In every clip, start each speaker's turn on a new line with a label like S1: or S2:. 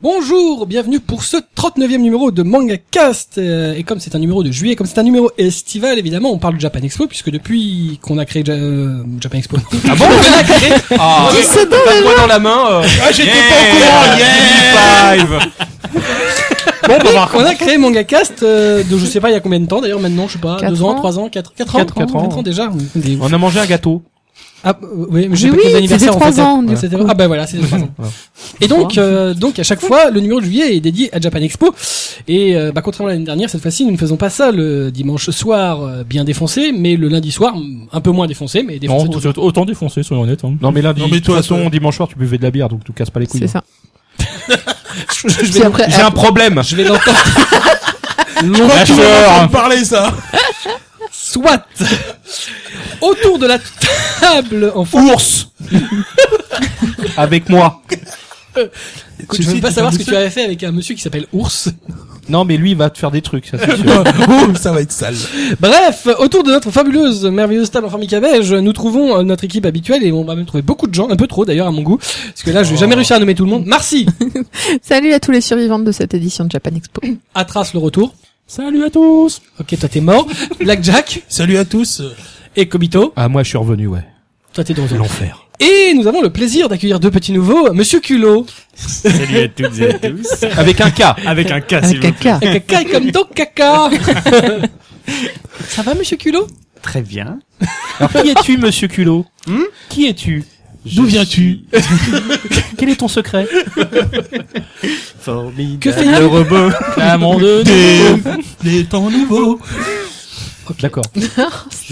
S1: Bonjour, bienvenue pour ce 39e numéro de Manga Cast. Euh, Et comme c'est un numéro de juillet, comme c'est un numéro estival, évidemment, on parle de Japan Expo, puisque depuis qu'on a créé Ja- euh, Japan Expo,
S2: Ah bon Ah,
S3: Dis ce dont
S2: t'as quoi dans la main euh,
S4: j'étais
S2: yeah,
S4: pas au courant,
S2: yeah. Five. bah,
S1: on a créé Manga Cast euh, de je sais pas il y a combien de temps d'ailleurs maintenant, je sais pas,
S3: Quatre
S1: 2 ans,
S3: ans.
S1: 3 ans, 4, 4 ans,
S2: Quatre- quatre ans.
S1: Quatre déjà. on est des-
S2: On a mangé un gâteau.
S1: Ah, euh, oui, mais j'ai
S3: Mais
S1: pas
S3: oui,
S1: fait d'anniversaire en
S3: c'était
S1: fait.
S3: trois ans, du
S1: C'était-
S3: coup.
S1: Ah bah voilà, c'est trois ans. Et donc, euh, donc à chaque fois, le numéro de juillet est dédié à Japan Expo. Et euh, bah, contrairement à l'année dernière, cette fois-ci, nous ne faisons pas ça le dimanche soir euh, bien défoncé, mais le lundi soir m- un peu moins défoncé, mais défoncé.
S5: Non,
S1: tout-
S5: autant- autant défoncer, soyons honnêtes. Hein.
S2: Non mais lundi,
S4: Non, mais
S2: de toute
S4: toi,
S2: façon,
S4: toi-
S2: dimanche soir, tu buvais de la bière, donc tu casses pas les couilles. hein.
S3: C'est ça.
S1: je, je
S3: Puis
S1: vais,
S3: après,
S2: J'ai un problème.
S1: je vais l'entendre.
S4: Quand Oh, tu vas
S2: Lâcheur.
S4: m'entendre parler ça
S1: Soit autour de la table en fond.
S2: Ours. Avec moi.
S1: Écoute, je
S4: Ceci
S1: veux pas
S4: dit,
S1: savoir ce que
S4: monsieur-
S1: tu avais fait avec un monsieur qui s'appelle Ours.
S2: Non mais lui il va te faire des trucs, ça c'est sûr.
S4: Oh, ça va être sale.
S1: Bref, autour de notre fabuleuse, merveilleuse table en formica beige, nous trouvons euh, notre équipe habituelle et on va même trouver beaucoup de gens, un peu trop d'ailleurs à mon goût, parce que là je vais jamais réussir à nommer tout le monde. Marcy
S3: Salut à tous les survivantes de cette édition de Japan Expo.
S1: Atras le retour.
S5: Salut à tous
S1: Ok, toi t'es mort. Blackjack
S4: Salut à tous.
S1: et Kobito.
S2: Ah moi je suis revenu, ouais.
S1: Toi t'es de retour.
S2: L'enfer.
S1: Et nous avons le plaisir d'accueillir deux petits nouveaux, euh, Monsieur Culot
S5: Salut à toutes et à tous
S2: Avec un K.
S5: Avec un K,
S3: Avec caca.
S1: et Kaka comme donc Kaka. Ça va Monsieur Culot
S5: Très bien.
S2: Alors qui es-tu monsieur culot Qui es-tu
S4: D'où viens-tu
S2: Quel est ton secret
S5: Formidable.
S1: Que fait le
S5: robot Clairement de
S4: Des, des temps nouveaux.
S2: D'accord.
S5: Je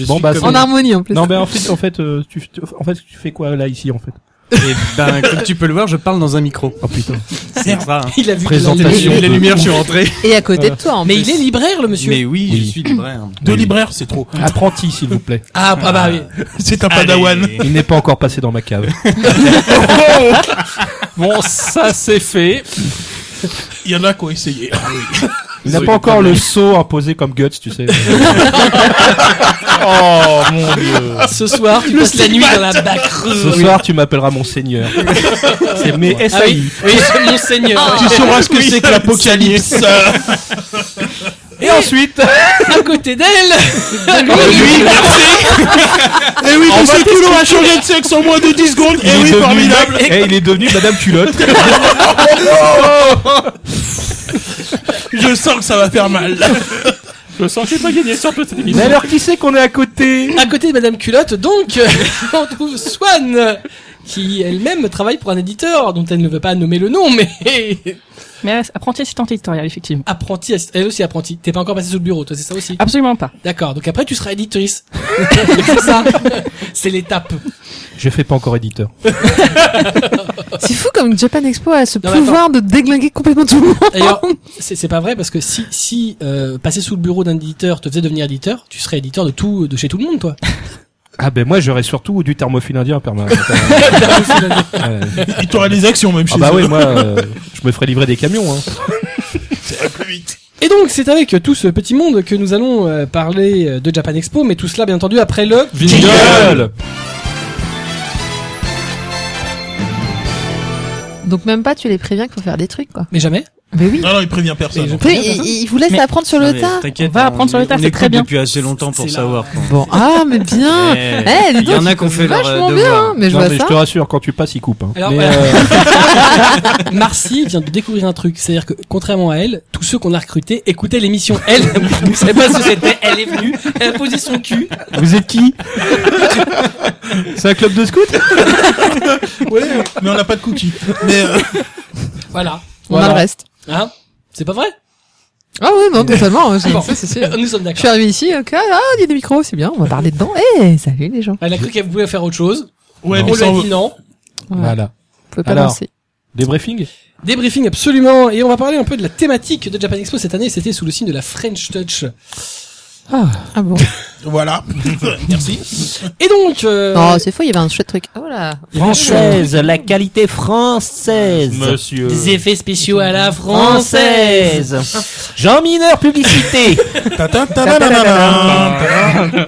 S2: Bon,
S5: suis
S2: bah,
S5: comme-
S3: En harmonie en plus.
S2: Non mais en fait en fait euh, tu tu- en fait tu fais quoi là ici en fait
S6: Et ben, comme tu peux le voir, je parle dans un micro.
S2: Oh putain.
S6: C'est ça. hein.
S1: Il a vu que
S6: J'ai
S2: Présentation.
S1: la-
S6: vu la lumière, je suis rentré.
S3: Et à côté de toi en
S1: Mais
S3: plus.
S1: il est libraire le monsieur.
S6: Mais oui,
S2: Oui. Ah,
S6: je suis libraire.
S4: Deux libraires, c'est trop.
S2: Apprenti s'il vous plaît.
S1: Ah, ah bah oui.
S4: C'est un padawan.
S6: Allez.
S2: Il n'est pas encore passé dans ma cave.
S5: Bon, ça c'est fait.
S4: Il y en a qui ont essayé.
S2: Il n'a pas encore le saut imposé comme Guts, tu sais. oh mon dieu.
S1: Ce soir, tu passes la nuit dans la bacreuse.
S2: Ce soir, tu m'appelleras mon seigneur. C'est mes
S1: Ah oui,
S2: SAI.
S1: oui, mon seigneur.
S4: tu sauras ce que c'est que l'apocalypse.
S2: Et ensuite,
S1: à côté d'elle.
S4: Eh oui, monsieur Coulon a changé de sexe en moins de 10 secondes. Eh oui, formidable.
S2: Eh, il est devenu Madame Culotte.
S4: Je sens que ça va faire mal.
S5: Je sens que j'ai pas gagné sur cette
S2: Mais
S5: émission.
S2: alors, qui c'est qu'on est à côté
S1: à côté de Madame Culotte, donc, euh, on trouve Swan, qui elle-même travaille pour un éditeur dont elle ne veut pas nommer le nom, mais
S7: Mais apprenti assistant éditorial, effectivement.
S1: apprenti, elle aussi apprenti. T'es pas encore passé sous le bureau, toi, c'est ça aussi.
S2: Ah.
S7: Absolument pas.
S1: D'accord. Donc après, tu seras éditrice. c'est ça. C'est l'étape.
S2: Je fais pas encore éditeur.
S3: C'est fou comme Japan Expo a ce
S1: Non, mais
S3: pouvoir de déglinguer complètement tout le monde.
S1: D'ailleurs, c'est c'est pas vrai parce que si si euh, passer sous le bureau d'un éditeur te faisait devenir éditeur, tu serais éditeur de tout, de chez tout le monde, toi.
S2: Ah ben moi, j'aurais surtout du thermophile indien en permanence. Ouais.
S4: Il t'aura les actions même chez
S2: Ah bah
S4: eux.
S2: oui, moi, euh, je me ferais livrer des camions. Hein.
S1: Et donc, c'est avec tout ce petit monde que nous allons euh, parler euh, de Japan Expo, mais tout cela, bien entendu, après le
S2: Jingle
S3: Donc même pas tu les préviens qu'il faut faire des trucs quoi.
S1: Mais jamais.
S3: Mais oui.
S4: Non, non, il prévient personne.
S3: Tu sais, il, il- il vous laisse
S7: Mais-
S3: apprendre sur le
S6: Non, mais
S3: tas.
S6: T'inquiète,
S7: On va apprendre sur le tas,
S6: on
S7: c'est
S6: écoute
S7: très bien.
S6: depuis assez longtemps pour
S1: C'est
S6: savoir. quoi.
S3: Bon, ah mais bien.
S6: Eh,
S3: Eh, dis
S6: Il y en
S3: donc,
S6: a qui ont fait leur
S3: vachement
S6: euh,
S3: bien.
S6: devoir.
S3: hein. Mais je
S2: Non
S3: vois
S2: mais je
S3: ça.
S2: te rassure, quand tu passes, il coupe. Hein.
S1: Alors,
S2: Mais,
S1: voilà.
S2: euh,
S1: Marcy vient de découvrir un truc, c'est-à-dire que contrairement à elle, tous ceux qu'on a recrutés écoutaient l'émission. Elle, vous savez pas ce que c'était, elle est venue, elle a posé son cul.
S6: hein.
S2: Vous êtes qui euh, C'est un club de scout
S4: Ouais, mais on n'a pas de cookies. Mais euh,
S1: Voilà.
S3: On a
S2: Voilà.
S3: le reste.
S1: Hein C'est pas vrai
S3: Ah oui, non, totalement. c'est-
S1: Bon.
S3: ça, c'est sûr.
S1: Nous sommes
S3: Je suis
S1: d'accord.
S3: arrivé ici, ok, ah, il y a des micros, c'est bien, on va parler dedans. Eh, salut les gens.
S1: Elle a cru qu'elle voulait faire autre chose.
S4: ouais, mais
S1: On lui
S4: sans-
S1: a dit non.
S3: Voilà.
S2: Voilà.
S3: Vous pouvez pas
S2: Alors.
S3: lancer.
S2: Des briefings
S1: Débriefing absolument. Et on va parler un peu de la thématique de Japan Expo cette année. C'était sous le signe de la French Touch.
S3: Ah bon
S4: voilà. Merci.
S1: Et donc, euh,
S3: Non, c'est faux, il y avait un chouette truc. Oh là.
S8: Française, la qualité française.
S5: Monsieur.
S1: des effets spéciaux à la française.
S8: Française. Jean Mineur, publicité.
S4: Ta ta ta ta ta ta ta ta.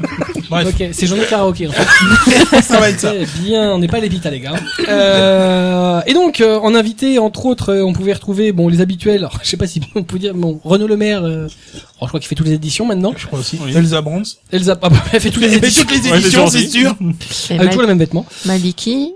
S4: Bref.
S1: Ok, c'est journée karaoké. En fait.
S4: Ça va être ça.
S1: Eh bien, on n'est pas à l'hôpital, les gars. hein. Euh, et donc, euh, en invité, entre autres, euh, on pouvait retrouver bon les habituels. Alors, je sais pas si on peut dire bon Renaud Le Maire. euh, oh, je crois qu'il fait toutes les éditions maintenant.
S4: Je crois aussi. Elsa Brands.
S1: Elsa, ah, bah, elle fait toutes les
S4: Mais
S1: éditions
S4: toutes les
S5: Ouais, les
S4: éditions, c'est
S5: ordi.
S3: Et
S4: sûr.
S1: avec
S3: Mal-
S1: toujours le même vêtement.
S3: Maliki.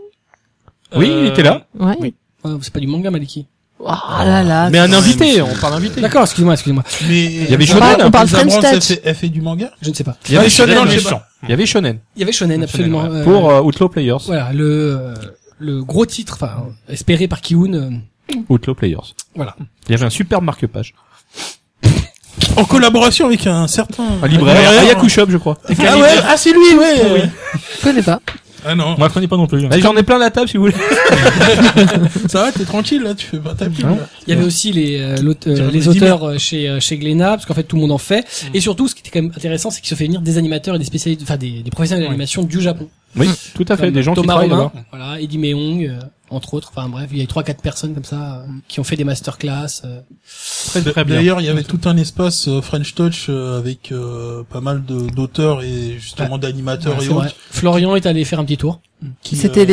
S2: euh, Oui, il était là.
S3: Ouais.
S5: Oui.
S1: Euh, c'est pas du manga, Maliki.
S3: Oh là là.
S2: Mais un invité, on parle d'invité.
S1: D'accord, excuse-moi, excuse-moi.
S4: Mais euh,
S2: Il y avait
S3: On parle-
S2: Shonen.
S3: on parle
S4: Elsa
S3: French
S4: Brands, elle
S3: Touch.
S4: fait, elle fait du manga.
S1: Je ne sais pas.
S2: Il y avait
S4: Non,
S2: Shonen.
S4: je
S2: je
S4: sais
S2: sais
S4: pas.
S2: pas. Il y avait Shonen.
S1: Il y avait Shonen, absolument. euh,
S2: Pour euh, Outlaw Players.
S1: voilà le euh, le gros titre, enfin espéré par Kiun. euh,
S2: Outlaw Players.
S1: voilà.
S2: Il y avait un superbe marque-page.
S4: En collaboration avec un certain.
S2: Un libraire.
S4: libraire.
S2: Ayaku Shop, je crois.
S4: Ah ouais, ah c'est lui, ouais.
S3: Je connais pas.
S4: Ah non.
S5: Moi, je connais pas non plus. hein.
S2: Allez, Bah, J'en ai plein la table si vous voulez.
S4: Ça va, t'es tranquille là, tu fais pas ta pub. là.
S1: Il y avait aussi les euh, l'aute- euh,
S4: Tiens,
S1: les
S4: vas-y,
S1: auteurs euh, chez euh, chez Glénat parce qu'en fait tout le monde en fait
S2: Mm.
S1: et surtout ce qui était quand même intéressant c'est qu'il se fait venir des animateurs et des spécialistes enfin des, des professionnels de l'animation du Japon.
S2: Oui, tout à fait.
S1: Comme
S2: Des gens qui
S1: Thomas
S2: travaillent
S1: Romain,
S2: là-bas.
S1: voilà, Eddie Meong euh, entre autres enfin bref, il y a trois quatre personnes comme ça euh, qui ont fait des masterclass euh.
S2: Très, très bien.
S4: D'ailleurs, il y avait tout un espace euh, French Touch euh, avec euh, pas mal de- d'auteurs et justement d'animateurs
S1: Voilà,
S4: et
S1: c'est vrai.
S4: autres.
S1: euh, Florian est allé faire un petit tour.
S4: qui,
S3: C'était
S4: euh,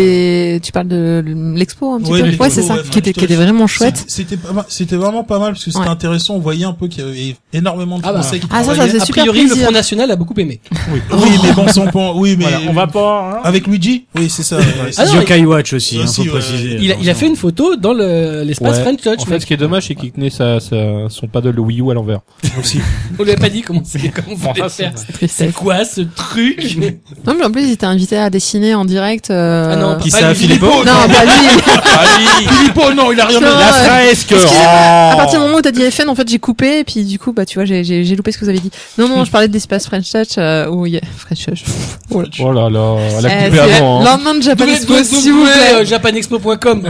S3: les. Tu parles de l'expo un petit
S4: Ouais,
S3: peu.
S4: l'expo,
S3: Ouais, c'est ça.
S4: ouais,
S3: qui était qui
S4: French
S3: était
S4: Touch.
S3: vraiment chouette.
S4: C'était- euh, C'était pas mal- c'était vraiment pas mal parce que c'était
S3: Ouais.
S4: intéressant. On voyait un peu qu'il y avait énormément de
S1: Ah bah.
S4: Français qui
S3: Ah, ça, ça
S4: travaillaient.
S3: faisait
S1: A
S3: super
S1: priori, le
S3: plaisir.
S1: Front National a beaucoup aimé.
S4: Oui, mais bon, sans pan. Oui, mais
S5: Voilà, on va pas. hein.
S4: avec Luigi. Oui, c'est ça. ouais.
S1: Ah non,
S6: Yokai Watch aussi, hein,
S4: Aussi,
S6: faut
S4: ouais.
S6: préciser.
S1: Il a, il a fait une photo dans le- l'espace
S2: Ouais.
S1: French Touch.
S2: En fait,
S1: mec.
S2: ce qui est dommage, c'est qu'il tenait sa, sa- son paddle de Wii U à l'envers.
S1: On lui a pas dit comment c'est, comment vous
S2: Ah,
S1: voulez faire. C'est
S3: Tristesse.
S1: quoi ce truc
S3: Non mais en plus il était invité à dessiner en direct. euh,
S1: Ah non,
S6: Puis
S1: pas
S6: ça a
S1: lui.
S6: filé
S3: Non,
S6: beau.
S3: bah lui.
S4: Filippo, non, Ah, il a rien
S3: Non,
S4: mis.
S3: euh,
S2: fresque!
S4: Oh.
S3: À partir du moment où t'as dit FN, en fait, j'ai coupé, et puis du coup, bah, tu vois, j'ai, j'ai, j'ai loupé ce que vous avez dit. Non, non, je parlais de l'espace French Touch, euh, où il y a... French Touch.
S2: Oh là là, elle a
S3: Euh,
S2: coupé
S3: c'est
S2: avant.
S3: le
S2: hein.
S3: lendemain de Japan Expo, s'il vous plaît.
S1: euh, japanexpo.com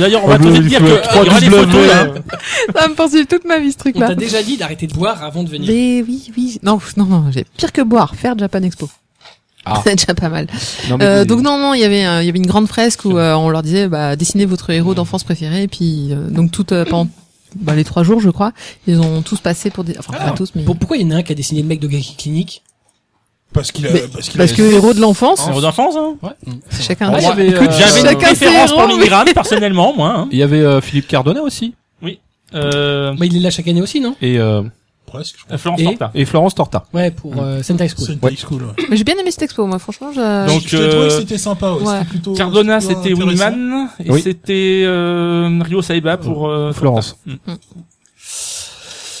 S5: D'ailleurs, on va te dire
S2: Trois
S5: que il y aura les
S2: doubles
S5: photos
S2: bleus,
S5: là.
S2: hein.
S3: Ça va me poursuivre toute ma vie, ce
S1: On t'a
S3: truc-là.
S1: déjà dit d'arrêter de boire avant de venir.
S3: Bah. Mais oui, oui. Non, pff, non, non, j'ai pire que boire, faire Japan Expo.
S2: Ah.
S3: C'est déjà pas mal.
S2: Non, mais
S3: Euh,
S2: des-
S3: donc non, non, il y avait, euh, il y avait une grande fresque où euh, on leur disait, bah, dessinez votre
S2: Mm.
S3: héros d'enfance préféré, et puis euh, donc toutes euh, pendant bah, les trois jours, je crois, ils ont tous passé pour des, enfin
S2: Ah.
S3: pas tous, mais
S1: Pour- Pourquoi il y en a un qui a dessiné le mec de Gaki Clinic
S4: Parce qu'il a,
S3: Mais-
S4: parce qu'il a.
S3: parce que héros de l'enfance,
S2: Ah.
S5: C'est d'enfance, hein.
S3: chacun.
S5: Moi,
S3: a-
S5: j'avais, euh,
S2: j'avais
S5: j'avais une
S3: chacun ses
S5: préférence pour
S3: héros,
S5: l'immigrant, personnellement, moi. hein.
S2: Il y avait euh, Philippe Cardona aussi.
S5: Euh,
S1: Bah, il est là chaque année aussi, non
S2: Et, euh,
S4: Presque, je crois.
S5: Florence
S1: Et-
S5: Torta.
S2: et Florence Torta.
S1: Ouais, pour euh, Sentai School.
S4: C'est une high school. ouais.
S3: Mais j'ai bien aimé cette expo, moi, franchement. Je...
S5: Donc,
S4: je t'ai trouvé que
S5: euh,
S4: c'était sympa. Ouais.
S3: ouais.
S4: C'était plutôt.
S5: Cardona,
S4: plutôt
S5: c'était
S4: intéressant.
S5: Winman. Et
S2: Oui.
S5: c'était euh, Rio Saiba pour euh,
S2: Florence.
S4: Mm.
S5: Torta. Hmm.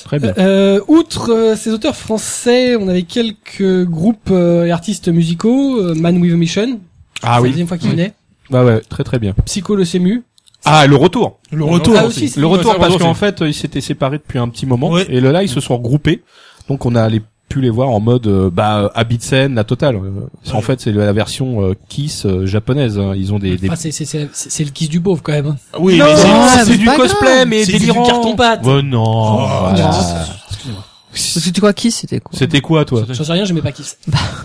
S2: Très bien.
S1: Euh, outre euh, ces auteurs français, on avait quelques groupes euh, et artistes musicaux. euh, Man with a Mission,
S2: Ah
S1: c'est la
S2: oui.
S1: deuxième fois qu'il venait.
S2: Bah ouais, très très bien.
S1: Psycho le CMU.
S2: Ah, le retour.
S4: Le retour.
S1: Ah, aussi, c'est-
S2: Le
S5: Ouais,
S2: retour
S5: ça,
S2: parce
S5: retour,
S2: qu'en fait, ils s'étaient séparés depuis un petit moment.
S4: Ouais.
S2: Et le là, ils se sont regroupés. Donc on a les- pu les voir en mode euh, bah euh, habit de scène la totale Euh, c'est- en
S4: Ouais.
S2: fait c'est la version euh, kiss euh, japonaise hein. ils ont des, des...
S1: Ah, c'est, c'est, c'est, c'est- c'est le kiss du pauvre quand même. hein.
S4: Oui, mais c'est-
S3: Non,
S2: c'est
S3: mais
S2: du
S3: pas
S2: cosplay
S3: grave.
S2: mais
S4: C'est du
S2: délirant
S1: Carton pâte.
S2: oh non
S4: Oh,
S2: voilà.
S3: Parce que tu crois qui c'était quoi
S2: c'était quoi toi
S1: J'en sais rien, j'aimais pas kiss.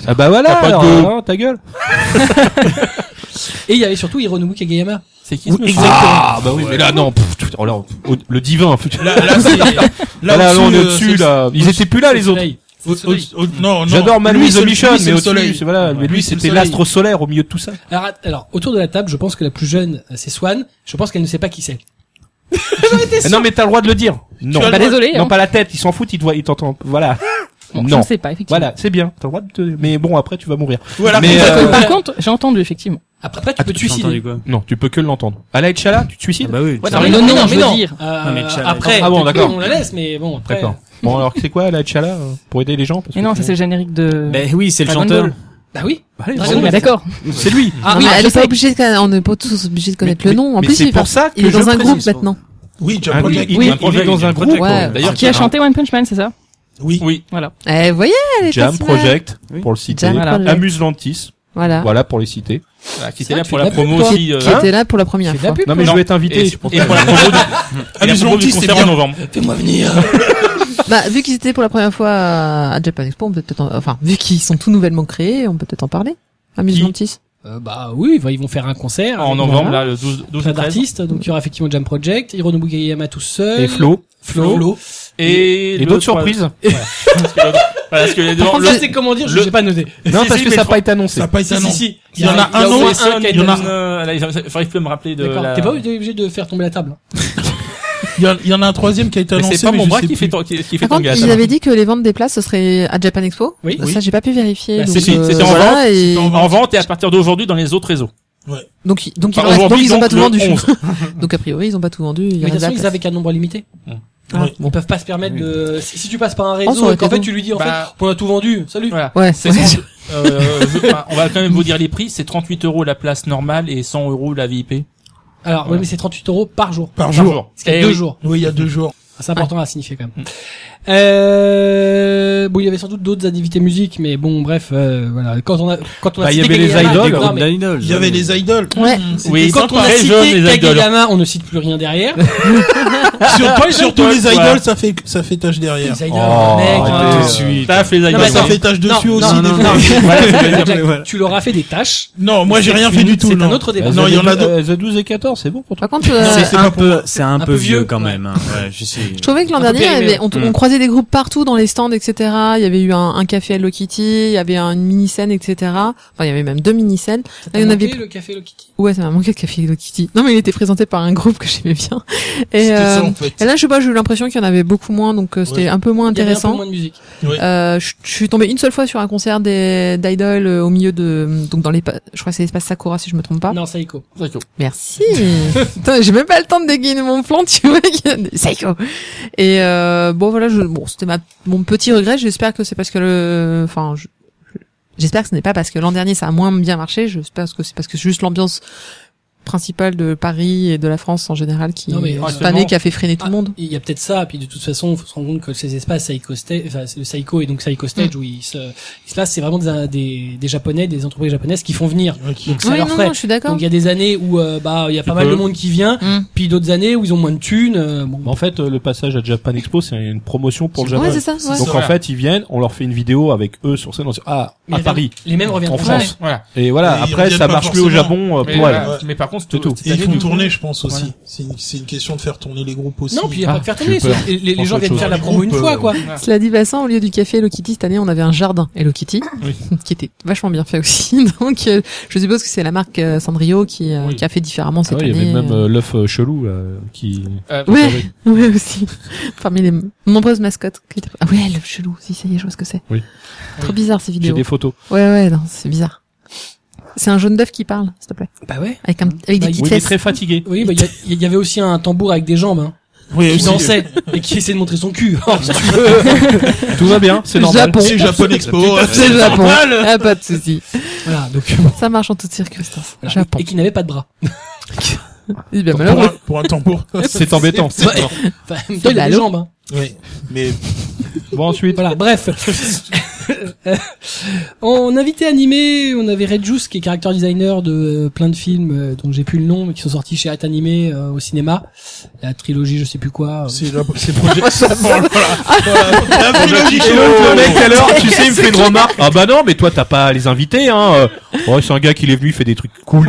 S2: ah bah voilà
S5: T'as pas de
S2: alors,
S5: gueule.
S2: hein, ta gueule
S1: Et il y avait surtout Hironobu Kageyama.
S5: C'est qui ce monsieur
S2: Ah bah oui, mais là non, pff, tout- oh là, oh, le divin. pff,
S4: Là, là, c'est-
S2: Là, là, on est
S4: euh,
S2: au-dessus
S4: c'est-
S2: là. Ils étaient plus là
S1: C'est
S2: Ah, les
S1: le
S2: autres.
S1: soleil.
S4: au- au- au- Non, non.
S2: J'adore
S4: Lui,
S2: Manu
S4: c'est
S2: The
S4: le-
S2: Mission,
S4: lui, c'est
S2: mais
S4: le
S2: au-dessus,
S4: soleil.
S2: c'est voilà, mais
S4: Lui,
S2: lui
S4: c'est le
S2: c'était
S4: soleil.
S2: l'astre solaire au milieu de tout ça.
S1: Alors, att- alors, autour de la table, je pense que la plus jeune, euh, c'est Swan. Je pense qu'elle ne sait pas qui c'est.
S2: Eh non mais t'as le droit de le dire. Non,
S4: as le
S7: Bah, désolé.
S2: non pas la tête, ils s'en foutent, ils te voient, ils t'entendent. Voilà,
S7: Je
S2: non.
S7: ne sais pas, effectivement.
S2: voilà, c'est bien. T'as le droit de. Te... Mais bon après tu vas mourir.
S4: Voilà,
S2: mais
S4: comme ça,
S2: euh,
S7: Par contre, j'ai entendu, effectivement.
S1: Après, après tu
S6: Ah,
S1: peux te suicider.
S2: non, tu peux que l'entendre. À la Etchala, tu te suicides.
S6: bah oui.
S1: Ouais,
S7: Non, mais non, non, je veux dire.
S1: Euh,
S6: Non, mais Tchala,
S1: après,
S2: Ah bon, d'accord.
S1: on la laisse, mais bon, après.
S2: D'accord. Bon alors c'est quoi à la Etchala euh, pour aider les gens parce
S7: Mais
S2: que
S7: non, ça
S2: sinon-
S7: c'est le générique de.
S6: Bah oui, c'est le
S7: Dragon
S6: chanteur.
S7: Ball.
S1: Bah oui.
S2: Allez,
S1: Dragon
S7: Oui,
S2: bon,
S7: bah d'accord.
S2: C'est lui.
S1: Ah
S3: Non,
S1: oui,
S3: mais
S1: bah,
S3: elle
S1: je
S3: est pas
S1: sais.
S3: obligée de conna- on n'est pas tous obligés de connaître
S2: mais-
S3: le nom. En
S2: mais
S3: plus,
S2: c'est
S3: il,
S2: pour
S3: par-
S2: ça que
S3: il est
S2: je
S3: dans un
S2: précise.
S3: groupe maintenant.
S4: Oui, Jack
S2: Ah,
S4: Black,
S2: oui,
S4: il-
S7: Oui.
S2: il est dans un groupe.
S3: Ouais.
S2: Bah,
S6: Ah,
S2: D'ailleurs,
S7: Qui a chanté One Punch Man, c'est ça
S4: Oui.
S5: Oui.
S7: Voilà.
S3: Eh, vous voyez, elle est pas
S2: Jam
S3: si mal.
S2: Project pour le citer.
S3: Jam
S7: Voilà.
S3: Project.
S2: Amuse Lantis.
S3: Voilà.
S2: Voilà pour les citer.
S5: Voilà, Ah, qui
S1: C'est
S5: était là
S1: vrai,
S5: pour
S1: tu
S5: la
S1: l'as
S5: promo
S1: vu, toi.
S5: aussi. euh,
S3: Qui
S2: Hein
S3: était là pour la première
S1: Fais de la
S3: fois.
S1: pub.
S2: Non mais
S5: Non.
S2: je vais être
S5: Et,
S2: invité.
S5: et pour la promo
S1: Ah,
S5: du, et la
S4: Amuse
S5: promo du
S4: Lantis, c'est
S5: concert
S4: bien.
S5: en novembre.
S1: Fais-moi venir.
S3: Bah, vu qu'ils étaient pour la première fois à à Japan Expo, on peut peut-être, en- enfin, vu qu'ils sont tout nouvellement créés, on peut peut-être en parler. Amusementis.
S1: Euh, bah oui, bah, ils vont faire un concert.
S5: En
S1: Voilà.
S5: novembre, là, le 12, 12
S1: Plein
S5: et 13.
S1: d'artistes. Donc il y aura effectivement Jam Project, Hironobu Kageyama tout seul.
S2: Et Flo.
S1: Flo.
S5: Et,
S2: Et
S5: le
S2: d'autres
S5: trois-
S2: surprises.
S5: Parce que l'autre- Voilà, parce que les deux-
S1: Par contre,
S5: le-
S1: ça, c'est comment dire, je
S5: le-
S1: j'ai pas noté.
S2: Non,
S5: Si,
S2: parce
S5: si,
S2: que
S5: mais
S2: ça n'a
S5: fr-
S2: pas été annoncé.
S4: Ça a pas été
S1: Si, si,
S4: annoncé.
S1: si. Il y en a
S5: il y
S1: un
S5: en a
S1: autre,
S5: un,
S1: qui a
S5: il y en
S1: été-
S5: a un, euh, là, il faudrait que tu me rappeler de
S1: D'accord.
S5: la...
S1: T'es pas obligé de faire tomber la table. hein.
S4: Il y, en- il y en a un troisième qui a été
S5: Mais
S4: annoncé.
S5: c'est pas
S4: mais
S5: mon
S4: je
S5: bras
S4: sais
S5: qui fait,
S4: plus.
S5: ton- qui, qui fait
S3: Par
S5: ton
S3: contre,
S5: gars.
S3: ils avaient dit que les ventes des places, ce serait à Japan Expo.
S1: Oui.
S3: Ça, j'ai pas pu vérifier.
S1: Bah,
S3: donc,
S1: c'était-
S3: euh,
S5: c'était en
S3: voilà,
S5: vente,
S3: et-
S5: En en vente et à partir d'aujourd'hui dans les autres réseaux.
S3: Donc, ils- donc, ils,
S5: Enfin,
S3: en restent- donc,
S5: aujourd'hui,
S3: ils ont
S5: donc,
S3: pas tout
S5: le
S3: vendu.
S5: 11.
S3: donc, a priori, ils ont pas tout vendu. Il
S1: Mais de toute
S3: reste de la
S1: façon, ils
S3: place.
S1: avaient qu'un nombre limité.
S4: Ah.
S1: Ils peuvent pas se permettre de. Si, si tu passes par un
S3: Oh, ça
S1: réseau,
S3: aurait
S1: et qu'en
S3: été
S1: fait
S3: bon.
S1: tu lui dis en
S5: Bah.
S1: fait, on a tout vendu. Salut.
S5: Voilà.
S3: Ouais.
S5: C'est
S3: Ouais.
S5: trente- euh, je- enfin, on va quand même vous dire les prix. C'est 38 euros la place normale et 100 euros la VIP.
S1: Alors, oui, mais c'est 38 euros par jour.
S4: Par jour.
S1: Parce qu'il y a
S5: Eh
S1: deux
S5: oui.
S1: jours.
S4: Oui, il y a deux jours.
S1: C'est important à signifier quand même. Euh, bon, il y avait sans doute d'autres activités musique, mais bon, bref, euh, voilà. Quand on a, quand on a
S2: Bah, il y
S1: cité
S2: avait les
S1: Kageyama,
S2: idoles,
S1: non, mais
S4: Il y avait les idoles.
S3: Ouais.
S5: Oui,
S1: quand on a
S5: très
S1: cité
S5: jeunes les idoles.
S1: Kageyama, on ne cite plus rien derrière.
S4: surtout surtout les
S5: toi.
S4: idoles, ça fait, ça fait tâche derrière.
S1: Les idoles,
S2: Oh,
S1: mec,
S2: arrêtez.
S1: euh,
S6: Ah,
S5: Taf les
S1: Non,
S5: idoles.
S1: mais
S4: ça
S1: non.
S4: fait tâche dessus
S1: Non,
S4: aussi.
S1: non,
S4: des
S1: non,
S4: fois.
S1: non.
S5: Voilà, c'est ce que je veux dire.
S1: tu leur as fait des tâches.
S4: Non, moi j'ai rien fait du tout.
S1: C'est
S4: non.
S1: un autre débat.
S4: Non, il y en a deux.
S2: Euh, The 12 et 14, c'est bon pour toi
S3: Par contre, euh,
S6: C'est Ah, un peu, c'est un,
S1: peu
S6: peu vieux
S1: vieux,
S6: quand
S1: ouais.
S6: même. hein. Ouais, je sais.
S3: je trouvais que l'an
S1: Un peu
S3: dernier, il y
S1: périmé,
S3: avait- on,
S6: ouais.
S3: on croisait des groupes partout dans les stands, etc. Il y avait eu un, un café Hello Kitty, il y avait une mini scène, etc. Enfin, il y avait même deux mini scènes.
S1: T'as
S3: Ah, Il y en
S1: manqué
S3: avait-
S1: le café, le kitty.
S3: Ouais, ça m'a manqué le café Hello Kitty. Non, mais il était présenté par un groupe que j'aimais bien. Et,
S4: C'était ça,
S3: euh,
S4: en fait.
S3: et là, je sais pas, j'ai eu l'impression qu'il y en avait beaucoup moins, donc euh, c'était
S4: Ouais.
S3: un peu moins
S1: Il y avait un peu
S3: intéressant.
S1: moins de musique.
S3: Euh, je je suis tombée une seule fois sur un concert des d'Idol euh, au milieu de donc dans les je crois que c'est l'espace Sakura si je me trompe pas.
S1: Non, Saiko.
S3: Merci. Putain, j'ai même pas le temps de dégainer mon plan, tu vois. qu'il y a des- Psycho. Et euh, bon voilà, je, bon c'était ma mon petit regret. J'espère que c'est parce que le, enfin, je- je- j'espère que ce n'est pas parce que l'an dernier ça a moins bien marché. J'espère que c'est parce que c'est juste l'ambiance principale de Paris et de la France en général qui
S1: Non, mais
S3: cette
S1: actuellement-
S3: année qui a fait freiner tout le
S1: Ah,
S3: monde.
S1: Il y a peut-être ça, puis de toute façon, faut se rendre compte que ces espaces Psycho Stage, enfin, c'est le Psycho et donc Psycho Stage, où ils se, ils se lassent, c'est vraiment des, des, des japonais, des entreprises japonaises qui font venir. Donc ça
S3: Oui
S1: leur
S3: non,
S1: frais.
S3: non je suis d'accord.
S1: Donc il y a des années où euh, bah il y a pas mal de
S5: peux.
S1: monde qui vient,
S3: Mm.
S1: puis d'autres années où ils ont moins de thunes. euh, bon.
S2: Mais En fait, euh, le passage à Japan Expo, c'est une promotion pour le Japon.
S3: Ouais c'est ça. ouais.
S2: Donc en fait, ils viennent, on leur fait une vidéo avec eux sur scène, on dit, ah,
S1: Mais
S2: à
S1: les-
S2: Paris,
S1: Les mêmes reviennent
S2: en
S1: pas.
S2: France.
S5: Voilà.
S2: Et voilà,
S4: Et ils
S2: après,
S4: reviennent
S2: ça
S4: pas
S2: marche plus au
S4: forcément.
S2: Japon euh,
S5: Mais,
S2: pour elle.
S5: voilà. Mais par contre,
S2: C'est tout.
S5: cette
S4: Et ils
S5: année,
S4: font
S5: du coup-
S4: tourner, je pense aussi.
S5: Voilà.
S4: C'est une, c'est une question de faire tourner les groupes aussi.
S1: Non, puis il y a
S2: Ah,
S1: pas que faire tourner.
S2: j'ai peur.
S1: c'est- les- Les,
S2: Pense
S1: gens
S2: autre
S1: viennent
S2: chose.
S1: faire la
S4: Les
S1: promo une
S4: groupes,
S1: fois
S4: euh,
S1: quoi.
S3: Cela dit, Vincent, au lieu du café Hello Kitty, cette année, on avait un jardin Hello Kitty,
S5: Oui.
S3: qui était vachement bien fait aussi. Donc, euh, je suppose que c'est la marque euh, Sanrio qui, euh,
S5: Oui.
S3: qui a fait différemment
S2: Ah
S3: cette
S2: ouais, il y
S3: année.
S2: avait même
S3: euh.
S2: euh, Ah, l'œuf euh, chelou là, qui.
S5: Euh,
S3: Ouais, ouais aussi. Parmi les nombreuses mascottes. qui étaient- Ah ouais, le chelou, si ça y est, je vois ce que c'est.
S2: Oui.
S3: Trop bizarre ces
S2: J'ai
S3: vidéos.
S2: des photos.
S3: Ouais, ouais, non, c'est bizarre. C'est un jaune d'œuf qui parle, s'il te plaît,
S1: Bah ouais.
S3: avec, un, avec des
S1: Oui,
S3: petites
S2: Oui, mais
S3: fesses.
S2: très fatigué.
S1: Oui, bah il y a- il y avait aussi un tambour avec des jambes hein,
S4: Oui,
S1: qui dansait et qui essayait de montrer son cul. Oh, si tu veux.
S2: Tout va bien, c'est normal.
S3: Japon.
S4: C'est Japon Expo.
S3: C'est le Japon. Ah, pas de souci.
S1: voilà, donc bon,
S3: Ça marche en toutes circonstances.
S1: voilà.
S3: Japon.
S1: et qui n'avait pas de bras.
S3: Eh bien,
S4: Pour
S3: malheureux.
S4: un, pour un tambour.
S2: C'est embêtant.
S1: Ouais. Enfin, en même temps, il a
S3: Bah,
S1: des
S3: l'autre.
S1: jambes. hein.
S4: Oui. Mais
S2: Bon, ensuite.
S1: Voilà, bref. en invité animé, on avait Red Juice qui est character designer de euh, plein de films euh, dont j'ai plus le nom mais qui sont sortis chez Hat Animé euh, au cinéma. La trilogie, je sais plus quoi. euh.
S4: c'est la- c'est projet.
S2: le mec, à l'heure, tu sais, il me fait une remarque. Ah bah non, mais toi, t'as pas les invités, hein. euh. Oh, c'est un gars qui est venu, il fait des trucs cool.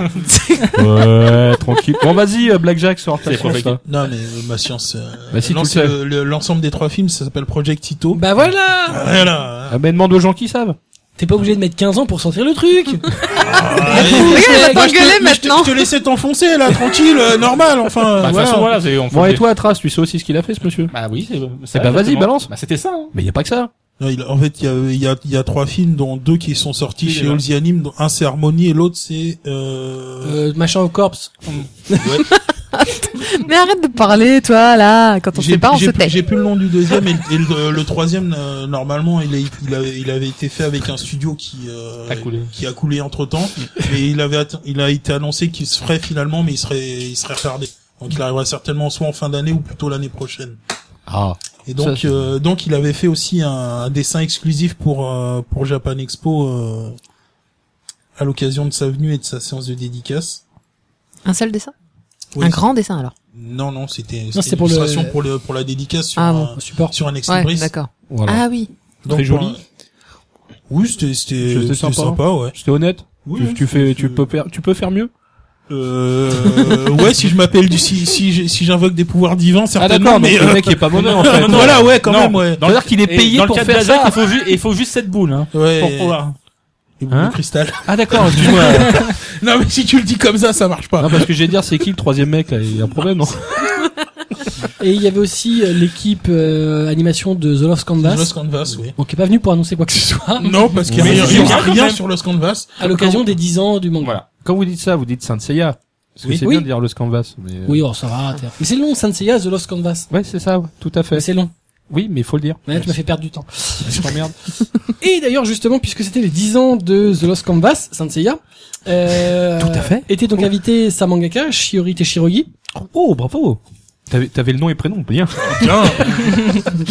S2: Ouais, tranquille. Bon, vas-y, euh, Blackjack, sort ta
S5: C'est
S2: science,
S5: compliqué.
S2: là.
S4: Non, mais euh, ma science. euh,
S2: Bah, si, tu
S4: non,
S2: le
S4: c'est
S2: sais.
S4: le- le- l'ensemble des trois films, ça s'appelle Project Tito.
S1: Bah voilà.
S4: Voilà.
S2: Ah, mais demande aux gens qui savent.
S1: T'es pas obligé de mettre 15 ans pour sortir le truc.
S4: Ah, et-
S3: Bah,
S1: Regarde, elle
S4: Moi,
S1: va
S4: je te-
S3: t'engueuler
S4: mais je te-
S3: maintenant.
S4: Je te laissais t'enfoncer là, tranquille, euh, normal. Enfin,
S5: Bah, De toute
S4: voilà.
S5: façon, voilà, c'est, on fait
S2: Bon, et
S5: des-
S2: toi, Atras, tu sais aussi ce qu'il a fait, ce monsieur
S5: Bah oui, c'est,
S2: Eh bah, vas-y,
S5: exactement.
S2: balance.
S5: Bah, c'était ça, hein.
S2: Mais y a pas que ça.
S4: Non, il- en fait, il y a, il y, a, il y a trois films, dont deux qui sont sortis
S5: Oui,
S4: chez
S5: voilà.
S4: Olzy Anime, dont un c'est Harmonie et l'autre c'est. Euh...
S1: Euh, machin au corps.
S3: Mais arrête de parler, toi, là. Quand on
S4: J'ai
S3: sait pas, on
S4: j'ai
S3: se
S4: plus,
S3: tait.
S4: j'ai plus le nom du deuxième et, le- et le, le troisième euh, normalement il, est- il avait, il avait été fait avec un studio qui euh,
S5: A coulé.
S4: qui a coulé entre temps et il avait atte- il a été annoncé qu'il se ferait finalement mais il serait il serait retardé donc il arrivera certainement soit en fin d'année ou plutôt l'année prochaine
S2: Ah.
S4: et donc
S2: Ça,
S4: euh, donc il avait fait aussi un, un dessin exclusif pour euh, pour Japan Expo euh, à l'occasion de sa venue et de sa séance de dédicace
S3: Un seul dessin
S4: Oui.
S3: Un grand dessin, alors.
S4: non non c'était
S1: c'est
S4: c'était
S1: pour
S4: pour,
S1: le-
S4: pour le pour la dédicace sur
S3: Ah bon.
S4: un,
S1: Support.
S4: sur un extrait
S3: Ouais, d'accord. Ah oui.
S4: Donc,
S2: Très joli.
S4: pour un- Oui, c'était c'était
S2: C'était
S4: c'était
S2: sympa.
S4: sympa, ouais.
S2: C'était honnête.
S4: Oui,
S2: tu,
S4: oui,
S2: tu
S4: c'est-
S2: fais,
S4: c'est-
S2: tu peux faire, tu peux faire mieux.
S4: Euh, ouais, si je m'appelle du si si j'ai- si j'invoque des pouvoirs divins,
S2: Ah
S4: certainement.
S2: d'accord, mais
S4: mais
S2: le
S4: euh,
S2: mec est pas bonheur en fait.
S5: Non, non,
S4: voilà, ouais, quand
S5: non.
S4: même, ouais.
S5: Dans le-
S2: C'est-à-dire qu'il est
S5: et
S2: payé
S5: dans
S2: pour
S5: le cas de
S2: faire
S5: Black,
S2: ça.
S5: il faut juste, il faut juste cette boule, hein,
S4: Ouais.
S5: pour pouvoir.
S4: Et beaucoup
S2: Hein
S4: de cristal.
S2: Ah d'accord,
S5: Excuse-moi.
S4: non, mais si tu le dis comme ça, ça marche pas.
S2: Non, parce que j'allais dire, c'est qui le troisième mec là Il y a un problème, hein. non
S1: Et il y avait aussi euh, l'équipe euh, animation de The Lost
S4: Sur
S1: Canvas.
S4: Lost Canvas, oui.
S1: Donc, qui est pas venu pour annoncer quoi que ce soit.
S4: Non, parce qu'il
S5: Mais
S4: n'y a,
S5: il
S4: il y
S5: vient
S4: a
S5: quand
S4: rien
S5: même.
S4: sur Lost Canvas.
S1: À l'occasion des 10 ans du manga.
S5: Voilà.
S2: Quand vous dites ça, vous dites Saint Seiya. Parce que
S1: Oui.
S2: c'est
S1: Oui.
S2: bien de dire le canvas. Mais... euh,
S1: Oui, oh, ça va. t'es- Mais c'est long, Sanseiya, The Lost Canvas.
S2: Ouais, c'est ça, ouais, tout à
S1: Mais
S2: fait.
S1: C'est long.
S2: Oui, mais faut le dire.
S1: Ouais, tu m'as fait perdre du temps.
S2: Je t'emmerde.
S1: Et d'ailleurs, justement, puisque c'était les 10 ans de The Lost Canvas, Sanseiya, euh,
S2: Tout à fait.
S1: était donc invité sa mangaka, Shiori Teshirogi.
S2: Oh, bravo T'avais t'avais le nom et prénom, bien.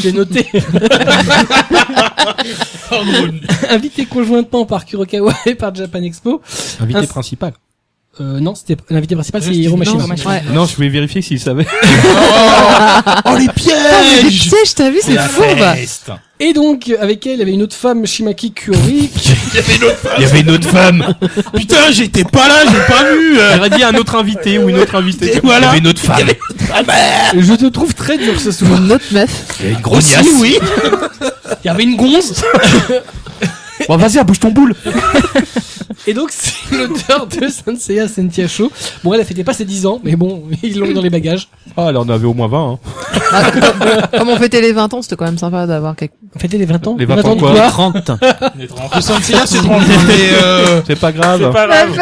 S1: J'ai noté. invité conjointement par Kurokawa et par Japan Expo.
S2: Invité
S1: Un-
S2: principal.
S1: Euh, non, c'était l'invité principal, c'est
S4: Juste
S1: Hiro
S4: une-
S1: Mashima.
S4: non, Mashima.
S3: Ouais.
S2: Non, je voulais vérifier s'il savait.
S4: Oh,
S3: Putain,
S4: les
S3: mais
S4: pièges!
S3: pièges, t'as vu, c'est bah. fourbe.
S1: Et donc, avec elle, il y avait une autre femme, Shimaki Kuori, qui-
S2: Il y avait une autre femme.
S4: Putain, j'étais pas là, j'ai pas vu! euh.
S2: J'aurais dit un autre invité ou une autre invitée.
S4: Voilà.
S2: Il y avait une autre femme.
S1: je te trouve très dur ce soir.
S3: Une autre meuf.
S2: Il y avait une
S4: Aussi,
S2: grognasse.
S4: oui!
S1: Il y avait une gonze.
S2: Bon, vas-y, bouge ton boule.
S1: Et donc, c'est l'auteur de Sanseiya Sentiasho. Bon, elle a fêté pas ses 10 ans, mais bon, ils l'ont mis dans les bagages.
S2: Ah, là, on avait au moins 20. Hein.
S3: Ah, comme- Comme on fêtait les 20 ans, c'était quand même sympa d'avoir quelque
S1: Fêter les 20 ans.
S2: Les 20 ans,
S1: de
S2: quoi.
S8: 30.
S4: Le Saint-Cyr, c'est trop mais euh,
S2: C'est pas grave.
S5: C'est pas grave.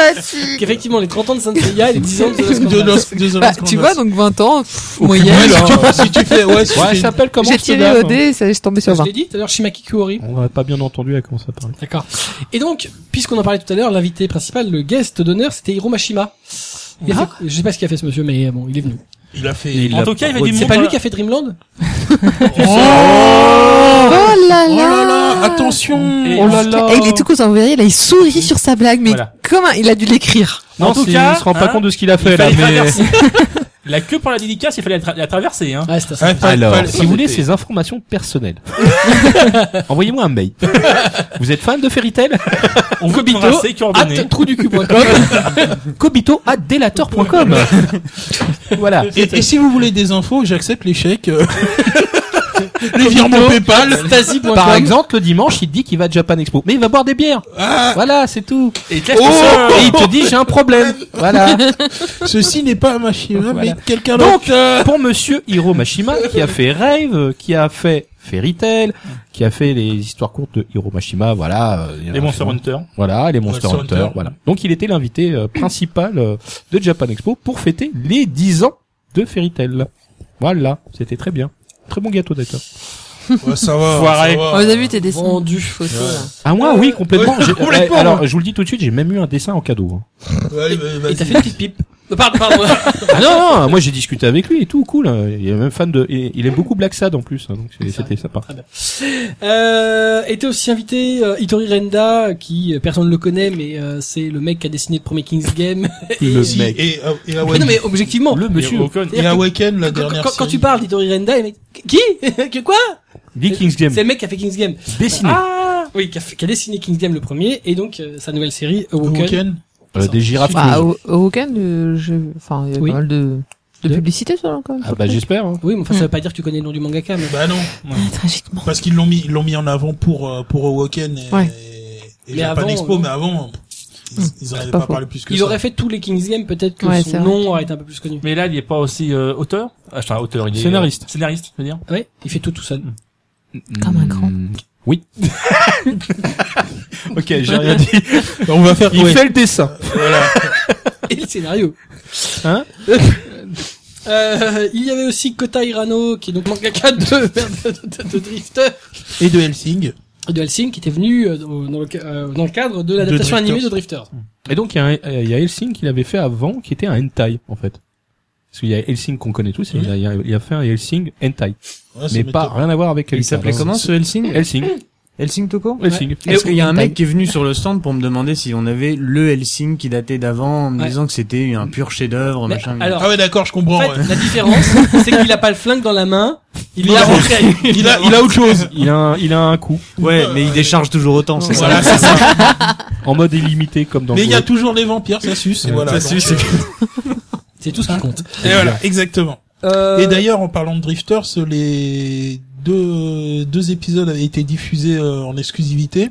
S1: Effectivement, les 30 ans de Sanseiya et les 10 ans de The Lost
S4: de
S1: Canvas.
S4: Lost, de The
S3: Bah,
S4: Lost Canvas.
S3: tu vois, donc 20 ans, pff,
S4: Ouais,
S3: moyenne.
S4: si tu- si tu fais, ouais,
S2: Ouais,
S4: si tu
S2: elle
S4: fais-
S2: s'appelle comment
S3: J'ai
S2: cette
S3: tiré
S2: dame
S3: au dé et ça, je suis tombé sur
S1: Je
S3: 20.
S1: l'ai dit tout à l'heure, Shimaki Kuori.
S2: On aurait pas bien entendu à comment ça parlait.
S1: D'accord. Et donc, puisqu'on en parlait tout à l'heure, l'invité principal, le guest d'honneur, c'était Hiro Mashima. Il a
S4: Ah.
S1: fait- je sais pas ce qu'il a fait ce monsieur, mais bon, il est venu.
S4: il a fait.
S2: Il
S5: En
S2: l'a
S5: tout cas, il y avait du monde.
S1: C'est pas
S5: dans
S1: lui
S5: la-
S1: qui a fait Dreamland
S3: Oh là
S4: Oh là
S3: là
S4: là, attention!
S5: Et-
S2: Oh là là.
S3: Eh, il est tout content, vous verriez, là, il sourit sur sa blague, mais
S5: Voilà.
S3: comment il a dû l'écrire
S2: Non,
S5: En tout
S2: c'est-
S5: cas,
S2: il se rend pas
S5: hein,
S2: compte de ce qu'il a fait
S5: il
S2: là.
S5: fallait
S2: Mais...
S5: traverser. La queue pour la dédicace, il fallait la, tra- la traverser. Hein.
S1: Ouais, c'était ça.
S4: Ouais, pas- pas-
S2: si vous voulez ces informations personnelles, envoyez-moi un mail. Vous êtes fan de Fairy Tail
S5: On veut
S1: Kobito,
S5: traverser qui
S1: At
S5: ordonné.
S1: trou-du-cul.com.
S2: Kobito at delator.com. voilà.
S4: Et, et si vous voulez des infos, j'accepte les chèques, euh, les virements PayPal.
S1: Stasi.com.
S2: Par exemple, le dimanche, il te dit qu'il va à Japan Expo, mais il va boire des bières.
S4: Ah,
S2: Voilà, c'est tout.
S5: Et il te laisse
S4: Oh
S5: tout seul.
S2: Et il te dit j'ai un problème. Voilà.
S4: ceci n'est pas ma chimère,
S2: Voilà.
S4: mais quelqu'un d'autre.
S2: Donc euh, pour Monsieur Hiro Mashima, qui a fait Rave, euh, qui a fait Fairy Tail, qui a fait les histoires courtes de Hiro Mashima, voilà. euh, il y en a
S5: Les Monster
S2: fait-
S5: Hunter.
S2: Voilà, les Monster
S4: Monster
S2: Hunter,
S4: Hunter.
S2: voilà. Donc il était l'invité euh, principal euh, de Japan Expo pour fêter les 10 ans de Fairy Tail. Voilà, c'était très bien. Très bon gâteau d'ailleurs.
S4: Ouais, ça va.
S5: Foiré.
S4: ça va.
S3: On les a vu, tes dessins.
S1: Vendu.
S3: photos,
S4: Ouais.
S3: là.
S2: Ah moi oui, complètement.
S4: ouais,
S2: J'ai-
S4: complètement.
S2: ouais, alors je vous le dis tout de suite, j'ai même eu un dessin en cadeau. hein.
S4: Ouais, bah, vas-y.
S1: Et t'as fait une petite pipe. Euh, Pardon, pardon.
S2: Ah non, non, moi j'ai discuté avec lui et tout, cool. hein. Il est même fan de, il il aime beaucoup Black Sad en plus, hein, donc c'est- c'était sympa.
S1: Euh, était aussi invité euh, Hitori Renda, qui euh, personne ne le connaît, mais euh, c'est le mec qui a dessiné le premier King's Game. Et- oh,
S2: Le
S4: Si,
S2: mec.
S4: Et, euh, et
S1: Mais non,
S4: Awaken.
S1: mais objectivement.
S2: Le
S5: Et
S2: monsieur
S5: Ocon.
S4: Et Awaken, Ah la
S1: Quand,
S4: dernière.
S1: quand- quand tu
S4: série.
S1: parles d'Hitori Renda, il est- qui Que quoi
S2: Lee Kings Game
S1: C'est le mec qui a fait King's Game.
S2: dessiné.
S1: Ah Oui, qui a, fait- qui a dessiné King's Game le premier, et donc euh, sa nouvelle série, Awoken.
S4: Awaken.
S2: Euh, des girafes.
S3: Bah,
S2: nues.
S3: au, au week-end, euh, je... enfin, il y a
S1: Oui.
S3: pas mal de, de
S2: De-
S3: publicité sur là, quand même.
S2: Ah bah j'espère. hein.
S1: Oui, mais enfin, ça veut pas dire que tu connais le nom du mangaka, mais...
S4: Bah non,
S3: Ouais, Ah, tragiquement.
S4: parce qu'ils l'ont mis, ils l'ont mis en avant pour euh, pour Awaken et,
S3: Ouais.
S4: et
S1: Mais
S4: Japan
S1: avant,
S4: Expo,
S1: euh,
S4: mais avant, hein. ils, ils en avaient
S3: pas
S4: pas,
S3: faux.
S4: parlé plus que
S1: Il
S4: ça.
S1: aurait fait tous les King's Game, peut-être que
S3: Ouais, c'est
S1: son
S3: vrai.
S1: nom aurait été un peu plus connu.
S5: Mais là, il est pas aussi euh, auteur. Ah, Enfin, auteur, il est euh,
S2: Scénariste.
S5: Scénariste, je veux dire.
S1: Ah Ouais, il fait tout tout seul.
S4: Hmm.
S3: Comme un grand.
S2: Mm. Oui. ok, j'ai rien dit.
S4: On va faire.
S2: Il
S4: ouais.
S2: fait le dessin.
S1: Et le scénario.
S2: Hein
S1: Euh, il y avait aussi Kota Hirano, qui est donc mangaka de, de, de, de Drifter,
S4: Et de Helsing.
S1: de Helsing, qui était venu euh, dans, dans le, ca- euh, dans le cadre de l'adaptation
S4: Drifters.
S1: animée de Drifter.
S2: Et donc il y a, un- euh, il y a Helsing qu'il avait fait avant, qui était un hentai en fait. Parce qu'il y a Helsing qu'on connaît tous, et il, a, il a- il a fait un Helsing hentai,
S4: Ouais, ça
S2: mais
S4: m'étonne.
S2: pas rien à voir avec
S6: Il
S2: Helsing.
S6: s'appelait comment ce Helsing
S2: Helsing.
S6: Helsing Toko
S2: Helsing.
S6: Parce qu'il y a un mec qui est venu sur le stand pour me demander si on avait le Helsing qui datait d'avant, en me
S1: Ouais.
S6: disant que c'était un pur chef-d'œuvre,
S1: Mais
S6: machin.
S1: alors,
S4: Ah ouais, d'accord, je
S1: en
S4: comprends.
S1: fait,
S4: ouais.
S1: la différence, c'est qu'il a pas le flingue dans la main, il est
S4: Non.
S1: à rentrer avec.
S4: Il a, il a autre chose.
S2: Il a, un, il a un coup.
S1: euh,
S6: Ouais, mais il décharge toujours autant. c'est ça.
S4: Voilà, c'est ça.
S2: en mode illimité comme dans
S4: Mais il y a
S2: Go.
S4: toujours des vampires, ça suce, et voilà.
S6: Ça
S4: Donc,
S6: suce,
S4: euh,
S1: C'est tout ce qui compte.
S4: Et voilà, exactement.
S1: Euh,
S4: Et d'ailleurs, en parlant de Drifters, les deux, deux épisodes avaient été diffusés euh, en exclusivité.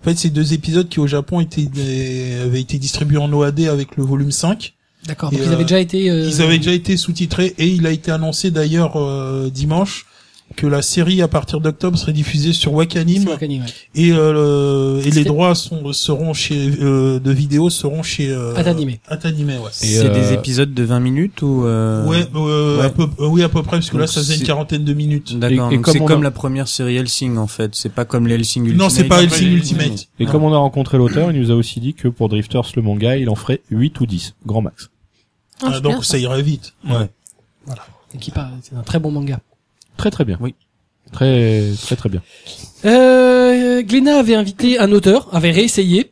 S4: En fait, c'est deux épisodes qui au Japon étaient des- avaient été distribués en OAD avec le volume 5.
S1: D'accord.
S4: Et
S1: Donc ils
S4: euh,
S1: avaient déjà été. euh,
S4: Ils avaient déjà été sous-titrés et il a été annoncé d'ailleurs euh, dimanche que la série à partir d'octobre serait diffusée sur Wakanim
S1: sur Uncanny, ouais.
S4: et, euh, le- et les
S1: C'était-
S4: droits sont, seront chez euh, de vidéo seront chez euh,
S1: Atanimé.
S4: Atanimé, ouais.
S2: Et,
S6: C'est
S2: euh,
S6: des épisodes de 20 minutes ou euh,
S4: Ouais, euh,
S6: ouais.
S4: à peu- euh, oui à peu près parce que là
S6: Donc,
S4: ça faisait une
S6: c'est-
S4: quarantaine de minutes.
S6: D'accord.
S2: Et- et
S6: donc
S2: comme
S6: C'est
S2: on
S6: comme
S2: a-
S6: la première série Helsing en fait. C'est pas comme les Helsing Ultimate.
S4: Non, c'est pas Helsing
S6: Ouais.
S4: Ultimate.
S2: Et comme on a rencontré l'auteur, il nous a aussi dit que pour Drifters, le manga, il en ferait 8 ou 10, grand max.
S3: Ah,
S4: Ah,
S3: c'est bien,
S4: donc ça irait vite. Ouais.
S1: Et qui parle- C'est un très bon manga.
S2: Très très bien.
S6: Oui.
S2: Très très très bien.
S1: Euh, Glénat avait invité un auteur, avait réessayé.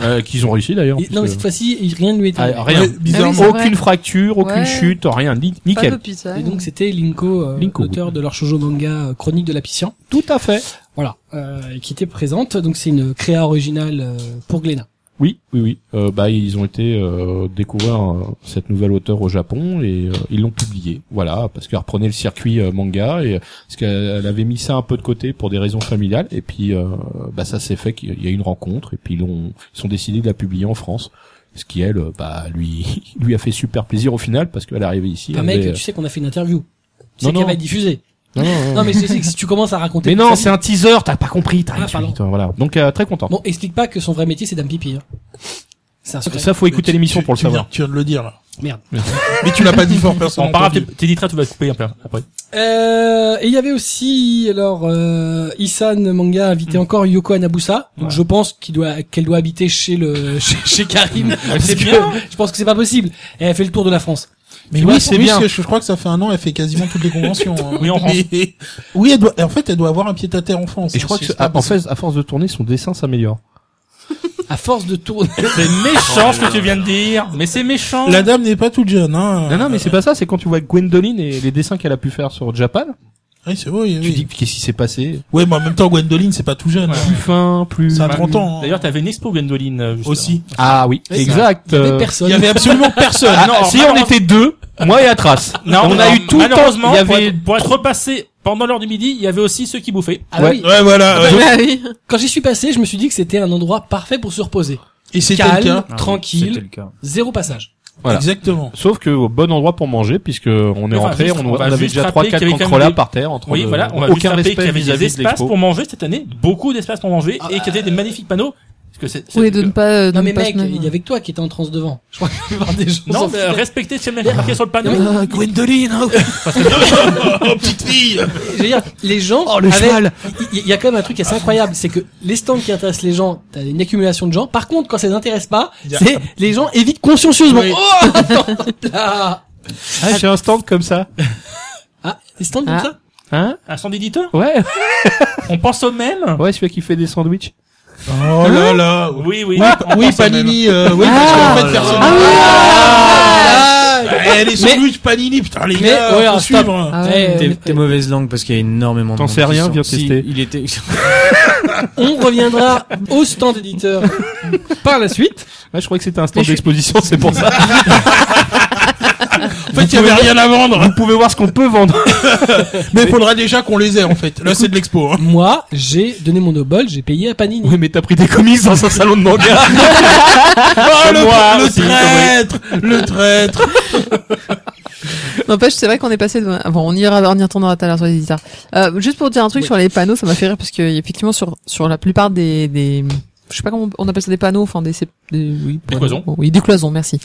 S2: Euh, Qu'ils ont réussi d'ailleurs.
S1: Et- non, mais
S2: puisque-
S1: cette fois-ci, il- rien ne lui est
S2: Ah,
S1: arrivé.
S2: rien.
S4: Ouais, bizarrement.
S3: Ah oui, c'est vrai.
S2: Aucune fracture, aucune
S3: Ouais.
S2: chute, rien. Ni-
S3: Pas
S2: Nickel.
S3: d'hôpital.
S1: Et donc c'était Linko, euh,
S2: Linko, oui.
S1: l'auteur de leur shoujo manga euh, Chronique de la Piscian. Tout à fait. Voilà, euh, et qui était présente. Donc c'est une créa originale euh, pour Glénat.
S2: Oui, oui, oui. Euh, bah, ils ont été euh, découvrir euh, cette nouvelle auteure au Japon et euh, ils l'ont publié. Voilà, parce qu'elle reprenait le circuit euh, manga et euh, parce qu'elle elle avait mis ça un peu de côté pour des raisons familiales. Et puis, euh, bah, ça s'est fait qu'il y a eu une rencontre et puis ils, l'ont- ils sont décidés de la publier en France. Ce qui elle, euh, bah, lui, lui a fait super plaisir au final parce qu'elle est arrivée ici.
S4: Ah,
S1: Enfin,
S2: elle
S1: mec,
S2: avait- euh,
S1: tu sais qu'on a fait une interview. Tu
S2: Non,
S1: sais qu'elle
S2: non.
S1: va être diffusée.
S2: Non, non, non.
S1: Non, mais je sais que si tu commences à raconter.
S2: Mais
S1: toute
S2: non,
S1: ta
S2: c'est
S1: vie-
S2: un teaser, t'as pas compris. t'as
S1: Ah,
S2: rien suivi,
S1: pardon.
S2: toi, voilà. Donc euh, très content.
S1: Bon, explique pas que son vrai métier c'est dame pipi. hein. C'est un secret.
S2: ça, faut écouter
S4: Tu-
S2: l'émission
S4: tu-
S2: pour le
S4: tu viens-
S2: savoir.
S4: Tu viens de le dire là.
S1: Merde.
S4: Mais tu l'as pas dit fort personne.
S5: On
S4: n'a
S5: parlera,
S4: entendu.
S5: t'es t'es distrait, tu vas couper un peu après.
S1: Euh, et il y avait aussi alors euh, Isan manga a invité encore Yoko Anabusa. Donc
S5: Ouais.
S1: je pense qu'il doit qu'elle doit habiter chez le chez, chez Karim. Parce
S5: c'est
S1: que
S5: bien.
S1: Je pense que c'est pas possible. Et elle fait le tour de la France.
S4: Mais
S2: Tu
S4: oui,
S2: vois,
S4: c'est
S2: c'est
S4: bien.
S2: bien.
S4: Parce que je crois que ça fait un an, elle fait quasiment toutes les conventions. hein.
S5: Oui, en France.
S4: Mais- oui, elle doit, en fait, elle doit avoir un pied à terre en France.
S2: Et je
S4: hein,
S2: crois que,
S4: c'est
S2: à-
S4: pas
S2: en
S4: possible.
S2: fait, à force de tourner, son dessin s'améliore.
S1: À force de tourner.
S5: C'est méchant ce que tu viens de dire, mais c'est méchant.
S4: la dame n'est pas toute jeune, hein.
S2: Non, non, mais c'est pas ça, c'est quand tu vois Gwendoline et les dessins qu'elle a pu faire sur Japan,
S4: Oui, c'est, oui,
S2: tu
S4: oui.
S2: dis, qu'est-ce qui s'est passé?
S4: Ouais, mais en même temps, Gwendoline, c'est pas tout jeune.
S5: Ouais.
S4: hein.
S2: Plus fin, plus...
S4: Ça a 30 ans. hein.
S5: D'ailleurs, t'avais une expo Gwendoline euh, juste
S4: aussi.
S2: Ah oui,
S1: Oui,
S2: exact.
S1: Il y avait
S2: euh,
S1: personne.
S4: Il y avait absolument personne.
S5: Ah,
S2: ah,
S5: non, alors,
S2: si on
S5: malheureusement-
S2: était deux, moi et Atras.
S5: Non,
S2: on a eu tout le temps.
S5: malheureusement,
S2: Il y
S5: pour
S2: avait
S5: être- pour être repassé pendant l'heure du midi, il y avait aussi ceux qui bouffaient.
S1: Ah bah
S2: Ouais.
S1: oui.
S4: Ouais, voilà. ouais.
S3: Ah oui.
S1: Quand j'y suis passé, je me suis dit que c'était un endroit parfait pour se reposer.
S4: Et c'était le
S1: Calme,
S4: cas.
S6: Ah oui, c'était
S1: tranquille,
S6: le cas.
S1: zéro passage.
S2: Voilà.
S4: Exactement.
S2: Sauf que au bon endroit pour manger, puisque on est
S5: Enfin,
S2: rentré,
S5: juste,
S2: on,
S5: on
S2: on
S5: va
S2: avait
S5: juste
S2: déjà trois,
S5: rappeler
S2: quatre
S5: qu'il y avait quand
S2: cancrelats
S5: même des-
S2: par terre entre
S5: Oui,
S2: le-
S5: voilà, on va juste
S2: aucun
S5: rappeler qu'il
S2: respect
S5: y avait des
S2: vis-à-vis de
S5: espaces
S2: l'expo. Ah.
S5: pour manger cette année, beaucoup d'espaces pour manger, et qu'il y avait des magnifiques panneaux. Parce que c'est, c'est-
S3: Ou les donne pas.
S1: Non
S3: donne
S1: mais
S3: Euh, pas
S1: mec,
S3: ce nom.
S1: il y avait que toi qui étais en transe devant. Je crois que la plupart des gens.
S5: Non,
S1: s'en
S5: mais
S1: foutaient.
S5: respectez ce qui est marqué sur le panneau.
S1: Ah,
S4: Gwendoline, oh, petite fille.
S1: Je veux dire, les gens. Oh le Il y a quand même un truc
S4: Ah,
S1: assez incroyable, c'est que les stands qui intéressent les gens, t'as une accumulation de gens. Par contre, quand ça les intéresse pas,
S4: Y a-
S1: c'est les gens évitent consciencieusement.
S4: Oui.
S1: Oh attends, là.
S2: Ah, j'ai un stand comme ça.
S1: Ah, les stands comme
S3: Ah.
S1: ça.
S2: Hein?
S5: Un son d'éditeur
S2: Ouais.
S5: On pense au même
S2: Ouais, celui qui fait des sandwichs.
S4: Oh là là.
S5: Oui, oui.
S4: Oui,
S5: on
S4: pa-
S5: pense
S4: oui
S5: au même.
S4: Panini, euh, oui, parce qu'en fait, personne. Ah, eh, les
S1: Mais-
S4: sandwichs Panini, putain, les
S1: Mais-
S4: gars,
S1: ouais,
S4: faut
S1: alors, stop.
S4: suivre.
S3: Ah
S1: Eh,
S3: ouais.
S1: on
S6: T'es
S1: est-
S6: t'es mauvaise langue parce qu'il y a énormément de
S2: T'en
S6: monde
S2: sais
S6: qui
S2: rien,
S6: sort.
S2: viens
S6: Si,
S2: tester.
S6: il était.
S1: On reviendra au stand éditeur par la suite.
S2: Ouais, je croyais que c'était un stand d'exposition, c'est pour ça.
S4: En fait, il y avait rien à vendre.
S2: Vous pouvez voir ce qu'on peut vendre.
S4: Mais faudra déjà qu'on les ait, en fait. Là, c'est de l'expo, hein.
S1: Moi, j'ai donné mon obol, j'ai payé à Panini.
S2: Oui, mais t'as pris des comics dans un salon de manga.
S4: Ah, le,
S2: moi
S4: le
S2: aussi,
S4: traître, le traître.
S3: N'empêche, c'est vrai qu'on est passé devant. Bon, on ira, on y retournera tout à l'heure sur les guitares. Euh, juste pour dire un truc sur les panneaux, ça m'a fait rire parce que effectivement sur sur la plupart des des je sais pas comment on appelle ça des panneaux, enfin des, c'est- des- oui,
S5: Des cloisons.
S3: Oui, des cloisons, merci.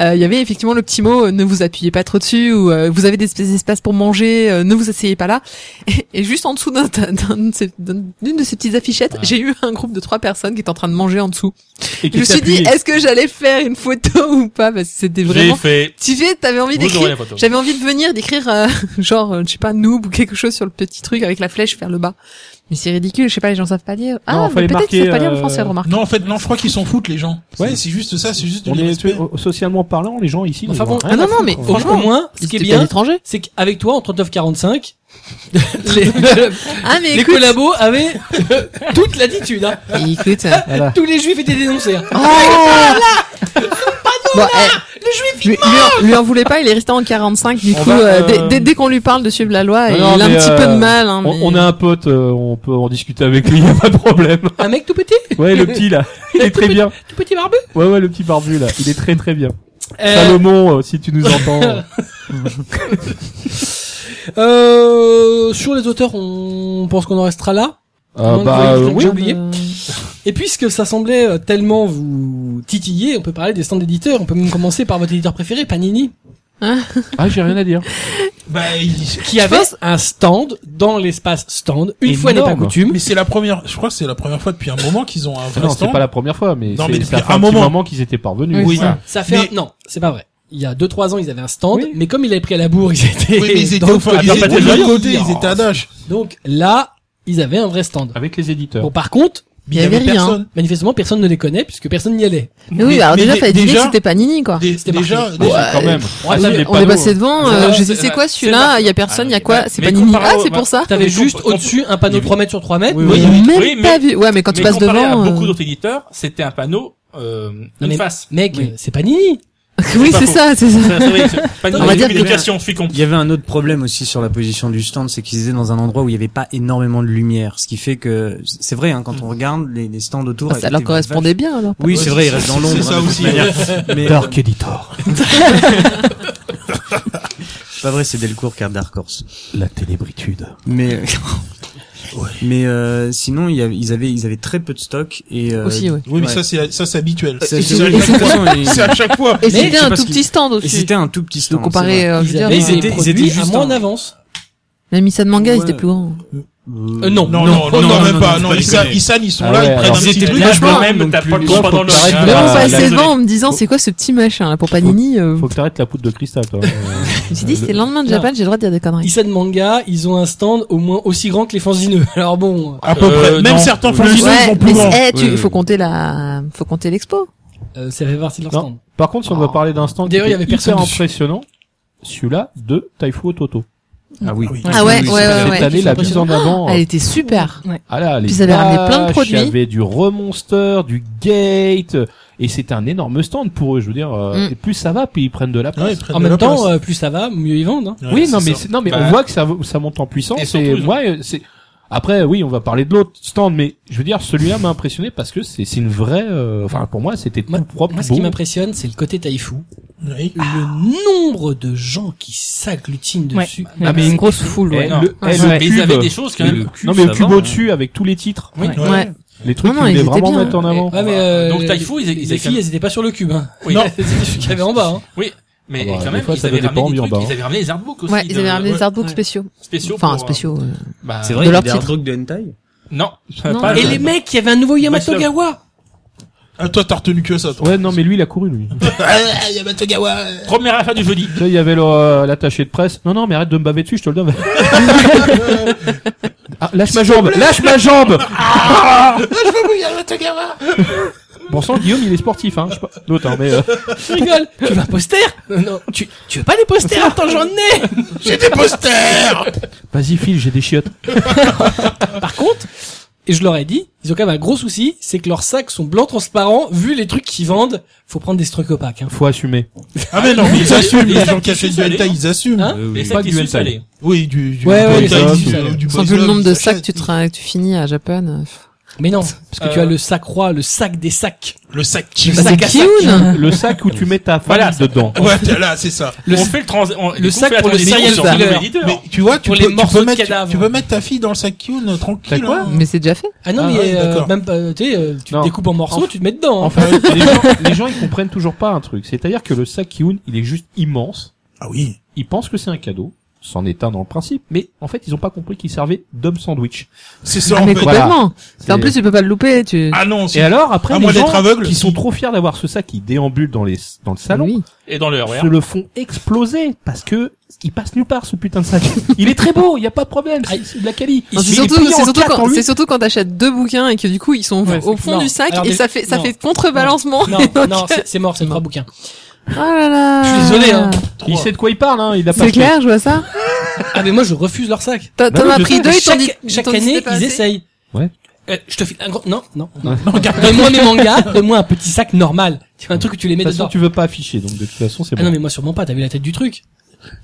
S3: Euh, Il y avait effectivement le petit mot euh, ne vous appuyez pas trop dessus ou euh, vous avez des espèces d'espaces pour manger, euh, ne vous asseyez pas là. Et, et juste en dessous d'un- d'un- d'un de ces- d'un- d'une de ces petites affichettes, j'ai eu un groupe de trois personnes qui étaient en train de manger en dessous.
S2: Et
S3: Je me suis dit est-ce que j'allais faire une photo ou pas parce que c'était
S5: J'ai
S3: vraiment
S5: fait.
S3: tu sais, t'avais envie
S5: Vous aurez
S3: d'écrire.
S5: la photo.
S3: J'avais envie de venir d'écrire euh, genre euh, je sais pas noob ou quelque chose sur le petit truc avec la flèche vers le bas. Mais c'est ridicule, je sais pas, les gens savent pas lire. Ah, mais
S2: fallait
S3: peut-être
S2: marquer,
S3: qu'ils savent pas lire le
S2: euh,
S3: français, remarque.
S4: Non, en fait, non, je crois qu'ils s'en foutent, les gens. Ouais, c'est juste ça, c'est juste de
S2: On est
S4: l'irrespect.
S2: euh, socialement parlant, les gens hein. ici.
S1: Enfin
S2: ils
S1: bon,
S2: ont rien
S3: Ah non,
S2: à
S3: non,
S2: foutre,
S3: mais
S2: quoi.
S1: Franchement, au moins, ce qui est
S3: C'était pas
S1: bien,
S3: l'étranger.
S1: c'est qu'avec toi, en 39-45, les,
S3: Ah, mais
S1: les
S3: écoute,
S1: collabos avaient toute l'attitude. Hein.
S3: écoute.
S2: Voilà.
S1: Tous les juifs étaient dénoncés. hein.
S3: Oh Bon, eh, lui, lui en- lui en voulait pas, il est resté en 45, du
S2: On
S3: coup,
S2: va,
S3: euh, dès-
S2: euh,
S3: dès, dès qu'on lui parle de suivre la loi,
S2: Non,
S3: il
S2: non,
S3: a un
S2: mais,
S3: petit
S2: euh,
S3: peu de mal. Hein,
S2: On,
S3: mais-
S2: on a un pote, euh, on peut en discuter avec lui, y a pas de problème.
S1: Un mec tout petit,
S2: Ouais, le petit là, il est très bien.
S1: tout petit barbu.
S2: Ouais, ouais, le petit barbu là, il est très très bien.
S1: Euh,
S2: Salomon, euh, si tu nous entends. euh,
S1: euh, sur les auteurs, on pense qu'on en restera là.
S4: Ah
S2: euh,
S1: Non,
S2: bah
S1: non,
S2: euh,
S1: j'ai
S2: oui.
S1: oublié.
S7: ah,
S1: Et puisque ça semblait euh, tellement vous titiller, on peut parler des stands d'éditeurs. On peut même commencer par votre éditeur préféré, Panini,
S2: Ah, j'ai rien à dire.
S4: Bah, ils-
S1: qui avait un stand dans l'espace stand, une
S2: Énorme.
S1: fois n'est pas coutume.
S4: mais c'est la première, je crois que c'est la première fois depuis un moment qu'ils ont un vrai
S2: non, c'est
S4: stand.
S2: pas la première fois, mais
S4: Non,
S2: c'est
S4: mais
S2: ça
S4: depuis
S2: fait
S4: un
S2: un petit
S4: moment.
S2: moment qu'ils étaient parvenus.
S7: Oui,
S2: Voilà.
S1: Ça fait
S4: Mais-
S1: un... non, c'est pas vrai. Il y a deux trois ans, ils avaient un stand,
S2: Oui.
S1: mais comme ils avaient pris à la bourre, ils étaient
S4: Oui, mais ils étaient
S1: dans
S4: au
S1: le
S4: fond, ils
S1: pognon.
S4: étaient de l'autre côté,
S2: Oh.
S4: ils étaient à Dash.
S1: Donc là, ils avaient un vrai stand.
S2: Avec les éditeurs.
S1: Bon, par contre,
S3: Il y avait rien.
S4: personne.
S1: manifestement, personne ne les connaît puisque personne n'y allait.
S3: Mais oui,
S4: Mais-
S3: alors
S4: mais
S3: déjà,
S4: dé-
S3: fallait dire
S4: déjà-
S3: que hein. c'était pas Nini, quoi.
S4: Dé-
S1: C'était
S4: déjà,
S1: marqué.
S4: déjà-
S3: Ouais,
S2: quand même.
S4: Ah,
S1: ouais,
S2: si,
S1: on-
S2: les
S3: on est
S2: panneaux.
S3: passé devant, euh,
S5: Ah,
S3: je
S5: c'est-
S3: sais c'est
S5: bah,
S3: quoi
S5: c'est
S3: celui-là,
S5: marqué.
S3: il y a personne, il y a
S5: Ah,
S3: quoi,
S5: mais-
S3: c'est
S5: mais
S3: pas Nini.
S5: comparé
S3: Ah,
S5: au-
S3: c'est pour ça.
S1: T'avais
S5: Mais
S1: juste
S5: compa-
S1: au-dessus un panneau
S5: Oui,
S1: 3 mètres sur 3 mètres.
S2: Oui,
S3: J'ai
S2: oui.
S3: même
S5: Oui, mais-
S3: pas vu. Ouais, mais quand tu
S5: mais
S3: passes
S5: comparé
S3: devant.
S5: à beaucoup
S3: euh,
S5: d'autres éditeurs, c'était un panneau euh, une
S1: mais-
S5: face.
S1: Mec,
S6: Oui.
S1: euh, c'est Panini.
S3: Oui,
S5: pas
S3: c'est
S5: faux.
S3: ça, c'est ça.
S5: Ça, c'est vrai, c'est pas une
S6: On va dire que-
S5: communication, je suis con.
S6: Il y avait un autre problème aussi sur la position du stand, c'est qu'ils étaient dans un endroit où il n'y avait pas énormément de lumière, ce qui fait que c'est vrai hein, quand on regarde les, les stands autour.
S3: Ah, Ça leur
S6: étaient
S3: correspondait bien, alors.
S6: vaches- Oui, c'est vrai, ils restent dans l'ombre.
S4: C'est ça
S6: hein, de toute
S4: aussi.
S6: manière. Mais euh,
S2: Dark Editor.
S6: c'est pas vrai, c'est Delcourt car Dark Horse.
S2: La ténébritude.
S6: Mais mais euh, sinon il y avait- ils avaient ils avaient très peu de stock et euh,
S3: Aussi, ouais.
S4: Oui, mais
S6: Ouais.
S4: ça, c'est, ça, c'est habituel.
S6: ça-
S3: Et
S6: c'est-
S3: c'est-
S6: de toute façon, ils-
S4: C'est à chaque fois.
S3: Et
S1: Mais-
S3: c'était
S6: je sais
S3: un
S6: pas
S3: tout
S6: ce
S3: petit stand
S6: et
S3: aussi.
S6: c'était un tout petit stand.
S3: Donc comparé, euh, je veux
S1: Ils hein.
S3: dire,
S1: avaient
S6: ils
S1: des
S6: étaient- ils
S1: produits
S6: étaient
S1: à
S6: juste
S1: moins
S6: en-
S1: en avance.
S3: même Issa de manga,
S6: Ouais.
S3: ils étaient plus grands.
S1: Euh, non.
S4: Non, non, non, non, même pas. Non,
S6: ils
S4: Issa- Issa, ils sont
S2: Ah
S4: là,
S2: ouais,
S4: ils prennent
S2: alors,
S4: un petit
S5: C'était
S4: truc.
S5: vachement
S6: donc
S5: même, t'as
S6: plus-
S5: pas le
S2: Toi,
S5: temps
S2: faut
S5: dans le
S2: que t'arrêtes
S5: chien.
S2: de-
S3: Vraiment
S2: Ah,
S3: passé
S2: désolé.
S3: devant en me disant c'est quoi ce petit machin là pour Panini euh,
S2: Faut que t'arrêtes la poudre de cristal, toi.
S3: Je me suis dit c'était le lendemain de Japan, j'ai le droit de dire des conneries.
S1: Issa de manga, ils ont un stand au moins aussi grand que les fanzineux. Alors bon,
S4: À peu près.
S5: Euh,
S4: Même
S5: non.
S4: certains
S5: Oui.
S4: fanzineux, ils sont plus
S3: mais
S4: grands.
S3: c'est- eh, tu,
S6: Oui, oui.
S3: faut compter la, faut compter l'expo.
S1: euh, ça fait partie de leur
S2: Non.
S1: stand.
S2: Par contre, si on doit parler d'un stand qui
S1: D'ailleurs, il y
S2: était
S1: avait personne
S2: hyper
S1: dessus.
S2: impressionnant, celui-là de Taifu Ototo.
S6: Ah oui.
S3: Ah ouais, ouais, ouais,
S2: Cette
S3: ouais.
S2: année, la
S1: Ils sont
S2: mise en avant.
S3: Elle était super.
S2: Ah là, les
S3: Puis ils avaient ramené plein de
S2: vaches,
S3: produits.
S2: Il y avait du remonster, du gate, et c'est un énorme stand pour eux. Je veux dire, euh,
S3: Mm.
S2: et plus ça va, puis ils prennent de la place.
S4: Ouais, ils prennent
S1: En
S4: de
S1: même
S4: la
S1: temps,
S4: place.
S1: euh, plus ça va, mieux ils vendent. hein.
S4: Ouais,
S2: euh, oui,
S4: c'est
S2: non, mais
S4: ça.
S2: c'est- non, mais
S5: Bah.
S2: on voit que ça, ça monte en puissance.
S5: Et
S2: Et,
S5: surtout, ils ont-
S2: moi, euh, c'est après, oui, on va parler de l'autre stand, mais je veux dire, celui-là m'a impressionné parce que c'est c'est une vraie. euh, Enfin, pour moi, c'était tout
S1: Moi-
S2: propre.
S1: Moi, ce
S2: beau.
S1: qui m'impressionne, c'est le côté Taifu.
S4: Oui.
S1: Ah. Le nombre de gens qui s'agglutinent
S7: Ouais.
S1: dessus.
S7: Il y avait une grosse foule,
S5: Eh
S7: ouais.
S5: non.
S2: le-
S5: Mais
S2: eh, le
S5: ils avaient
S2: cube.
S5: des choses quand même.
S2: non, mais
S6: ça
S2: le cube
S5: hein.
S6: va,
S2: au-dessus avec tous les titres,
S5: Oui.
S1: Ouais.
S4: Ouais.
S3: Ouais.
S2: les trucs
S3: Non, non,
S2: qu'ils voulaient
S3: ils étaient
S2: vraiment
S3: bien.
S2: mettre en avant.
S1: Ouais, mais, euh,
S5: Donc,
S1: les-
S5: Taifu, ils- ils
S1: les
S5: avaient
S1: filles,
S5: quand
S1: elles étaient pas sur le cube. Hein.
S5: Oui.
S1: Non, c'était ceux qu'il y avait en bas. Hein.
S5: Mais
S2: Ah bah,
S5: quand
S2: des
S5: même,
S2: fois,
S5: ils
S2: ça
S5: avaient
S2: doit
S5: ramené des
S2: dépendre,
S5: trucs,
S2: urbain.
S5: ils avaient ramené les artbooks aussi.
S3: Ouais, ils
S5: de-
S3: avaient ramené
S5: ouais,
S3: des artbooks
S1: ouais.
S3: spéciaux.
S5: spéciaux.
S3: Enfin,
S5: pour, euh,
S3: spéciaux. euh.
S5: bah,
S6: C'est
S3: De
S6: vrai, il y a
S3: leur
S6: des
S3: titre.
S6: hard de hentai.
S5: Non.
S3: Non.
S5: pas
S1: Et
S5: le-
S1: les mecs, il y avait un nouveau Yamatogawa.
S4: Ah, toi, t'as retenu que ça, toi.
S2: Ouais, non, mais lui, il a couru, lui.
S4: Ah, Yamatogawa.
S5: Première affaire du jeudi.
S2: Tu sais, il y avait le, euh, l'attaché de presse. Non, non, mais arrête de me baver dessus, je te le donne. Ah, lâche ma jambe, lâche ma jambe.
S4: Yamatogawa.
S2: Bon sang, Guillaume, il est sportif, hein. Je sais pas. D'autres, hein, mais euh,
S1: Je rigole. tu veux un poster Non, Non, tu, tu veux pas des posters Attends, j'en ai.
S4: J'ai des posters.
S2: vas-y, file, j'ai des chiottes.
S1: Par contre, et je leur ai dit, ils ont quand même un gros souci, c'est que leurs sacs sont blancs transparents. Vu les trucs qu'ils vendent, faut prendre des trucs opaques. Hein.
S2: Faut assumer.
S4: Ah, mais non, mais ils assument.
S5: ça,
S4: Les gens
S5: ils
S4: qui achètent
S5: sont
S4: du
S5: salés,
S4: hentai,
S5: hein.
S4: ils assument.
S1: Hein
S5: Les
S2: Pas
S5: sacs qui
S2: du
S5: sont
S2: hentai.
S5: salés.
S4: Oui, du, du,
S1: Ouais,
S4: du
S1: ouais,
S4: hentai,
S2: ça,
S4: du-
S2: c'est-
S4: du
S3: Sans
S4: boys
S3: vu le
S4: love,
S3: nombre
S4: ils
S3: de sacs que
S4: achètent.
S3: tu, tra- que tu finis à Japan. euh,
S1: Mais non, parce que tu
S5: Euh.
S1: as le sac roi, le sac des sacs,
S4: Le sac
S1: le
S4: qui.
S3: bah,
S1: sac
S3: c'est
S1: à sac.
S3: Kiyun.
S2: Le sac où tu mets ta femme
S5: Voilà, ça-
S2: dedans.
S4: Ouais, t'es là, c'est ça.
S1: Le
S5: on
S1: sac-
S5: fait le trans, on- du coup,
S1: sac
S5: on fait
S1: pour
S5: la
S1: le
S5: transition
S1: serial
S5: sur le
S1: killer.
S5: nouvel éditeur.
S4: Mais tu vois, tu
S1: Pour
S4: peux,
S1: les
S4: tu,
S1: morceaux
S4: peux
S1: de
S4: mettre,
S1: cadavres.
S4: tu peux mettre ta fille dans le sac Kyun euh,
S2: T'as
S4: tranquille.
S2: quoi
S4: hein.
S3: Mais c'est déjà fait.
S1: Ah non,
S4: Ah
S1: mais
S4: ouais,
S1: euh,
S4: d'accord.
S1: même pas, tu sais, euh, tu
S2: Non.
S1: te découpes en morceaux, tu te mets dedans. hein.
S2: En fait, les gens, les gens, ils comprennent toujours pas un truc. C'est-à-dire que le sac Kiun, il est juste immense.
S4: Ah oui.
S2: Ils pensent que c'est un cadeau. c'en est un dans le principe, mais en fait, ils ont pas compris qu'il servait d'homme sandwich.
S4: C'est ça,
S3: Ah,
S4: en
S3: mais
S4: fait.
S2: voilà.
S3: complètement.
S2: C'est-
S3: En plus, tu peux pas le louper. Tu...
S4: Ah non,
S2: Et
S4: c'est...
S2: alors, après,
S4: À
S2: les
S4: moins
S2: gens
S4: d'être aveugle.
S2: qui sont trop fiers d'avoir ce sac qui déambule dans les dans le salon,
S3: Oui.
S5: Et dans le RER.
S2: se le font exploser parce que il passe nulle part ce putain de sac. il est très beau, il y a pas de problème,
S1: Ah,
S2: c'est c'est de la quali.
S3: Non, C'est
S2: Il est
S3: surtout,
S2: plié en
S3: c'est surtout
S2: quatre, en
S3: quand,
S2: huit.
S3: c'est surtout quand t'achètes deux bouquins et que du coup ils sont
S1: Ouais,
S3: au fond
S1: non.
S3: du sac
S1: Alors,
S3: et
S1: des-
S3: ça fait ça
S1: non.
S3: fait contrebalancement.
S1: Non,
S3: Et donc-
S1: non, c'est- c'est mort, c'est trois bouquins.
S3: Oh là là.
S1: Je suis désolé, hein.
S2: Ah. Il sait de quoi il parle, hein. Il a pas
S3: C'est clair, je vois ça.
S1: Ah, mais moi, je refuse leur sac.
S3: T'en
S2: Bah
S3: t'en
S2: oui,
S3: as
S2: je
S3: pris deux et t'en
S1: chaque,
S3: dis
S1: chaque
S3: t'en dis
S1: année,
S3: c'était pas
S1: ils
S3: assez.
S1: essayent.
S2: Ouais.
S1: Euh, je te file un gros, non, non, non. Regarde, Donne-moi mes mangas, donne-moi un petit sac normal. Tu vois, un truc que tu les
S2: De
S1: mets
S2: toute façon,
S1: dedans.
S2: tu veux pas afficher, donc de toute façon, c'est
S1: Ah
S2: bon.
S1: non, mais moi, sûrement pas, t'as vu la tête du truc.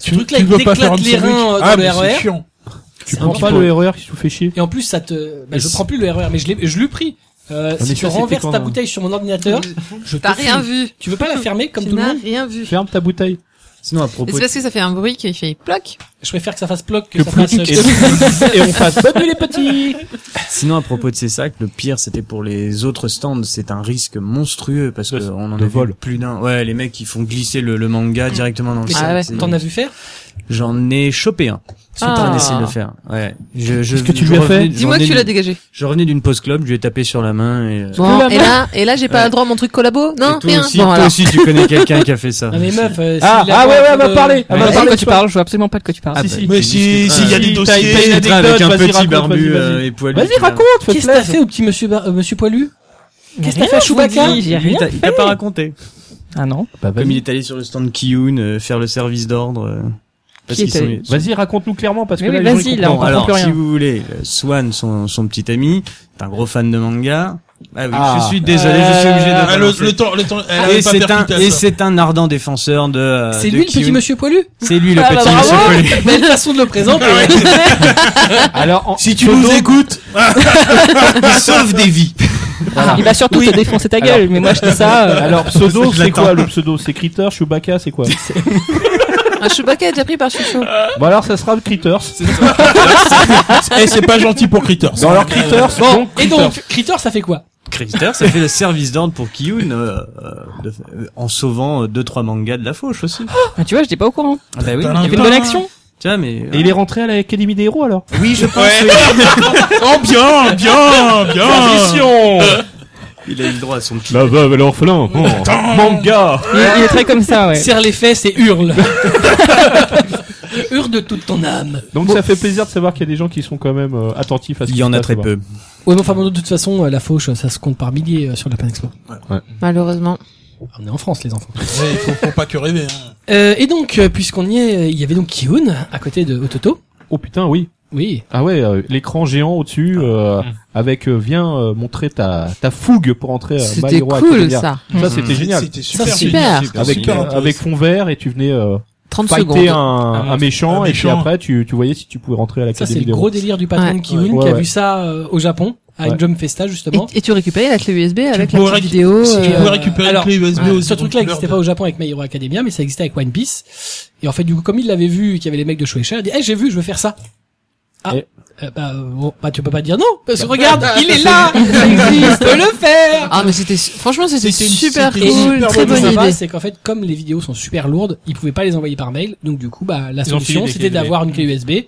S4: tu,
S1: truc-là,
S4: tu
S1: il
S4: veux pas
S1: t'éclate
S4: faire un
S1: les
S4: sandwich.
S1: reins, euh, dans
S4: Ah,
S1: le
S4: mais c'est
S1: RER.
S4: chiant.
S2: Tu
S1: C'est
S2: prends
S1: un
S2: pas
S1: bidon.
S2: le RER qui se fait chier.
S1: Et en plus, ça te, bah,
S2: Et
S1: je
S2: c'est-
S1: prends plus le RER, mais je l'ai, je l'ai pris. Euh,
S2: mais
S1: si tu
S2: ça, c'était
S1: renverses
S2: quand,
S1: ta
S2: hein
S1: bouteille sur mon ordinateur, je te
S3: T'as
S1: file.
S3: rien vu.
S1: Tu veux pas la fermer comme
S3: Tu
S1: tout le
S3: n'as
S1: monde?
S3: rien vu.
S2: Ferme ta bouteille.
S6: Sinon, à
S3: Mais
S6: propos,
S3: C'est parce que ça fait un bruit qui fait ploc.
S1: Je préfère que ça fasse ploc que,
S2: Que
S1: ça fasse.
S2: ploc. Et on fasse bonne nuit les petits.
S6: sinon à propos de ces sacs, le pire c'était pour les autres stands, c'est un risque monstrueux parce que
S2: De-
S6: on en
S2: de
S6: a vu
S2: vol.
S6: plus d'un. Ouais, les mecs qui font glisser le, le manga directement dans le
S1: Mais
S6: sac.
S3: Ah ouais.
S6: c'est-
S1: Ah T'en as vu faire?
S6: J'en ai chopé un. Sur
S3: Ah.
S6: train d'essayer de le faire. Ouais. Je, je,
S2: Qu'est-ce que tu
S6: je
S2: lui as
S6: revenais-
S2: fait
S6: je
S3: Dis-moi que
S6: revenais
S3: tu l'as
S6: d'une-
S3: dégagé.
S6: Je revenais d'une pause club, je lui ai tapé sur la main et. euh,
S3: Bon,
S2: la
S3: et là, et là, j'ai pas droit à mon truc collabo. Non,
S6: et toi
S3: rien.
S6: aussi,
S3: Bon,
S6: toi
S3: alors.
S6: aussi, tu connais quelqu'un qui a fait ça.
S1: Ah, mais meuf, euh,
S2: Ah,
S1: s'il a
S2: ah ouais,
S1: pas
S2: ouais,
S1: un
S2: elle
S1: peu
S2: va
S1: de-
S2: parler. Elle
S7: Je
S2: va
S7: sais pas de
S2: parler.
S7: quoi tu parles, je vois absolument pas de quoi tu parles.
S2: Si,
S6: bah,
S2: si.
S4: Mais
S6: tu
S4: si,
S6: discuteras.
S4: s'il y a
S2: Si,
S4: des
S2: t'as-
S4: dossiers,
S2: t'as une
S6: Il
S2: anecdote,
S6: avec un
S2: vas-y,
S6: petit
S2: raconte,
S6: barbu
S2: vas-y, vas-y.
S6: euh, et poilu.
S2: Vas-y,
S6: là.
S2: raconte, fais
S1: Qu'est-ce que t'as fait au petit monsieur, Bar- euh, monsieur poilu? Qu'est-ce que t'as fait à Chewbacca?
S7: Chewbacca J'ai
S6: Il
S7: rien.
S6: t'a- il t'a pas raconté.
S7: Ah non.
S2: bah,
S6: Comme il est allé sur le stand Kiyun euh, faire le service d'ordre. euh, parce
S7: Qui
S6: qu'ils
S7: est
S6: sont-
S7: allé
S2: Vas-y, raconte-nous clairement parce que
S7: Mais
S2: là,
S7: oui,
S2: les gens,
S7: vas-y,
S2: ils
S7: là, on
S6: Bon,
S2: comprennent
S7: comprend
S6: alors,
S7: plus
S6: si
S7: rien.
S6: vous voulez, euh, Swan, son, son petit ami, est un gros fan de manga. Ah oui,
S2: Ah.
S6: je suis désolé, je suis obligé de.
S4: Ah, le,
S6: balancer.
S4: le temps, le temps, elle
S6: Ah, et
S4: avait pas
S6: c'est un,
S4: percuté à
S6: et
S4: ça.
S6: c'est un ardent défenseur de. euh,
S1: C'est
S6: de
S1: lui le petit
S6: Kiyun.
S1: monsieur poilu?
S6: C'est lui le
S1: Ah, bah,
S6: petit
S1: bravo.
S6: monsieur poilu.
S1: Belle façon de le présenter.
S2: Ah pas. Alors, en-
S4: Si tu
S2: Toto,
S4: nous écoutes, sauve des vies.
S7: Il va surtout te défoncer ta gueule, mais moi je dis ça. euh,
S2: Alors, pseudo,
S6: Je
S2: c'est
S6: l'attends.
S2: quoi le pseudo C'est Critter, Chewbacca, c'est quoi
S3: Un Chewbacca est déjà pris par Chouchou.
S2: Bon, Bah, alors, ça sera Critters.
S4: Et Eh, c'est pas gentil pour Critters.
S2: Dans leur Critters,
S1: Bon,
S2: donc
S1: et
S2: Critters.
S1: donc, Critter, ça fait quoi
S6: Critter, ça fait le service d'ordre pour Kiyun euh, euh, de- euh, en sauvant euh, deux trois mangas de la fauche aussi.
S7: ah, tu vois, j'étais pas au courant.
S6: Ah bah oui,
S7: Il y avait une bonne action.
S6: tu vois, mais
S2: Et il est rentré à l'Académie des héros alors
S6: oui, je pense.
S4: Ouais.
S6: oui.
S4: Oh, bien, bien, bien.
S6: Il a eu le droit à son
S4: Bah,
S6: petit.
S2: La veuve et l'orphelin Manga
S7: Il, il est très comme ça, ouais.
S1: Serre les fesses et hurle. hurle de toute ton âme.
S2: Donc ça fait plaisir de savoir qu'il y a des gens qui sont quand même euh, attentifs à ce
S6: Il
S2: qui
S6: y en
S2: se
S6: a
S2: passe
S6: très
S2: là-bas.
S6: peu.
S1: Ouais, mais enfin, bon, de toute façon, euh, la fauche, ça se compte par milliers euh, sur la Panexpo.
S3: Malheureusement.
S1: On est en France, les enfants.
S4: Ouais, faut, faut pas que rêver. hein.
S1: Euh, et donc, euh, puisqu'on y est, euh, il y avait donc Kiun à côté de Ototo.
S2: Oh putain, oui.
S1: Oui.
S2: Ah ouais, euh, l'écran géant au-dessus euh,
S5: Mm.
S2: avec euh, viens euh, montrer ta ta fougue pour entrer à My
S3: C'était
S2: Hero
S3: cool
S2: Academia.
S3: ça.
S2: Ça
S4: Mm.
S2: c'était génial.
S4: C'était super.
S1: Ça,
S3: super.
S4: génial.
S2: Avec
S4: Super
S2: euh,
S4: intéressant.
S2: avec fond vert et tu venais euh,
S3: 30
S2: fighter un,
S3: secondes.
S2: un,
S5: Un
S2: méchant
S4: un
S2: et puis
S4: méchant.
S2: après tu tu voyais si tu pouvais rentrer à
S1: Ça, c'est
S2: l'Académie
S1: le
S2: des
S1: gros
S2: héros.
S1: délire du patron
S3: Ouais.
S1: de Kiun
S4: Ouais,
S1: qui a
S2: ouais.
S1: vu ça euh, au Japon, avec
S2: Ouais.
S1: Jump Festa, justement.
S3: Et, et tu récupérais la clé USB avec la
S4: pourrais
S3: carte
S4: récu-
S3: vidéo.
S4: Si tu
S3: euh,
S4: pouvais récupérer
S1: alors,
S4: une clé USB
S1: Ouais,
S4: aussi.
S1: ce truc-là n'existait pas au Japon avec My Hero Academia, mais ça existait avec One Piece. Et en fait, du coup, comme il l'avait vu, qu'il y avait les mecs de Shueisha, il a dit, eh, j'ai vu, je veux faire ça. Ah,
S2: Et-
S1: euh, bah, euh, bon, bah, tu peux pas dire non, parce que regarde, il est là, ça existe, on peut le faire.
S3: Ah mais c'était franchement c'était
S4: C'était une-
S3: super
S4: c'était
S3: cool,
S4: une super
S3: très
S4: bonne
S3: bonne
S1: Ça va,
S3: idée.
S1: c'est qu'en fait, comme les vidéos sont super lourdes, ils pouvaient pas les envoyer par mail, donc du coup, bah, la
S5: Ils ont filé
S1: solution,
S5: des
S1: c'était
S5: clés USB.
S1: d'avoir une clé USB.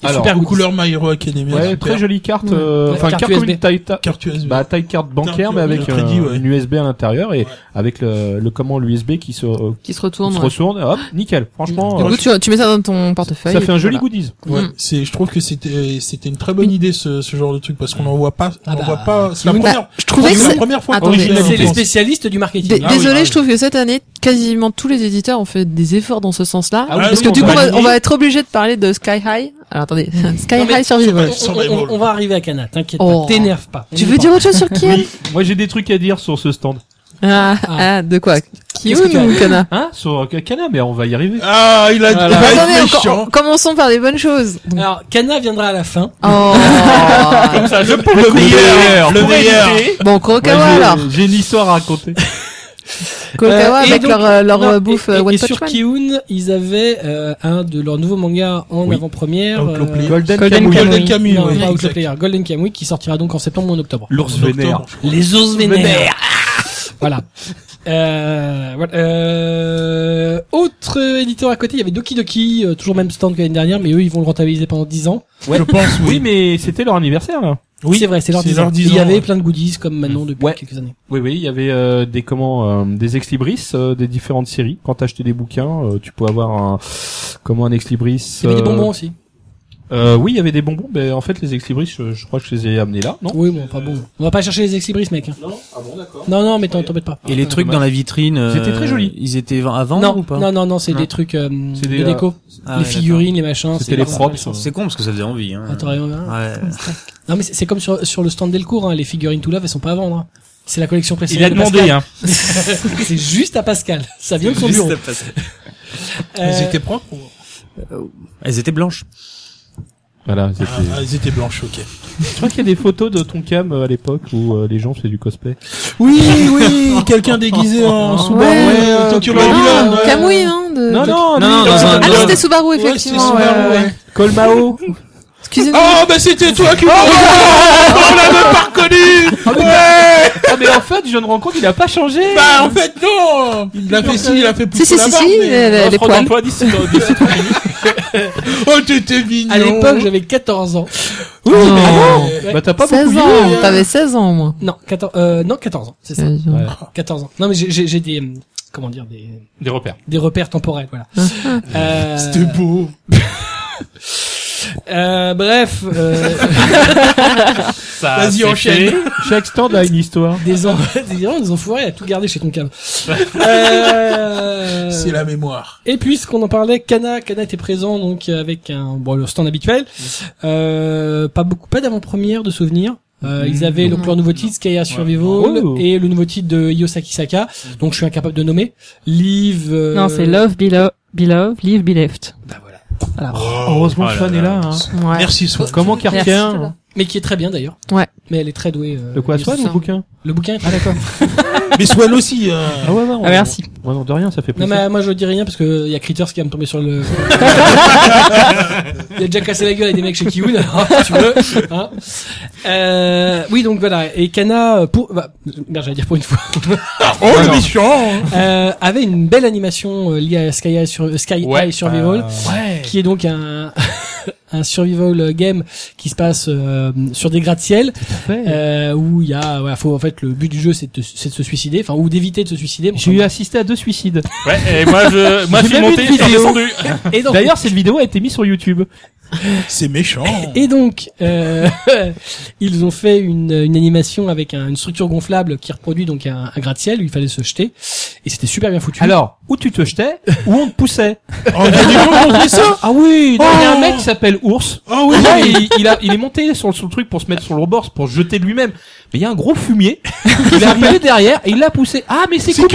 S1: Et
S2: Alors,
S1: super
S4: Ou
S1: good.
S4: couleur My Hero Academia.
S2: Ouais,
S4: super.
S2: très jolie carte euh,
S1: Ouais,
S2: enfin
S1: carte
S2: carte comme
S1: USB.
S2: une taille ta-
S4: Carte USB.
S2: bah taille carte bancaire
S4: Carte
S2: mais avec
S4: de crédit,
S2: euh,
S4: ouais.
S2: une USB à l'intérieur et avec le, le comment l'USB qui se euh,
S3: Qui se
S2: qui
S3: retourne.
S2: se
S3: ouais.
S2: retourne hop nickel franchement
S3: Du
S2: euh,
S3: coup tu, tu mets ça dans ton portefeuille.
S2: ça fait
S3: et
S2: un
S3: puis
S2: joli
S3: voilà.
S2: goodies
S4: Ouais,
S3: Mm.
S4: c'est je trouve que c'était c'était une très bonne idée ce, ce genre de truc parce qu'on en voit pas on
S1: Ah bah,
S4: voit pas c'est la
S1: oui.
S4: première
S3: Je trouvais que
S4: c'est la
S3: c'est-
S4: première fois
S3: Attendez.
S4: qu'on le fait,
S1: C'est
S4: je
S1: les
S4: pense.
S1: spécialistes du
S3: Dé-
S1: marketing.
S5: Ah oui,
S3: Désolé,
S5: ah
S3: je trouve que cette année quasiment tous les éditeurs ont fait des efforts dans ce sens-là.
S2: Ah oui,
S3: parce
S2: oui,
S3: que
S2: on
S3: du coup
S2: va
S3: on va,
S2: aligner.
S3: on va être obligé de parler de Sky High. Alors attendez, Sky
S1: Non, mais-
S3: High Survival.
S4: Ouais,
S1: On, on- on- on va arriver à Kanat, t'inquiète
S3: Oh.
S1: pas, t'énerve pas. On
S3: Tu
S1: y
S3: veux
S1: va.
S3: dire autre chose sur Kian
S2: moi j'ai des trucs à dire sur ce stand
S3: ah,
S1: Ah.
S3: ah, de quoi
S1: Qu'est-ce que tu as
S3: Kiun ou Kana
S2: Hein Sur Cana, mais on va y arriver.
S4: ah il a
S1: Voilà.
S4: il va être
S3: Attendez,
S4: méchant.
S3: encore- commençons par des bonnes choses. Donc-
S1: Alors, Kana viendra à la fin.
S3: Oh.
S2: ça, je
S4: le meilleur le meilleur
S3: bon, Kurokawa alors.
S2: J'ai une histoire à raconter.
S3: Kurokawa
S1: Euh, et
S3: avec
S1: donc-
S3: leur, euh, leur
S1: Non,
S3: euh,
S1: et-
S3: bouffe
S1: et,
S3: euh, One
S1: et
S3: Punch
S1: sur
S3: Man.
S1: Kiun, ils avaient euh, un de leurs nouveaux mangas en
S2: Oui.
S1: avant-première. euh,
S4: Outlaw Play.
S2: Golden,
S7: Golden
S2: Kamuy.
S7: Kamuy.
S4: Golden Camille
S1: non,
S4: ouais,
S1: pas Outlaw
S4: exact.
S1: Player, Golden Kamuy qui sortira donc en septembre ou en octobre.
S2: L'ours
S4: En octobre,
S2: vénère.
S4: je crois.
S1: Les os
S2: vénères.
S1: Voilà. Euh, voilà. Euh, autre autre euh, éditeur à côté, il y avait Doki Doki, euh, toujours même stand que l'année dernière, mais eux, ils vont le rentabiliser pendant 10 ans.
S2: Je pense, oui.
S5: mais c'était leur anniversaire là.
S1: c'est vrai, c'est leur
S4: c'est
S1: 10 ans.
S4: leur 10
S1: Et Il y
S4: ans,
S1: avait
S4: ouais.
S1: plein de goodies comme maintenant depuis
S2: Ouais.
S1: quelques années.
S2: Oui, oui, il y avait euh, des comment, euh, des ex libris, euh, des différentes séries. Quand t'achetais des bouquins, euh, tu pouvais avoir un comment un ex libris.
S1: Il y avait des bonbons aussi.
S2: Euh, oui, il y avait des bonbons. Ben en fait, les ex libris, je, je crois que je les ai amenés là, non
S1: Oui, bon, pas bon. On va pas chercher les exibris, mec. hein.
S2: Non, ah bon, d'accord.
S1: Non, non, mais t'en- t'embête pas.
S6: Et les trucs dans la vitrine, euh,
S2: Ils étaient très jolis.
S6: Ils étaient à vendre
S1: Non,
S6: Ah, ou pas
S1: non, non, non, c'est
S6: Non.
S1: des trucs euh,
S2: C'est des,
S1: de déco.
S6: Ah ouais,
S1: les
S6: d'accord.
S1: figurines, les machins.
S2: C'était
S1: c'est-
S2: les props.
S1: c'est-
S6: C'est con parce que ça faisait envie. Hein.
S1: Attends, regarde, hein.
S6: Ouais.
S1: Non, mais c'est c'est comme sur, sur le stand Delcourt, hein, les figurines tout love, elles sont pas à vendre. hein. C'est la collection précédente.
S5: Il a
S1: de
S5: demandé,
S1: Pascal.
S5: hein.
S1: c'est juste à Pascal. Ça vient de son bureau. Euh,
S4: Elles étaient propres ou-
S6: Elles étaient blanches.
S2: Voilà. c'était-
S4: ah, ah, elles étaient blanches, ok.
S2: Je crois qu'il y a des photos de ton cam euh, à l'époque où euh, les gens faisaient du cosplay.
S4: Oui, oui, quelqu'un déguisé en Subaru.
S3: Ouais,
S4: euh, Tokyo
S3: Ah,
S4: Babylone, ouais.
S3: Kamui, Euh, non de- de-
S2: non,
S6: non, dans un-
S3: Ah non,
S6: dans-
S3: c'était Subaru,
S4: Ouais,
S3: effectivement.
S4: c'était Subaru,
S3: ouais, ouais.
S4: ouais.
S2: Colmao.
S3: Excusez-moi.
S4: Oh, bah c'était toi qui
S2: ah mais en fait, je me rends compte, il a pas changé.
S4: Bah, en fait, non Il l'a fait si, il l'a fait
S3: si,
S4: pousser
S3: si,
S4: la
S3: si,
S4: barbe,
S3: si, euh,
S4: mais-
S3: les, les
S5: Offre
S3: poils.
S5: d'emploi d'ici d'ici trois minutes.
S4: Oh, t'étais mignon
S1: à l'époque, j'avais 14 ans.
S4: Oui, mais...
S1: Ouais.
S2: Bah t'as pas beaucoup
S3: 16
S2: vieilli,
S3: ans,
S2: hein.
S3: t'avais 16 ans, moi.
S1: Non, 14, euh, non, 14 ans, c'est ça.
S3: Euh,
S2: Ouais.
S1: 14 ans. Non, mais j'ai- j'ai j'ai des, euh, comment dire, des,
S5: Des repères.
S1: des repères temporels, voilà. Euh,
S4: C'était beau
S1: euh, bref, euh,
S5: Ça,
S4: Vas-y,
S5: c'est
S4: enchaîne.
S5: fait.
S2: Chaque stand a une histoire.
S1: des, en... des gens, des enfoirés à tout garder chez ton câble. Euh,
S4: C'est la mémoire.
S1: Et puisqu'on en parlait, Kana, Kana était présent donc euh, avec un bon le stand habituel. Euh, pas beaucoup, pas d'avant-première de souvenirs. Euh, ils avaient donc leur nouveau titre Skya Survival
S2: Mm-hmm. Oh. Mm-hmm.
S1: et le nouveau titre de Yosaki Saka. Donc je suis incapable de nommer. Live. euh,
S7: Non, c'est Love, Be Love, Be Love, Live, Be Left.
S2: Oh,
S4: Oh.
S2: Heureusement que Swan est là. hein.
S3: Ouais.
S4: Merci, Swan.
S2: Comment
S3: Merci,
S2: Carquin
S3: Swan.
S1: Mais qui est très bien d'ailleurs.
S3: Ouais.
S1: Mais elle est très douée. euh,
S2: De quoi Swan Ah,
S1: Yosaki.
S2: ou bouquin
S1: Le bouquin est très d'accord.
S4: Mais Swan aussi, euh...
S2: Ah ouais, ouais, on-
S7: Ah, merci.
S2: Ouais, non, de rien, ça fait
S1: Non
S2: plaisir.
S1: mais moi je dis rien parce que il y a Critters qui va me tomber sur le. Il a déjà cassé la gueule avec des mecs chez Kiwi, alors tu veux. Hein euh, oui donc voilà et Kana euh, pour bah, merde j'allais dire pour une fois
S4: Oh, le méchant hein.
S1: euh, avait une belle animation euh, liée à Sky High sur Sky High Survival
S4: bah, Ouais
S1: qui est donc un un survival game qui se passe euh, sur des gratte-ciel euh, où il y a voilà, faut en fait le but du jeu c'est de, c'est de se suicider enfin ou d'éviter de se suicider
S2: J'ai eu assisté à deux suicides.
S5: Ouais, et moi, je, moi, je
S2: J'ai
S5: suis
S2: même
S5: monté,
S2: vu
S5: je
S2: une
S5: suis
S2: vidéo.
S5: descendu.
S1: et donc
S2: D'ailleurs, cette vidéo a été mise sur YouTube.
S4: C'est méchant
S1: Et donc, euh, ils ont fait une, une animation avec un- une structure gonflable qui reproduit donc un, un gratte-ciel où il fallait se jeter. Et c'était super bien foutu.
S2: Alors, où tu te jetais, où on te poussait.
S4: Oh, il y a des gens qui ont fait ça
S2: Ah oui, non, Ah il y a un
S4: Oh.
S2: mec qui s'appelle Ours.
S4: Oh oui
S2: Là, il, il a, il est monté sur le, sur le truc pour se mettre sur le rebord, pour se jeter de lui-même. Mais il y a un gros fumier. Il est arrivé derrière et il l'a poussé. Ah, mais c'est Kubo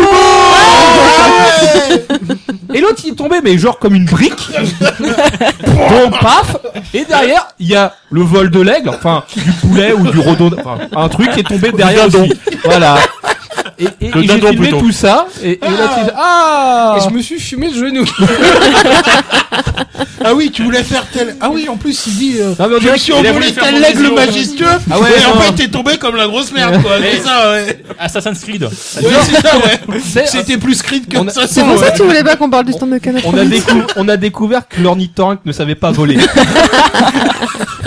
S2: Et l'autre, il est tombé, mais genre comme une brique. Donc, paf Et derrière, il y a le vol de l'aigle, enfin, du poulet ou du rhodon, enfin, un truc qui est tombé derrière aussi. Voilà. Et, et,
S5: Le
S2: et j'ai
S5: dindon,
S2: filmé
S5: plutôt.
S2: tout ça, et, et l'autre, il dit, ah
S1: me suis fumé le genou.
S4: Ah oui, tu voulais faire tel... Ah oui, en plus, il dit... Euh...
S2: Non, mais on
S4: Je
S2: dirait
S4: me
S2: qu'il
S4: suis
S2: a
S4: envolé
S2: voulu faire
S4: tel
S2: mon
S4: aigle
S2: vision.
S4: majestueux
S2: Ah ouais,
S4: Et en
S2: non.
S4: fait, t'es tombé comme la grosse merde, quoi C'est ça, ouais
S5: Assassin's Creed.
S4: Ouais, c'est ça, ouais
S2: C'est-
S4: C'était plus script que
S2: On a-
S4: ça,
S3: C'est pour
S4: ouais.
S3: ça que tu voulais pas qu'on parle du stand de Kana
S2: On a, décou- on a découvert que l'ornithorynque ne savait pas voler.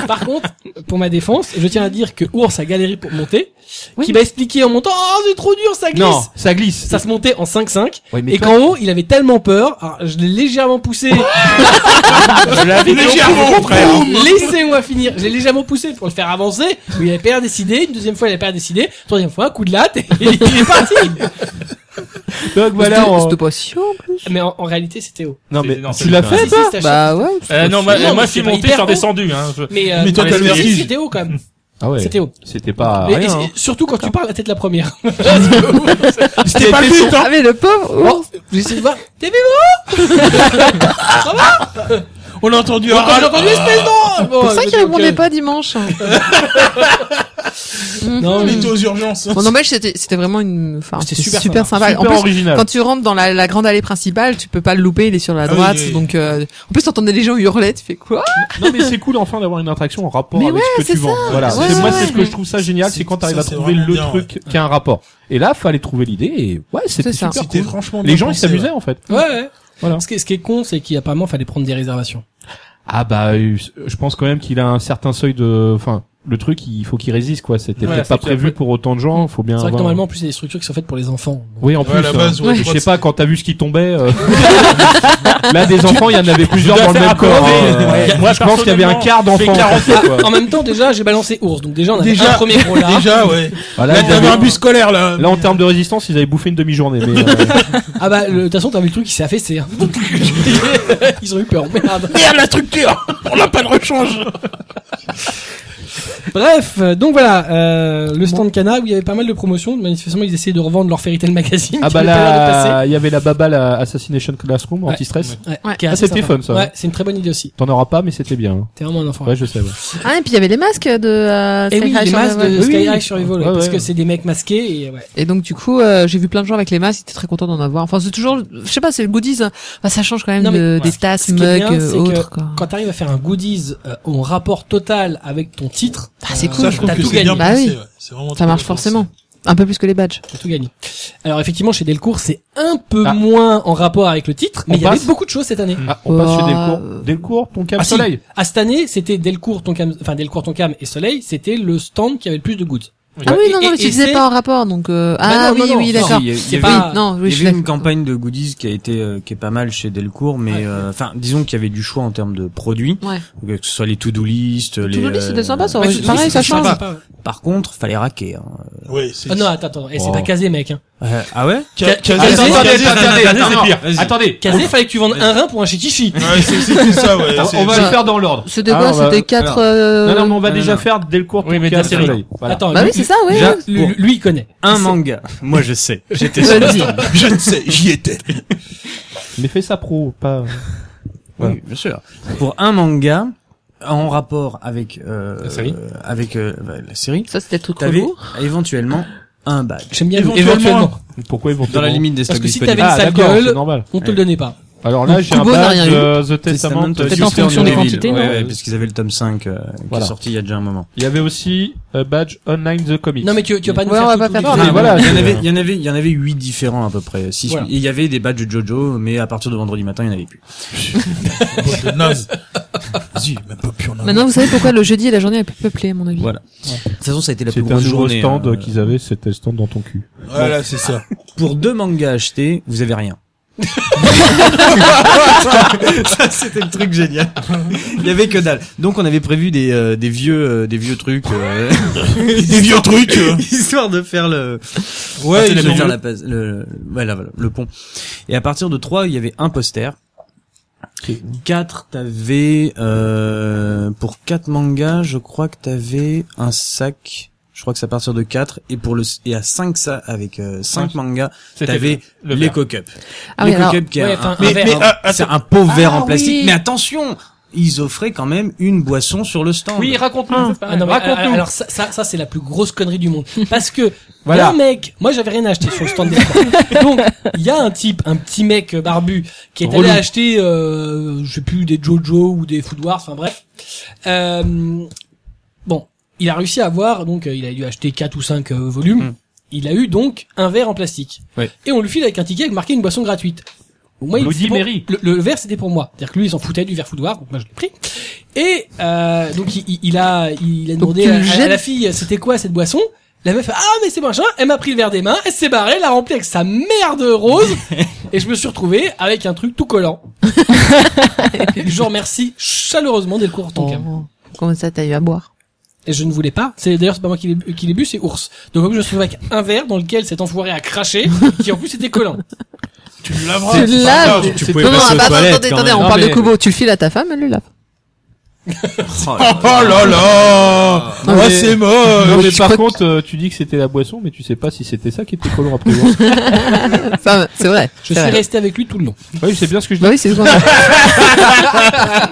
S1: Par contre, pour ma défense, je tiens à dire que Ours a galéré pour monter,
S7: Oui.
S1: qui m'a expliqué en montant, oh c'est trop dur, ça glisse.
S2: non, ça glisse.
S1: Ça se montait en 5-5
S2: Ouais, mais
S1: et
S2: toi-
S1: qu'en haut il avait tellement peur, alors, je l'ai légèrement poussé.
S4: Légèrement
S1: Laissez-moi finir. J'ai légèrement poussé pour le faire avancer. mais Il avait pas l'air décidé. Une deuxième fois, il avait pas l'air décidé. Troisième fois, coup de latte. Et il est parti.
S2: Donc voilà. on-
S3: C'était pas si haut, en plus.
S1: Mais en, en réalité, c'était haut.
S2: Non
S5: C'est-
S2: mais
S5: non,
S2: tu
S5: c'est-
S2: l'as fait
S1: Si, si,
S2: toi
S1: c'était à
S3: Bah ouais.
S5: Euh, non, moi,
S1: Non,
S5: moi,
S1: mais
S5: je suis
S1: c'est pas
S5: monté, je
S1: hyper
S5: suis
S1: haut.
S5: redescendu, hein. Je-
S1: chaud. Mais, euh,
S4: Mais toi,
S1: dans
S4: t'as
S1: les
S4: le
S1: séries,
S4: vertige.
S1: C'était haut quand même.
S2: Ah ouais.
S1: C'était haut.
S2: C'était pas
S1: Mais- et-
S2: rien. hein.
S1: et surtout quand tu parles la tête la première.
S4: C'était pas le but, hein
S3: Ah mais le pauvre
S1: Bon, J'essaie de voir. T'es vivant
S4: On a Ah, entendu un
S1: Encore,
S4: râle.
S1: j'ai entendu espèce d'ange Bon,
S3: C'est pour ça
S1: je-
S3: qu'il
S1: donc,
S3: répondait
S1: euh,
S3: pas dimanche.
S1: Non,
S4: On
S1: mais
S4: était aux urgences.
S3: Bon, n'empêche, c'était, c'était vraiment une, enfin,
S1: C'était
S3: c'était
S1: super
S3: super, sympa.
S2: Super
S3: en plus,
S2: original.
S3: quand tu rentres dans la, la grande allée principale, tu peux pas le louper, il est sur la
S4: Ah oui,
S3: droite,
S4: oui, oui.
S3: donc, euh, en plus, t'entendais les gens hurler, tu fais quoi?
S2: Non mais c'est cool enfin d'avoir une interaction en rapport
S3: Mais
S2: avec ce que
S3: c'est
S2: tu vends. Voilà.
S3: Ouais,
S2: C'est- moi
S3: ouais,
S2: c'est ce que
S3: ouais.
S2: je trouve ça génial, c'est
S4: C'est-
S2: quand t'arrives
S4: ça,
S2: à
S4: c'est
S2: trouver
S4: vraiment
S2: le
S4: bien,
S2: truc qui a un rapport. Et là, fallait trouver l'idée et ouais, c'était
S3: C'est ça.
S2: super
S4: C'était
S2: cool.
S4: franchement bien
S2: Les gens ils
S4: pensé,
S2: s'amusaient
S4: ouais.
S2: en fait.
S1: Ouais, ouais.
S2: Voilà.
S1: Ce qui, est- ce qui est con, c'est qu'apparemment, fallait prendre des réservations.
S2: Ah bah, euh, je pense quand même qu'il a un certain seuil de, enfin, le truc, il faut qu'il résiste quoi. C'était
S5: Voilà,
S2: peut-être
S5: c'est
S2: pas
S5: clair.
S2: prévu pour autant de gens. Faut bien.
S1: C'est vrai que
S2: avoir-
S1: normalement, en plus, il y a des structures qui sont faites pour les enfants. Donc,
S2: Oui, en
S4: Ouais,
S2: plus.
S4: à la base,
S2: euh,
S4: ouais,
S2: je
S4: je
S2: sais
S4: crois
S2: pas, quand t'as vu ce qui tombait. euh, Là, des enfants, il y en avait plusieurs
S5: dois
S2: dans le
S5: faire
S2: même corps.
S5: approuver.
S2: hein.
S5: Ouais.
S2: Je
S5: Moi,
S2: pense qu'il y avait un quart
S5: personnellement,
S2: d'enfants.
S5: j'ai
S2: en fait, quoi.
S1: En même temps, déjà, j'ai balancé ours, donc déjà, on avait
S4: Déjà-
S1: un premier gros là.
S4: Déjà, Ah, ouais.
S2: Voilà,
S4: Là,
S2: ils
S4: t'avais
S2: avaient-
S4: un bus scolaire, là.
S2: Là, en termes de résistance, ils avaient bouffé une demi-journée. Mais euh,
S1: Ah bah, le- de toute façon, t'as vu le truc, il s'est affaissé. hein. Ils ont eu peur, Oh, merde.
S4: Merde, la structure! On n'a pas de rechange!
S1: Bref, euh, donc voilà, euh, le stand Cana où il y avait pas mal de promotions. Manifestement, ils essayaient de revendre leur Fairy Tail Magazine.
S2: ah
S1: qui
S2: bah
S1: avait pas l'air de passer.
S2: là, il y avait la baba, la Assassination Classroom,
S1: Ouais.
S2: anti-stress.
S1: Ouais,
S3: Ouais.
S1: qui est
S2: Ah,
S1: assez
S2: c'était
S1: sympa.
S2: fun, ça.
S1: Ouais, c'est une très bonne idée aussi.
S2: T'en auras pas, mais c'était bien. hein.
S1: T'es vraiment un enfant.
S2: Ouais, je sais. ouais.
S3: Ah, et puis il y avait les masques de euh,
S1: Et
S3: Sky
S1: oui,
S3: High
S1: les
S3: Survival.
S1: masques de
S2: Oui,
S1: Skyrock
S2: oui.
S1: Survival,
S2: Ouais,
S1: parce
S2: ouais.
S1: que c'est des mecs masqués et ouais.
S3: Et donc du coup, euh, j'ai vu plein de gens avec les masques, ils étaient très contents d'en avoir. Enfin, c'est toujours, je sais pas, c'est le goodies. hein. Enfin, ça change quand même
S1: Non, mais
S3: de-
S5: ouais.
S3: des tasses,
S1: Ce qui est
S3: mugs,
S1: bien,
S3: euh,
S1: c'est que
S3: autres. Quoi.
S1: Quand t'arrives à faire un goodies euh, en rapport total avec ton titre,
S3: Ah, c'est
S1: euh,
S3: cool.
S4: Ça, je trouve
S1: t'as
S4: que
S1: tout
S4: c'est
S1: gagné.
S4: bien
S3: Bah
S4: pensé,
S3: oui.
S4: ouais. C'est vraiment
S3: Ça
S4: très
S3: marche
S4: bien
S3: forcément. Un peu plus que les badges.
S1: T'as tout gagné. Alors effectivement, chez Delcourt, c'est un peu
S2: Ah.
S1: moins en rapport avec le titre, mais
S2: On
S1: il y avait
S2: passe
S1: beaucoup de choses cette année.
S2: Ah, on passe chez
S3: Euh,
S2: Delcourt. Delcourt, ton câble
S1: Ah, si.
S2: soleil.
S1: À cette année, c'était Delcourt, Toncam, enfin Delcourt, Toncam et Soleil, c'était le stand qui avait le plus de goods.
S3: Ah oui,
S1: Et-
S3: non, non,
S1: et-
S3: mais tu
S1: et
S3: disais
S1: c'est-
S3: pas en rapport, donc. euh, Ah
S1: non,
S3: oui,
S1: non,
S3: oui,
S1: non.
S3: d'accord.
S6: Si, il y a- il y
S1: C'est
S6: avait-
S1: pas-
S3: Non, oui, je
S6: Il y
S3: suis
S6: avait une
S3: d'accord.
S6: campagne de goodies qui a été euh, qui est pas mal chez Delcourt, mais euh, enfin disons qu'il y avait du choix en termes de produits,
S3: Ouais.
S6: que ce soit les to-do list, les.
S3: Tout le
S6: euh,
S3: c'était sympa, ça.
S1: Ouais,
S3: aurait-
S1: c'est-
S3: Pareil,
S1: c'est-
S3: ça
S1: c'est
S3: change.
S1: sympa, ouais.
S6: Par contre, fallait raquer. hein.
S4: Oui, c'est
S1: Ah non, attends, attends, et c'est
S2: Oh.
S1: pas casé, mec. Hein.
S6: Euh, ah ouais
S4: Ca-
S1: Ca-
S4: Casé,
S1: Casé,
S4: Casé,
S2: attendez, attendez,
S6: attendez,
S2: attendez,
S6: c'est pire.
S2: attendez,
S6: Vas-y.
S2: attendez.
S1: Casé, fallait que tu vendes un rein pour un shikishi.
S4: Ouais, c'est- c'était ça, ouais.
S2: Alors,
S4: Euh, c'est-
S2: on va le
S3: c'est-
S2: faire dans l'ordre.
S3: Ce de
S2: Ah,
S3: quoi
S4: bah,
S2: on va-
S3: C'était quatre.
S2: Non, non, mais on
S3: euh,
S2: va
S6: non,
S2: déjà
S6: non.
S2: faire Delcourt,
S5: Oui, mais
S2: Tonka,
S5: de la série.
S2: soleil. Voilà.
S1: Attends,
S3: Bah
S1: lui-
S3: oui, c'est ça, oui.
S6: Déjà,
S1: lui, lui, il connaît.
S6: Un manga. Moi je sais. J'étais sur
S3: Vas-y.
S4: Je ne sais, j'y étais.
S2: Mais fais ça pro, pas. Voilà.
S6: Oui, bien sûr. Pour un manga en rapport avec euh,
S2: La série
S6: euh, avec euh, bah, la série,
S3: Ça, c'était tout
S6: t'avais
S3: relou.
S6: éventuellement un badge.
S1: J'aime bien
S4: Éventuellement.
S2: Pourquoi ils vont
S6: Dans la limite des
S1: Parce
S6: stocks
S1: que si
S6: disponibles.
S1: t'avais-
S2: Ah,
S1: Sa
S2: d'accord,
S1: gueule.
S2: c'est normal.
S1: On te le donnait pas.
S2: Alors là, j'ai un
S3: Kubo n'a
S2: badge
S3: rien eu.
S2: de The Testament. euh,
S6: Testament euh, of
S2: du
S7: en
S6: Sister
S7: fonction des
S6: Neville.
S7: quantités,
S6: Ouais,
S7: non
S6: ouais, parce qu'ils avaient le tome 5 euh, qui
S2: Voilà.
S6: est sorti il y a déjà un moment.
S2: Il y avait aussi euh, badge Online The Comics.
S1: Non, mais tu, tu vas pas nous
S3: Ouais, on
S1: faire
S3: va
S1: tout-
S3: pas
S1: tout
S3: faire
S1: le truc.
S3: ça.
S6: Ah,
S2: mais Ah, voilà,
S6: il y en
S2: c'est-
S6: avait, il y en avait, il y en avait huit différents à peu près. Six,
S1: Voilà.
S6: Et il y avait des badges de Jojo, mais à partir de vendredi matin, il n'y en avait plus.
S4: Bon, de naze. Vas-y, même pas pur naze.
S3: Maintenant, vous savez pourquoi le jeudi et la journée est plus peuplée, à mon avis.
S6: Voilà. De toute façon, ça a été la plus
S2: C'était un
S6: grosse
S2: nouveau
S6: journée.
S2: stand
S6: hein.
S2: qu'ils avaient, c'était le stand dans ton cul.
S4: Voilà, c'est ça.
S6: Pour deux mangas achetés, vous avez rien. ça, c'était le truc génial. Il y avait que dalle. Donc, on avait prévu des, euh, des vieux, euh, des vieux trucs, euh,
S4: Des vieux trucs. euh.
S6: histoire de faire le,
S4: Ouais,
S6: Partir de
S4: ils ont-
S6: faire la pas- le, ouais, là, voilà, le pont. Et à partir de 3, il y avait un poster. 4, t'avais... Euh, pour 4 mangas, je crois que t'avais un sac. Je crois que c'est à partir de 4. Et, pour le, et à 5, ça, avec 5 mangas, t'avais
S5: le
S6: les
S5: vert.
S6: co-cups.
S3: Ah
S6: les
S3: oui, alors-
S6: co-cups qui est
S1: Ouais,
S6: un-
S1: enfin, un
S6: mais-
S1: verre.
S6: mais,
S1: Ah,
S6: ah, c'est un pot vert en
S3: hein. oui.
S6: plastique. Mais attention ils offraient quand même une boisson sur le stand.
S5: Oui, raconte-nous.
S1: Ah non, mais, alors, alors, ça, ça, ça, c'est la plus grosse connerie du monde. Parce que,
S2: Voilà.
S1: un mec, moi j'avais rien acheté sur le stand des sports. Donc, il y a un type, un petit mec euh, barbu, qui est allé
S2: Relou.
S1: acheter, euh, je sais plus, des Jojo ou des Food Wars, enfin bref. Euh, bon, il a réussi à avoir, donc euh, il a dû acheter 4 ou 5 euh, volumes.
S6: Mm.
S1: Il a eu donc un verre en plastique.
S6: Ouais.
S1: Et on lui file avec un ticket avec marqué une boisson gratuite. Au moins, il-
S5: Bloody
S1: c'est pour-
S5: Mary.
S1: le, le verre c'était pour moi. C'est-à-dire que lui il s'en foutait du verre foudoir, donc moi je l'ai pris. Et euh, donc il, il- il a il a demandé
S3: tu
S1: à,
S3: le
S1: à
S3: jettes.
S1: la fille euh, c'était quoi cette boisson. La meuf ah mais c'est machin. Elle m'a pris le verre des mains, elle s'est barrée, elle l'a rempli avec sa merde rose et je me suis retrouvé avec un truc tout collant. je remercie chaleureusement dès le cours
S6: hein.
S3: Oh. Comment ça, t'as eu à boire
S1: Et je ne voulais pas. C'est d'ailleurs c'est pas moi qui l'ai qui l'ai bu, c'est ours. Donc en plus, je me suis retrouvé avec un verre dans lequel cet enfoiré a craché, qui en plus était collant.
S4: Tu le laveras.
S3: Tu
S4: c'est pas
S3: laves.
S4: grave.
S6: tu pouvais
S3: Non, non,
S6: passer aux
S3: attends,
S6: toilettes
S3: attendez,
S6: quand
S3: attendez,
S6: même.
S3: on
S2: Non,
S3: parle de
S2: mais-
S3: Kubo. Tu le files à ta femme, elle le lave.
S6: Oh
S4: Oh
S6: là là.
S4: là là
S2: Non,
S4: Oh,
S2: mais-
S4: c'est moche
S2: Non mais
S3: je
S2: par
S3: crois
S2: contre, euh, tu dis que c'était la boisson, mais tu sais pas si c'était ça qui était collant après. voir.
S3: Ça, c'est vrai. Bah
S1: Je suis
S3: c'est vrai.
S1: resté avec lui tout le long.
S2: oui, c'est bien ce que je dis.
S3: Bah oui, c'est ce qu'on a.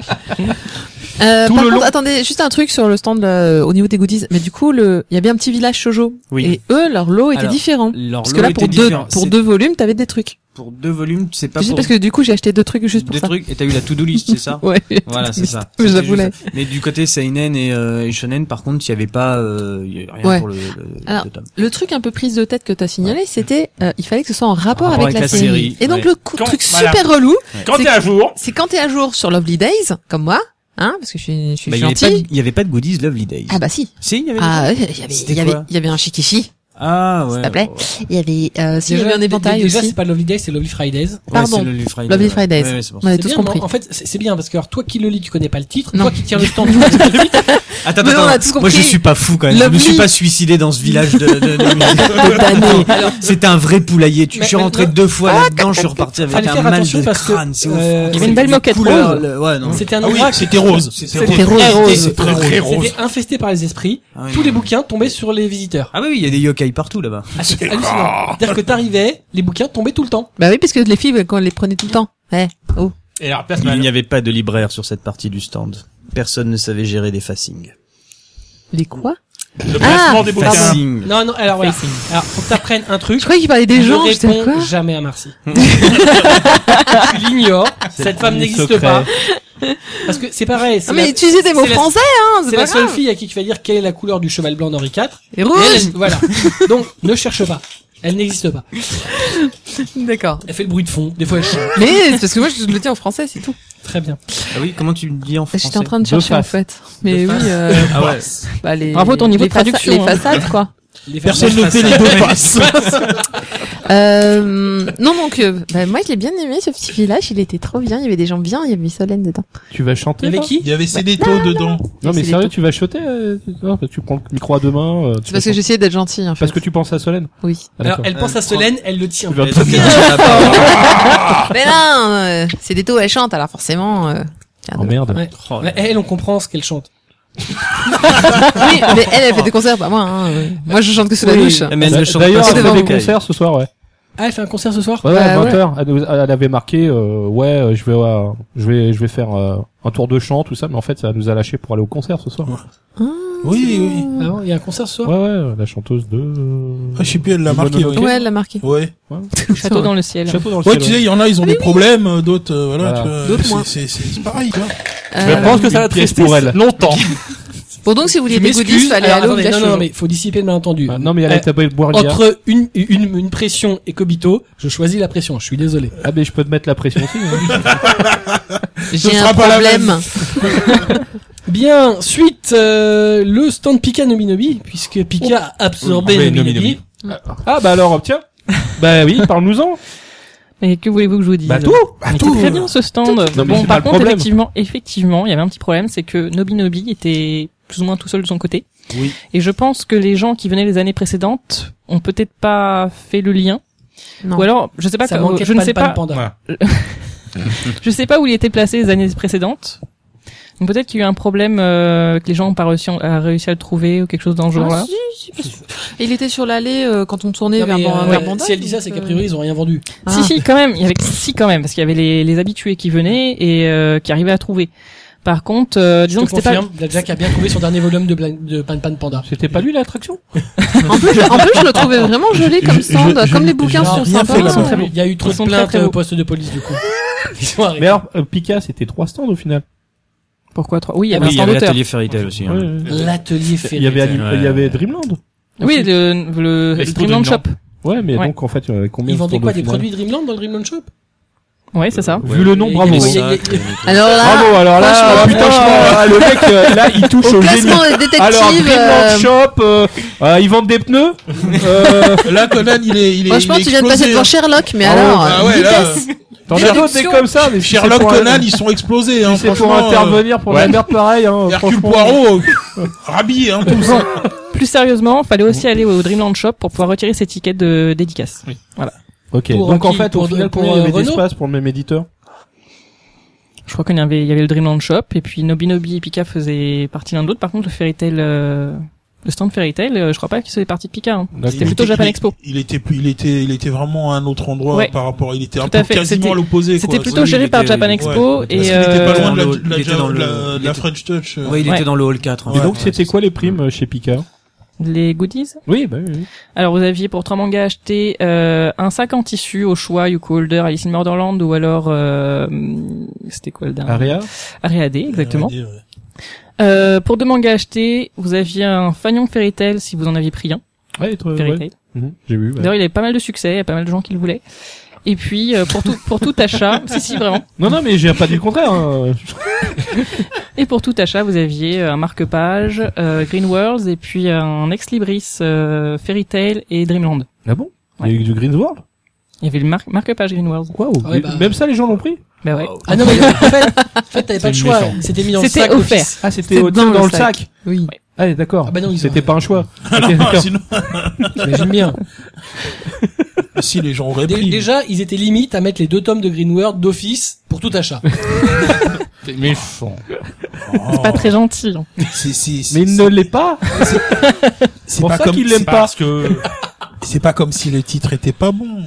S3: Euh,
S2: Tout
S3: par
S2: le
S3: contre,
S2: long.
S3: attendez, juste un truc sur le stand là, euh, au niveau des goodies. Mais du coup, le, il y avait un petit village shojo.
S6: Oui.
S3: Et eux, leur lot était
S6: Alors,
S3: différent.
S6: Leur
S3: Parce
S6: lot
S3: que là,
S6: était
S3: pour deux,
S6: différent.
S3: pour
S6: C'est-
S3: deux volumes, t'avais des trucs.
S6: pour deux volumes, c'est pas
S3: Juste
S6: pour
S3: parce que du coup, j'ai acheté deux trucs juste pour
S6: deux
S3: ça.
S6: trucs et t'as eu la to-do list, c'est ça
S3: Ouais.
S6: Voilà, c'est ça.
S3: Oui,
S6: C'était
S3: j'avoue,
S6: juste
S3: là.
S6: ça. Mais du côté seinen et, euh, et shonen, par contre, il y avait pas euh, il y avait rien
S3: Ouais.
S6: pour le, le,
S3: Alors,
S6: le tome.
S3: Le truc un peu prise de tête que t'as signalé, c'était, euh, il fallait que ce soit en rapport avec, la, série. Et donc
S6: ouais.
S3: le coup-
S5: Quand-
S3: truc
S5: voilà.
S3: super relou,
S5: Quand t'es à jour,
S3: c'est quand t'es à jour sur Lovely Days, comme moi, hein, parce que je suis, je suis
S6: Bah, il y avait pas
S3: gentille.
S6: de- il y avait pas de goodies Lovely Days.
S3: Ah bah si.
S6: Si, il y avait. des-
S3: Ah, ouais, il y avait,
S6: C'était
S3: il y avait,
S6: quoi
S3: il y avait un shikishi.
S6: Ah ouais.
S3: s'il te plaît. Il y avait, euh, si, il y
S1: Déjà-
S3: avait un éventail
S1: déjà,
S3: aussi.
S1: c'est pas Lovely Days, c'est Lovely Fridays.
S3: Pardon.
S6: Ouais, c'est Lovely Friday,
S3: Lovely
S6: ouais.
S3: Fridays.
S6: Ouais, ouais, c'est pour
S3: On
S6: ça.
S3: avait
S1: C'est
S3: tous
S1: bien,
S3: compris.
S1: non En fait, c'est c'est bien parce que alors, toi qui le lis, tu connais pas le titre.
S3: Non.
S1: Toi qui tiens le stand, tu connais pas le titre.
S6: Attends,
S3: Mais
S6: attends,
S3: on a
S6: attends.
S3: tous
S6: Moi, je
S3: compris.
S6: suis pas fou quand même.
S3: Lovely-
S6: Je me suis pas suicidé dans ce village de. de, de,
S3: De damnés.
S6: C'était un vrai poulailler. Tu- Je
S1: Mais-
S6: suis
S1: mais-
S6: rentré
S1: non. Ah,
S6: deux fois là-dedans. Je suis reparti avec
S1: Fallait
S6: un
S1: faire
S6: mal
S1: attention
S6: de
S1: parce que,
S6: crâne. C'est ouf.
S1: euh, il y
S7: avait une belle
S6: Les
S7: moquette
S6: couleurs,
S7: rose.
S6: le- Ouais, non.
S1: C'était un
S4: Ah oui,
S1: oracle.
S4: c'était rose.
S3: C'était rose.
S4: C'était très rose.
S1: C'était infesté par les esprits.
S6: Ah oui,
S1: Tous
S6: non.
S1: les bouquins tombaient sur les visiteurs.
S6: Ah oui, oui, il y a des yokai partout là-bas.
S1: Ah, c'est hallucinant. C'est-à-dire que t'arrivais, les bouquins tombaient tout le temps.
S3: Bah oui, parce que les filles, quand elles les prenaient tout le temps. Ouais. Oh.
S5: et la place
S6: Il n'y avait pas de libraire sur cette partie du stand. Personne ne savait gérer des facings.
S3: Les quoi?
S5: le placement
S3: Ah,
S5: des bouquins.
S6: Facing.
S1: Non, non, alors voilà. Alors, faut que t'apprennes un truc.
S3: Je croyais qu'il parlait des
S1: je
S3: gens, j'étais
S1: réponds
S3: quoi?
S1: jamais à Marcy. tu l'ignores. Cette femme n'existe
S8: secret.
S1: pas. Parce que c'est pareil.
S3: Ah,
S1: C'est
S3: mais
S1: la,
S3: utilisez des mots
S1: c'est la-
S3: français, hein, c'est
S1: c'est
S3: pas
S1: la seule
S3: grave.
S1: fille à qui tu vas dire quelle est la couleur du cheval blanc d'Henri IV.
S3: Et
S1: Et elle,
S3: rouge!
S1: elle- voilà. Donc, ne cherche pas. Elle n'existe pas.
S3: D'accord.
S1: Elle fait le bruit de fond. Des fois, elle chante.
S3: Mais c'est parce que moi je le dis en français, c'est tout.
S1: Très bien.
S6: Ah oui, comment tu le dis en français
S3: J'étais en train de
S2: De
S3: chercher en
S2: face.
S3: fait. Mais
S1: De
S3: oui,
S1: face.
S3: euh,
S6: Ah ouais.
S3: bah, les,
S7: Bravo ton niveau
S3: les
S7: de
S3: façades-
S7: traduction, hein.
S3: Les façades quoi.
S1: Les femmes-
S4: Personne ne fait les deux faces.
S3: Euh, non donc euh, bah, moi je l'ai bien aimé ce petit village, il était trop bien, il y avait des gens bien, il y avait Solène dedans.
S2: Tu vas
S1: Il y
S2: chanter
S1: avait
S2: là
S1: qui
S4: Il y avait Cédéto dedans.
S2: Non mais
S3: C'est
S2: sérieux,
S3: les
S2: tu vas chanter euh, non, Tu prends le micro à deux mains. euh, tu vas
S3: C'est parce que
S2: chanter.
S3: j'essayais d'être gentille en fait.
S2: parce que tu penses à Solène.
S3: Oui.
S2: Ah,
S1: Alors,
S2: d'accord.
S1: elle
S7: Euh,
S1: pense à Solène, elle le tient.
S2: Tu vas-
S6: Oh
S3: Mais là, euh, c'est des taux elle chante alors forcément. euh, tiens,
S2: Oh merde.
S1: Ouais. Ouais, Elle, on comprend ce qu'elle chante.
S3: Oui, mais elle elle fait des concerts pas moi hein, euh. Moi je chante que sous la douche.
S6: Mais elle ne chante
S2: D'ailleurs,
S6: pas
S2: elle
S3: devant
S2: fait des
S3: vous.
S2: concerts ce soir, ouais.
S1: Ah, elle fait un concert ce soir
S2: Ouais, ouais,
S3: Bah,
S2: 20h, Elle, nous- elle avait marqué, euh, ouais, euh, je vais, euh, je vais, je vais faire euh, un tour de chant, tout ça, mais en fait, ça nous a lâché pour aller au concert ce soir.
S4: Oui, oui.
S1: Ah bon, il y a un concert ce soir
S2: Ouais, ouais, la chanteuse de.
S4: Ah, je sais plus, elle l'a
S2: Le
S4: marqué.
S2: monologue.
S4: ouais.
S3: Ouais, elle l'a marqué.
S4: Ouais.
S7: Château dans le ciel.
S2: Chapeau dans le
S4: Ouais,
S2: ciel,
S4: tu sais, il y en a, ils ont des problèmes, euh, d'autres, euh, voilà,
S2: Voilà.
S4: tu vois,
S3: D'autres
S4: c'est-
S3: moins.
S4: C'est c'est- c'est pareil, quoi.
S3: Euh,
S2: pense que ça va
S8: pièce
S2: triste pour elle.
S8: Longtemps.
S3: Bon donc si vous voulez
S1: Tu
S3: des goodies,
S1: m'excuses.
S3: fallait
S1: Alors,
S3: aller au
S1: attendez,
S3: village.
S1: Non, non,
S3: Shoujo.
S1: mais faut dissiper le malentendu.
S2: Ah, non, mais elle a
S1: Euh,
S2: tapé boire une bière.
S1: entre une, une, une pression et Kobito, je choisis la pression. Je suis désolé.
S2: Ah, mais je peux te mettre la pression aussi. hein.
S3: J'ai un
S4: sera pas la
S3: problème.
S4: même.
S1: Bien, suite euh, le stand Pika Nominobi, puisque
S7: Oh.
S1: Pika a absorbé
S5: Oui,
S1: Nominobi.
S2: ah, bah alors, tiens. Bah oui, parle-nous-en.
S7: Mais que voulez-vous que je vous dise
S2: Bah tout,
S7: C'était très bien ce stand.
S2: mais
S7: bon,
S2: c'est pas
S7: par
S2: le
S7: contre,
S2: problème.
S7: effectivement, effectivement, il y avait un petit problème, c'est que Nobi Nobi était plus ou moins tout seul de son côté.
S6: Oui.
S7: Et je pense que les gens qui venaient les années précédentes ont peut-être pas fait le lien.
S3: Non.
S7: Ou alors, je sais pas,
S1: Ça
S7: que-
S1: manquait
S7: je
S1: pas
S7: ne sais
S1: de Pan
S7: pas,
S1: Panda.
S5: Ouais.
S7: je sais pas où il était placé les années précédentes. Donc peut-être qu'il y a eu un problème euh, que les gens ont pas réussi à, réussi à le trouver ou quelque chose dans le genre là.
S3: Ah, si, si, parce que- Il était sur l'allée euh, quand on tournait
S1: Non,
S3: vers,
S1: mais,
S3: Ban-
S1: euh,
S3: vers
S1: ouais,
S3: Bandai,
S1: si elle dit ça,
S3: donc,
S1: c'est
S3: euh,
S1: qu'a priori ils ont rien vendu.
S3: Ah.
S7: Si si quand même, il y avait si quand même parce qu'il y avait les, les habitués qui venaient et euh, qui arrivaient à trouver. Par contre, euh, disons
S1: Donc
S7: que c'était pas
S1: confirme, la Jack a bien trouvé son dernier volume de, Bla- de Pan Pan Panda.
S2: C'était pas lui l'attraction
S3: En plus, je- en plus, je le trouvais vraiment joli comme
S4: je-
S3: stand,
S4: je-
S3: comme
S4: je-
S3: les bouquins
S4: j'ai
S3: sur
S4: rien fait
S3: Saint-Paul.
S1: Ils sont
S4: là-bas.
S1: très bons. Il y a eu trop
S7: Ils
S1: de
S7: sont très,
S1: plaintes
S7: très
S1: euh,
S7: beaux.
S1: au poste de police du coup. Ils sont
S2: Mais
S1: arrêtés.
S2: alors, euh, Pika, c'était trois stands au final.
S7: pourquoi trois. Oui, il y
S6: Ah Oui,
S7: avait
S6: il y
S7: un stand
S6: avait
S7: d'auteur.
S6: l'atelier Fairy Tail aussi. hein.
S2: Ouais, ouais.
S1: L'atelier fait.
S2: Il y avait,
S1: rêver.
S2: Anim-
S6: Ouais.
S2: il y avait Dreamland.
S7: Oui, le, le
S5: L'expo
S7: Dreamland
S5: dominant.
S7: Shop.
S2: Ouais, mais
S7: Ouais.
S2: donc en fait, il y en avait combien
S1: Ils
S2: de
S1: vendaient
S2: stands
S1: quoi
S2: au
S1: Des
S2: final
S1: produits Dreamland dans le Dreamland Shop
S7: Ouais, c'est ça.
S2: Vu le nom,
S1: Et-
S2: bravo.
S1: et-
S2: hein.
S1: y a- y a-
S7: Ah,
S3: Alors là,
S2: Bravo, alors là,
S3: franchement,
S2: putain, ah, le mec, euh, là, il touche
S3: au
S2: au génie.
S3: classement des détectives,
S2: Alors, Dreamland
S3: euh,
S2: Shop, euh, euh, ils vendent des pneus. Euh,
S4: Là, Conan, il est, il est,
S3: franchement,
S4: il est
S3: tu viens de passer
S4: explosé,
S3: devant
S4: hein.
S3: Sherlock, mais
S2: Ah ouais,
S3: alors,
S4: Ah ouais, là,
S3: vitesse.
S2: T'en as
S3: Déduction.
S2: d'autres des comme ça, mais si c'est
S4: Sherlock
S2: pour un-
S4: Conan, ils sont explosés, hein,
S2: si c'est pour
S4: franchement, euh,
S2: intervenir pour la merde pareil, hein,
S4: Hercule
S2: franchement.
S4: Poirot, rabillé, hein, tous. hein.
S7: Plus sérieusement, fallait aussi aller au Dreamland Shop pour pouvoir retirer ses tickets de dédicace.
S2: Ok,
S1: Pour
S2: donc en
S1: qui
S2: fait, au
S1: Pour-
S2: final,
S1: pour,
S2: combien il y
S1: euh,
S2: avait
S1: Renault
S2: d'espace pour le même éditeur
S7: Je crois qu'il y avait, il y avait le Dreamland Shop et puis Nobi Nobi et Pika faisaient partie l'un de l'autre. Par contre, le Fairy Tail euh, Le stand Fairy Tail, euh, je crois pas qu'il soit parti de Pika. hein.
S2: D'accord.
S7: C'était plutôt Japan Expo.
S4: Il était plus, il était, il était vraiment à un autre endroit
S7: Ouais.
S4: par rapport. Il était un
S7: Tout à
S4: peu
S7: fait,
S4: quasiment
S7: c'était-
S4: à l'opposé.
S7: C'était
S4: quoi.
S7: plutôt
S6: oui,
S7: géré
S6: il
S7: par
S6: était-
S7: Japan Expo
S4: ouais.
S7: et
S4: Parce qu'il
S7: euh,
S4: était pas loin de la,
S6: dans le-
S4: de la-
S6: il était dans
S4: de la-
S6: le-
S4: de la
S6: il était-
S4: French Touch. euh.
S6: Ouais, il
S7: Ouais.
S6: était dans le hall 4.
S2: Et donc, c'était quoi les primes euh, chez Pika
S7: les goodies.
S2: Oui, bah oui, oui.
S7: Alors vous aviez pour trois mangas acheté euh, un sac en tissu au choix Yuko Holder, Alice in Borderland ou alors euh, c'était quoi le dernier
S2: Aria
S7: Area D, exactement.
S4: Ouais, ouais.
S7: Euh, pour deux mangas achetés, vous aviez un Fagnon Fairy Tail si vous en aviez pris un.
S2: Ouais, toi,
S7: Fairy
S2: ouais.
S7: Tail.
S2: Mhm, J'ai vu. ouais.
S7: D'ailleurs, il avait pas mal de succès, il y a pas mal de gens qui le voulaient. Et puis euh, pour tout pour tout achat, si si vraiment.
S2: Non, non, mais j'ai pas dit le contraire. hein.
S7: Et pour tout achat, vous aviez euh, un marque-page, euh, Green Worlds et puis un Ex Libris euh, Fairy Tail et Dreamland.
S2: Ah bon
S7: Ouais.
S2: Il y a eu du Green World
S7: Il y avait le mar- marque-page Green Worlds.
S2: Waouh
S1: Ouais, bah-
S2: Même ça, les gens l'ont pris
S7: Bah ouais.
S1: Ah non, mais en fait, en fait t'avais pas le choix.
S2: méchant.
S1: C'était mis dans le
S7: C'était
S1: sac.
S7: offert.
S1: d'office.
S2: Ah,
S3: C'est
S2: c'était au-
S3: dans
S2: dans,
S3: le
S2: le sac.
S3: Oui.
S2: Allez, d'accord.
S1: Ah bah non, ils ont-
S2: c'était pas un choix.
S4: Ah
S2: Ok,
S4: non,
S2: d'accord.
S4: sinon,
S1: J'imagine bien.
S4: euh, si les gens auraient
S1: Dé-
S4: pris.
S1: déjà, ils étaient limites à mettre les deux tomes de Green World d'office pour tout achat.
S5: T'es méchant.
S4: Oh.
S7: Pas très gentil. hein.
S4: C'est- c'est- c'est-
S2: Mais il ne l'est pas.
S4: c'est
S2: C'est pour
S4: pas
S2: ça
S4: comme-
S2: qu'il
S4: c'est
S2: l'aime pas.
S5: Parce que
S4: C'est pas comme si le titre était pas bon.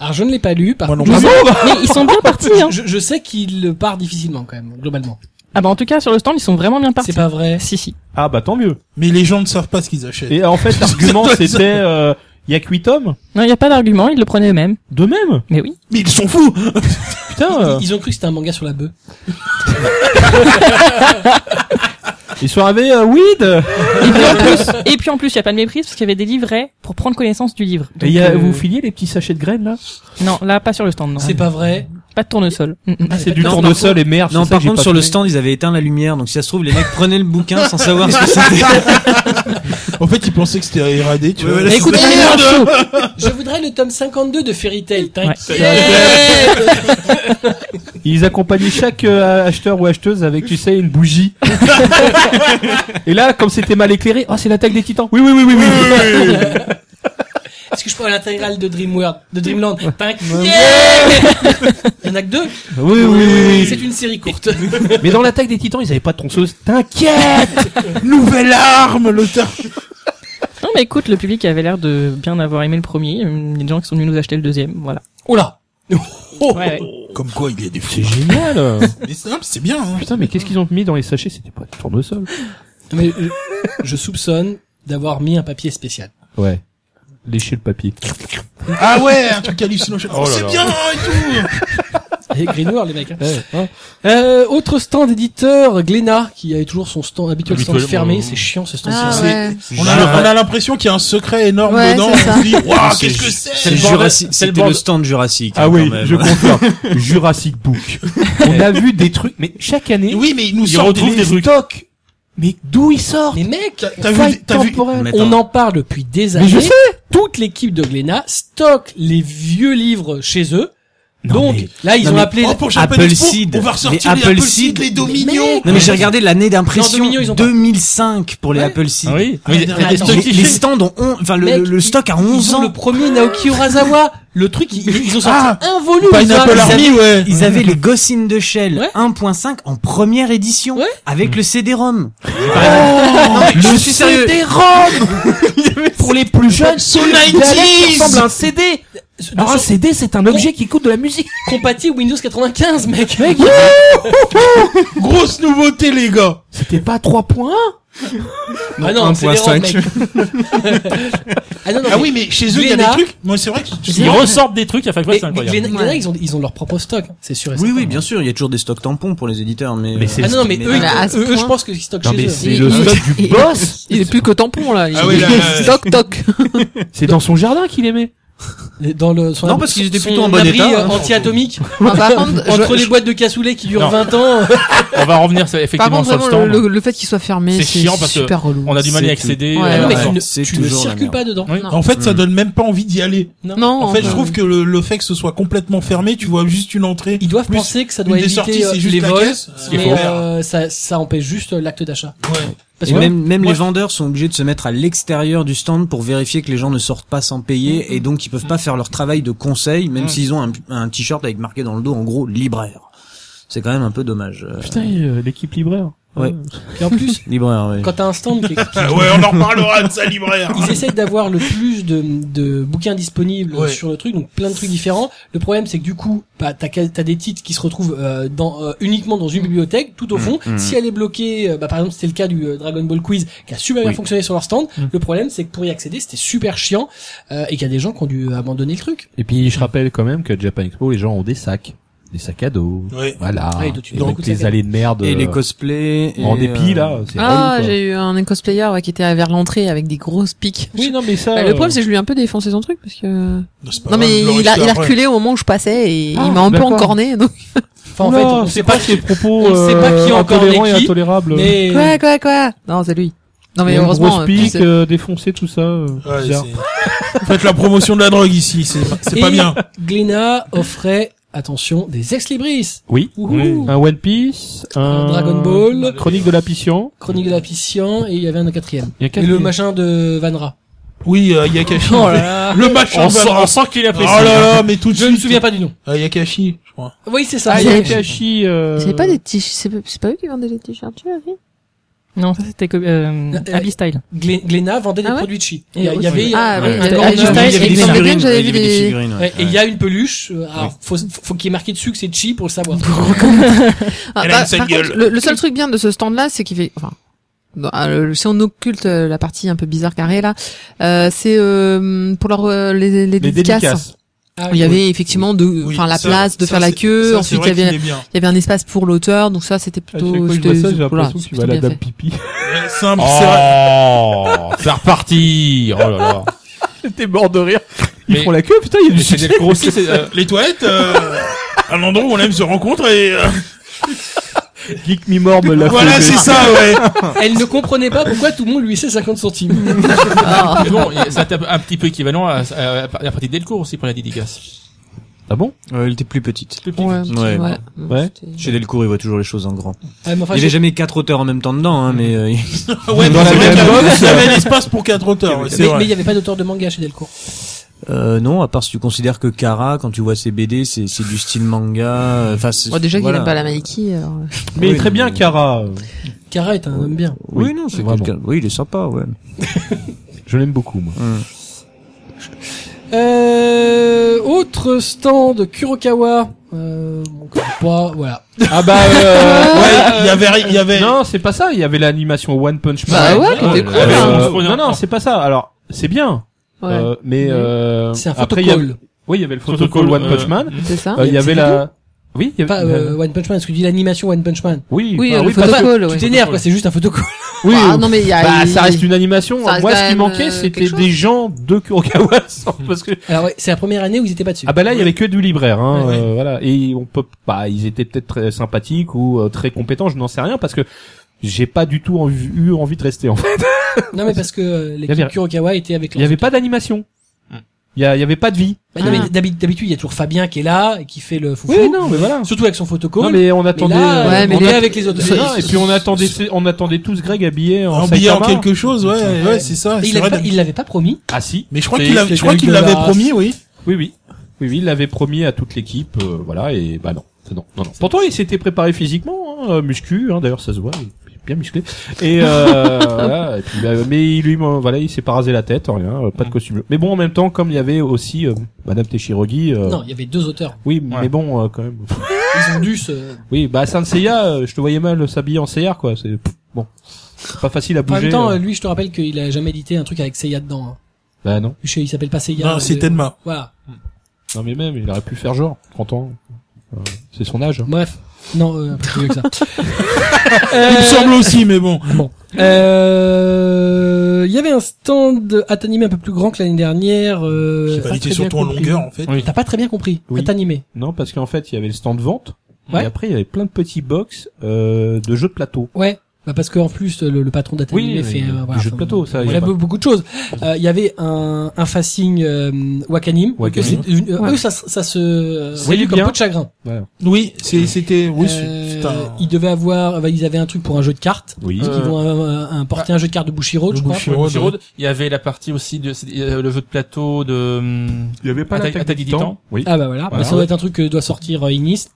S1: Alors, je ne l'ai pas lu, par
S4: Moi non
S1: contre,
S4: plus.
S7: Mais ils sont bien partis. Hein.
S1: je, je sais qu'il le part difficilement, quand même, globalement.
S7: Ah bah en tout cas sur le stand ils sont vraiment bien partis.
S1: C'est pas vrai.
S7: Si si.
S2: Ah bah tant mieux.
S4: Mais les gens ne savent pas ce qu'ils achètent.
S2: Et en fait, l'argument c'était euh, il y a que 8 hommes
S7: Non il y a pas d'argument, ils le prenaient eux-mêmes.
S2: de même.
S7: Mais oui.
S4: Mais ils sont fous
S2: Putain, euh,
S1: Ils, ils ont cru que c'était un manga sur la bœuf.
S2: ils sont arrivés euh, weed.
S7: Et puis en plus, et puis en plus il y a pas de méprise parce qu'il y avait des livrets pour prendre connaissance du livre.
S2: Et il y a-
S7: euh,
S2: vous filiez les petits sachets de graines là
S7: Non là pas sur le stand non.
S1: C'est pas vrai.
S7: Pas de tournesol. Mm, mm.
S1: Ah,
S2: C'est
S1: pas
S2: du
S1: vrai.
S2: tournesol et merde. c'est
S6: Non,
S2: ça
S6: par
S2: que j'ai
S6: contre,
S2: pas
S6: sur le
S2: fait.
S6: stand, ils avaient éteint la lumière, donc si ça se trouve, les mecs prenaient le bouquin sans savoir ce que c'était.
S4: En fait, ils pensaient que c'était RAD, tu
S6: Ouais,
S4: vois.
S6: voilà,
S7: Mais écoute, on est dans le show.
S1: Je voudrais le tome 52 de Fairy Tail, t'inquiète.
S2: Ils accompagnaient chaque euh, acheteur ou acheteuse avec, tu sais, une bougie. et là, comme c'était mal éclairé, oh c'est l'attaque des Titans. Oui oui oui oui. oui.
S1: Est-ce que je prends l'intégrale de Dream World, de Dreamland T'inquiète Il y en a que deux
S2: Oui, oui, oui,
S1: C'est une série courte.
S2: oui. Mais dans l'attaque des titans, ils avaient pas de tronçeuse. T'inquiète!
S4: Nouvelle arme, l'auteur
S7: Non mais écoute le public avait l'air de bien avoir aimé le premier. Il y a des gens qui sont venus nous acheter le deuxième. Voilà.
S1: Oh là
S2: Oh,
S7: Ouais,
S4: Comme quoi, il y a des fous.
S2: C'est génial!
S4: Mais c'est non, mais c'est bien, hein.
S2: Putain, mais qu'est-ce qu'ils ont mis dans les sachets? C'était pas du tournesol.
S1: Mais je, je soupçonne d'avoir mis un papier spécial.
S2: Ouais. Lécher le papier.
S4: Ah ouais, un truc hallucinogène. Oh, c'est bien, hein, et tout
S1: Et Green World, les mecs. hein.
S2: Eh, oh. Ah
S1: Euh, autre stand éditeur, Glénat, qui avait toujours son stand habituel stand
S5: Habituellement,
S1: fermé.
S5: euh,
S1: C'est chiant ce stand.
S3: Ah
S1: c'est-
S3: ouais.
S4: on a, on a l'impression qu'il y a un secret énorme
S3: Ouais,
S4: dedans.
S3: c'est ça.
S4: On se dit, waouh,
S6: C'est
S4: qu'est-ce
S6: ju-
S4: que c'est
S6: C'est le
S5: C'est le bordel-
S6: Jurassic-
S5: c'est le
S6: C'était le
S5: bordel-
S6: stand Jurassic.
S2: Ah
S6: hein,
S2: oui,
S6: quand même.
S2: je confirme. Jurassic Book. On a vu des trucs, mais chaque année,
S4: Oui, mais il nous
S5: ils
S4: sort
S5: retrouvent des trucs.
S2: toc. Mais d'où ils sortent?
S1: Mais mec,
S4: T'as- T'as vu,
S2: Faille
S4: des- t'as vu,
S2: temporelle.
S6: Mais
S1: on
S6: attends.
S1: en parle depuis des
S2: Mais
S1: années.
S2: je sais.
S1: Toute l'équipe de Glénat stocke les vieux livres chez eux.
S2: Non,
S1: Donc
S2: mais-
S1: là, ils
S6: non,
S1: ont
S6: mais-
S1: appelé.
S4: Oh, pour Japan
S6: Apple
S4: Expo,
S6: Seed.
S4: on va
S6: Mais
S4: ressortir les
S6: Apple
S4: Apple
S6: Seed.
S4: Seed, les Dominions.
S1: mec,
S6: Non mais j'ai regardé l'année d'impression
S1: Non, Dominion, ils ont pas.
S6: 2005 pour les Apple Seed.
S5: oui, mais
S4: Ah,
S5: les
S1: attends,
S5: stocks
S6: Les, les stands ont on- enfin le,
S1: Mec,
S6: le- le stock a
S1: ils
S6: 11
S1: ont
S6: ans.
S1: le premier Naoki Urasawa. le truc, ils, ils ont sorti
S4: Ah,
S1: un volume. ils ont-
S4: Pineapple
S1: ils
S4: Army, ouais.
S6: Ils avaient les Ghost in the Shell
S1: Ouais.
S6: 1.5 en première édition
S1: Ouais.
S6: avec le CD-ROM.
S2: le
S6: je suis sérieux.
S2: CD-ROM! Pour les plus jeunes,
S4: So
S2: il a l'air qui
S4: 90s.
S2: ressemble à un CD!
S1: avaient-
S2: Alors un
S1: sont
S2: CD, c'est un objet qui écoute de la musique!
S1: compatibles Windows 95, mec.
S4: Grosse nouveauté, les gars.
S2: C'était pas 3 points?
S1: ah non, c'est des robes, mec. ah non, non,
S4: Ah
S1: mais-
S4: oui, mais chez eux, il y a des
S1: Glénat.
S4: trucs. Moi, c'est vrai que tu-
S5: ils ressortent des trucs à chaque fois,
S1: Mais
S5: c'est incroyable.
S1: Glénat- Glénat, ils ont, ils ont leur propre stock, c'est sûr. et
S6: Oui
S1: certain.
S6: oui, bien sûr, il y a toujours des stocks tampons pour les éditeurs mais
S2: Mais
S6: euh,
S2: c'est-
S1: Ah non, non, mais,
S6: Mais
S1: eux,
S6: non,
S1: ils-
S3: mais à ce
S1: eux, eux, je
S3: point-
S1: pense que ils stockent
S2: Non,
S1: chez
S2: mais
S1: eux.
S2: c'est
S1: Ils-
S2: le
S1: ils-
S2: stock du
S3: il-
S2: boss!
S3: Il est plus que tampon là. Il-
S4: Ah oui, là, là, là.
S3: toc toc.
S2: C'est dans son jardin qu'il aimait!
S1: Dans le, son,
S6: Non, parce qu'ils étaient
S1: son
S6: plutôt en bon
S1: abri,
S6: état,
S1: euh,
S6: hein.
S1: anti-atomique,
S3: Enfin, Ah, par contre, je-
S1: entre les boîtes de cassoulet qui durent
S5: Non.
S1: 20 ans.
S5: On va revenir ça,
S3: par
S5: effectivement
S3: contre
S5: sur le
S3: vraiment
S5: stand.
S3: le, le- le fait qu'il soit fermé,
S5: C'est
S3: c'est
S5: chiant parce que
S3: super relou.
S5: On a du mal à y
S6: C'est
S5: accéder.
S3: tout. Ouais,
S5: euh,
S1: non, mais
S6: ouais.
S1: tu ne,
S6: C'est
S1: tu ne
S6: toujours la
S1: circules
S6: merde.
S1: pas dedans.
S5: Oui.
S4: En fait, ça donne même pas envie d'y aller.
S3: Non.
S4: En fait, je
S3: enfin,
S4: trouve que le, le fait que ce soit complètement fermé, tu vois juste une entrée.
S1: Ils doivent
S4: Plus,
S1: penser que ça
S4: une
S1: doit
S4: des
S1: éviter
S4: sorties,
S1: euh,
S4: c'est juste
S1: les
S4: la
S1: vols,
S4: caisse. C'est
S1: mais
S4: ouvert.
S1: euh, ça, ça empêche juste euh, l'acte d'achat.
S4: Ouais.
S1: Parce
S6: Et
S1: que
S6: même, même
S4: Moi,
S6: les
S4: je-
S6: vendeurs sont obligés de se mettre à l'extérieur du stand pour vérifier que les gens ne sortent pas sans payer et donc ils peuvent pas faire leur travail de conseil même
S5: Mm.
S6: s'ils ont un, un t-shirt avec marqué dans le dos en gros libraire. C'est quand même un peu dommage. euh.
S2: Putain, euh, l'équipe libraire.
S6: Ouais.
S1: Et en plus,
S6: Libraire, ouais.
S1: quand t'as un stand qui, qui-
S4: Ah ouais, on en reparlera de ça, libraire.
S1: ils essayent d'avoir le plus de, de bouquins disponibles
S4: Ouais.
S1: sur le truc, donc plein de trucs différents. Le problème, c'est que du coup, bah, t'as quel- t'as des titres qui se retrouvent euh, dans, euh, uniquement dans une bibliothèque, tout au fond.
S6: Mm.
S1: Si elle est bloquée, euh, bah, par exemple, c'était le cas du euh, Dragon Ball Quiz, qui a super bien
S6: Oui.
S1: fonctionné sur leur stand. Le problème, c'est que pour y accéder, c'était super chiant euh, et qu'il y a des gens qui ont dû abandonner le truc.
S2: Et puis je rappelle quand même que Japan Expo, les gens ont des sacs, des sacs à dos.
S4: Ouais.
S2: Voilà.
S1: Ouais, et donc, tu
S2: Ah, Et
S1: dois
S2: donc
S1: coûter
S2: les
S1: cher.
S2: allées de merde.
S6: Et les
S2: euh,
S6: cosplays. et,
S2: en dépit
S6: euh,
S2: là, c'est
S3: Ah,
S2: relou, quoi.
S3: j'ai eu un cosplayer ouais, qui était vers l'entrée avec des grosses piques.
S2: Oui, non mais ça.
S3: Bah,
S2: euh,
S3: le problème, c'est que je lui ai un peu défoncé son truc parce que.
S4: c'est pas
S3: non,
S4: grave,
S3: mais
S4: je le
S3: il a,
S4: reste
S3: il a
S4: après.
S3: reculé au moment où je passais et
S2: Ah,
S3: il m'a un peu
S2: d'accord.
S3: encorné. Donc...
S1: Enfin, en
S2: Oula,
S1: fait, on
S2: c'est
S1: sait
S2: pas
S1: pas,
S2: ses propos
S1: on sait pas
S2: euh,
S1: qui est encore
S2: intolérants
S1: né
S2: et
S1: qui,
S2: intolérables.
S1: mais euh,
S3: Quoi, quoi, quoi Non, c'est lui. Non,
S2: Il y
S3: mais
S2: a une
S3: heureusement.
S2: grosse
S3: euh,
S2: pique,
S3: c'est-
S2: euh, défoncée, tout ça. euh,
S4: Ouais,
S2: bizarre.
S4: c'est- Faites la promotion de la drogue ici, c'est c'est pas
S1: Et
S4: bien.
S1: Glénat offrait, attention, des ex-libris.
S2: Oui.
S1: Wouhou.
S2: Un One Piece, un
S1: Dragon Ball.
S2: Chronique de la Piscian.
S1: Chronique de la Piscian, et il y avait un quatrième.
S2: Il y a
S1: Et
S2: quatre-
S1: le machin de Vanra.
S4: Oui, euh, Yakashi.
S1: Oh là là.
S4: Le machin
S5: On
S4: de
S5: sent,
S4: Valra.
S5: on sent qu'il
S4: Oh
S5: apprécie.
S4: là là, mais tout de
S1: Je
S4: suite.
S1: ne me souviens pas du nom.
S4: Euh, Yakashi, je crois.
S1: Oui, c'est ça.
S2: Ah,
S1: C'est-
S2: Yakashi, euh,
S3: C'est pas des t-shirts, c'est pas- c'est pas eux qui vendaient les t-shirts, tu as vu
S7: Non, ça c'était que, euh,
S1: Euh, euh,
S7: Abby Style.
S1: Glé- Glénat vendait des
S3: Ah ouais
S1: produits de chi. Il y, a- il y
S7: Ah,
S1: avait
S3: Ah, oui,
S1: euh,
S3: il
S1: un
S3: y avait
S1: grand-
S3: Abby
S1: un-
S3: Style
S6: il y avait
S3: et
S6: des
S3: Glenn
S6: figurines.
S3: Morgan, j'avais
S6: ouais, il y
S3: vu
S6: avait
S3: des-
S6: des figurines. ouais.
S1: Ouais, et il y a une peluche. euh, Alors, faut, faut qu'il y ait marqué dessus que c'est chi pour le savoir.
S3: Ah,
S4: Elle a
S3: bah,
S4: une sale
S3: par
S4: gueule.
S3: contre, le, le seul truc bien de ce stand-là, c'est qu'il fait, enfin, non, ah, le- si on occulte euh, la partie un peu bizarre carrée là, euh, c'est euh, pour leur, euh, les, les,
S2: les
S3: dédicaces.
S2: dédicaces.
S1: Ah,
S3: Il y avait effectivement de,
S4: Oui,
S3: enfin la
S4: ça-
S3: place de
S4: ça,
S3: faire la
S4: c'est-
S3: queue.
S4: ça, c'est
S3: ensuite, il
S4: vrai
S3: y avait,
S4: qu'il est bien.
S3: il y avait un espace pour l'auteur. Donc ça, c'était
S2: À chaque
S3: hein, plutôt.
S2: fois que je
S3: c'était-
S2: vois ça, j'ai
S3: voilà,
S2: l'impression que tu vas à
S3: c'était
S2: la
S3: bien
S2: dame
S3: fait.
S2: pipi.
S4: Ouais, Simple, c'est vrai.
S2: Oh,
S5: C'est reparti. Oh là là.
S2: j'étais mort de rire. Ils
S5: Mais-
S2: font la queue, putain, il y a du
S5: C'est
S2: succès.
S5: des grosses- c'est, euh,
S4: Oh. Les toilettes, euh, un endroit où on aime se rencontrer. euh,
S2: Geek Mimor me l'a
S4: voilà,
S2: fait.
S4: c'est ça, ouais.
S1: Elle ne comprenait pas pourquoi tout le monde lui laissait 50 centimes.
S3: Ah.
S5: Mais bon, et c'est un un petit peu équivalent à, à- à la partie Delcourt aussi pour la dédicace.
S2: Ah bon?
S6: elle était plus petite.
S3: Ouais,
S6: Ouais.
S3: ouais.
S2: Ouais.
S3: C'était-
S6: Chez Delcourt, il voit toujours les choses en grand.
S1: Ah, mais enfin,
S6: il y avait
S1: j'ai-
S6: jamais quatre auteurs en même temps dedans, hein, mais euh, il-
S4: Ouais,
S2: Dans la
S4: mais c'est vrai qu'il y
S2: même
S4: avait-
S2: box.
S4: il y avait l'espace pour quatre auteurs, ouais, c'est
S1: mais mais il
S4: vrai.
S1: n'y avait pas d'auteur de manga chez Delcourt.
S6: euh, non, à part si tu considères que Kara, quand tu vois ses BD, c'est c'est du style manga. euh, Enfin, c'est-
S3: Bon, Oh, déjà qu'il
S6: voilà.
S3: n'aime pas la Maliki. Alors... euh.
S2: Mais
S6: Oui,
S2: très bien,
S6: mais-
S2: Kara.
S1: Kara est un homme bien.
S6: Oui, non, c'est
S2: vraiment.
S6: quelqu'un. Oui, il est sympa, ouais.
S2: Je l'aime beaucoup, moi.
S1: Euh, autre stand Kurokawa. Euh, on connaît pas, voilà.
S2: Ah bah, euh,
S4: Ouais, il y avait, il y avait.
S2: Non, c'est pas ça. Il y avait l'animation One Punch Man.
S3: Bah ouais, qui était
S2: Euh,
S3: cool.
S5: hein.
S2: euh, non, non, c'est pas ça. Alors, c'est bien.
S3: Ouais,
S2: Euh, mais
S3: Oui.
S2: euh,
S1: C'est un
S2: après, il y avait-
S1: photocall.
S2: Oui, il y avait le
S5: Photocall,
S2: photocall One
S5: euh,
S2: Punch Man.
S3: Hein, c'est ça.
S2: Euh, Il y avait
S1: c'est
S2: la. Oui, il y avait.
S1: Pas euh, One Punch Man, ce que dit l'animation One Punch Man.
S2: Oui,
S3: Oui, euh,
S2: bah,
S3: le
S2: oui, parce que-
S3: photocall.
S1: Tu
S3: ouais.
S1: t'énerves quoi, c'est juste un photocall.
S2: oui,
S3: Ah, non mais il y a.
S2: Bah,
S3: il-
S2: ça reste une animation. hein.
S3: ça reste
S2: Moi,
S3: quand
S2: ce qui
S3: même,
S2: manquait,
S3: euh,
S2: c'était
S3: quelque chose.
S2: des gens de Kurokawa. parce que
S1: Alors ouais, c'est la première année où ils étaient pas dessus.
S2: ah bah là, il y avait que du libraire, hein,
S4: Ouais, ouais.
S2: euh, voilà. Et on peut pas. Ils étaient peut-être très sympathiques ou euh, très compétents. Je n'en sais rien parce que j'ai pas du tout en- eu envie de rester. En fait,
S1: non mais parce que euh,
S2: Il y
S1: l'équipe
S2: avait-
S1: Kurokawa était avec
S2: il y
S1: leur...
S2: avait pas d'animation. Il y, a- il y avait pas de vie.
S1: Bah, non, mais
S3: Ah.
S1: d'habi- D'habitude, il y a toujours Fabien qui est là et qui fait le foufou.
S2: Oui, non, mais voilà.
S1: Surtout avec son photocall.
S2: Non, mais on attendait.
S1: là,
S2: euh,
S3: Ouais, mais
S2: on
S1: on
S3: les-
S1: est
S2: a-
S1: avec les autres.
S2: Non, et puis on attendait, on attendait tous Greg habillé en,
S4: Embillé en
S2: Saitama.
S4: quelque chose, ouais, ouais, c'est ça.
S1: Et
S4: c'est
S1: il
S4: vrai,
S1: l'avait pas, il l'avait pas promis.
S2: Ah si.
S4: Mais je crois
S2: C'est-
S4: qu'il l'avait, je crois qu'il l'avait
S1: dégueulasse.
S4: promis, oui.
S2: Oui, oui. Oui, oui, il l'avait promis à toute l'équipe, euh, voilà, et bah non, c'est non, non, non. Pourtant, il s'était préparé physiquement, hein, euh, muscu, hein, d'ailleurs, ça se voit, il est bien musclé. Et, euh, voilà, et puis, bah, mais il lui, euh, voilà, il s'est pas rasé la tête, rien, euh, pas de costume. Mais bon, en même temps, comme il y avait aussi euh, Madame Teshirogi, euh,
S1: Non, il y avait deux auteurs.
S2: oui,
S5: Ouais.
S2: mais bon, euh, quand même.
S1: Ils ont dû se...
S2: Oui, bah Saint Seiya, euh, je te voyais mal s'habiller en Seiya, quoi. C'est pff, bon, c'est pas facile à
S1: En
S2: bouger.
S1: même temps,
S2: euh.
S1: euh, lui, je te rappelle qu'il a jamais édité un truc avec Seiya dedans. hein.
S2: Bah non,
S1: Je sais, Il s'appelle pas Seiya.
S4: Non,
S1: mais-
S4: c'est Tenma.
S1: Voilà.
S2: non mais même, il aurait pu faire genre 30 ans. Euh, c'est son âge. hein.
S1: Bref. Non, euh, un peu plus vieux que ça.
S4: Il me semble aussi, mais bon.
S1: Euh, Il y avait un stand Atanime un peu plus grand que l'année dernière. euh,
S4: J'ai pas
S1: pas
S4: été
S1: très
S4: surtout
S1: bien
S4: en
S1: compris.
S4: longueur, en fait.
S2: Oui.
S1: T'as pas très bien compris.
S2: Oui.
S1: Atanime.
S2: Non, parce qu'en fait, il y avait le stand vente.
S1: Ouais.
S2: Et après, il y avait plein de petits box euh, de jeux de plateau.
S1: Ouais. Bah parce qu'en plus le, le patron d'Atanime
S2: Oui,
S1: fait
S2: oui,
S1: euh,
S2: du
S1: voilà,
S2: jeu de
S1: enfin,
S2: plateau, ça,
S1: Il
S2: y
S1: a
S2: a pas-
S1: beaucoup de choses. Euh, Il y avait un, un facing euh, Wakanim.
S2: Wakanim.
S1: Que c'est- euh,
S3: Ouais.
S1: Eux, ça, ça se euh,
S2: C'est
S1: voyait comme
S2: bien.
S1: peu de chagrin.
S4: Oui, c'est- c'était, oui,
S1: Euh,
S4: c'est- c'est un-
S1: Ils devaient avoir, enfin, ils avaient un truc pour un jeu de cartes.
S2: Oui.
S1: Ils vont euh, un- porter un jeu de cartes de Bushiroad,
S4: le
S1: je crois.
S4: Bushiroad.
S5: Ouais,
S4: ouais.
S5: Road, Il y avait la partie aussi de c'est- euh, le jeu de plateau de. hum,
S2: Il y avait ah,
S5: pas l'attaque des titans.
S2: Oui.
S1: Ah bah voilà,
S2: Voilà.
S1: Bah, ça doit être un truc que doit sortir euh, Ignis.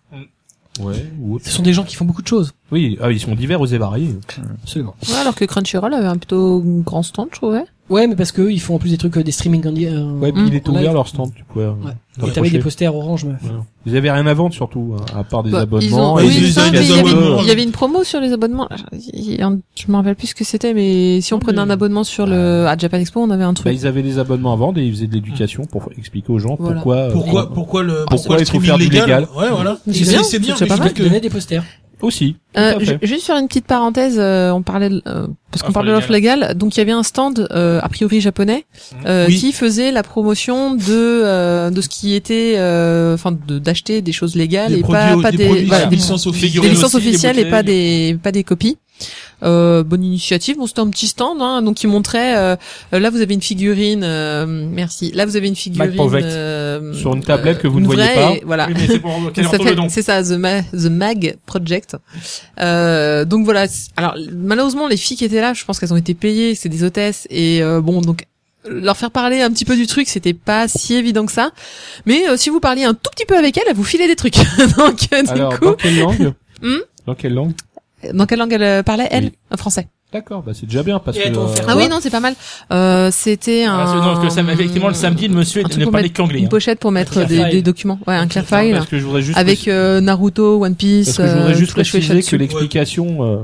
S2: Ouais. ou autre.
S1: Ce sont des gens qui font beaucoup de choses.
S2: Oui, ah, ils sont divers aux et variés.
S1: Absolument.
S3: Ouais, alors que Crunchyroll avait un plutôt grand stand, je trouvais.
S1: Ouais, mais parce que eux, ils font en plus des trucs, euh, des streaming en direct.
S2: Ouais, puis
S3: Mm.
S2: il est ouvert leur stand, tu pouvais. euh,
S1: Ouais. Et t'avais
S2: t'approcher.
S1: des posters orange, meuf.
S2: Voilà. Vous avez rien à vendre surtout, hein, à part des
S3: Bah, ils ont-
S2: abonnements.
S4: et
S3: oui,
S4: des-
S3: ça,
S4: des
S3: mais il y avait-
S4: abonnements.
S3: il y avait une promo sur les abonnements. Ah, Il y a un- Je me rappelle plus ce que c'était, mais si on prenait un abonnement sur
S2: Euh.
S3: le à Japan Expo, on avait un
S2: Bah,
S3: truc.
S2: ils avaient des abonnements à vendre et ils faisaient de l'éducation pour expliquer aux gens
S3: Voilà.
S2: pourquoi. euh,
S4: Pourquoi, pourquoi le,
S2: Pourquoi
S4: pourquoi le
S2: il faut faire
S4: streaming
S2: du légal
S4: légal? Ouais, voilà.
S3: C'est
S4: Et
S3: bien,
S4: C'est bien,
S3: c'est
S4: mais
S3: pas
S1: Ils
S3: mal.
S4: je trouve
S1: te
S4: que,
S1: donnaient des posters.
S2: Aussi.
S3: Euh,
S2: tout à
S3: ju-
S2: fait.
S3: juste faire une petite parenthèse, euh, on parlait de- euh, parce qu'on
S5: Offre
S3: parle de l'offre légale. Donc il y avait un stand euh, a priori japonais euh,
S4: Oui.
S3: qui faisait la promotion de euh, de ce qui était, euh, enfin, de d'acheter des choses légales
S4: des
S3: et pas
S4: produits,
S3: pas
S4: des,
S3: des,
S4: produits
S3: voilà,
S4: sur
S3: des-
S4: licence
S3: des
S5: Figurines
S4: officielle.
S3: licences
S5: aussi, des
S3: officielles et pas
S5: bouteilles.
S3: des pas des copies. Euh, bonne initiative. Bon, c'était un petit stand, hein, donc ils montraient. euh, là, vous avez une figurine. euh, merci. Là, vous avez une figurine
S2: Povec.
S3: euh,
S2: Sur une tablette que vous
S3: une
S2: ne voyez
S3: vraie
S2: pas.
S3: et- voilà.
S5: Oui, mais c'est pour qu'elle
S3: Ah. Ça
S5: retourne le
S3: s'appelle-
S5: don.
S3: C'est ça, The, Ma- The Mag Project. Euh, donc voilà. c'est- Alors malheureusement, les filles qui étaient là, je pense qu'elles ont été payées. C'est des hôtesses et euh, bon, donc leur faire parler un petit peu du truc, c'était pas si évident que ça. Mais euh, si vous parliez un tout petit peu avec elles, elles vous filaient des trucs. donc euh, du
S2: Alors,
S3: coup,
S2: dans quelle langue
S3: Hmm
S2: Dans quelle langue
S3: dans quelle langue euh, elle parlait elle
S2: Oui.
S3: Un français.
S2: D'accord, bah c'est déjà bien parce
S1: Et
S2: que.
S1: elles t'ont offert
S3: Ah oui, non, c'est pas mal. Euh, c'était un.
S5: Ah, c'est- non, parce que ça m'a- effectivement, le samedi, le monsieur
S3: un truc
S5: ne
S3: pour
S5: parlait
S3: mettre-
S5: qu'anglais.
S3: une
S5: hein.
S3: pochette pour mettre
S1: clear
S3: des,
S1: file.
S3: des documents. Ouais, un clear
S5: Non,
S3: file
S5: Parce que je voudrais juste.
S3: avec euh, Naruto, One Piece.
S2: Parce que je voudrais
S3: euh,
S2: juste
S3: toute la chouette
S2: préciser que
S3: là-dessus.
S2: l'explication, euh,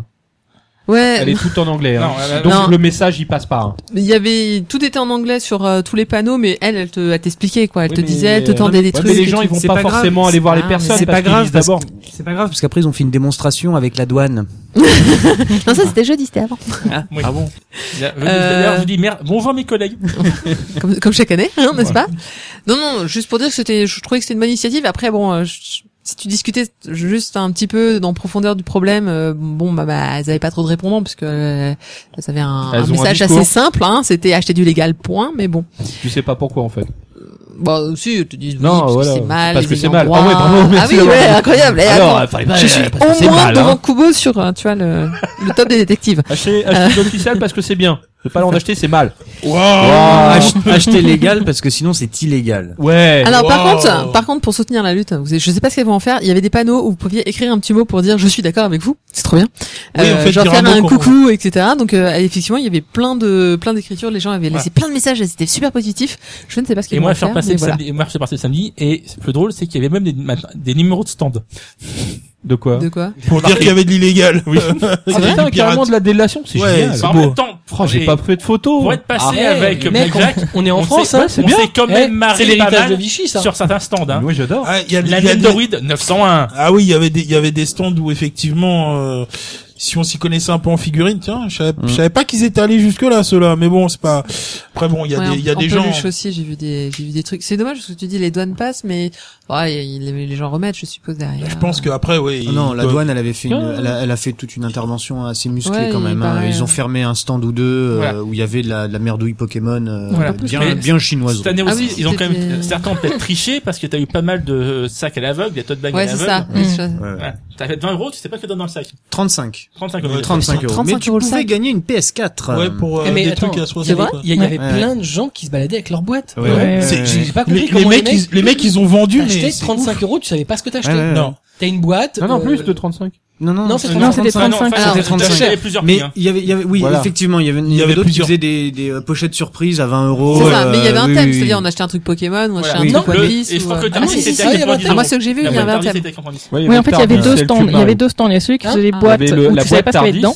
S3: Ouais.
S2: elle est toute en anglais. hein.
S5: Non, elle- elle-
S2: Donc
S3: Non.
S2: le message, il passe pas. hein.
S3: Mais Il y avait tout était en anglais sur euh, tous les panneaux, mais elle, elle te, elle t'expliquait quoi, elle
S2: Oui,
S3: te
S2: mais-
S3: disait, elle te
S2: Ouais,
S3: tendait des
S2: Ouais,
S3: trucs.
S2: mais les
S3: des
S2: gens, ils
S3: trucs.
S2: vont
S6: c'est
S2: pas,
S6: pas grave,
S2: forcément aller voir
S3: c'est-
S2: les
S3: ah,
S2: personnes.
S6: C'est
S2: parce
S6: pas
S2: qu'ils
S6: grave,
S2: disent
S6: parce
S2: d'abord.
S6: que- c'est pas grave, parce qu'après ils ont fait une démonstration avec la douane.
S3: Non, ça c'était jeudi, c'était avant.
S5: Oui.
S6: Ah bon
S5: D'ailleurs, je dis merde, bonjour mes collègues.
S3: Comme, comme chaque année, hein, n'est-ce pas Non, non, juste pour dire que c'était, je trouvais que c'était une bonne initiative. Après, bon, euh, je- si tu discutais juste un petit peu dans profondeur du problème, euh, bon, bah, bah, elles avaient pas trop de répondants parce que euh, elles avaient un,
S2: Elles
S3: un
S2: ont un
S3: message
S2: discours.
S3: assez simple. Hein, c'était acheter du légal, point. Mais bon,
S2: Tu sais pas pourquoi en fait.
S3: bah, si, elles te disent oui,
S2: Non,
S3: parce
S2: voilà,
S3: que c'est mal,
S2: parce
S3: les
S2: que c'est mal.
S3: ayants
S2: Ah ouais,
S3: droit.
S2: bravo, merci
S3: ah oui,
S2: d'avoir
S3: ouais,
S2: dit.
S3: incroyable. Et
S2: Alors,
S3: attends,
S2: euh, fallait pas.
S3: je suis
S2: parce que
S3: au
S2: c'est
S3: moins
S2: mal,
S3: devant
S2: hein.
S3: Kubo sur euh, tu vois le, le top des détectives.
S2: Acheter, acheter l'officiel parce que c'est bien. Ne pas l'en acheter, c'est mal.
S6: Ah, Ach- Acheter légal parce que sinon c'est illégal.
S2: Ouais.
S3: Alors par
S4: wow.
S3: contre, par contre pour soutenir la lutte, vous, je sais pas ce qu'elles vont en faire. Il y avait des panneaux où vous pouviez écrire un petit mot pour dire je suis d'accord avec vous. C'est trop bien. Euh,
S4: Oui, en fait,
S3: genre
S4: dire un
S3: faire
S4: mot
S3: un
S4: qu'on-
S3: coucou, etc. Donc euh, effectivement, il y avait plein de plein d'écritures. Les gens avaient laissé plein de messages. et C'était super positif. Je ne sais pas ce qu'ils
S5: Et
S3: vont
S5: moi,
S3: en
S5: je suis
S3: faire.
S5: repassé
S3: mais
S5: le
S3: voilà.
S5: samedi. et Moi, je suis repassé le samedi. Et c'est plus drôle, c'est qu'il y avait même des, maintenant, des numéros de stand.
S2: De quoi
S3: De quoi
S4: pour dire qu'il y avait de l'illégal. Oui.
S2: Ah putain, carrément de la délation, c'est
S4: Ouais,
S2: génial. Ah,
S4: c'est
S5: Enfin, en même temps,
S2: Franchement, j'ai
S5: et
S2: pas fait de photo.
S5: Pour être passé
S1: Ah,
S5: avec
S1: eh,
S5: Black
S1: mec,
S5: Jack,
S1: on, on est en
S5: on
S1: France,
S5: s'est-
S1: hein,
S5: ouais, on s'est quand même
S1: Eh,
S5: marré
S1: C'est
S5: pas
S1: l'héritage
S5: mal
S1: de Vichy, ça.
S5: sur certains stands. Hein.
S2: Moi, j'adore.
S4: Ah, il y a, il y
S5: La
S4: a des-
S5: Nintendroid 901.
S4: Ah oui, il y avait des, il y avait des stands où effectivement, euh, si on s'y connaissait un peu en figurine, tiens, je savais,
S6: Mm.
S4: je savais pas qu'ils étaient allés jusque là, ceux-là. Mais bon, c'est pas. Après bon, il y a
S3: Ouais,
S4: des, il y a
S3: en- en
S4: des gens. hein.
S3: peluche aussi, j'ai vu des j'ai vu des trucs. C'est dommage parce que tu dis les douanes passent, mais ouais, il- les, les gens remettent, je suppose derrière.
S4: Bah, Je pense que après, ouais.
S6: Ah
S4: ils
S6: non, la
S4: doivent-
S6: douane, elle avait fait, une, elle, a, elle a fait toute une intervention assez musclée
S3: Ah. Ouais,
S6: quand même.
S3: il
S6: hein.
S3: paraît,
S6: Ils ont
S3: ouais.
S6: fermé un stand ou deux euh,
S5: Voilà.
S6: où il y avait de la, de la merdouille Pokémon euh,
S5: Voilà.
S6: bien,
S5: Mais-
S6: bien chinoise.
S5: Cette année
S3: Ah
S5: aussi,
S3: oui,
S5: ils ont quand même
S3: c'était-
S5: certains ont peut-être triché parce que t'as eu pas mal de euh, sacs à l'aveugle, des tote bags à
S3: Ouais, c'est
S5: l'aveugle.
S3: ça.
S7: Mm.
S3: Je-
S6: Ouais, ouais.
S5: Ouais. T'as fait 20 euros, tu sais pas ce que donne dans le sac.
S6: 35.
S5: 35 euros.
S6: 35 euros. Mais
S3: 35
S6: tu
S3: euros le
S6: pouvais
S3: sac.
S6: gagner une PS4.
S4: Ouais, pour euh,
S1: Eh, mais
S4: des
S1: attends,
S4: trucs à
S1: c'est
S4: 60.
S1: vrai
S4: quoi.
S1: Il y avait
S6: Ouais.
S1: plein de gens qui se baladaient avec leur boîte.
S6: Ouais,
S7: ouais,
S1: C'est-
S6: ouais.
S1: J'ai pas compris
S4: Les, les
S1: comment
S4: mecs, ils, les mecs, ils ont vendu, mais
S1: t'achetaient
S4: c'est-
S1: 35 euros, tu savais pas ce que t'achetais.
S6: Ouais, ouais, ouais.
S4: Non.
S1: T'as une boîte.
S2: Non, non, plus
S1: euh,
S2: de 35.
S6: Non, non,
S1: Non, c'est
S7: Non, c'était 35.
S5: Non,
S3: Alors,
S5: c'était 35. Il y avait plusieurs
S6: Mais
S5: prix, hein.
S6: il y avait, il y avait oui,
S2: Voilà.
S6: effectivement, il y avait, il y
S4: avait
S6: avait d'autres qui
S4: plusieurs.
S6: faisaient des, des euh, pochettes surprises à 20 euros.
S3: C'est ça, mais il y avait un
S6: euh,
S3: thème,
S6: oui, oui,
S3: c'est-à-dire on
S6: oui.
S3: achetait un truc Pokémon ou on achetait
S5: Voilà.
S3: un
S1: Non,
S3: truc One
S5: Le-
S3: Piece.
S5: et je
S3: ou,
S5: crois que
S3: euh,
S5: le
S1: Ah,
S5: dernier,
S1: si, si,
S5: c'était
S1: si,
S5: à
S1: il y avait un
S5: 90
S1: thème.
S3: Ah,
S5: euros.
S3: moi, ceux que j'ai vus, il
S5: La
S3: y avait un
S5: Tardis
S3: thème.
S5: était à 90.
S7: Oui, en fait, il y avait deux stands. Il y avait deux stands. Il y a celui qui
S1: Hein
S7: faisaient les
S3: Ah,
S7: boîtes
S2: le,
S7: où
S2: la
S7: tu savais
S2: boîte
S7: pas ce qu'il y
S2: Tardis.
S7: avait dedans.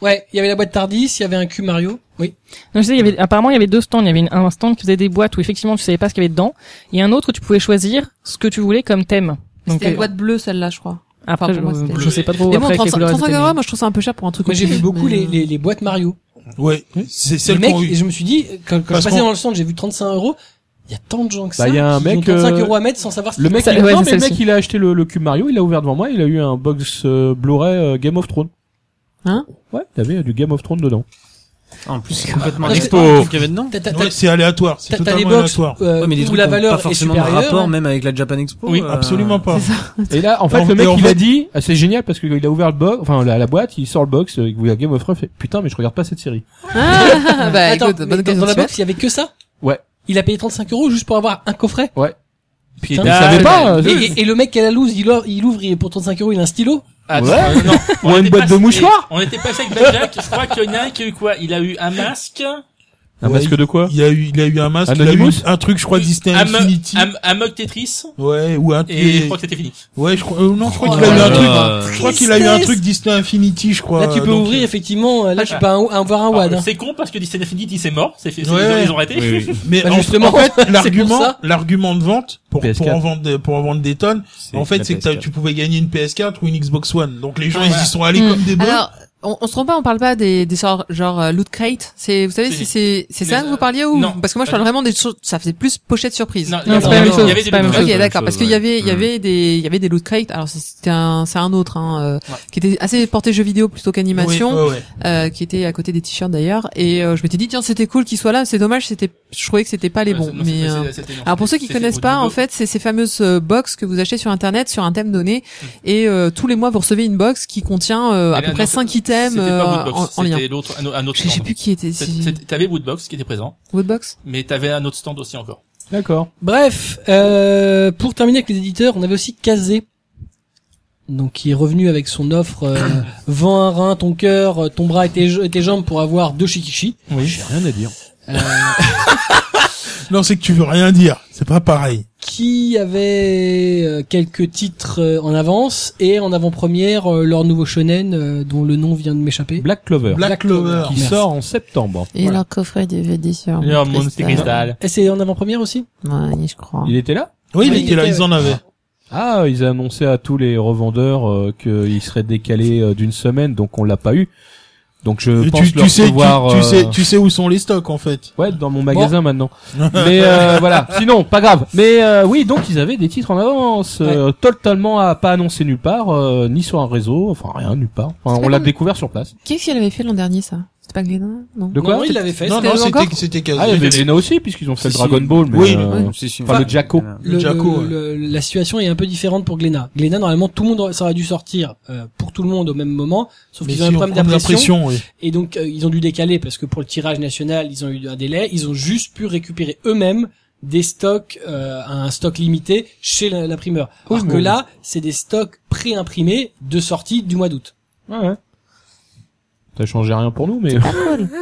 S1: Ouais, il y avait la boîte Tardis, il y avait un cul Mario. Oui.
S7: Non, je sais, il y avait, apparemment, il y avait deux stands. Il y avait une- un stand qui faisait des boîtes où effectivement tu savais pas ce qu'il y avait dedans, et un autre où tu pouvais choisir ce que tu voulais comme thème.
S3: C'était la
S7: euh,
S3: boîte bleue, celle-là, je crois.
S7: après,
S3: enfin,
S7: je,
S3: pour moi, c'était-
S7: je sais pas trop
S3: Mais bon,
S7: après quelle
S3: 35
S7: couleur elles
S3: 35
S7: étaient,
S3: euros,
S7: mais-
S3: moi, je trouve ça un peu cher pour un truc.
S1: Moi, j'ai
S3: aussi,
S1: vu beaucoup
S3: mais-
S1: les,
S3: euh,
S1: les, les boîtes Mario.
S4: Ouais, c'est
S1: Les
S4: celle
S1: mecs,
S4: qu'on
S1: et je me suis dit, quand, quand
S4: Parce
S1: je passais
S4: qu'on-
S1: dans le centre, j'ai vu 35 euros. Il y a tant de gens que ça.
S2: Bah, il y a un
S1: qui
S2: mec,
S1: ont 35
S2: euh,
S1: euros à mettre sans savoir ce
S2: Le
S1: qu'ils
S2: mec,
S7: Ça-
S2: il a,
S7: ouais,
S2: non,
S7: c'est
S2: mais le mec,
S7: celle-ci.
S2: il a acheté le, le cube Mario, il a ouvert devant moi, il a eu un box euh, Blu-ray euh, Game of Thrones.
S3: Hein
S2: Ouais, il y avait euh, du Game of Thrones dedans.
S6: Ah, En plus, c'est complètement
S1: Parce que-
S6: aléatoire, ce qu'il y avait dedans.
S1: T'as- t'as-
S4: Ouais, c'est aléatoire, c'est
S1: T'as t'as les
S4: totalement
S1: box
S4: aléatoire.
S1: euh,
S6: Ouais, mais des
S1: où
S6: trucs
S1: la
S6: qui ont
S1: valeur
S6: pas
S1: est
S6: forcément de
S1: supérieure.
S6: rapport, même avec la Japan Expo.
S4: Oui,
S6: euh,
S4: absolument pas.
S2: Et là, en fait,
S4: Et
S2: le mec,
S4: en
S2: il
S4: fait-
S2: a dit, ah, c'est génial parce qu'il a ouvert le box, enfin, la, la boîte, il sort le box, euh, il ouvre Game of Thrones, il fait, putain, mais je regarde pas cette série.
S3: Ah, bah,
S1: Attends,
S3: écoute,
S1: mais
S3: bonne
S1: dans,
S3: occasion
S1: dans
S3: de
S1: la
S3: se
S1: box, il y avait que ça
S2: Ouais.
S1: Il a payé 35 euros juste pour avoir un coffret
S2: Ouais.
S5: Puis
S1: Putain,
S5: dalle.
S1: vous savez
S2: pas, hein,
S1: Et, et- et le mec qui a la loose, il, ouvre- il ouvre, il, pour 35 euros, il a un stylo.
S5: Attends,
S2: Ouais.
S5: euh, non.
S2: Ou
S5: On
S2: une
S5: était
S2: boîte de
S5: passé-
S2: mouchoirs
S5: On était passé avec Blackjack, je crois qu'il y en a un qui a eu quoi Il a eu un masque,
S2: Un
S4: Ouais,
S2: masque de quoi
S4: Il a eu, il a eu un masque, il a eu
S2: Anonymous
S4: un truc, je crois, Disney
S5: un, mo-
S4: Infinity.
S5: un, un mug Tetris,
S4: Ouais, ou un,
S5: et je crois que c'était fini.
S4: ouais, je crois, euh, non, je crois
S1: Oh
S4: qu'il a eu
S1: là
S4: un truc, hein.
S6: là.
S2: Euh,
S4: je crois qu'il a eu un truc Disney Infinity, je crois.
S1: Là, tu peux
S4: donc, Ah, bah,
S1: ouvrir, effectivement, euh, là, tu peux un- un- voir un
S5: Alors,
S1: WAD. hein.
S5: C'est con parce que Disney Infinity c'est mort, c'est fait, c'est-
S4: Ouais,
S5: ils, ont,
S4: ouais.
S5: ils ont raté.
S4: Mais
S1: Bah,
S4: en,
S1: justement,
S4: en fait,
S1: c'est pour
S4: l'argument,
S1: ça.
S4: l'argument de vente pour pour
S2: PS4.
S4: en vendre pour en vendre des tonnes. En fait,
S6: la
S4: c'est que t'as-
S6: PS4.
S4: tu pouvais gagner une PS4 ou une Xbox One. Donc les gens
S5: Ah,
S4: ils
S5: voilà.
S4: y sont allés
S3: Hmm.
S4: comme des bœufs.
S3: Alors, on, on se trompe pas, on parle pas des, des sorts genre euh, loot crate. C'est, vous savez
S5: Si.
S3: si c'est, c'est ça
S5: Mais,
S3: que vous parliez ou
S5: non.
S3: Parce que moi, je parle vraiment des choses. Ça faisait plus pochette surprise.
S5: Non,
S7: Non,
S5: il y
S7: c'est
S5: avait-
S7: pas la même
S5: il y
S7: chose,
S5: avait
S7: c'est
S5: des
S7: pas la même
S5: loot
S3: Ok,
S7: chose.
S5: crates.
S3: d'accord, parce qu'il y avait, il y
S6: Mm.
S3: avait des, il y avait des loot crates. Alors c'était un, c'est un autre, hein, euh,
S5: Ouais.
S3: qui était assez porté jeux vidéo plutôt qu'animation,
S4: Ouais, ouais, ouais.
S3: euh, qui était à côté des t-shirts d'ailleurs. Et euh, je m'étais dit tiens c'était cool qu'ils soient là. C'est dommage, c'était, je trouvais que c'était pas les
S5: Ouais,
S3: bons.
S5: c'est- non,
S3: mais
S5: c'est-
S3: euh,
S5: c'est- c'était- non,
S3: alors pour ceux qui
S5: c'était
S3: connaissent
S5: au
S3: pas,
S5: niveau-
S3: en fait, c'est ces fameuses euh, box que vous achetez sur internet sur un thème donné
S5: Mm.
S3: et euh, tous les mois vous recevez une box qui contient euh, à
S5: Mais là,
S3: peu près
S5: Eh ben, non,
S3: cinq
S5: c'était-
S3: items
S5: c'était pas
S3: euh, en,
S5: Woodbox,
S3: en lien.
S5: C'était l'autre, un, un autre
S3: Je sais
S5: stand.
S3: plus qui était.
S5: C'est-
S3: si-
S5: c'est- T'avais Woodbox qui était présent,
S3: Woodbox.
S5: mais t'avais un autre stand aussi encore.
S2: D'accord.
S1: Bref, euh, pour terminer avec les éditeurs, on avait aussi Kazé. Donc, qui est revenu avec son offre, euh, vends un rein, ton cœur, euh, ton bras et tes, je- et tes jambes pour avoir deux shikishi.
S2: Oui. J'ai rien à dire.
S4: Non, c'est que tu veux rien dire. C'est pas pareil.
S1: qui avait euh, quelques titres euh, en avance et en avant-première euh, leur nouveau shonen euh, dont le nom vient de m'échapper.
S2: Black Clover.
S4: Black,
S1: Black
S4: Clover.
S2: Qui
S1: Merci.
S2: sort en septembre.
S3: Et leur coffret DVD sur.
S5: Non, mon petit cristal.
S1: Et c'est en avant-première aussi
S3: Ouais, je crois.
S2: Il était là
S4: Oui, il
S1: Ouais,
S4: était là, ils en avaient.
S2: Ah, ils annonçaient à tous les revendeurs euh, qu'il serait décalé euh, d'une semaine, donc on l'a pas eu. Donc je
S4: Et
S2: pense
S4: Tu,
S2: le
S4: tu sais, tu,
S2: recevoir,
S4: tu
S2: euh,
S4: sais, tu sais où sont les stocks en fait.
S2: Ouais, dans mon magasin maintenant. Mais euh, voilà. Sinon, pas grave. Mais euh, oui, donc ils avaient des titres en avance, euh, totalement à pas annoncer nulle part, euh, ni sur un réseau, enfin rien nulle part. Enfin,
S3: C'est
S2: on l'a
S3: comme-
S2: découvert sur place.
S3: Qu'est-ce qu'elle avait fait l'an dernier, ça C'était pas Glénin Non.
S2: De quoi
S1: Non, il l'avait fait.
S4: Non,
S1: c'était
S4: non,
S3: eux encore
S4: c'était, c'était quasi.
S2: Ah, il y avait Zena aussi, puisqu'ils ont fait le
S6: Si,
S2: Dragon
S6: si.
S2: Ball. Mais,
S4: Oui,
S2: euh,
S6: Si, si,
S2: enfin, le Jacko.
S1: le,
S4: Jaco, ouais.
S1: le- la situation est un peu différente pour Glénat. Glénat, normalement, tout le monde, ça aurait dû sortir euh, pour tout le monde au même moment, sauf
S4: Mais
S1: qu'ils
S4: si,
S1: ont un
S4: on
S1: problème
S4: prend de la
S1: d'impression.
S4: pression, oui.
S1: Et donc euh, ils ont dû décaler parce que pour le tirage national, ils ont eu un délai. Ils ont juste pu récupérer eux-mêmes des stocks, euh, un stock limité chez la- l'imprimeur. Alors que là, c'est des stocks pré-imprimés de sortie du mois d'août.
S2: Ouais, ouais. Ça changeait rien pour nous, mais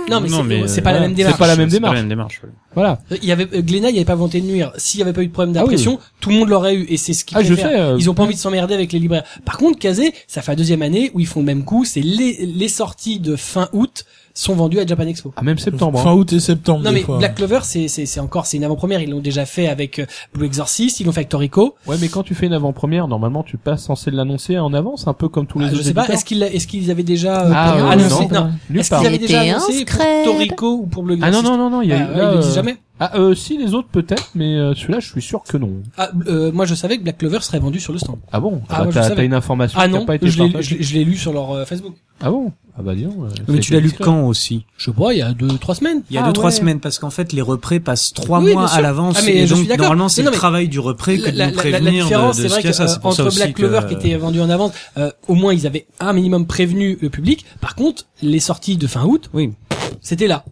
S1: Non, mais c'est- c'est
S6: euh,
S1: pas la
S6: ouais,
S1: même
S6: c'est
S1: démarche.
S2: pas la même
S6: c'est
S2: démarche.
S6: même démarche. ouais.
S2: voilà.
S1: Il y avait euh, Glénat, il n'y avait pas vanté de nuire. S'il n'y avait pas eu de problème
S2: Ah oui.
S1: d'impression, tout le monde l'aurait eu. Et c'est ce qu'ils
S2: Ah, je
S1: préfèrent.
S2: sais. euh,
S1: Ils ont pas envie de s'emmerder avec les libraires. Par contre, Kazé, ça fait la deuxième année où ils font le même coup. C'est les, les sorties de fin août sont vendues à Japan Expo.
S2: Ah, même septembre. hein.
S4: Fin août et septembre.
S1: Non
S4: des
S1: mais
S4: fois.
S1: Black Clover c'est c'est c'est encore c'est une avant-première ils l'ont déjà fait avec euh, Blue Exorcist ils l'ont fait avec Toriko
S2: Ouais, mais quand tu fais une avant-première, normalement, tu passes censé l'annoncer en avance, un peu comme tous les
S1: Ah,
S2: autres
S1: je sais pas
S2: éditeurs.
S1: est-ce qu'ils est-ce qu'ils avaient déjà euh,
S2: Ah,
S1: pour-
S2: ouais,
S1: annoncé
S2: non. Nulle
S1: est-ce
S2: part.
S1: qu'ils avaient déjà
S3: C'était un
S1: annoncé pour
S3: secret.
S1: Toriko ou pour Blue
S2: Ah
S1: Exorcist
S2: non non non non, il y a
S1: Ah,
S2: eu
S1: ouais,
S2: là,
S1: ils le disent
S2: euh,
S1: jamais
S2: Ah euh, si les autres peut-être, mais euh, celui-là je suis sûr que non.
S1: ah, euh, moi je savais que Black Clover serait vendu sur le stand
S2: Ah bon
S1: Ah,
S2: bah,
S1: moi, je
S2: t'as-
S1: savais.
S2: T'as une information
S1: ah
S2: qui a
S1: non
S2: pas été
S1: je l'ai
S2: partagée.
S1: je l'ai- je l'ai lu sur leur euh, Facebook
S2: Ah bon Ah bah dis donc. euh,
S6: Mais
S2: c'est
S6: tu l'as lu
S2: discret.
S6: quand aussi
S1: je sais pas il y a deux trois semaines
S6: Il y a
S2: Ah
S6: deux trois
S2: ouais.
S6: semaines parce qu'en fait les représ passent trois
S1: Oui, oui,
S6: mois
S1: bien
S6: à
S1: sûr.
S6: l'avance
S1: Ah, mais
S6: et
S1: je
S6: donc
S1: suis d'accord.
S6: normalement c'est
S1: Mais non,
S6: le
S1: mais
S6: travail du repré que
S1: la,
S6: de
S1: la- la-
S6: nous
S1: la
S6: prévenir de-
S1: différence,
S6: de,
S1: c'est
S6: ce
S1: vrai
S6: qu'il y a ça.
S1: que, euh,
S6: C'est pour ça
S1: entre
S6: aussi
S1: Black
S6: que-
S1: Clover qui était vendu en avance, euh, au moins ils avaient un minimum prévenu le public. Par contre, les sorties de fin août,
S6: Oui.
S1: c'était là.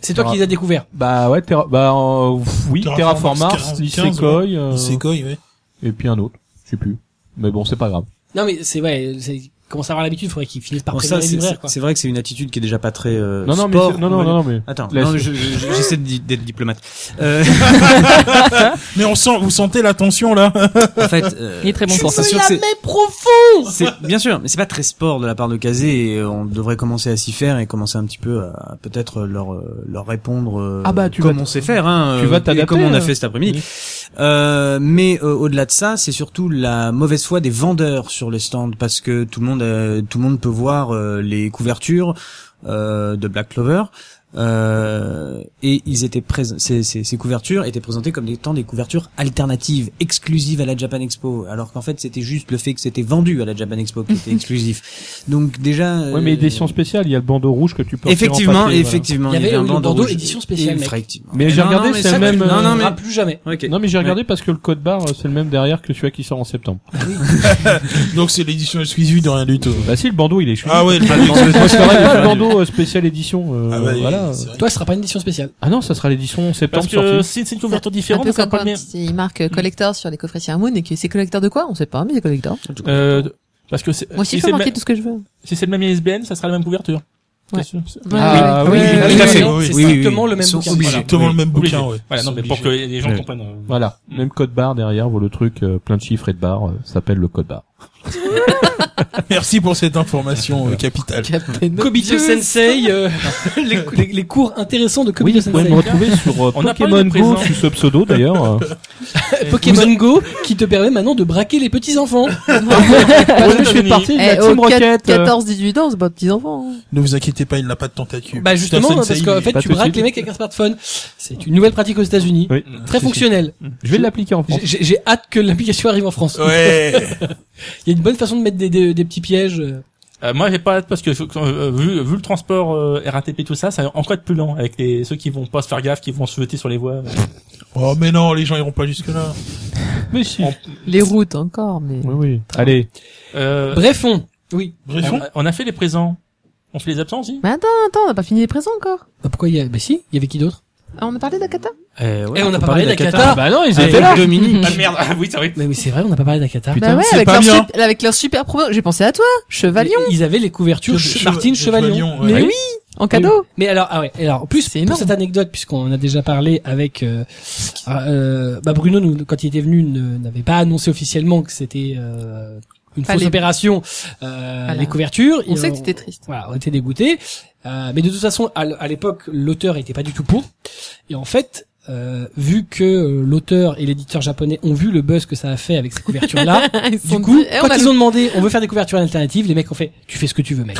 S1: C'est toi
S2: Alors,
S1: qui les as découverts.
S2: Bah ouais Terra bah euh, pff, oui
S4: Terraform Mars
S2: Terraformars,
S4: 15,
S2: Lisecoy euh,
S4: Isekai, ouais.
S2: et puis un autre, je sais plus. Mais bon c'est pas grave.
S1: Non mais c'est ouais, c'est commence à avoir l'habitude, faudrait qu'ils finissent par
S6: Bon,
S1: prévenir
S6: ça,
S1: les
S6: c'est-
S1: libraires
S6: c'est
S1: quoi.
S6: c'est vrai que c'est une attitude qui est déjà pas très euh,
S2: Non non mais
S6: sport,
S2: c'est- non non
S6: on va
S2: non
S6: dire.
S2: non mais
S6: Attends,
S2: Là,
S6: non,
S2: c'est-
S6: je- je- j'essaie de di- d'être diplomate. Euh,
S4: Mais on sent, vous sentez la tension là.
S6: en fait, euh,
S7: Il est très bon
S6: je
S7: pour
S6: suis
S7: ça.
S6: sûr que c'est-
S1: profond.
S6: c'est- bien sûr, mais c'est pas très sport de la part de Kazé et euh, on devrait commencer à s'y faire et commencer un petit peu à peut-être leur euh, leur répondre euh,
S2: Ah bah, tu
S6: comme
S2: vas-
S6: on sait faire hein,
S2: tu
S6: euh,
S2: vas
S6: et
S2: t'adapter,
S6: comme on a
S2: hein.
S6: fait cet après-midi.
S2: Oui.
S6: Euh, mais euh, au-delà de ça, c'est surtout la mauvaise foi des vendeurs sur les stands parce que tout le monde euh, tout le monde peut voir euh, les couvertures euh, de Black Clover. Euh, et ils étaient présents. Ces, ces, ces couvertures étaient présentées comme étant des couvertures alternatives, exclusives à la Japan Expo, alors qu'en fait c'était juste le fait que c'était vendu à la Japan Expo qui était exclusif. Donc déjà.
S2: Ouais mais
S6: euh,
S2: édition spéciale, il y a le bandeau rouge que tu peux
S6: Effectivement,
S2: retirer en papier, voilà.
S6: effectivement,
S1: Il y avait
S6: un
S1: le
S6: bandeau
S1: bandeau
S6: rouge.
S1: édition spéciale, mec.
S6: Effectivement.
S2: Mais j'ai
S6: non,
S2: regardé,
S6: non, mais
S2: c'est
S6: ça,
S2: le
S6: tu-
S2: même,
S6: Non, non,
S1: Ah,
S6: mais.
S1: plus jamais.
S6: Ok.
S2: Non mais j'ai regardé parce que le code barre euh, c'est le même derrière que celui qui sort en septembre.
S4: Donc c'est l'édition exclusive de rien du tout.
S2: Bah si le bandeau il est
S4: Ah ouais, le
S2: Moi, je ferais pas le bandeau euh, spécial édition. euh,
S4: Ah bah,
S2: voilà. là.
S4: C'est vrai.
S1: Toi, ce sera pas une édition spéciale.
S2: Ah non, ça sera l'édition septembre
S5: Parce
S2: sur
S5: que si c'est une couverture
S3: Un
S5: différente,
S3: peu
S5: ça Mm. sera
S3: comme
S5: pas le
S3: quand
S5: même.
S3: ils marquent euh, collector sur les coffrets Sailor Moon et que c'est collector de quoi On sait pas, mais c'est collector.
S5: Euh, parce que c'est-
S3: Moi aussi, je
S5: si euh, c'est
S3: peux
S5: le
S3: marquer
S5: même-
S3: tout ce que je veux.
S5: si c'est le même ISBN, ça sera la même couverture.
S3: Ouais.
S5: Qu'est-ce que c'est
S2: Ah, oui, oui,
S6: tout à fait.
S1: C'est
S6: Oui, oui,
S1: strictement
S6: oui.
S1: le même
S6: Ils sont
S1: bouquin.
S6: obligés.
S1: Voilà.
S4: Exactement le même
S5: Obligé.
S4: bouquin, ouais.
S5: Voilà, non, mais pour que les gens
S2: Ouais.
S5: comprennent. euh,
S2: Voilà, même code barre derrière vaut le truc, euh, plein de chiffres et de barres, euh, ça s'appelle le code barre.
S4: Merci pour cette information euh, capitale.
S3: Captain
S1: Kobito Sensei, euh, les, cou- les- les cours intéressants de
S2: Oui,
S1: Kobito
S2: vous pouvez
S1: Sensei.
S2: me retrouver sur euh,
S5: On a parlé
S2: Pokémon
S5: des
S2: Go sous
S5: présents.
S2: ce pseudo d'ailleurs. euh.
S1: Pokémon Go qui te permet maintenant de braquer les petits enfants.
S2: Parce que je fais
S5: États-Unis.
S2: partie de la
S3: Eh,
S2: Team
S3: oh, quat-
S2: Rocket. euh,
S3: 14-18 ans, c'est pas petits enfants. hein.
S4: Ne vous inquiétez pas, il n'a pas de tentacule.
S1: bah justement,
S4: Putain,
S1: parce
S4: Sensei,
S1: qu'en
S4: il-
S1: fait,
S2: pas
S1: tu
S2: tout de
S1: braques
S2: suite.
S1: les mecs avec un smartphone. C'est une nouvelle pratique aux États-Unis.
S2: Oui.
S1: Très fonctionnelle.
S2: Je vais l'appliquer en France.
S1: J'ai- J'ai j'ai hâte que l'application arrive en France.
S4: Ouais.
S1: Il y a une bonne façon de mettre des, des, des petits pièges. euh.
S5: Euh, moi, j'ai pas hâte parce que euh, vu, vu le transport euh, RATP tout ça, ça va encore être plus lent avec les ceux qui vont pas se faire gaffe, qui vont se jeter sur les voies.
S4: oh mais non, les gens iront pas jusque là.
S2: Mais si. Oui,
S3: Les routes encore, mais...
S2: oui. Allez.
S5: Euh,
S1: Bref, on. Oui.
S4: Bref,
S5: on, on a fait les présents. On fait les absents aussi.
S3: Mais attends, attends, on n'a pas fini les présents encore.
S1: Bah, pourquoi il y a, bah si, il y avait qui d'autre?
S3: Ah, on a parlé d'Akata
S1: Eh, on n'a pas parlé d'Akata.
S2: bah non, ils
S6: Avec
S2: étaient là.
S6: Dominique.
S5: Ah merde, ah, oui, c'est vrai.
S1: Mais oui, c'est vrai, on n'a pas parlé d'Akata.
S2: Putain,
S3: Bah ouais,
S4: c'est
S3: avec,
S4: pas
S3: leur
S4: bien.
S3: sup- avec leur super promo. J'ai pensé à toi, Chevalion,
S1: Ils avaient les couvertures Che-
S4: Che- Che-
S1: Martine
S4: Che-
S1: Chevalion.
S4: Chevalion, ouais.
S1: Mais
S4: Ouais.
S1: oui.
S3: en cadeau.
S1: Mais alors, ah ouais. et Alors, en plus, pour cette anecdote, puisqu'on en a déjà parlé avec, euh, euh, bah Bruno, nous, quand il était venu, ne- n'avait pas annoncé officiellement que c'était euh, une
S3: Pas
S1: fausse
S3: les-
S1: opération, euh, les couvertures. Et
S3: On sait que t'étais triste.
S1: Voilà, on était dégoûté. Euh, mais de toute façon, à l- à l'époque, l'auteur était pas du tout pour. Et en fait, euh, vu que euh, l'auteur et l'éditeur japonais ont vu le buzz que ça a fait avec ces couvertures-là,
S3: ils se
S1: du
S3: sont
S1: coup,
S3: dit, eh, on
S1: quand
S3: a
S1: ils ont demandé, on veut faire des couvertures alternatives, les mecs ont fait, tu fais ce que tu veux, mec.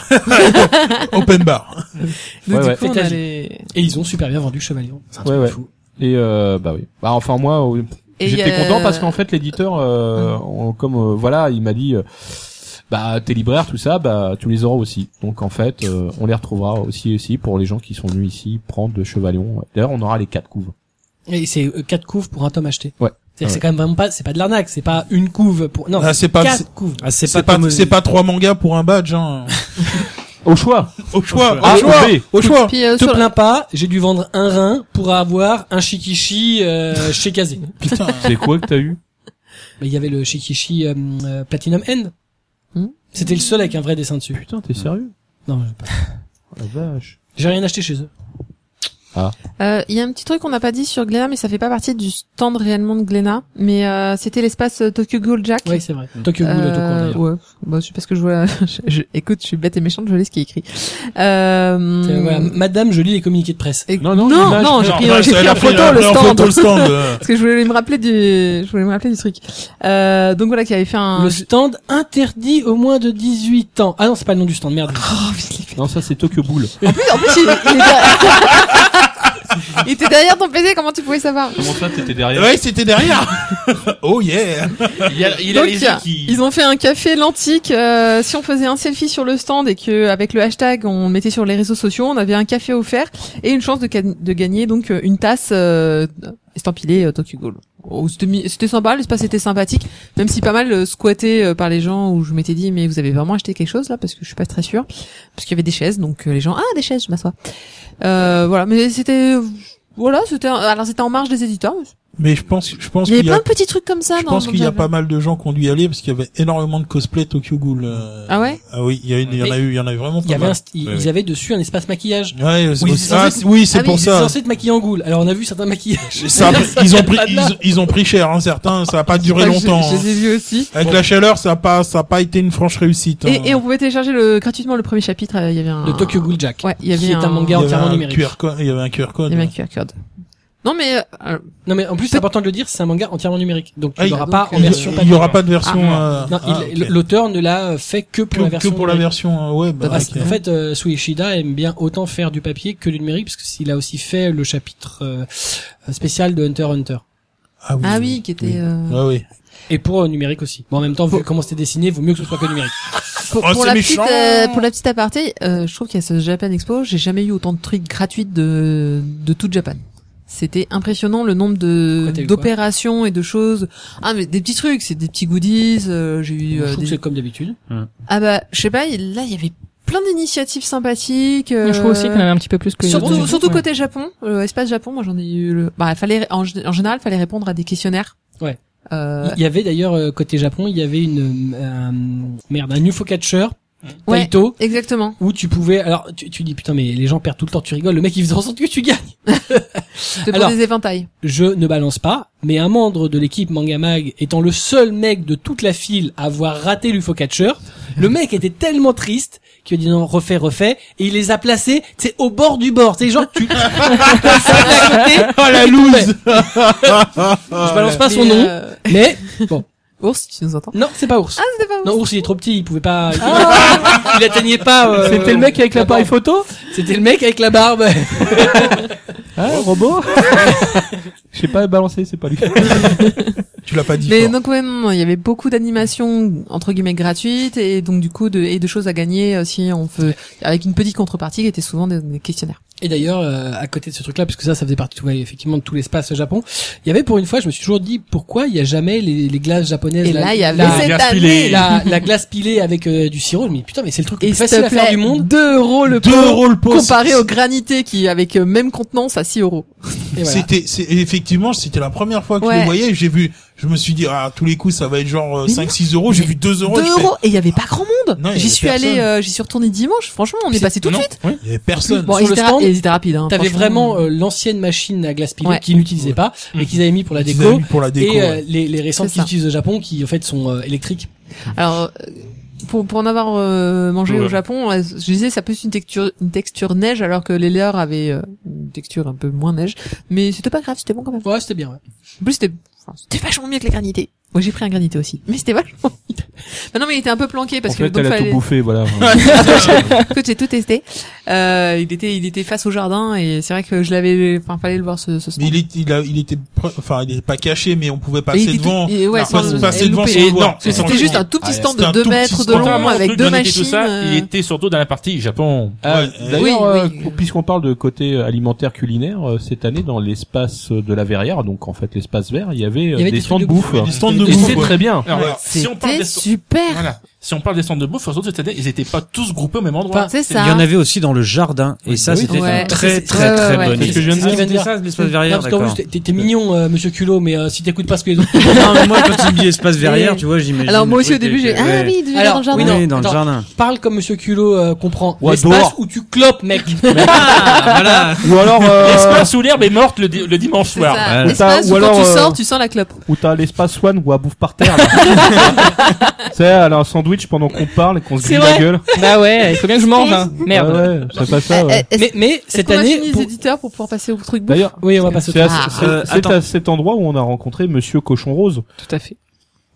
S4: Open bar.
S3: le-
S2: Ouais,
S3: du
S2: ouais.
S3: coup, on a
S1: États-Unis.
S3: les-
S1: Et ils ont super bien vendu Chevalion. C'est un truc
S2: Ouais,
S1: de
S2: ouais.
S1: fou.
S2: Et euh, bah oui. Bah enfin moi, euh,
S3: Et Mm.
S2: j'étais
S3: il y a-
S2: content parce qu'en fait l'éditeur, euh, on- comme euh, voilà, il m'a dit, euh, bah tes libraires tout ça, bah tu les auras aussi. Donc en fait, euh, on les retrouvera aussi aussi pour les gens qui sont venus ici prendre de Chevalion. D'ailleurs, on aura les quatre couves.
S1: Et c'est euh, quatre couves pour un tome acheté.
S2: Ouais.
S1: C'est-à-dire que c'est
S2: Ouais.
S1: quand même vraiment pas, c'est pas de l'arnaque, c'est pas une couve pour, non,
S4: Ah, c'est pas-
S1: quatre couves.
S6: Ah,
S4: C'est pas,
S6: comme-
S4: c'est pas trois mangas pour un badge, hein.
S2: Au choix.
S4: Au choix, Oh,
S2: Ah,
S4: au choix,
S2: oui.
S4: au
S6: oh,
S4: choix.
S3: Puis, euh,
S1: Te
S3: sur la-
S1: plains pas, j'ai dû vendre un rein pour avoir un shikishi euh, chez Kazé.
S4: Putain.
S2: C'est quoi que t'as eu
S1: Mais il y avait le shikishi euh, euh, Platinum End.
S3: Hmm.
S1: C'était le seul avec un vrai dessin dessus.
S2: Putain, t'es sérieux
S1: Non, j'ai pas-
S2: La vache.
S1: j'ai rien acheté chez eux.
S3: Euh, Il y a un petit truc qu'on n'a pas dit sur Glénat, mais ça fait pas partie du stand réellement de Glénat. Mais euh, c'était l'espace euh, Tokyo Ghoul Jack.
S1: Oui, c'est vrai. Tokyo Ghoul
S3: Euh,
S1: Autocoin, d'ailleurs.
S3: ouais. Bon, c'est parce que je vois. je- je- écoute, je suis bête et méchante, je lis ce qui est écrit. Euh,
S1: Euh, voilà, Madame, je lis les communiqués de presse.
S3: et-
S2: Non,
S4: Oh,
S2: non,
S3: non,
S2: l'image.
S3: non, j'ai
S5: Non,
S3: pris,
S4: Ouais,
S3: j'ai
S4: ça,
S3: pris
S4: elle a
S3: en
S4: pris
S3: photo
S4: la-
S3: le
S4: la
S3: stand.
S4: photo, le stand. euh.
S3: Parce que je voulais me rappeler du, je voulais me rappeler du truc. Euh, donc voilà, qui avait fait un.
S1: Le stand interdit au moins de 18 ans. Ah non, c'est pas le nom du stand, merde.
S3: Oh, je l'ai fait.
S2: Non, ça c'est Tokyo Boule.
S3: En plus, en plus, il, il est derrière... il était derrière ton PC. Comment tu pouvais savoir
S2: Comment ça, t'étais derrière
S4: Ouais, c'était derrière. oh yeah.
S5: Il y a, il y a
S3: Donc,
S5: les
S3: il y a-
S5: yeux qui.
S3: Ils ont fait un café l'antique. euh, si on faisait un selfie sur le stand et que avec le hashtag on le mettait sur les réseaux sociaux, on avait un café offert et une chance de, ga- de gagner donc euh, une tasse euh, estampillée euh, Tokyo Ghoul. Oh, c'était mi- c'était sympa, l'espace était sympathique, même si pas mal euh, squatté euh, par les gens où je m'étais dit mais vous avez vraiment acheté quelque chose là parce que je suis pas très sûre parce qu'il y avait des chaises donc euh, les gens ah des chaises je m'assois. Euh, voilà mais c'était voilà c'était un- alors c'était en marge des éditeurs.
S4: Mais je pense, je pense
S3: Il y avait
S4: qu'il y
S3: plein
S4: a,
S3: de petits trucs comme ça.
S4: je
S3: dans-
S4: pense
S3: dans
S4: qu'il y a
S3: le-
S4: pas mal de gens qui ont dû y aller parce qu'il y avait énormément de cosplay Tokyo Ghoul. euh.
S3: Ah ouais
S4: Ah oui, il y, a une- il y en a eu, il y en a eu vraiment
S1: Il y
S4: pas
S1: avait un
S4: mal.
S1: st- ils
S4: Ouais, ouais.
S1: avaient dessus un espace maquillage.
S4: Ouais, c'est
S1: Oui,
S4: pour
S1: c'est
S4: ça. Ah,
S1: censé-
S4: c'est- oui, c'est
S3: Ah
S4: pour
S3: oui,
S1: C'est
S4: ça.
S1: censé être maquillé en goule. Alors on a vu certains maquillages.
S4: Ça a- ils ont pris,
S1: pas de là.
S4: ils, ont- ils ont pris cher, hein, certains. Ça a pas duré
S3: Ouais, Ah, je-
S4: longtemps.
S3: Je,
S4: hein.
S3: les ai vus aussi.
S4: Avec la chaleur, ça a pas, ça a pas été une franche réussite. hein.
S3: Et, et on pouvait télécharger le, gratuitement le premier chapitre. euh, Il y avait un.
S1: De
S4: Ah.
S1: Tokyo Ghoul Jack.
S3: Ouais, il y
S1: qui
S3: avait
S1: est un
S4: il y
S1: manga
S4: avait
S1: entièrement
S4: un
S1: numérique.
S4: QR code, il y avait un QR
S3: Il
S4: code.
S3: y avait un QR code. Non mais euh,
S1: Non mais en plus c'est important de le dire, c'est un manga entièrement numérique. Donc
S4: Ah,
S1: il n'y
S4: il-
S1: aura
S3: donc,
S1: pas en
S4: Il y-
S1: version
S4: il y
S1: papier.
S4: aura pas de version. euh,
S1: Non,
S4: ah,
S1: il-
S4: ok.
S1: l'auteur ne l'a fait que pour la
S4: que, que
S1: version.
S4: pour la
S1: numérique.
S4: version euh, web.
S1: Ah,
S4: ok.
S1: En fait, euh, Suishida aime bien autant faire du papier que du numérique, parce que s'il a aussi fait le chapitre euh, spécial de Hunter x Hunter.
S4: ah oui,
S3: ah oui, qui était. euh,
S4: Ah oui.
S1: Et pour euh, numérique aussi. Bon, en même temps, vu comment c'était dessiné, vaut mieux que ce soit que numérique.
S3: Pour,
S4: Oh,
S3: pour
S4: c'est
S3: la petite,
S4: méchant.
S3: euh, pour la petite aparté, euh, je trouve qu'à ce Japan Expo, j'ai jamais eu autant de trucs gratuits de de tout Japan. C'était impressionnant le nombre de
S1: Pourquoi t'as eu quoi
S3: d'opérations et de choses. Ah mais des petits trucs, c'est des petits goodies. euh, j'ai eu
S1: Je
S3: euh,
S1: trouve
S3: des-
S1: que c'est comme d'habitude.
S3: ah bah je sais pas, il- là il y avait plein plein d'initiatives sympathiques. euh,
S7: Je crois aussi qu'on avait un petit peu plus que les autres.
S3: Surtout,
S7: Ouais.
S3: surtout côté Japon, euh, espace Japon, moi j'en ai eu le. Bah, il fallait en, gé- en général, fallait répondre à des questionnaires.
S1: Ouais.
S3: Euh,
S1: Il y avait d'ailleurs euh, côté Japon, il y avait une euh, un- merde, un UFO catcher,
S3: Ouais.
S1: Taito,
S3: exactement.
S1: où tu pouvais. Alors tu, tu dis putain mais les gens perdent tout le temps, tu rigoles. Le mec il faisait en sorte que tu gagnes.
S3: C'était pour
S1: Alors-
S3: des éventails.
S1: Je ne balance pas, mais un membre de l'équipe Mangamag étant le seul mec de toute la file à avoir raté l'UFO catcher, le mec était tellement triste qu'il a dit non refais refais et il les a placés c'est au bord du bord. C'est genre tu. oh la loose. Je balance pas son
S3: Mais,
S1: nom,
S3: euh,
S1: mais
S3: Ours, tu nous entends
S1: non c'est pas ours.
S3: Ah, c'était pas
S1: Non,
S3: ours.
S1: ours, il est trop petit, il pouvait pas. il-
S3: Ah.
S1: Il atteignait pas. euh,
S8: C'était le mec avec
S1: la
S8: l'appareil
S1: barbe.
S8: photo
S1: C'était le mec avec la barbe.
S2: Ah,
S8: Hein, robot Je sais pas balancer, c'est pas lui.
S4: Tu l'as pas dit.
S3: Mais
S4: fort.
S3: donc ouais, non, non, il y avait beaucoup d'animations entre guillemets gratuites et donc du coup de, et de choses à gagner euh, si on veut avec une petite contrepartie qui était souvent des, des questionnaires.
S1: Et d'ailleurs, euh, à côté de ce truc-là, parce que ça, ça faisait partie ouais, effectivement de tout l'espace Japon, il y avait pour une fois, je me suis toujours dit, pourquoi il y a jamais les, les glaces japonaises
S3: Et
S1: la-
S3: là, il y avait
S1: la,
S3: cette
S5: glace
S3: année
S5: pilée.
S1: la, la glace pilée avec euh, du sirop. Mais putain, mais c'est le truc le
S3: Et
S1: plus
S3: s'il
S1: facile
S3: te
S1: à faire
S3: plaît,
S1: du monde.
S3: 2 euros le pot,
S4: Deux euros le pot,
S3: comparé
S4: c'est-
S3: au granité qui avec euh, même contenance à 6 euros.
S1: Et voilà.
S4: C'était, c'est, effectivement, c'était la première fois que je
S3: Ouais.
S4: le voyais. J'ai vu, je me suis dit, ah, à tous les coups, ça va être genre euh,
S3: Mais
S4: 5, 6 euros. J'ai vu 2 euros.
S3: 2
S4: je fais,
S3: euros et il y avait pas grand monde.
S4: Non, il y
S3: j'y
S4: avait
S3: suis
S4: personne.
S3: allé, euh, j'y suis retourné dimanche. Franchement, on est,
S1: C'est-
S3: passé tout de
S5: non.
S3: suite.
S4: Il y avait personne.
S3: Bon,
S1: Sur
S3: ils
S1: le
S3: étaient,
S1: stand,
S3: ra- ils étaient rapides. Hein,
S1: T'avais
S3: franchement.
S1: vraiment euh, l'ancienne machine à glace pilée
S3: Ouais.
S1: qu'ils n'utilisaient pas, mais qu'ils avaient mis pour la
S4: Mhm. Ils
S1: déco.
S4: avaient mis pour la déco.
S1: et euh,
S4: ouais.
S1: les, les récentes
S3: C'est ça.
S1: qu'ils utilisent au Japon, qui en fait sont euh, électriques.
S3: Alors, euh, pour, pour en avoir euh, mangé
S5: Ouais.
S3: au Japon, euh, je disais ça pousse une texture, une texture neige, alors que les leurs avaient euh, une texture un peu moins neige. Mais c'était pas grave, c'était bon quand même.
S1: Ouais, c'était bien. ouais.
S3: En plus, c'était enfin, c'était vachement mieux que les granités. Moi, j'ai pris un granité aussi, mais c'était vachement mieux. Bah non, mais il était un peu planqué parce
S2: en
S3: que
S2: fait,
S3: donc,
S2: elle a
S3: fallait-
S2: tout bouffé, voilà.
S3: Écoute, j'ai tout testé. Euh, il était, il était face au jardin et c'est vrai que je l'avais, enfin, fallait le voir ce, ce
S4: Mais
S3: stand.
S4: il, est, il, a, il était, pre- enfin, il est pas caché, mais on pouvait
S3: Et
S4: passer
S3: il était
S4: devant.
S3: tout- et ouais,
S4: Non,
S3: sans
S4: pas-
S3: le-
S4: passer
S3: et
S4: devant
S3: louper.
S4: sans le
S5: Et non,
S4: voir.
S5: parce que
S4: Franchement,
S3: C'était juste un tout petit
S4: Ah,
S3: stand
S4: c'était un
S3: de 2
S4: tout
S3: mètres
S4: petit
S3: de
S4: stand.
S3: long
S5: Contrairement au
S3: avec
S5: truc
S3: deux
S5: Donkey
S3: machines.
S5: Kong, tout ça,
S3: euh,
S5: il était surtout dans la partie Japon.
S2: Ah,
S4: Ouais,
S2: D'ailleurs,
S3: oui,
S2: euh,
S3: oui.
S2: qu'on- puisqu'on parle de côté euh, alimentaire culinaire, euh, cette année dans l'espace euh, de la verrière, donc en fait l'espace vert, il y avait, euh,
S1: avait
S2: des
S1: des
S2: stands
S1: trucs
S2: de
S1: de
S2: bouffe.
S4: Des stands de
S2: Et
S4: bouffe,
S2: c'est
S4: ouais.
S2: très bien.
S5: Alors,
S4: Ouais.
S5: alors, si on parle
S3: C'était
S5: des
S3: super.
S5: voilà. Si on parle des centres de bouffe, surtout cette année, ils étaient pas tous groupés au même endroit.
S1: Enfin,
S3: C'est
S6: Il y en
S3: ça.
S6: avait aussi dans le jardin, et ça,
S2: Oui.
S6: c'était
S3: Ouais.
S6: une très,
S3: C'est-
S6: très,
S3: ouais, ouais,
S6: très bonne
S1: ouais.
S6: idée.
S1: C'est ce que je viens de
S6: Ah,
S1: dire.
S6: c'était ça, l'espace
S1: Non,
S6: verrière,
S1: parce qu'en
S6: d'accord.
S1: plus, t'es- t'es t'es mignon, euh, Monsieur Culot, mais euh, si t'écoutes pas ce que les autres
S6: Non, mais moi, quand tu me dis espace verrière,
S3: Oui.
S6: tu vois, j'imagine.
S3: Alors moi
S6: le
S3: aussi au
S6: truc
S3: début j'ai
S6: avec-
S3: ah
S6: ouais.
S3: oui déjà
S1: Alors,
S3: dans le jardin.
S1: oui, non,
S6: Oui, dans le
S1: attends.
S6: jardin.
S1: parle comme Monsieur Culot euh, comprend.
S2: Ou à
S1: L'espace
S2: dehors.
S1: où tu clopes, mec.
S6: Ah, Voilà.
S2: Ou alors, euh,
S5: L'espace où l'herbe est morte le, di- le dimanche
S3: C'est
S5: soir.
S3: ça.
S6: Ouais.
S3: L'espace
S2: Ou
S3: où quand
S2: alors,
S3: tu
S2: euh,
S3: sors, tu sens la clope.
S2: où t'as l'espace Swan où à bouffe par terre. là. tu sais, elle a un sandwich pendant qu'on parle et qu'on se
S7: C'est
S2: grille la
S7: vrai.
S2: gueule.
S7: Bah ouais, il faut bien que je mange, hein. Merde.
S2: Ah ouais, c'est pas ça. ouais.
S3: Est-ce-
S1: Mais, mais
S3: est-ce
S1: cette
S3: qu'on va
S1: année,
S3: finir les
S1: pour-
S3: éditeurs pour pouvoir passer au truc Euh, bouffe
S2: D'ailleurs,
S1: oui, on va passer. au
S2: c'est à,
S1: truc.
S6: Ah,
S2: c'est-
S6: euh,
S2: c'est
S6: attends.
S2: à cet endroit où on a rencontré Monsieur Cochon Rose.
S7: Tout à fait.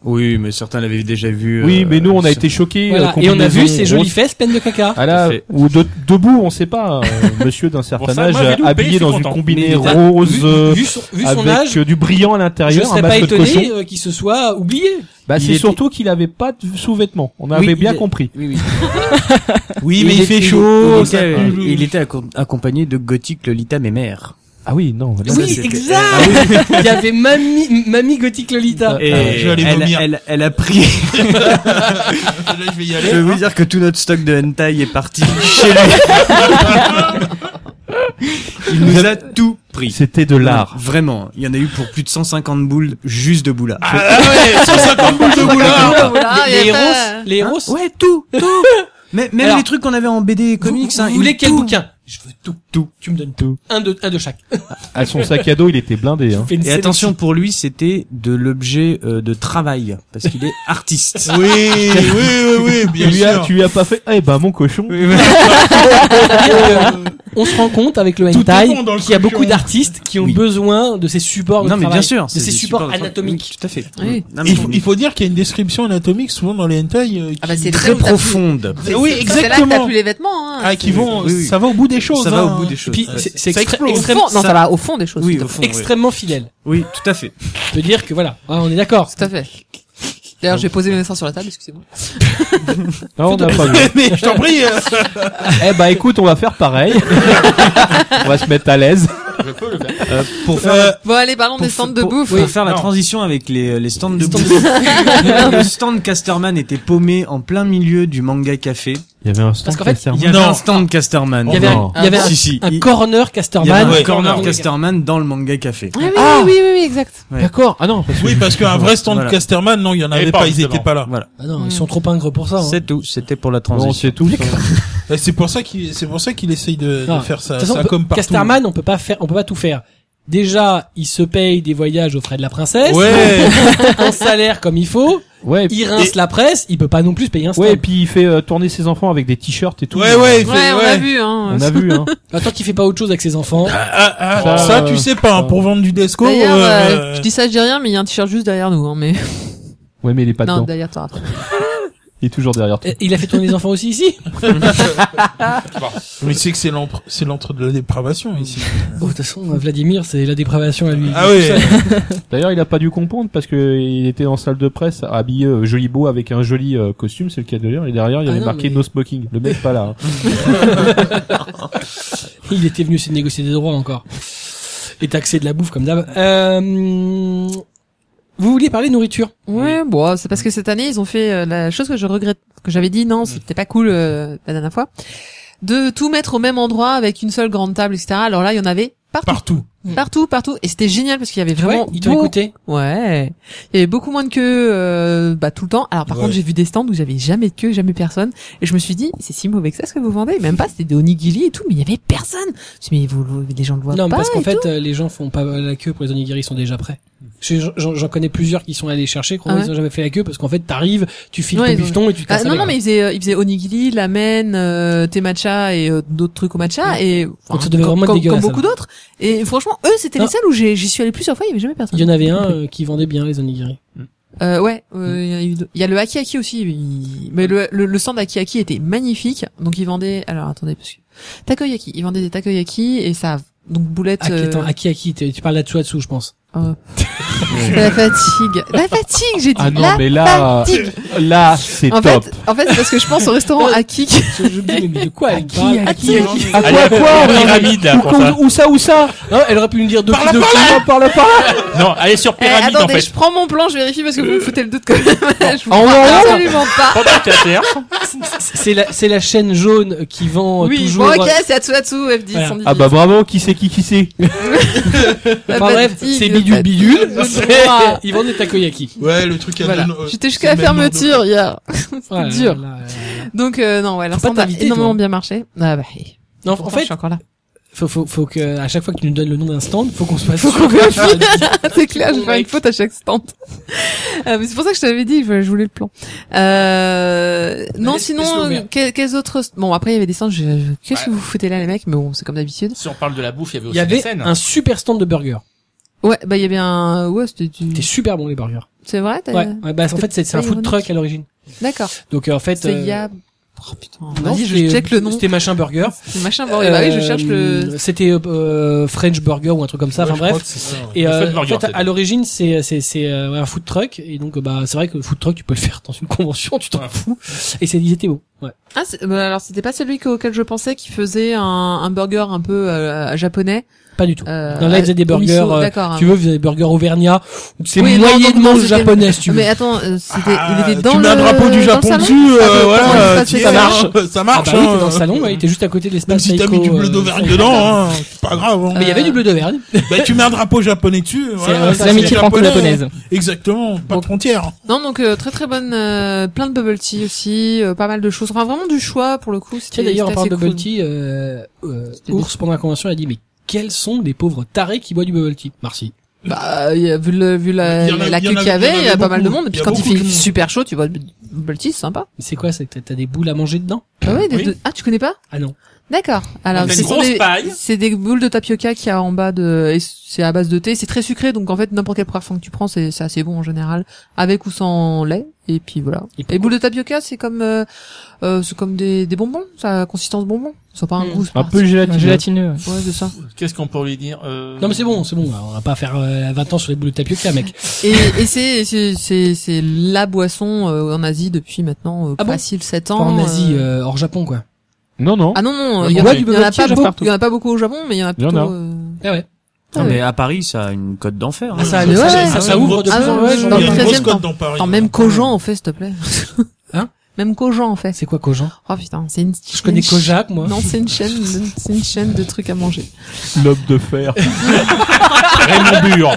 S6: Oui, mais certains l'avaient déjà vu.
S2: oui,
S6: euh,
S2: mais nous, on a
S6: sur-
S2: été choqués.
S1: Voilà.
S2: euh,
S1: Et on a vu
S2: combinaison
S1: ces
S2: rose.
S1: jolies fesses pleines de caca.
S2: Ah là,
S6: Tout à fait.
S2: ou de, debout, on sait pas. euh, monsieur d'un certain
S5: Pour ça,
S2: âge,
S5: moi, j'ai loupé, je
S2: habillé
S5: suis
S2: dans une
S5: content.
S2: combinée
S6: Mais-
S2: rose,
S1: vu,
S2: euh,
S1: vu son, vu son
S2: avec
S1: âge,
S2: euh, du brillant à
S1: je
S2: l'intérieur, un
S1: serais pas
S2: masque de cochon.
S1: étonné euh, qu'il se soit oublié.
S2: Bah,
S6: Il
S2: c'est
S6: était-
S2: surtout qu'il avait pas de sous-vêtements. On avait
S6: Oui,
S2: bien
S6: il est-
S2: compris.
S6: Oui, oui.
S4: Oui, mais il, fait
S6: était-
S4: chaud.
S6: Il
S4: ça-
S6: était, il était accom- accompagné de Gothic Lolita Mémère.
S2: Ah oui, non. là,
S6: Oui, Ah
S2: c'est-
S6: c'était-
S1: exact. Il y avait mamie, mamie gothique Lolita.
S2: Et
S4: Ah, je vais aller
S6: elle,
S4: vomir.
S6: elle, elle a pris.
S4: Là, je vais y
S6: Je
S4: aller.
S6: veux vous dire que tout notre stock de hentai est parti chez lui. Il nous a tout pris.
S2: C'était de l'art.
S6: Vraiment, il y en a eu pour plus de 150 boules juste de boules.
S3: Ah, voilà,
S1: les,
S3: il
S1: les
S3: y a
S1: héros,
S3: pas-
S1: les héros.
S6: Ah, ouais, tout, tout. Mais même
S1: Alors,
S6: les trucs qu'on avait en BD et comics,
S1: vous,
S6: hein,
S1: vous
S6: il-
S1: voulez quel
S6: tout.
S1: bouquin Je veux tout, tout. Tu me donnes tout. Un de, un de chaque.
S2: À son sac à dos, il était blindé. Hein.
S1: Fais une
S6: Et attention, pour lui, c'était de l'objet euh, de travail parce qu'il est artiste.
S4: Oui, oui, oui, oui,
S2: Tu
S4: bien
S2: lui, as,
S4: sûr.
S2: tu lui as pas fait, eh ben mon cochon.
S1: sélection. Euh, On se rend compte avec le
S4: Tout est
S1: hentai
S4: bon dans le
S1: qu'il y a
S4: cochon.
S1: beaucoup d'artistes qui ont
S6: Oui.
S1: besoin de ces supports de
S6: non, mais
S1: travail,
S6: bien sûr,
S1: de ces
S6: des
S1: supports
S6: de travail.
S1: anatomiques.
S6: Oui, tout à fait.
S3: Oui.
S6: Non, mais
S4: Il faut, il faut dire qu'il y a une description anatomique souvent dans les hentai euh, qui,
S3: Ah bah c'est
S6: très
S3: là où t'as plus-
S6: profonde.
S3: c'est-
S4: Oui,
S3: c'est- C'est là que t'as
S4: exactement.
S3: plus les vêtements. Hein.
S4: ah, qui vont,
S6: Oui, oui.
S4: ça va au bout des choses.
S6: Ça va
S4: hein.
S6: au bout des
S1: Et
S6: choses.
S1: puis
S6: Ouais.
S1: c'est- c'est
S4: Ça
S1: extré-
S4: explose.
S3: Au
S1: extrême-
S3: fond, non, ça va au fond des choses.
S6: Oui,
S3: tout à
S6: au fond, oui.
S1: extrêmement fidèle.
S6: Oui, tout à fait.
S1: Je veux dire que voilà, Ah, on est d'accord.
S3: fait. Tout à fait. D'ailleurs, j'ai posé le sein sur la table, excusez-moi.
S2: Non, Ah, on n'a pas vu.
S4: Mais je t'en prie. euh,
S2: Eh bah écoute, on va faire pareil. on va se mettre à l'aise.
S6: Euh, pour faire
S4: euh,
S3: Bon, allez, parlons des stands de
S6: pour-
S3: bouffe.
S6: pour faire la
S5: Non.
S6: transition avec
S1: euh,
S6: les, les stands de bouffe. le stand Casterman était paumé en plein milieu du manga café.
S8: Il y avait un stand
S1: Parce qu'en fait,
S8: Casterman.
S6: Il y avait
S4: Non.
S6: un stand Casterman.
S1: Il y avait un-
S8: non.
S1: il y avait un-
S6: Si, si.
S1: un
S6: Il-
S1: corner
S6: Il y avait
S1: Casterman.
S6: un
S4: Ouais.
S6: corner Casterman dans le manga café.
S3: Ah oui,
S8: Ah
S3: oui, oui, oui, exact.
S6: Ouais.
S8: D'accord. Ah non. parce que-
S4: Oui, parce qu'un vrai stand
S6: Voilà.
S4: Casterman, non, il y en
S5: Et
S4: avait
S5: pas,
S4: pas, ils
S5: justement.
S4: étaient pas là.
S6: Voilà.
S1: Ah non, ils sont trop ingres pour ça. hein.
S6: Mm. C'est tout. C'était pour la
S8: Bon, on
S6: transition.
S8: sait tous. hein.
S4: Et Bah, C'est pour ça qu'il, c'est pour ça qu'il essaye de, de
S1: Ah.
S4: faire ça,
S6: euh,
S1: De toute façon,
S4: ça
S1: on peut-
S4: comme partout.
S6: hein.
S1: Casterman, on peut pas faire, on peut pas tout faire. Déjà, il se paye des voyages aux frais de la princesse,
S4: Ouais.
S1: un salaire comme il faut,
S8: Ouais.
S1: il rince la presse, il peut pas non plus payer un stand.
S8: Ouais, et puis il fait euh, tourner ses enfants avec des t-shirts et tout.
S4: ouais, ouais, il fait-
S3: Ouais, on
S4: ouais.
S3: a vu, hein.
S8: On a vu, hein.
S1: Attends qu'il fait pas autre chose avec ses enfants.
S4: Ah, ah,
S8: Ça,
S4: ça,
S8: euh,
S4: tu sais pas, hein,
S8: ça.
S4: pour vendre du Desco.
S3: D'ailleurs,
S4: euh,
S3: euh, je dis ça, je dis rien, mais il y a un t-shirt juste derrière nous, hein, mais.
S8: Ouais, mais il est pas
S3: non,
S8: dedans.
S3: d'ailleurs, t'as
S8: Il est toujours derrière toi.
S1: Et Il a fait tourner les enfants aussi ici
S6: Ah.
S4: Mais c'est que c'est l'entre, c'est l'entre de la dépravation ici.
S1: Oh, De toute façon, Vladimir, c'est la dépravation à lui.
S4: Ah ouais.
S8: D'ailleurs, il a pas dû comprendre parce que il était en salle de presse habillé euh, joli beau avec un joli euh, costume, c'est le cas de dire. Et derrière, il y
S1: Ah
S8: avait
S1: non,
S8: marqué
S1: mais-
S8: No Smoking. Le mec pas là. hein.
S1: Il était venu essayer de négocier des droits encore. Et taxer de la bouffe comme d'hab. Euh, vous vouliez parler nourriture
S3: Ouais, bon, c'est parce que cette année, ils ont fait euh, la chose que je regrette, que j'avais dit non, c'était pas cool euh, la dernière fois, de tout mettre au même endroit avec une seule grande table, etc. Alors là, il y en avait partout, Mm. partout,
S4: Partout.
S3: partout, et c'était génial parce qu'il y avait
S1: Ouais,
S3: vraiment
S1: ils t'ont
S3: beaucoup-
S1: écouté.
S3: Ouais, il y avait beaucoup moins de queues euh, bah, tout le temps. Alors par
S4: Ouais.
S3: contre, j'ai vu des stands où j'avais jamais de queue, jamais personne, et je me suis dit, c'est si mauvais que ça ce que vous vendez, même pas, c'était des onigiri et tout, mais il y avait personne. Je me suis dit, mais vous, les gens le voient
S1: Non, mais
S3: pas.
S1: parce qu'en
S3: et
S1: fait, euh, les gens font pas la queue pour les onigiri, ils sont déjà prêts. Je- J'en j'en connais plusieurs qui sont allés chercher, crois
S3: Ah ouais
S1: ils ont jamais fait la queue parce qu'en fait, t'arrives, tu files
S3: Ouais,
S1: ton
S3: ils ont-
S1: bifton et tu te
S3: Ah,
S1: casses
S3: non,
S1: avec.
S3: non, mais il faisait, euh, il faisait onigiri, lamen, euh, thé matcha et euh, d'autres trucs au matcha et enfin,
S1: Donc ça devait
S3: comme-
S1: vraiment être
S3: comme,
S1: dégueulasse,
S3: comme beaucoup
S1: ça.
S3: d'autres. Et franchement, eux, c'était
S1: Ah.
S3: les seuls où j'ai- j'y suis allé plusieurs fois, il y avait jamais personne.
S1: Il y en avait un euh, qui vendait bien les onigiri.
S3: Euh, ouais, euh, il y a eu de- il y, a le haki haki aussi, il- mais le, le, le stand haki haki était magnifique. Donc ils vendaient, alors attendez, parce que takoyaki, ils vendaient des takoyaki et ça, donc boulettes.
S1: Aki,
S3: euh,
S1: attends, Aki, Aki, tu tu parles là-dessous, là-dessous, je pense.
S3: euh, la fatigue, la fatigue, j'ai dit.
S8: Ah non,
S3: la
S8: mais là,
S3: fatigue.
S8: là, c'est
S3: En
S8: top. Euh,
S3: fait, en fait, c'est parce que je pense au restaurant haki.
S1: Je me dis, mais de quoi elle
S3: parle Aki,
S8: À quoi, à quoi
S5: Allez, pyramide, là,
S8: Où-
S5: pour
S8: où-
S5: ça.
S8: Où ça, où ça
S1: Elle aurait pu nous dire deux
S4: Par là, par
S8: Ah, Par là, par là.
S5: Non, allez sur
S3: Eh,
S5: pyramide
S3: attendez,
S5: en fait.
S3: je prends mon plan, je vérifie parce que vous me foutez le doute quand même. je vous
S8: En
S3: crois
S8: haut, en haut
S3: absolument pas.
S5: Pendant que t'es à terre,
S1: C'est la, c'est la chaîne jaune qui vend euh,
S3: Oui,
S1: toujours.
S3: bon, ok, c'est Atsuatsu, F10,
S1: Voilà.
S3: 118.
S8: Ah bah bravo, qui c'est qui qui c'est
S3: La
S1: Enfin bref,
S3: fatigue,
S1: c'est
S3: la
S1: bidule
S3: fatigue.
S1: bidule.
S3: Je
S1: c'est-
S3: crois.
S1: Ils vendent des takoyaki.
S4: Ouais, le truc à
S3: Voilà.
S4: deux- euh,
S3: J'étais jusqu'à la
S4: c'est même
S3: fermeture hier.
S1: Voilà,
S3: C'était dur.
S1: là, là, là, là.
S3: Donc, euh, non, ouais, l'instant a
S1: t'inviter,
S3: énormément
S1: toi.
S3: bien marché. Ah bah, eh,
S1: Non, en
S3: pourtant, je
S1: fait,
S3: suis encore là.
S1: faut, faut, faut que à chaque fois que tu nous donnes le nom d'un stand, faut qu'on soit sûr. Ah,
S3: c'est clair, je vais
S1: Bon,
S3: faire une
S1: mec.
S3: faute à chaque stand. Euh, mais c'est pour ça que je t'avais dit, je je voulais le plan. Euh, non,
S1: laisse-
S3: sinon,
S1: laisse-le ouvert.
S3: euh, quels quels autres... Bon, après, il y avait des stands, je- je- qu'est-ce que vous foutez là, les mecs Mais bon, c'est comme d'habitude.
S5: si on parle de la bouffe, il y avait
S1: Il
S5: aussi
S1: y
S5: des
S1: avait
S5: scènes.
S1: un super stand de burgers.
S3: Ouais, bah, il y avait un... Ouais, c'était du...
S1: C'était super bon les burgers.
S3: C'est vrai t'as-
S1: Ouais. ouais, bah en fait c'est c'est un
S3: Euh, pas
S1: food
S3: ironique.
S1: truck à l'origine.
S3: D'accord.
S1: Donc euh, en fait.
S3: C'est
S1: euh,
S3: Yab. Oh putain.
S1: non,
S3: Vas-y, je
S1: c'était-
S3: check le nom.
S1: C'était machin burger.
S3: C'est machin. Bon, bah oui, je
S1: Euh,
S3: cherche le.
S1: C'était euh, euh, French burger ou un truc comme ça.
S4: Ouais,
S1: Enfin
S4: je crois
S1: bref.
S4: que c'est ça, ouais.
S1: Et
S5: Le
S1: euh,
S5: Fun Burger,
S1: en fait,
S5: c'est
S1: à l'origine, c'est c'est c'est euh, ouais, un food truck et donc euh, bah c'est vrai que le food truck tu peux le faire dans une convention, tu t'en
S5: Ouais.
S1: fous. Et c'est ils étaient bons. Ouais.
S3: Ah, c'est- bah, alors c'était pas celui que- auquel je pensais qui faisait un, un burger un peu euh, japonais.
S1: Pas du tout.
S3: Euh,
S1: Non, là, ils faisaient des
S3: au miso,
S1: burgers, euh,
S3: D'accord.
S1: Tu
S3: hein.
S1: veux, vous avez burger Auvergnat, donc c'est
S3: Oui, non, non,
S1: moyennement
S3: non, c'était-
S1: japonais si tu veux.
S3: Mais attends, euh, c'était,
S4: Ah,
S3: il était dans
S4: tu
S3: le.
S4: mets un drapeau du
S3: dans le
S4: Japon
S3: salon
S4: dessus,
S3: Ah, bon,
S4: euh,
S3: comment il se
S4: voilà,
S3: passe,
S4: tu y
S3: ça
S4: es,
S3: marche.
S4: hein, ça
S1: Ah
S4: marche.
S1: bah oui, t'es dans le
S4: hein.
S1: salon, ouais, il était juste à côté de
S4: Même
S1: l'espace
S4: si t'as mis
S1: Seiko,
S4: du bleu
S1: euh,
S4: d'Auvergne
S1: Seiko. Ah,
S4: dedans, hein, c'est pas grave. hein.
S1: Mais il y avait du bleu d'Auvergne.
S4: Bah, tu mets un drapeau japonais dessus.
S1: C'est,
S4: voilà,
S1: euh,
S7: C'est
S4: ça,
S7: l'amitié
S4: c'est japonais.
S7: franco-japonaise.
S4: Exactement, pas
S3: Donc-
S4: de frontières.
S3: Non, donc euh, très très bonne, euh, plein de bubble tea aussi, euh, pas mal de choses. Enfin vraiment du choix pour le coup.
S1: Tiens
S3: C'était
S1: d'ailleurs en
S3: c'était
S1: parlant de
S3: assez
S1: bubble
S3: cool.
S1: tea, euh, euh,
S3: C'était
S1: Ours pendant la convention a dit mais quels sont les pauvres tarés qui boivent du bubble tea Marcy.
S3: Bah, il y a- vu, le, vu la,
S4: Il y en a-
S3: la
S4: il y
S3: queue
S4: en a-
S3: qu'il y avait, il y a pas mal de
S4: beaucoup.
S3: monde. Et puis
S4: Il y a
S3: quand il
S4: beaucoup de
S3: fait
S4: monde.
S3: super chaud, tu vois le bubble tea, c'est sympa.
S1: C'est quoi ça T'as t'as des boules à manger dedans
S3: Ah ouais, des
S5: Oui.
S3: deux- ah tu connais pas
S1: Ah non.
S3: D'accord. Alors
S5: T'as
S3: c'est
S5: une grosse
S3: des
S5: paille.
S3: c'est des boules de tapioca qu'il y a en bas de et c'est à base de thé, c'est très sucré donc en fait n'importe quelle parfum que tu prends c'est c'est assez bon en général avec ou sans lait et puis voilà.
S1: Et
S3: Et boules de tapioca c'est comme euh, euh, c'est comme des, des bonbons, ça a consistance bonbon, ça a pas un
S7: Mm.
S3: goût c'est
S8: Un
S3: pas-
S8: peu
S7: Un
S8: gélatineux.
S7: Gélatineux.
S3: Ouais, c'est ça.
S5: Qu'est-ce qu'on peut lui dire euh,
S1: Non mais c'est bon, c'est bon. On va pas faire euh, 20 ans sur les boules de tapioca mec.
S3: Et, et c'est c'est c'est c'est la boisson euh, en Asie depuis maintenant euh,
S1: Ah bon
S3: facile 7
S1: Pas
S3: ans.
S1: en Asie,
S3: euh,
S1: euh, hors Japon quoi.
S8: Non, non.
S3: Ah non non,
S8: On
S3: il y, en
S8: boit
S3: a-
S8: du
S3: il y
S8: bubble
S3: en a
S8: tea,
S3: pas
S8: j'en ai
S3: beaucoup,
S8: partout.
S3: il y en a pas beaucoup au Japon mais il y en a
S8: Il y en
S3: plutôt
S8: a.
S3: euh,
S1: Ah ouais.
S6: Non, mais à Paris, ça a une cote d'enfer. hein.
S1: Ah, ça,
S3: mais
S1: ça,
S3: ouais.
S1: ça- ça
S3: Ah,
S1: ouvre de
S3: ah,
S1: plus en
S3: ouais,
S1: plus.
S3: dans
S4: Il y a
S3: le 13e,
S4: une grosse
S3: t'en-
S4: cote dans Paris.
S3: Attends, même Cogent, en fait, s'il te plaît.
S1: Hein
S3: Même Kojan en fait.
S1: C'est quoi Cogent
S3: Oh putain, c'est une.
S1: Je connais
S3: une ch-
S1: Kojak, moi.
S3: Non, c'est une chaîne, de- c'est une chaîne de trucs à manger.
S8: L'homme de fer.
S5: Raymond Burr.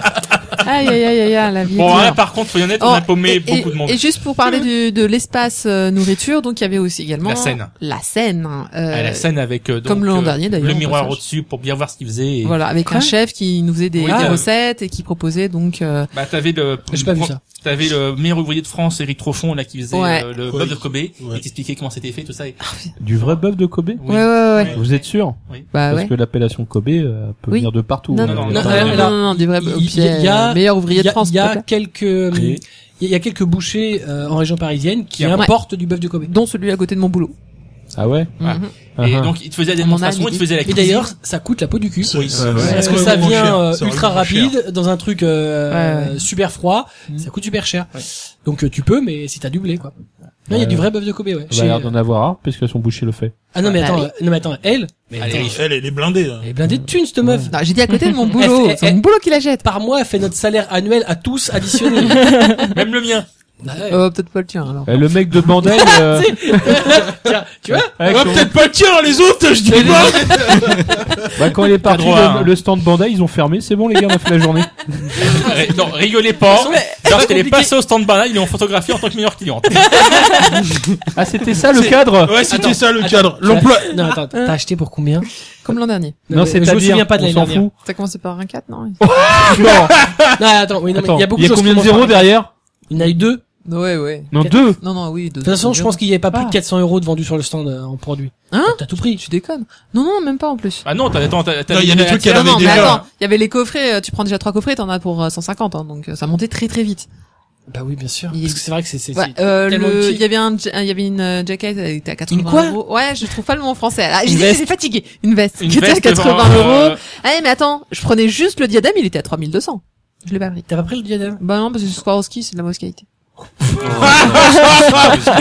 S3: Aïe aïe aïe aïe, aïe, la vie. est
S5: Bon,
S3: dure.
S5: là, par contre, soyons honnêtes, on
S3: Oh,
S5: a paumé
S3: et,
S5: beaucoup
S3: et-
S5: de monde.
S3: et juste pour parler
S1: Mmh.
S3: du- de l'espace euh, nourriture, donc il y avait aussi également
S5: La scène.
S3: La Seine. hein, euh,
S5: à la scène avec euh, donc,
S3: comme l'an
S5: euh,
S3: dernier, d'ailleurs,
S5: le
S3: au
S5: miroir
S3: passage.
S5: au-dessus pour bien voir ce qu'il faisait. Et...
S3: Voilà, avec
S1: Quoi
S3: un chef qui nous faisait des
S5: Oui,
S3: des
S5: euh,
S3: recettes et qui proposait donc. euh,
S5: Bah t'avais le
S1: J'ai pas vu ça.
S5: T'avais le meilleur ouvrier de France, Eric Trofond, là qui faisait
S3: Ouais.
S5: euh, le
S4: Ouais.
S5: bœuf de Kobe,
S4: Ouais.
S5: il t'expliquait comment c'était fait, tout ça. Et...
S8: Du vrai bœuf de Kobe
S3: Ouais
S5: Oui.
S3: ouais ouais.
S8: Vous êtes sûr
S3: Bah
S8: Parce
S3: ouais.
S8: que l'appellation Kobe euh, peut
S3: Oui.
S8: venir de partout. hein,
S3: Non,
S8: On
S5: non,
S8: est
S5: non,
S8: pas-
S1: non,
S3: non,
S1: non,
S3: non, non, des vrais
S1: il-
S3: au
S1: il-
S3: pied,
S1: il y a-
S3: euh, meilleur ouvrier
S1: Il y
S3: de
S1: a,
S3: France.
S1: il y a
S3: s'il te plaît.
S1: quelques, euh, il y a quelques bouchers euh, en région parisienne qui
S5: Ouais.
S1: importent du bœuf de Kobe.
S3: Dont celui à côté de mon boulot.
S8: Ah ouais
S5: Ouais.
S3: Mhm.
S5: et
S8: Ah, ah.
S5: donc il te faisait
S3: On
S5: la
S3: en a
S5: démonstration,
S3: une
S5: il te faisait la
S1: Et
S5: cuisine.
S1: d'ailleurs, ça coûte la peau du cul.
S4: Oui,
S6: ouais.
S1: Parce que
S4: Ouais,
S1: ça
S4: vraiment cher.
S1: vient euh,
S4: Ça
S1: ultra
S4: vraiment cher.
S1: rapide dans un truc euh,
S3: Ouais, ouais.
S1: super froid,
S3: Mm.
S1: ça coûte super cher. Donc euh, tu peux, mais si t'as du blé quoi. Non, il y a
S8: Ouais.
S1: du vrai bœuf de Kobe,
S2: Bah,
S1: ouais.
S8: Il a
S1: Chez-
S8: l'air d'en avoir un, puisque son boucher le fait.
S1: Ah non mais
S3: Bah
S1: attends,
S3: oui.
S1: euh, non mais attends, elle, mais
S5: Allez,
S1: attends,
S5: riche.
S4: Elle, elle est blindée. là.
S1: elle est blindée de thunes cette meuf.
S3: Non, j'ai dit à côté de mon boulot.
S1: Eh, eh,
S3: C'est
S1: eh.
S3: mon boulot qui la jette.
S1: Par mois, elle fait notre salaire annuel à tous additionné.
S5: même le mien.
S1: Ah ouais.
S3: Euh, peut-être pas le tien alors.
S8: Eh, le mec de Bandai, euh,
S1: Tiens, tu vois
S8: avec son-
S4: pas le tien, les autres, je dis pas.
S8: bah, quand il est parti,
S5: droit,
S8: le,
S5: hein.
S8: le stand Bandai, ils ont fermé. C'est bon, les gars, on a fait la journée.
S5: Ré- non, rigolez pas. Lorsqu'elle est passée au stand by ils l'ont photographié en tant que meilleure cliente.
S8: Ah, c'était ça le cadre
S4: Ouais, c'était
S1: Attends,
S4: ça le cadre.
S1: Tu
S4: L'emploi.
S1: as- Non attends, t'as acheté pour combien
S3: Comme l'an dernier.
S8: Non, c'est
S1: je
S8: à
S1: me
S8: dire,
S1: souviens pas de
S8: on
S1: l'année
S8: s'en
S1: dernière.
S8: fout.
S3: Ça commençait par un 4, non
S8: Non,
S1: Non, attends, oui, non, mais
S8: attends,
S1: il y a beaucoup
S8: il y a
S1: de choses
S8: combien de
S1: qui m'ont
S8: zéros
S1: parlé.
S8: derrière
S1: Il y en a eu deux. De
S3: Ouais, ouais.
S8: Non,
S1: Quatre.
S8: deux.
S3: Non, non, oui.
S1: Oh.
S3: De
S1: toute façon, je pense qu'il n'y avait pas plus
S8: Ah.
S1: de 400 euros de vendus sur le stand euh, en produits.
S3: Hein
S1: T'as tout pris.
S3: Tu déconnes Non, non, même pas en plus.
S5: Ah non, t'as attends, t'as
S4: Non, il y a des trucs qu'elle
S3: Non,
S4: avait
S3: non, mais
S4: déjà.
S3: attends, il y avait les coffrets, euh, tu prends déjà trois coffrets, t'en as pour euh, 150, hein, donc euh, ça montait très très vite.
S1: Bah oui, bien sûr.
S3: Il-
S1: Parce que c'est vrai que c'est, c'est,
S3: Ouais,
S1: c'est-
S3: euh,
S1: tellement
S3: le-
S1: petit.
S3: il y avait un, ja- il y avait une euh, jacket, elle était à 80
S1: quoi
S3: euros. Ouais, je trouve pas le mot en français. Ah,
S1: Une
S3: j'ai dit,
S1: veste.
S3: j'étais fatiguée. Une veste,
S5: Une
S3: qui était à
S5: veste,
S3: 80
S5: euh,
S3: euros. Ouais, mais attends, je prenais juste le diadème, il était à 3200. Je l'ai pas pris.
S1: T'as pas pris le diadème?
S3: Bah non, parce que Swarovski, c'est de la mauvaise qualité.
S1: Nous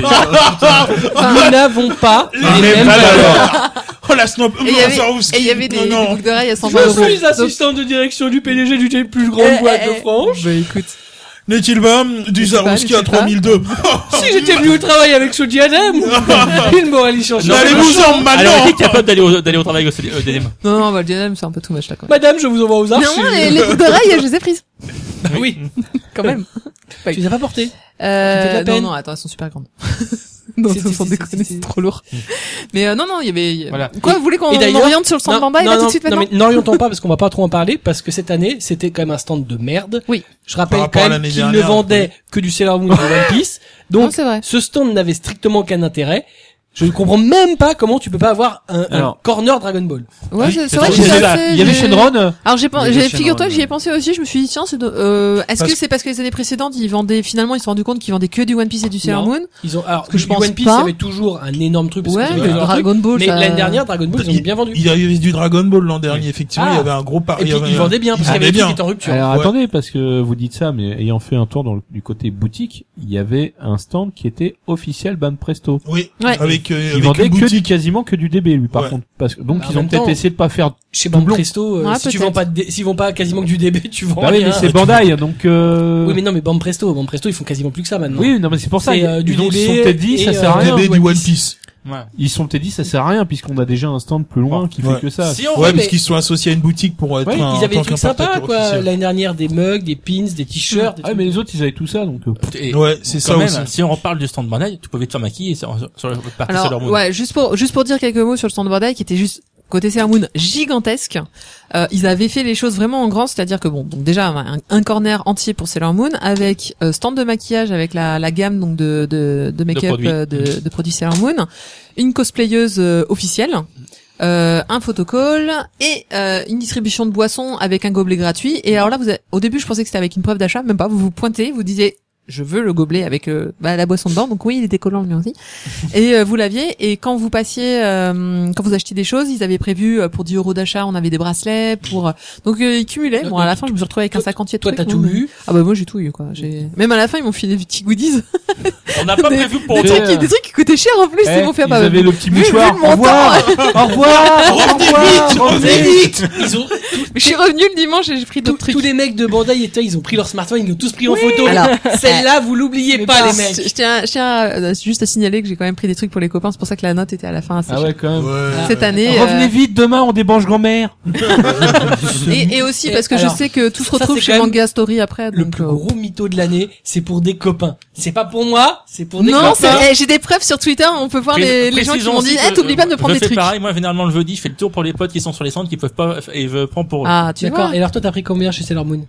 S1: n'avons pas les mêmes valeurs.
S4: Oh la snob.
S3: Et il y avait,
S4: Swarovski.
S3: et il y avait des,
S4: Non,
S3: des
S4: non.
S3: boucles d'oreilles à 120
S1: Je
S3: euros.
S1: suis assistant de direction du PDG du G- plus grande
S3: Eh,
S1: boîte
S3: eh,
S1: de
S3: eh.
S1: France.
S3: Bah écoute.
S4: N'est-il pas du Swarovski
S3: je
S4: à
S3: sais pas.
S4: 3002
S1: Si j'étais venu au travail avec ce diadème, il m'aurait licencié.
S5: Ah Non,
S4: Allez vous en
S5: Alors, on
S4: maintenant
S5: dit qu'il y a pas d'aller au, d'aller au euh, travail au CD- EDM.
S3: Non, non, bah, le diadème, c'est un peu too much là quand même.
S1: Madame, je vous envoie aux archives. Bah
S3: non, les, les boucles d'oreilles, je les ai prises. Ah
S1: oui.
S3: Quand même.
S1: Tu les as pas portées. Ça fait de la
S3: Euh, non,
S1: peine.
S3: non, attends, elles sont super grandes. non,
S1: Si,
S3: elles
S1: si,
S3: sont
S1: si,
S3: déconner,
S1: si, si.
S3: c'est trop lourd. Mais euh, non, non, il y avait.
S5: Voilà.
S3: Quoi, vous voulez qu'on
S1: et d'ailleurs-
S3: oriente sur le centre Bandai là tout de suite
S1: non,
S3: maintenant
S1: mais n'orientons pas parce qu'on va pas trop en parler parce que cette année c'était quand même un stand de merde.
S3: Oui.
S1: Je rappelle
S4: Par rapport à
S1: quand même
S4: l'année
S1: qu'il ne
S4: dernière,
S1: vendait que du Sailor Moon et One Piece.
S3: Non,
S1: Donc
S3: c'est vrai.
S1: ce stand n'avait strictement aucun intérêt. Je ne comprends même pas comment tu peux pas avoir un, un
S6: Alors.
S1: corner Dragon Ball.
S3: Ouais, c'est
S1: Ah,
S3: c'est vrai que
S8: Il y
S3: j'ai
S8: avait-
S3: pas fait,
S8: il y avait
S3: j'ai-
S8: Shenron.
S3: Alors j'ai
S6: Il y
S3: pensé,
S6: avait
S3: j'ai-
S6: Shenron,
S3: figure-toi que j'y ai
S6: ouais.
S3: pensé aussi. Je me suis dit tiens, c'est de- euh, est-ce que
S4: Parce-
S3: c'est parce que les années précédentes ils vendaient finalement ils se sont rendus compte qu'ils vendaient que du One Piece et du Sailor
S1: Non.
S3: Moon
S1: Ils ont alors
S3: Parce que je
S1: du
S3: pense
S1: One Piece
S3: pas.
S1: il y avait toujours un énorme truc parce que
S3: Ouais,
S1: c'était
S4: mais
S1: toujours un truc.
S3: Dragon Ball.
S1: mais
S3: ça-
S1: l'année dernière Dragon Ball ils ont
S4: Il-
S1: bien vendu.
S4: Il y avait du Dragon Ball l'an dernier, effectivement. Il y
S1: Ah.
S4: avait un gros pari.
S1: Et puis ils vendaient bien parce qu'il y avait des trucs qui étaient en rupture.
S8: Alors
S4: Ouais.
S8: attendez, parce que vous dites ça, mais ayant fait un tour dans le- du côté boutique, il y avait un stand qui était officiel Ban Presto.
S4: Oui,
S3: Ouais.
S4: avec, euh,
S8: Il
S4: avec
S8: vendait
S4: une
S8: que du,
S4: boutique.
S8: quasiment que du DB lui par
S4: Ouais.
S8: contre. Parce que, donc
S1: Bah, en
S8: ils ont
S1: même
S8: peut-être
S1: temps-
S8: essayé de pas faire.
S1: Chez Ban
S8: Doublon.
S1: Presto, euh,
S3: Ouais,
S1: si tu
S3: peut-être.
S1: vends pas, de dé- s'ils vendent pas quasiment que du DB, tu vends
S8: Bah oui,
S1: rien.
S8: mais c'est Bandai, donc. euh,
S1: Oui, mais non, mais Ban Presto, Ban Presto, ils font quasiment plus que ça maintenant.
S8: Oui, non, mais c'est pour ça.
S1: C'est,
S8: ils-
S1: euh, du
S8: donc, ils se sont
S1: DB
S8: peut-être dit,
S1: et,
S8: ça
S1: euh,
S8: sert à rien.
S4: DB du One Piece.
S5: Ouais.
S8: Ils se sont peut-être dit, ça sert à rien, puisqu'on a déjà un stand plus loin qui fait
S4: Ouais.
S8: que ça.
S5: Si on
S4: Ouais,
S1: mais-
S4: parce qu'ils se sont associés à une boutique pour être
S8: Ouais,
S4: un,
S1: Ils avaient
S4: en tant
S1: des trucs sympas,
S4: qu'importateur
S1: quoi.
S4: officiel.
S1: L'année dernière, des mugs, des pins, des t-shirts. des
S8: Ah,
S1: trucs.
S8: mais les autres, ils avaient tout ça, donc. euh, pff,
S5: Et
S4: Ouais, c'est
S5: quand
S4: ça
S5: même,
S4: aussi.
S5: si on reparle du stand by tu pouvais te faire maquiller sur, sur la partie Sailor
S3: Alors
S5: Moon.
S3: ouais, juste pour juste pour dire quelques mots sur le stand Bandai qui était juste côté Sailor Moon gigantesque. Euh, ils avaient fait les choses vraiment en grand, c'est-à-dire que bon, donc déjà un, un corner entier pour Sailor Moon avec euh, stand de maquillage avec la, la gamme donc de de, de make-up
S5: De produits.
S3: euh, de, de produits Sailor Moon, une cosplayeuse euh, officielle. euh, un photocall et euh, une distribution de boissons avec un gobelet gratuit. Et alors là, vous avez- au début, je pensais que c'était avec une preuve d'achat, même pas. Vous vous pointez, vous disiez, je veux le gobelet avec euh, bah, la boisson dedans. Donc oui, il était collant lui aussi. Et euh, vous l'aviez. Et quand vous passiez, euh, quand vous achetiez des choses, ils avaient prévu euh, pour 10 euros d'achat, on avait des bracelets pour. euh, donc euh, ils cumulaient. Bon, à la fin, je me suis retrouvée avec un sac entier de
S1: Toi,
S3: trucs,
S1: t'as
S3: moi,
S1: tout
S3: mais-
S1: eu.
S3: Ah bah moi j'ai tout eu quoi. J'ai même à la fin ils m'ont filé des petits goodies,
S5: On n'a pas
S3: Des-
S5: prévu pour
S3: des
S5: autant.
S3: trucs, qui- des trucs qui coûtaient cher en plus.
S8: eh,
S3: ils m'ont fait
S8: ils
S3: bah,
S8: avaient le petit
S3: vu- vu
S8: mouchoir.
S3: le
S8: Au revoir.
S3: montant.
S8: Au revoir. Au revoir.
S1: Ils ont,
S3: Mais je suis revenu le dimanche et j'ai pris
S1: Tous
S3: d'autres trucs.
S1: tous les mecs de Bandai, et toi, ils ont pris leur smartphone, ils l'ont tous pris en photo.
S3: Alors, eh,
S1: Celle-là, vous l'oubliez
S3: Mais
S1: pas, les
S3: bon,
S1: mecs.
S3: Je, je tiens, je tiens à- euh, juste à signaler que j'ai quand même pris des trucs pour les copains. C'est pour ça que la note était à la fin assez
S2: Ah ouais, quand même.
S4: Ouais.
S3: Cette année.
S2: Revenez vite, demain on débanche grand-mère.
S3: euh, et, et aussi parce que
S1: Alors,
S3: je sais que tout se
S1: ça,
S3: retrouve
S1: c'est
S3: chez
S1: quand même
S3: Manga Story après.
S1: Le
S3: donc,
S1: plus
S3: euh,
S1: gros mytho de l'année, c'est pour des copains. C'est pas pour moi, c'est pour des
S3: Non,
S1: copains.
S3: c'est- eh, j'ai des preuves sur Twitter. On peut voir les, les gens qui
S5: Précisons
S3: m'ont
S5: aussi
S3: dit,
S5: que,
S3: eh, t'oublies
S5: euh,
S3: pas de me prendre des
S5: je fais
S3: trucs.
S5: pareil, moi, généralement, le jeudi, je fais le tour pour les potes qui sont sur les centres, qui peuvent pas, et je prends pour eux.
S3: Ah, tu vois.
S1: D'accord. Et alors, toi, t'as pris combien chez Sailor Moon?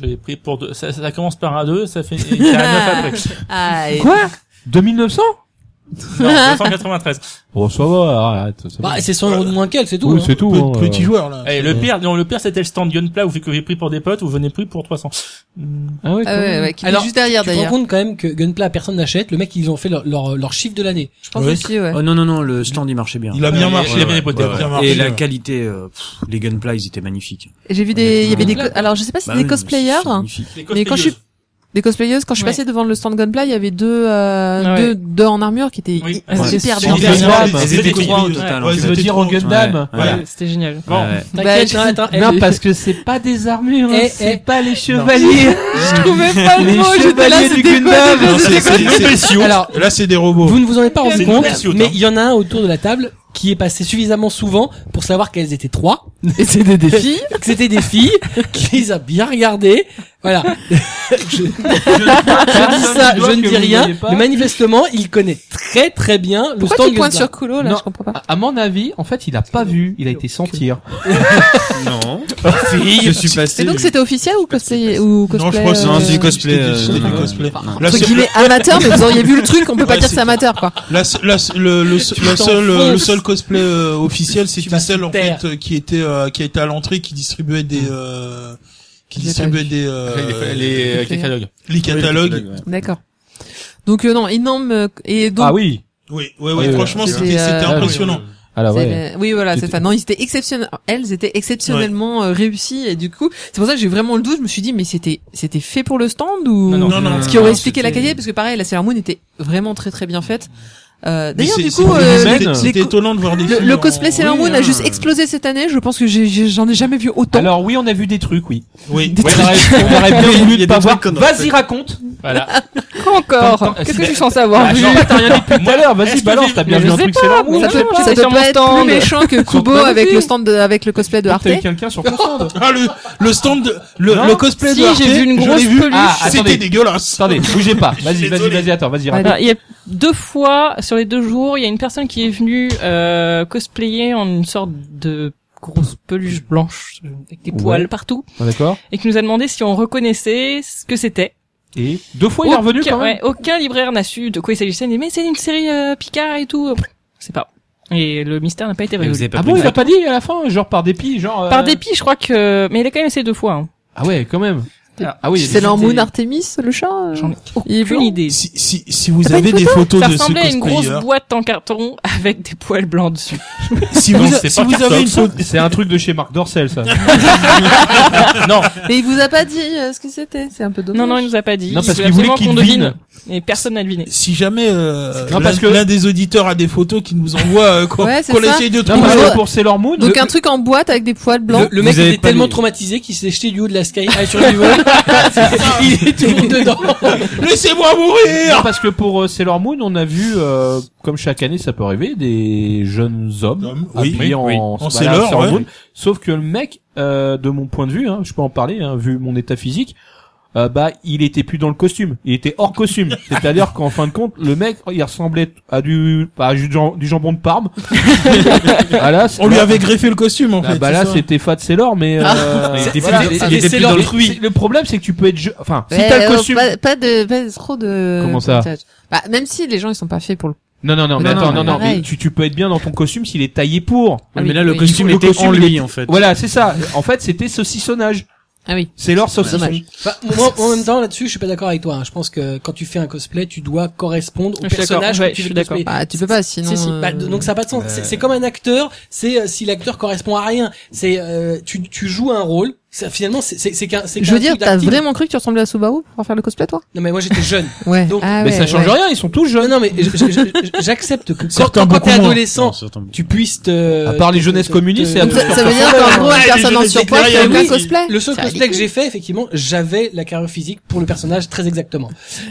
S5: J'ai pris pour deux, ça, ça commence par un 2, ça fait, et il y a un 9 après.
S3: Ah, et-
S2: Quoi 2900
S5: Non, 293.
S2: Bon, Oh, ça va, arrête. ça va.
S1: Bah, c'est 100 euros de moins qu'elle, c'est tout.
S2: Oui,
S1: hein.
S2: c'est tout.
S4: Pe-
S2: hein,
S4: petit
S2: euh.
S4: joueur, là.
S5: Et Eh, le pire, non, le pire, c'était le stand Gunpla où vous avez pris pour des potes, vous venez pris pour 300. Hmm.
S2: Ah ouais, quand
S3: Ah ouais,
S2: même.
S3: ouais, qui est
S1: Alors,
S3: juste derrière
S1: Tu te rends
S3: d'ailleurs.
S1: compte quand même que Gunpla, personne n'achète. Le mec, ils ont fait leur, leur, leur chiffre de l'année.
S3: Je pense
S4: Ouais.
S3: aussi, ouais.
S6: Oh non, non, non, le stand il marchait bien.
S4: Il a bien
S5: Ouais,
S4: marché.
S5: il a bien époté,
S4: Il a bien
S6: Et
S4: marché.
S6: la qualité, euh, pff, les gunplay, ils étaient magnifiques.
S3: Et J'ai vu des, il y avait des, co-
S1: Gunpla.
S3: alors je sais pas si
S6: Bah
S3: c'était des
S6: oui, mais c'est
S3: cosplayers,
S6: magnifique.
S5: Les
S3: Mais quand je suis-
S5: cosplayeuses.
S3: des cosplayeuses. Quand je suis
S7: Ouais.
S3: passé devant le stand Gunpla, il y avait deux, euh,
S7: Ouais.
S3: deux, deux en armure qui étaient
S5: Oui.
S3: hyper
S7: Ouais.
S3: super
S7: C'est
S3: bien.
S2: bien. Gunpla,
S4: Ils
S5: bah,
S4: étaient
S5: c'était
S4: trois au
S5: cool.
S4: total,
S2: Ouais,
S4: en
S2: je
S4: fait.
S2: veux dire au Gundam.
S6: Ouais, ouais.
S7: Ouais, C'était génial.
S5: Bon.
S6: Ouais.
S1: T'inquiète,
S3: Bah, je-
S1: hein, attends, elle-
S2: Non, parce que c'est pas des armures, hein,
S1: Eh, eh.
S2: c'est pas les chevaliers.
S3: Je trouvais pas le
S2: Les
S7: Oh,
S3: mot, j'étais là,
S2: chevaliers du
S3: c'était quoi
S2: Gundam.
S3: déjà,
S2: Non,
S3: c'était quoi
S4: C'est des spéciaux.
S1: Alors,
S4: Là, c'est des robots.
S1: vous ne vous en êtes pas rendu
S5: C'est
S1: compte,
S5: une suite,
S1: mais
S5: hein.
S1: il y en a un autour de la table qui est passé suffisamment souvent pour savoir qu'elles étaient trois,
S3: Et c'était des filles.
S1: que c'était des filles, qui les a bien regardées. Voilà. je, je dis ça, je
S2: doigt
S1: ne dis
S2: que vous
S1: rien.
S2: voyez pas.
S1: Mais manifestement, il connaît très très bien le
S3: Pourquoi
S1: stand
S3: tu pointes
S1: Gunpla.
S3: sur Kulo, là?
S2: Non.
S3: Je comprends pas.
S2: À- À mon avis, en fait, il a pas vu, il a été sentir.
S6: Non. je suis passé.
S3: Et donc c'était officiel ou cosplay, ou
S4: Non, je
S3: cosplay?
S4: crois que c'est
S6: Non,
S4: un
S3: euh,
S6: c'est du cosplay.
S4: c'était du- c'était du
S6: euh,
S4: cosplay.
S6: non.
S4: Là,
S3: Entre
S4: Ah, c'est-
S3: guillemets amateur, mais vous auriez vu le truc, on peut pas
S4: Ouais,
S3: dire que
S4: c'est-
S3: c'est amateur, quoi.
S4: La, se- la, se- le, le, se- la
S1: t'en
S4: seule, euh, le
S1: fonces.
S4: seul cosplay euh, officiel, c'était
S1: vas
S4: celle en
S1: te taire.
S4: fait euh, qui était euh, qui était à l'entrée, qui distribuait des euh, qui
S3: Mm. Des
S4: distribuait des euh,
S5: Les, les, les catalogues.
S4: les catalogues.
S3: D'accord. Donc, euh, non, énorme, euh, et donc.
S2: ah oui.
S4: Oui, ouais,
S2: Ah
S4: ouais.
S2: oui,
S4: Franchement,
S3: oui.
S4: c'était
S3: C'était,
S4: c'était
S3: euh,
S4: impressionnant.
S2: Ah
S3: c'est-
S2: ouais.
S3: oui, voilà, c'est
S2: C'était-
S3: ça. Non, ils étaient exceptionnels. Elles étaient exceptionnellement euh, réussies et du coup, c'est pour ça que j'ai eu vraiment le doute. Je me suis dit, mais c'était, c'était fait pour le stand ou
S5: Non, non,
S4: Non, non.
S3: ce qui aurait
S4: non,
S3: expliqué la
S4: c'était-
S3: qualité parce que pareil, la Sailor Moon était vraiment très très bien faite. Euh,
S4: Mais
S3: D'ailleurs,
S4: c'est-
S3: du
S4: c'est-
S3: coup, euh,
S4: c'est-
S3: les-
S4: c'était
S3: les co-
S4: étonnant de voir des
S3: le,
S4: films
S3: le
S4: en-
S3: cosplay Sailor
S6: Oui,
S3: Moon a
S4: euh.
S6: hein.
S3: juste explosé cette année. Je pense que j'ai- j'ai- j'en ai jamais vu autant.
S2: Alors oui, on a vu des trucs, oui.
S4: hein. Oui.
S2: On aurait, on aurait bien voulu ne pas voir.
S6: qu'on aurait
S4: Euh,
S2: Vas-y, raconte.
S5: Voilà.
S7: Quoi
S2: Tant- tant-
S7: encore Qu'est-ce que je suis censé avoir
S2: Ah,
S7: vu
S2: genre, t'as rien dit depuis tout à l'heure. Vas-y,
S5: Est-ce que
S2: balance.
S5: j'ai-
S2: T'as bien
S7: Mais
S2: vu
S7: je
S2: un
S7: sais
S2: truc,
S7: pas,
S2: c'est la moue.
S7: moi.
S3: ça peut,
S7: Bonjour,
S3: ça
S7: c'est
S3: peut
S7: sur mon
S3: pas être
S7: stand.
S3: plus méchant que Kubo
S2: stand
S3: avec
S2: aussi.
S3: le stand de- avec le cosplay de Arte.
S2: T'as eu quelqu'un sur ton stand.
S4: Ah le le stand de- le,
S2: Non.
S4: le cosplay
S7: Si,
S4: de
S7: j'ai vu une
S4: je l'ai
S7: grosse
S4: vu.
S7: peluche.
S2: Ah, attendez.
S4: C'était dégueulasse.
S2: Attendez, bougez pas. Vas-y, vas-y,
S4: Désolé.
S2: vas-y, attends, vas-y, raconte.
S7: Alors, Bah, il y a deux fois sur les deux jours, il y a une personne qui est venue euh, cosplayer en une sorte de grosse peluche blanche euh, avec des
S2: Ouais.
S7: poils partout
S2: Ah, D'accord.
S7: et qui nous a demandé si on reconnaissait ce que c'était.
S2: Et deux fois, il est revenu
S7: Aucun-
S2: quand même.
S7: ouais, aucun libraire n'a su de quoi il s'agissait. Il dit, mais c'est une série euh, Picard et tout. C'est pas. Et le mystère n'a pas été
S6: Et vous
S7: résolu.
S6: avez pas
S2: Ah
S6: pris
S2: bon,
S6: de
S2: il a pas dit à la fin, genre par dépit, genre. euh,
S7: Par dépit, je crois que. Mais il a quand même essayé deux fois. hein.
S2: Ah ouais, quand même. Ah oui. il y a des-
S3: C'est Sailor Moon Artemis, le chat. euh,
S7: J'en ai
S2: Oh,
S3: il est
S7: aucune
S3: blanc.
S7: idée.
S4: Si si si vous
S3: T'as pas
S4: avez
S3: une
S4: des photos
S7: Ça
S4: de ce
S7: ressemblait à une grosse
S4: cosplayer,
S7: boîte en carton avec des poils blancs dessus.
S4: si vous
S5: Non,
S4: a-
S5: c'est
S4: si
S5: pas
S4: vous avez
S5: Cartoon.
S4: une photo
S2: C'est un truc de chez Marc Dorcel, ça.
S5: non,
S3: Mais il vous a pas dit euh, ce que c'était. C'est un peu dommage.
S7: Non, non, il nous a pas dit.
S2: Non, parce
S7: Il
S2: qu'il voulait
S7: absolument
S2: qu'il
S7: qu'on
S2: devine.
S7: Et personne n'a deviné.
S4: si jamais euh,
S2: Non,
S4: l'un-
S2: parce que-
S4: l'un des auditeurs a des photos qui nous envoie euh, qu'on
S3: Ouais, c'est
S4: qu'on
S3: ça.
S4: essaye de
S2: Non,
S4: trouver.
S2: parce
S3: Vous-
S2: que pour Sailor Moon.
S4: euh,
S3: Donc un truc en boîte avec des poils blancs.
S1: Le, le mec
S6: Vous avez
S1: était
S6: pas
S1: tellement
S6: lu.
S1: traumatisé qu'il s'est jeté du haut de la Sky High sur le vol. Il est toujours dedans.
S4: Laissez-moi
S2: Non,
S5: Hein
S4: mourir
S2: parce que pour euh, Sailor Moon, on a vu, euh, comme chaque année, ça peut arriver, des jeunes hommes
S4: Hommes, oui.
S2: habillés en,
S5: Oui.
S2: en
S4: En
S2: Sailor,
S4: Sailor, ouais.
S2: Moon. Sauf que le mec, euh, de mon point de vue, hein, je peux en parler, hein, vu mon état physique, euh, bah, il était plus dans le costume. Il était hors costume. C'est-à-dire qu'en fin de compte, le mec, il ressemblait à du, bah, à du, jam- du jambon de Parme. ah là, c'est-
S4: On lui avait greffé le costume en
S2: ah
S4: fait.
S2: bah là,
S4: c'est ça. Ah.
S2: c'était Fat Sailor, mais euh,
S6: Il était
S2: voilà, et-
S6: plus- il
S2: et-
S6: était plus
S2: c'est
S6: dans
S2: leur-
S6: le
S2: c'est- Le problème, c'est que tu peux être, je- enfin, si
S3: Ouais,
S2: t'as le
S3: alors,
S2: costume,
S3: Pas, pas de, pas trop de.
S2: Comment ça
S3: de- Bah, même si les gens ils sont pas faits pour le.
S2: Non, non, non, mais
S3: Non,
S2: attends, non,
S3: non, mais
S2: non, mais
S3: pareil.
S2: tu, tu peux être bien dans ton costume s'il est taillé pour.
S3: Ah
S6: mais
S3: oui,
S6: là, le
S3: oui.
S6: costume
S2: Le
S6: était
S2: costume,
S6: en
S2: il
S6: lui, en fait.
S2: Voilà, c'est ça. En fait, c'était saucissonnage.
S3: Ah oui.
S2: C'est leur saucisson.
S3: Dommage.
S1: Bah, moi, en même temps, là-dessus, je suis pas d'accord avec toi. hein. Je pense que quand tu fais un cosplay, tu dois correspondre au
S7: Je suis d'accord,
S1: personnage
S7: ouais,
S1: que tu
S7: je
S1: veux
S7: suis d'accord.
S1: cosplayer.
S3: Bah, tu peux pas sinon.
S1: Si, si.
S3: euh,
S1: Bah, d- donc ça n'a pas de sens. C'est- C'est comme un acteur. C'est euh, si l'acteur correspond à rien. C'est euh, tu, tu joues un rôle. Ça, finalement, c'est c'est c'est qu'un. c'est
S3: Je
S1: qu'un
S3: veux dire,
S1: truc
S3: t'as
S1: d'acting.
S3: vraiment cru que tu ressemblais à Subaru pour en faire le cosplay, toi
S1: Non mais moi j'étais jeune.
S3: Ouais.
S1: Donc-
S3: ah,
S2: mais
S3: ouais,
S2: ça change
S3: ouais.
S2: rien, ils sont tous
S1: non,
S2: jeunes.
S1: non mais je- je- je- j'accepte que quand,
S4: Certains
S1: quand t'es
S4: beaucoup moins.
S1: adolescent, tu puisses te.
S2: À part les
S1: te-
S2: jeunesses
S1: te-
S2: communistes,
S1: te-
S2: c'est
S3: Donc ça, ça veut dire qu'en gros, une personne en surpoids qui a aucun cosplay.
S1: Le seul
S3: C'est
S1: cosplay que
S3: ridicule.
S1: j'ai fait, effectivement, j'avais la carrure physique pour le personnage très exactement.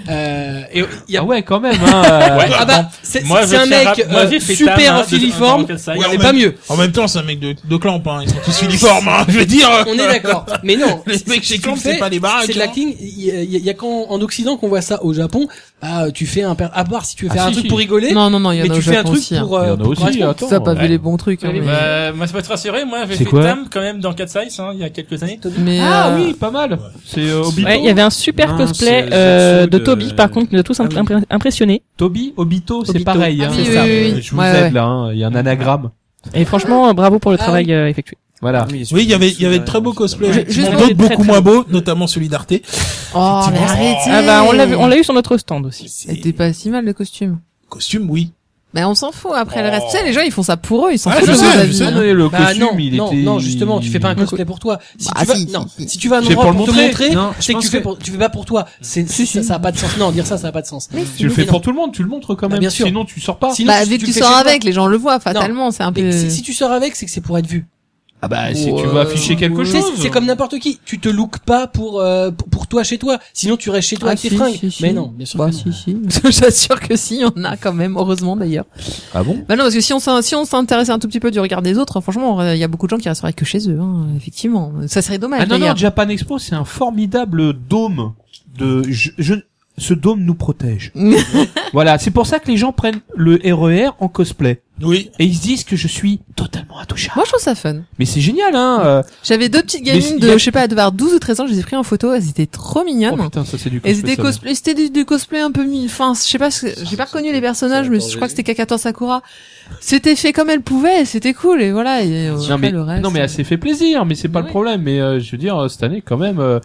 S1: Euh, et il y a
S2: Ah ouais, quand même. Hein,
S5: Ouais.
S1: Ah bah, c'est
S5: Moi,
S1: c'est
S5: je
S1: un
S5: fais
S1: mec
S5: rap- moi,
S1: euh,
S5: j'ai fait
S1: super
S5: Tama
S1: en
S5: de-
S1: filiforme,
S5: dans quel size
S1: il
S4: Ouais,
S1: n'est
S4: on
S1: pas
S4: met-
S1: mieux.
S4: En même temps, c'est un mec de, de clamp, hein. Ils sont tous uniformes, hein. Je veux dire.
S1: On est d'accord. Mais non,
S4: Les
S1: c'est-
S4: mecs
S1: tu
S4: chez
S1: le
S4: Clamp,
S1: fais,
S4: c'est pas les baraques,
S1: C'est de
S4: hein.
S1: l'acting. Il y, a- il y a qu'en en Occident qu'on voit ça. Au Japon, bah, tu fais un per- à part si tu veux
S2: Ah,
S1: faire un
S2: si,
S1: truc
S2: si.
S1: pour rigoler,
S3: Non, non, non, il y en
S1: mais
S3: a au
S1: tu fais un
S3: Japon
S1: truc
S3: aussi. hein.
S1: pour.
S2: Il y
S1: euh,
S2: en a
S1: pour
S2: aussi,
S1: correspondre.
S2: attends.
S3: Ça, pas vu
S2: Ouais.
S3: les bons trucs. hein,
S7: Ouais,
S3: mais-
S5: Bah, moi, je peux te rassurer, moi, j'ai
S2: C'est
S5: fait
S2: quoi
S5: Tam quand même dans Cat Size, hein, il y a quelques années.
S3: Mais
S2: Ah
S3: euh,
S2: oui, pas mal. C'est euh, Obito.
S7: Ouais, il y avait un super
S6: Non,
S7: cosplay
S6: c'est-
S7: euh,
S6: c'est
S7: de
S6: de-
S7: Toby, par contre, qui nous a tous
S6: Ah oui.
S7: impré- impressionnés.
S2: Toby, Obito, c'est
S7: Obito.
S2: pareil.
S3: Ah
S2: hein.
S3: oui,
S2: C'est
S3: oui,
S2: ça.
S3: oui, oui.
S2: Je vous
S3: Ouais,
S2: aide
S3: ouais.
S2: là. hein. Il y a un anagramme.
S7: Et franchement, euh, bravo pour le
S1: Ah
S7: travail euh, effectué.
S2: Voilà.
S4: Oui, il y avait, il y avait de très beaux cosplays.
S3: Je-
S4: effectivement.
S3: juste-
S4: D'autres
S7: Très, très
S4: beaucoup moins
S7: beaux.
S4: beaux, notamment celui d'Arte.
S3: Oh, mais
S4: Effectivement.
S3: arrêtez.
S7: Ah bah, on l'a vu- on l'a eu sur notre stand aussi.
S3: C'était pas si mal le costume.
S4: Costume, oui.
S3: Mais Ben, on s'en fout. Après le reste, tu sais, les gens ils font ça pour eux, ils s'en
S4: Ah,
S3: foutent
S4: je
S3: de
S4: sais,
S3: vos
S4: je
S3: avis,
S4: sais,
S3: hein.
S2: Non, et le
S1: Bah
S2: costume,
S1: non,
S2: il
S1: non,
S2: était.
S1: non, justement, tu fais pas un cosplay pour toi. Si
S3: Bah,
S1: tu vas,
S3: si,
S1: non,
S3: si, si.
S1: si tu vas à un
S2: C'est
S1: endroit
S2: pour
S1: pour,
S2: le
S1: te
S2: montrer.
S1: montrer,
S6: Non,
S1: c'est que tu fais pour, tu fais pas pour toi. C'est, ça, ça a pas de sens. Non, dire ça, ça a pas de sens.
S2: Tu le fais pour tout le monde, tu le montres quand
S1: Bah,
S2: même.
S1: bien sûr.
S2: Sinon, tu sors pas.
S1: Sinon,
S3: Bah,
S1: si
S3: vu que tu
S1: le fais
S3: sors
S1: chez toi-
S3: avec, les gens le voient fatalement, c'est un peu.
S1: Mais si, si tu sors avec, c'est que c'est pour être vu.
S2: Ah bah, si tu
S3: Ouais.
S2: veux afficher quelque
S1: Tu sais,
S2: chose.
S1: c'est- C'est comme n'importe qui. Tu te look pas pour, euh, pour pour toi chez toi. Sinon, tu restes chez toi
S3: Ah,
S1: avec tes
S3: si,
S1: fringues.
S3: si, si.
S1: Mais non, bien sûr.
S3: Bah,
S1: que non.
S3: si, si. J'assure que si, il y en a quand même, heureusement d'ailleurs.
S2: Ah bon
S3: Bah non, parce que si on s'in- si on s'intéressait un tout petit peu du regard des autres, franchement, il y a beaucoup de gens qui resteraient que chez eux, hein, effectivement. Ça serait dommage
S2: Ah non, non,
S3: d'ailleurs.
S2: Japan Expo, c'est un formidable dôme de, je, je- ce dôme nous protège. voilà, c'est pour ça que les gens prennent le RER en cosplay.
S4: Oui.
S2: Et ils se disent que je suis totalement intouchable.
S3: Moi, je trouve ça fun.
S2: Mais c'est génial, hein euh,
S3: J'avais deux petites
S2: Mais
S3: gamines
S2: il y a-
S3: de, je sais pas, à devoir 12 ou 13 ans, je les ai pris en photo, elles étaient trop
S2: Oh
S3: mignonnes.
S2: putain, ça c'est du
S3: Et
S2: cosplay.
S3: c'était
S2: ça,
S3: cosplay, c'était du, du cosplay un peu mi, enfin, je sais pas, ce que- j'ai pas reconnu les personnages, mais je crois que c'était K14 Sakura. C'était fait comme elle pouvait, et c'était cool, et voilà, et euh,
S2: mais-
S3: après,
S2: Non mais,
S3: le reste.
S2: non mais elle s'est fait plaisir, mais c'est pas
S3: Oui.
S2: le problème. Mais euh, je veux dire, euh, cette année quand même, euh,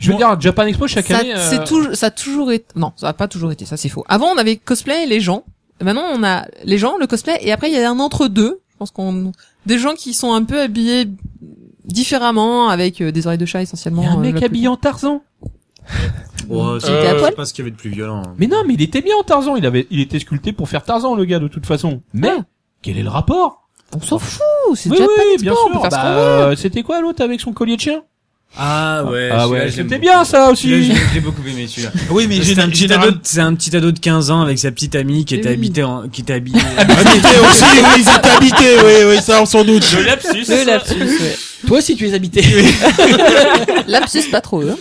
S2: je veux
S4: Moi-
S2: dire Japan Expo chaque
S3: ça,
S2: année. euh,
S3: c'est toujours, ça a toujours été, non, ça a pas toujours été, ça c'est faux. Avant, on avait cosplay et les gens. Et Maintenant, on a les gens, le cosplay, et après, il y a un entre-deux. Je pense qu'on, des gens qui sont un peu habillés différemment, avec euh, des oreilles de chat essentiellement.
S2: Il y a un
S3: euh,
S2: mec
S3: la
S2: habillé en Tarzan.
S6: Oh,
S3: J'étais à
S6: c'est
S3: poil.
S6: pas ce qu'il y avait de plus violent.
S2: Mais non, mais il était bien en Tarzan. Il avait, il était sculpté pour faire Tarzan, le gars de toute façon. Mais
S3: Ah.
S2: quel est le rapport
S3: On s'en fout, c'est
S2: Oui,
S3: Japan
S2: oui,
S3: Expo,
S2: bien
S3: on peut
S2: sûr.
S3: faire ce
S2: Bah,
S3: qu'on veut.
S2: euh, c'était quoi l'autre avec son collier de chien
S6: Ah ouais.
S2: Ah
S6: celui-là,
S2: ouais,
S6: je l'aime
S2: c'était
S6: beaucoup.
S2: bien ça aussi.
S6: Celui-là, je l'ai- je l'ai beaucoup aimé celui-là.
S4: Oui, mais
S6: C'est un,
S4: géné-
S6: petit ado
S4: généralement.
S6: de- c'est un petit ado de 15 ans avec sa petite amie qui était
S3: oui.
S6: habitée en, qui était habillée. euh,
S4: Habité aussi, oui, ils étaient habités, oui, oui, ça, on s'en doute.
S5: Le lapsus.
S7: Le lapsus, ouais.
S1: Toi aussi, tu es habité.
S3: Lapsus pas trop, hein.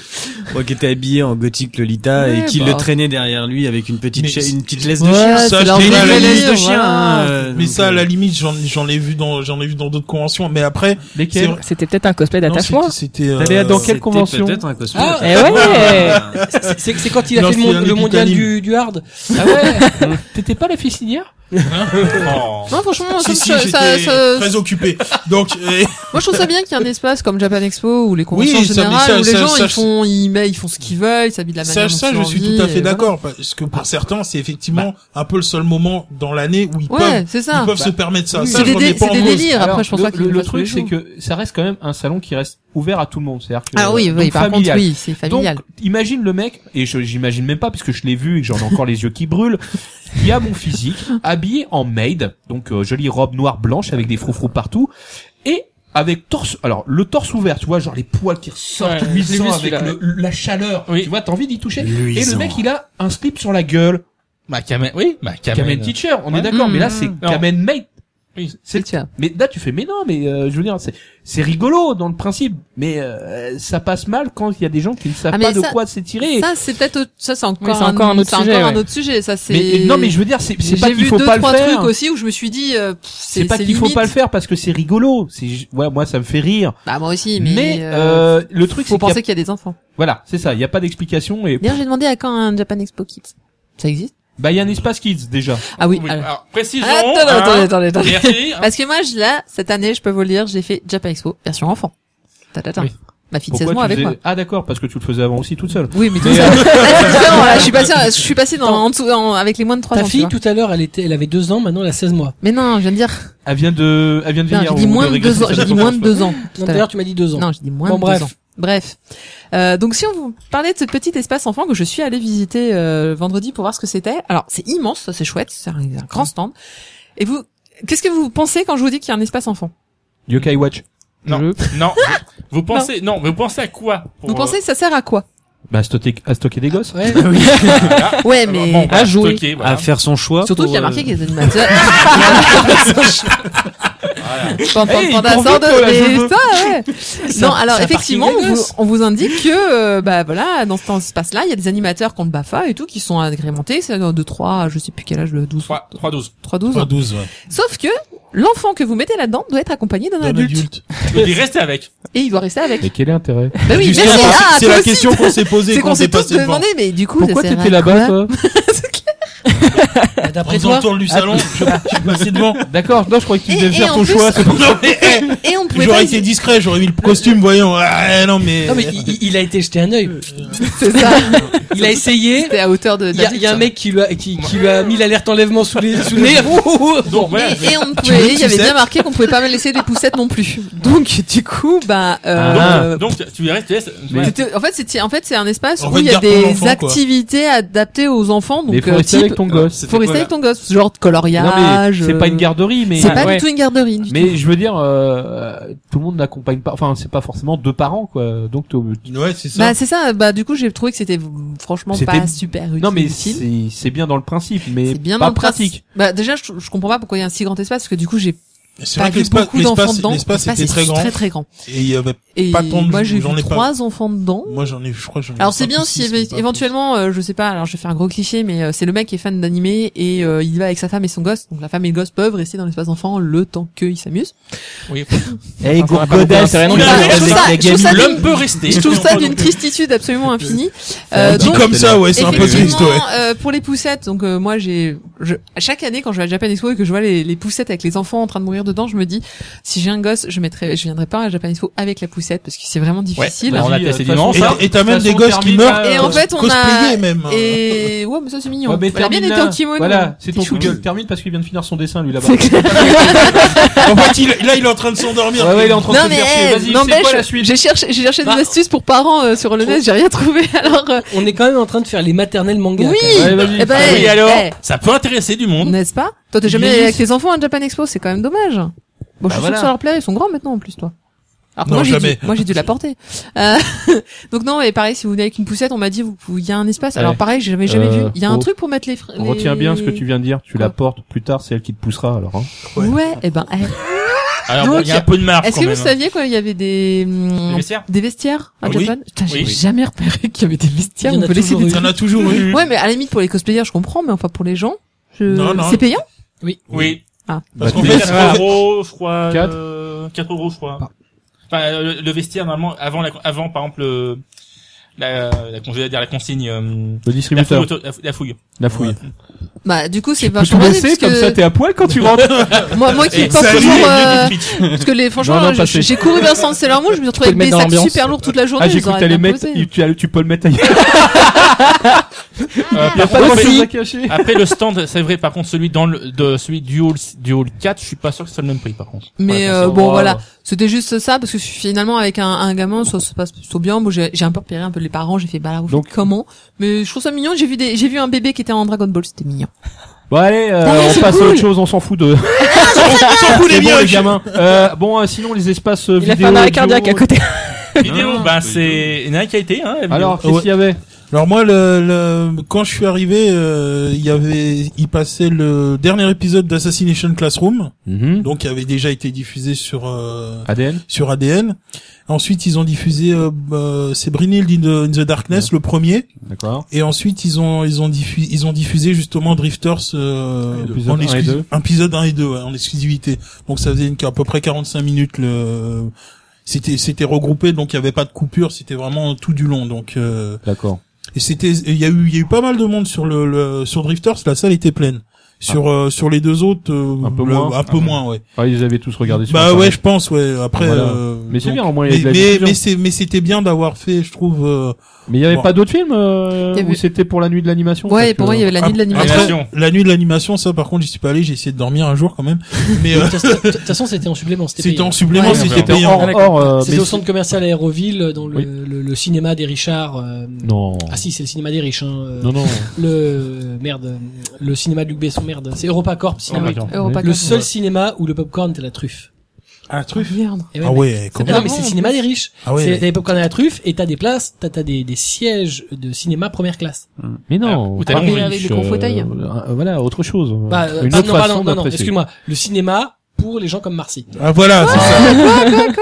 S6: Ouais, qui était habillé en gothique Lolita
S3: Ouais,
S6: et qui
S3: bah.
S6: le traînait derrière lui avec une petite,
S4: Mais
S6: cha-
S4: c'est-
S6: une petite laisse de
S3: Ouais,
S6: chien.
S3: c'est
S4: ça,
S3: leur
S4: je l'ai
S6: Une
S4: vu,
S6: vraie
S4: la
S3: délire,
S6: laisse de
S3: voilà.
S6: chien. hein, euh,
S4: Ah, Mais
S6: donc,
S4: ça, à
S6: euh,
S4: la limite, j'en, j'en ai vu dans, j'en ai vu dans d'autres conventions, mais après.
S2: Lesquels
S4: c'est-
S7: C'était peut-être un cosplay
S4: non,
S7: d'attachement.
S4: c'était, c'était, euh,
S2: D'aller à dans quel-
S6: c'était
S2: convention
S6: peut-être Ah, un cosplay.
S1: Ah,
S7: Eh ouais
S1: C'est- C'est c'est quand il a
S4: Non,
S1: fait le,
S4: c'est
S1: mon-
S4: un
S1: le mondial
S4: épithalime.
S1: du, du hard.
S2: Ah ouais T'étais pas la fistinière
S5: Oh.
S3: Non, franchement,
S4: Si,
S3: comme
S4: si,
S3: ça-
S4: j'étais
S3: ça- ça-
S4: très occupé. Donc, euh,
S3: moi je trouve ça bien qu'il y ait un espace comme Japan Expo ou les conventions
S4: Oui,
S3: en
S4: ça, mais
S3: général
S4: ça,
S3: où les
S4: ça,
S3: gens
S4: ça,
S3: ils font ils, mais ils font ce qu'ils veulent, ils s'habillent de la manière
S4: ça,
S3: dont
S4: ça,
S3: ils
S4: je
S3: ont
S4: suis
S3: envie,
S4: tout à
S3: et voilà.
S4: fait
S3: Bah.
S4: d'accord, parce que pour certains, c'est effectivement un peu le seul moment dans l'année où ils
S3: Ouais,
S4: peuvent,
S3: c'est
S4: ils
S3: ça. Bah.
S4: peuvent se permettre ça.
S3: Oui.
S4: Ça,
S3: C'est
S4: je
S3: des,
S4: remets
S3: dé-
S4: pas
S3: c'est
S4: en
S3: des
S4: cause.
S3: délires.
S2: Alors,
S3: Après, je pense
S2: le,
S3: pas qu'ils
S2: le,
S3: le
S2: le
S3: fassent tous les
S2: truc, c'est
S3: jours.
S2: que ça reste quand même un salon qui reste ouvert à tout le monde. C'est-à-dire que euh,
S3: Ah oui, oui,
S2: donc
S3: par
S2: familial.
S3: contre, oui, c'est familial.
S2: Donc, imagine le mec, et je, j'imagine même pas, parce que je l'ai vu et que j'en ai encore les yeux qui brûlent, qui a mon physique, habillé en maid, donc euh, jolie robe noire blanche avec des froufrous partout, et avec torse, alors le torse ouvert, tu vois, genre les poils qui ressortent
S7: Ouais, je l'ai
S2: luisants
S7: vu,
S2: avec
S7: celui-là,
S2: le- la chaleur,
S5: Oui.
S2: tu vois, t'as envie d'y toucher. Et
S6: Luisant.
S2: le mec, il a un slip sur la gueule.
S5: Bah, Kamen, oui, bah, Kamen.
S2: Kamen Teacher, on est d'accord,
S3: Mmh.
S2: mais là c'est Kamen Maid.
S5: Oui.
S2: C'est
S3: Tu vois.
S2: mais là tu fais mais non mais euh, je veux dire c'est c'est rigolo dans le principe mais euh, ça passe mal quand il y a des gens qui ne savent
S3: Ah, mais
S2: pas de
S3: ça-
S2: quoi s'étirer.
S3: Ça, c'est peut-être, autre- ça, c'est encore,
S7: Oui, c'est encore un autre
S3: c'est
S7: sujet,
S3: encore un
S7: ouais.
S3: autre sujet. Ça, c'est.
S2: Mais non mais je veux dire c'est c'est pas
S3: J'ai
S2: qu'il
S3: vu
S2: faut
S3: deux,
S2: pas le
S3: trois
S2: faire.
S3: trucs aussi où je me suis dit, euh, pff,
S2: C'est pas qu'il
S3: limite.
S2: faut pas le faire parce que c'est rigolo. C'est ju- ouais moi ça me fait rire.
S3: Bah, moi aussi, mais.
S2: Mais
S3: euh,
S2: euh, le truc c'est
S3: faut
S2: qu'il y a-
S3: penser qu'il y a des enfants.
S2: voilà c'est ça il y a pas d'explication et
S3: D'ailleurs, j'ai demandé à quand un Japan Expo Kids. Ça existe?
S2: bah il y a un espace kids déjà.
S3: Ah oui.
S5: Oui,
S3: alors-
S5: alors, précision.
S3: Attendez,
S5: hein,
S3: attendez, attendez, attendez.
S5: Merci. hein.
S3: Parce que moi, je, là, cette année, je peux vous le dire, j'ai fait Japan Expo version enfant. Ta, ta, ta.
S5: Oui.
S3: Ma fille de 16
S2: Pourquoi
S3: mois
S2: tu
S3: avec
S2: faisais-
S3: moi.
S2: Ah d'accord, parce que tu le faisais avant aussi toute seule.
S3: Oui, mais tout ça. Là, différent, là, je suis passé, je suis passé dans, en dessous, en- avec les moins de 3 ans.
S1: Ta
S3: tu
S1: fille,
S3: vois.
S1: tout à l'heure, elle était, elle avait deux ans, maintenant elle a 16 mois.
S3: Mais non, je viens de dire.
S2: Elle vient de, elle vient de
S3: Non,
S2: venir.
S3: j'ai dit moins de 2 ans. J'ai dit moins de 2 ans. tout
S1: Non, tout
S3: à
S1: à
S3: l'heure.
S1: l'heure, tu m'as dit deux ans.
S3: Non, je dis moins
S1: Bon,
S3: de
S1: bref.
S3: deux ans. Bref. Euh, donc si on vous parlait de ce petit espace enfant que je suis allée visiter euh, vendredi pour voir ce que c'était. Alors c'est immense, ça, c'est chouette, c'est un, un grand stand. Et vous, qu'est-ce que vous pensez quand je vous dis qu'il y a un espace enfant
S2: Yokai Watch.
S5: Non, non. Vous pensez, non, mais vous pensez à quoi pour,
S3: Vous pensez que ça sert à quoi
S2: Bah, à stocker, à stocker des gosses.
S1: Ouais.
S5: euh, voilà.
S3: Ouais,
S5: Bon,
S3: mais-
S5: bon,
S3: À
S5: voilà,
S3: jouer.
S5: stocker, voilà.
S6: à faire son choix.
S3: Surtout
S6: pour,
S3: qu'il y a
S6: euh,
S3: marqué qu'il y a des animateurs.
S2: Hey,
S3: Pam, pam, pam,
S2: il prend
S3: pam,
S2: vite, euh, la
S3: mais
S2: cheveux.
S3: ça, ouais. Non, alors
S1: c'est un
S3: effectivement,
S1: parking à
S3: on vous,
S1: gosses.
S3: on vous indique que, euh, bah voilà, dans cet espace-là, il y a des animateurs contre Bafa et tout qui sont agrémentés, c'est de 3, à je sais plus quel âge, de 12,
S5: 3, 3, 12.
S3: 3, 12.
S4: 3-12, ouais.
S3: Sauf que l'enfant que vous mettez là-dedans doit être accompagné d'un
S4: D'un
S3: adulte.
S4: adulte.
S5: Je dis restez avec.
S3: et il doit rester avec.
S2: Mais quel est l'intérêt
S3: Bah oui,
S4: Justement,
S3: merci. Ah,
S4: c'est
S3: toi
S4: la
S3: aussi.
S4: question qu'on s'est posée
S3: C'est
S4: quand on
S3: qu'on
S4: s'est
S3: s'est tous
S4: passé devant.
S3: demandé, mais du coup,
S2: Pourquoi
S3: ça sert
S2: t'étais
S3: à
S2: là-bas,
S3: quoi
S2: toi
S1: Bah,
S4: En
S1: D'après
S4: faisant
S1: toi,
S4: le tour du salon, je je
S6: euh,
S4: suis passé devant.
S2: D'accord, non, je croyais que tu
S3: Et-
S2: devais
S3: et
S2: faire
S3: en
S2: ton
S3: plus-
S2: choix. c'est pour ça.
S3: Et on pouvait pas.
S4: eh, J'aurais été discret, j'aurais mis le costume, voyons. Ah, non, mais.
S1: non mais il, il- il a été jeté un œil.
S3: C'est ça.
S1: Il a essayé.
S3: C'était à hauteur de.
S1: Il y a, il y a un
S3: d'adulte.
S1: mec qui lui a, qui, qui lui a mis l'alerte enlèvement sous les sous le nez. Oh, oh, oh.
S5: Donc voilà.
S3: Et, et on ne
S4: veux
S3: pouvait,
S4: une
S3: il y avait bien
S4: poussette
S3: marqué qu'on pouvait pas laisser des poussettes non plus. Donc du coup, bah,
S2: Ah.
S3: euh,
S5: Donc, donc, tu restes, tu laisses. voilà.
S3: c'était- en fait, c'est en fait c'est un espace
S4: En
S3: où
S4: fait,
S3: il y a
S4: garde ton
S3: des
S4: enfant, quoi.
S3: activités adaptées aux enfants,
S2: Mais
S3: donc
S2: faut
S3: euh,
S2: rester
S3: type,
S2: avec ton gosse.
S3: faut rester avec ton gosse, genre
S2: Non,
S3: de
S2: mais
S3: coloriage.
S2: c'est pas une
S3: euh,
S2: garderie, mais.
S3: C'est pas
S7: Ouais.
S3: du tout une garderie. du
S2: Mais je veux dire, euh, tout le monde n'accompagne pas. Enfin, c'est pas forcément deux parents, quoi. Donc, t'es au-
S4: Ouais, c'est ça.
S3: Bah c'est ça. Bah du coup j'ai trouvé que c'était franchement
S2: C'était-
S3: pas super utile.
S2: non, mais c'est c'est bien dans le principe, mais
S3: c'est bien
S2: pas
S3: dans le principe.
S2: pratique.
S3: Bah déjà je, je comprends pas pourquoi il y a un si grand espace parce que du coup j'ai
S4: C'est
S3: pas
S4: vrai que
S3: vu
S4: l'espace,
S3: beaucoup d'enfants
S4: l'espace,
S3: dedans.
S4: l'espace était
S3: est
S4: très grand.
S3: Très très grand.
S4: Et il y avait,
S3: Et
S4: Pas tant de-
S3: moi j'ai
S4: j'en
S3: vu
S4: ai pas-
S3: trois enfants dedans.
S4: moi, j'en ai, je crois, que j'en ai
S3: Alors
S4: cinq
S3: c'est
S4: ou
S3: bien
S4: six,
S3: si
S4: mais pas plus.
S3: éventuellement, euh, je sais pas, alors je vais faire un gros cliché, mais euh, c'est le mec qui est fan d'animé et euh, il va avec sa femme et son gosse, donc la femme et le gosse peuvent rester dans l'espace enfant le temps qu'ils s'amusent.
S2: Eh,
S3: Donc, voilà, je trouve ça- je trouve ça
S5: L'homme
S3: d'une-
S5: peut rester.
S3: je trouve ça d'une tristitude absolument infinie. Euh,
S4: Dit
S3: donc,
S4: comme ça,
S2: hein,
S4: ouais, c'est un peu triste, ouais.
S3: Effectivement, euh, pour les poussettes, donc euh, moi j'ai, je, à chaque année quand je vais à Japan Expo et que je vois les, les poussettes avec les enfants en train de mourir dedans, je me dis si j'ai un gosse, je mettrai, je viendrai pas à Japan Expo avec la poussette parce que c'est vraiment difficile.
S5: bah, on
S2: euh,
S5: l'a testé dimanche,
S4: Et t'as- Et t'as même des gosses qui meurent.
S3: Et en fait, on a-
S4: cosplayés même.
S3: et ouais, mais ça c'est mignon.
S2: Ouais, mais
S3: Elle a bien
S2: termine
S3: été en
S2: là.
S3: kimono.
S2: Voilà, c'est ton
S3: T'es
S2: coup de
S3: choupi.
S2: gueule. Termine parce qu'il vient de finir son dessin, lui, là-bas.
S3: C'est clair.
S4: En fait, il- là, il est en train de s'endormir.
S2: Ouais, ouais, il est en train de
S3: Non
S2: se
S3: mais
S2: faire
S3: eh,
S2: chier. Vas-y, c'est
S3: n'empêche,
S2: quoi la suite
S3: j'ai cherché, j'ai cherché
S1: Bah.
S3: des astuces pour parents euh, sur le net, j'ai rien trouvé. Alors euh,
S1: On est quand même en train de faire les maternelles manga.
S3: oui,
S1: quand même.
S2: Ouais, vas-y.
S3: eh ben,
S5: Ah oui,
S3: eh,
S5: alors, ça peut intéresser du monde.
S3: n'est-ce pas Toi, t'es jamais allé avec tes enfants à Japan Expo, c'est quand même dommage.
S2: Bah,
S3: Bon, je suis sûre que ça leur plaît, ils sont grands maintenant en plus, toi. Alors que
S4: Non,
S3: moi, j'ai
S4: jamais.
S3: dû, moi j'ai dû la porter. Euh, donc non, mais pareil, si vous venez avec une poussette, on m'a dit vous, vous- il y a un espace. Alors
S2: Ouais.
S3: pareil, j'ai jamais jamais
S2: Euh,
S3: vu. Il y a un
S2: on-
S3: truc pour mettre les.
S4: eh.
S3: fr-
S2: On
S3: les-
S2: retient bien ce que tu viens de dire. Tu la
S3: Quoi
S2: portes plus tard, c'est elle qui te poussera, alors. Hein.
S3: Ouais, eh ben. eh.
S5: Alors, bon,
S3: Donc,
S5: il y a un peu de marge
S3: Est-ce
S5: quand
S3: que
S5: même.
S3: vous saviez quoi Il y avait des hum,
S5: Les vestiaires
S3: des vestiaires à
S5: Ah oui.
S3: Japan Putain, j'ai
S5: Oui.
S3: jamais repéré qu'il y avait des vestiaires.
S1: Il y en
S3: on
S1: a
S3: peut laisser
S1: toujours
S3: des
S1: eu.
S4: Il y en a toujours eu.
S3: Ouais, mais à la limite pour les cosplayers, je comprends, mais enfin pour les gens, je...
S4: Non, non.
S3: c'est payant.
S5: Oui.
S4: Parce qu'en
S2: Bah,
S4: fait,
S2: mais-
S5: 4 euros, je crois.
S2: Quatre.
S5: euh, 4 euros, je crois. Enfin, euh, le, le vestiaire, normalement, avant, la, avant par exemple, le, la, la, je vais dire la consigne, euh,
S2: Le
S5: la fouille,
S2: distributeur,
S5: auto- la fou- la fouille.
S2: la fouille.
S3: Bah du coup c'est
S2: Peux tout
S3: vachement bien
S2: laisser,
S3: parce
S2: comme ça,
S3: que
S2: t'es à poil quand tu rentres.
S3: moi, moi qui
S5: Et
S3: porte
S4: salut,
S3: toujours
S4: les
S3: euh,
S5: Du pitch.
S3: parce que les franchement
S2: Non, non,
S3: je-
S2: passez.
S3: j'ai couru vers San Moon, je me suis retrouvé
S1: Tu peux le
S3: avec des
S1: mettre
S3: sacs
S1: dans l'ambiance.
S3: super lourds toute la journée.
S2: Ah, j'ai
S3: ils
S2: cru que
S3: auraient
S2: t'allais
S3: bien
S2: mettre,
S3: posé.
S2: tu, tu peux le mettre ailleurs.
S5: Euh,
S2: Y a
S5: par
S2: pas de
S5: contre,
S2: chose
S5: mais-
S2: à cacher.
S5: après le stand, c'est vrai. Par contre, celui dans le, de celui du hall, du hall 4, je suis pas sûr que ce soit le même prix. Par contre.
S3: Mais
S5: Ouais,
S3: euh,
S5: c'est-
S3: bon
S2: Wow.
S3: voilà, c'était juste ça parce que finalement avec un, un gamin ça se passe plutôt bien. Moi j'ai j'ai un peu repéré un peu les parents, j'ai fait bah là vous faites
S2: Donc-
S3: comment Mais je trouve ça mignon. J'ai vu des j'ai vu un bébé qui était en Dragon Ball, c'était mignon.
S2: Bon, allez, euh,
S3: Ah,
S2: on
S3: c'est
S2: passe à
S3: cool.
S2: autre chose, on s'en fout de.
S4: on s'en fout
S2: C'est
S4: les
S2: bon,
S4: miens.
S2: les gamins. Euh, bon, euh, sinon, les espaces euh,
S7: Il a fait
S2: vidéo.
S7: un arrêt
S2: audio-
S7: cardiaque à côté.
S5: vidéo, ben c'est il y en a un qui a été. Hein, la vidéo.
S2: Alors, qu'est-ce
S4: Ouais.
S2: qu'il y avait
S4: Alors moi, le, le- quand je suis arrivé, euh, il y avait, il passait le dernier épisode d'Assassination Classroom, donc qui avait déjà été diffusé sur euh,
S2: ADN.
S4: sur ADN. Ensuite, ils ont diffusé euh, euh, c'est Brynhild in the, in the Darkness, le premier,
S2: D'accord.
S4: et ensuite ils ont ils ont diffusé ils ont diffusé justement Drifters euh,
S2: Épisode
S4: en
S2: un et
S4: exclus-
S2: deux.
S4: épisode 1 et 2 ouais, en exclusivité. Donc ça faisait une, à peu près 45 minutes le c'était c'était regroupé donc il y avait pas de coupure, c'était vraiment tout du long donc euh,
S2: D'accord.
S4: et c'était, il y a eu, il y a eu pas mal de monde sur le, le- sur Drifters. La salle était pleine. Sur euh, sur les deux autres, euh,
S2: Ah. Un peu
S4: le-
S2: moins.
S4: un peu
S2: Ah,
S4: moins, ouais.
S2: Ah, ils avaient tous regardé sur
S4: Bah
S2: Internet.
S4: ouais, je pense, ouais. Après,
S2: Voilà.
S4: euh,
S2: Mais c'est
S4: donc-
S2: bien, au moins il y a
S4: Mais
S2: de la
S4: mais,
S2: diffusion.
S4: mais c'est- mais c'était bien d'avoir fait, je trouve. euh,
S2: Mais il y avait
S4: Bon.
S2: pas d'autres films euh,
S3: Il y avait-
S2: où c'était pour la nuit de l'animation
S3: Ouais,
S2: parce
S3: et pour
S2: que-
S3: moi, il y avait la nuit de
S4: ap-
S3: l'animation.
S5: Animation.
S4: après, La nuit de l'animation, ça par contre, j'y suis pas allé. J'ai essayé de dormir un jour quand même. Mais
S1: De
S4: euh,
S1: toute façon- de toute façon, c'était en supplément. C'était
S4: c'était
S1: payant.
S4: en supplément,
S1: Ouais,
S4: c'était
S2: C'était
S4: payant.
S2: hors, hors, euh,
S1: C'était
S2: mais
S1: au centre commercial Aéroville, dans le,
S2: Oui.
S1: le, le cinéma des Richards. euh,
S2: c'est- Non.
S1: Ah si, c'est le cinéma des riches. Hein. euh,
S2: Non, non.
S1: Le euh, merde, le cinéma de Luc Besson, merde. C'est EuropaCorp. Cinéma.
S5: Europacorp.
S3: Europa
S1: le
S3: Cup.
S1: seul cinéma où le popcorn était la truffe.
S4: Ah, truffe.
S3: Merde.
S1: Et
S4: Ah ouais,
S1: C'est-
S4: quand
S1: Non,
S4: même.
S1: mais c'est le cinéma des riches.
S4: Ah
S1: C'est
S4: ouais.
S1: T'as les popcorn à la truffe et t'as des places, t'as t'as des, des sièges de cinéma première classe.
S2: Mais
S5: Ah,
S2: non.
S5: ou t'as
S2: Corniche,
S5: l'envie
S3: avec des gros
S2: euh,
S3: fauteuils.
S2: euh, voilà, autre chose.
S1: Bah, euh,
S2: Une
S1: ah,
S2: autre
S1: non, bah,
S2: façon
S1: non, non, non,
S2: d'apprécier.
S1: excuse-moi. Le cinéma pour les gens comme Marcy.
S4: Ah voilà. c'est ça.
S2: Oh,
S3: Ah,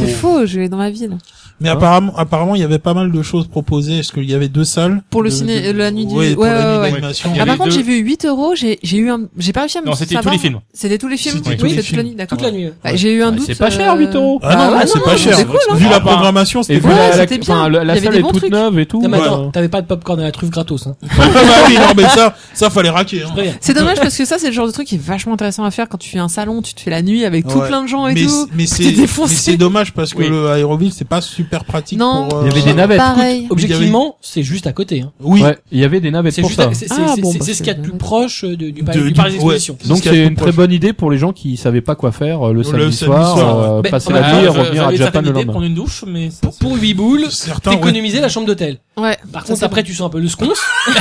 S3: c'est faux, je vais dans ma ville.
S4: Mais apparemment, apparemment, il y avait pas mal de choses proposées. Est-ce qu'il y avait deux salles
S3: Pour le
S4: de-
S3: ciné- euh,
S4: de-
S3: la nuit du-
S4: Ouais, pour
S3: ouais,
S4: la
S3: ouais, ouais.
S4: nuit d'animation.
S5: Il y
S3: Ah,
S5: avait
S3: par contre,
S5: deux-
S3: j'ai vu 8 euros, j'ai, j'ai eu un, j'ai pas réussi à me
S5: Non, c'était tous
S3: savoir.
S5: les films.
S3: C'était tous les films.
S4: C'était
S1: tous les
S3: toute la nuit, d'accord.
S1: Toute la nuit.
S3: Bah, j'ai eu un doute.
S2: c'est pas cher, 8 euros.
S4: Ah non,
S3: Bah,
S4: non,
S3: ouais,
S4: c'est
S3: non,
S4: pas
S3: non,
S4: cher.
S3: c'est cool, hein.
S4: Vu la
S2: Ah, bah.
S4: programmation,
S2: Et
S4: c'était
S2: vu
S3: Ouais,
S2: la, la,
S3: c'était bien.
S2: enfin, le-
S3: Il y
S2: la
S3: avait
S2: salle
S3: des
S2: est
S3: bons
S2: toute
S3: trucs.
S2: neuve et tout.
S1: Non, mais
S2: euh,
S1: attends, t'avais pas de popcorn à la truffe gratos, hein.
S4: Ah bah oui, non, mais ça, ça fallait raquer. Hein.
S1: Très bien.
S3: C'est dommage parce que ça, c'est le genre de truc qui est vachement intéressant à faire quand tu fais un salon, tu te fais la nuit avec tout
S4: Ouais.
S3: plein de gens et
S4: Mais,
S3: tout.
S4: mais
S3: T'es
S4: c'est mais
S3: défoncé.
S4: c'est dommage parce que
S5: Oui.
S4: le aéroville c'est pas super pratique
S3: Non.
S4: pour
S2: Il y avait
S4: euh,
S2: des navettes.
S3: Pareil.
S1: Objectivement, c'est juste à côté, hein.
S4: Oui.
S2: Ouais, il y avait des navettes
S1: C'est
S2: pour
S1: juste,
S2: ça.
S1: à- c'est c'est-
S3: Ah,
S1: c'est-
S3: bon,
S1: c'est-
S3: bah,
S1: c'est ce qu'il y a de
S3: c'est-
S1: plus proche euh, de- du, pari-
S4: De-
S1: du parc
S4: du-
S1: d'exposition.
S4: ouais.
S2: Donc
S4: ce qu'il y a
S2: c'est
S4: de
S2: une très
S4: proche.
S2: bonne idée pour les gens qui savaient pas quoi faire euh, le, samedi, soir,
S4: soir,
S2: euh,
S1: ouais.
S2: passer
S1: Bah,
S2: la nuit,
S1: euh,
S2: revenir à Japan le lendemain.
S5: prendre une douche, mais
S1: Pour, pour 8 boules,
S4: Certains. ouais.
S1: t'économiser la chambre d'hôtel.
S3: Ouais.
S1: Par
S3: Ça,
S1: contre,
S3: c'est
S1: après, tu sens un peu le sconce.
S4: Ouais,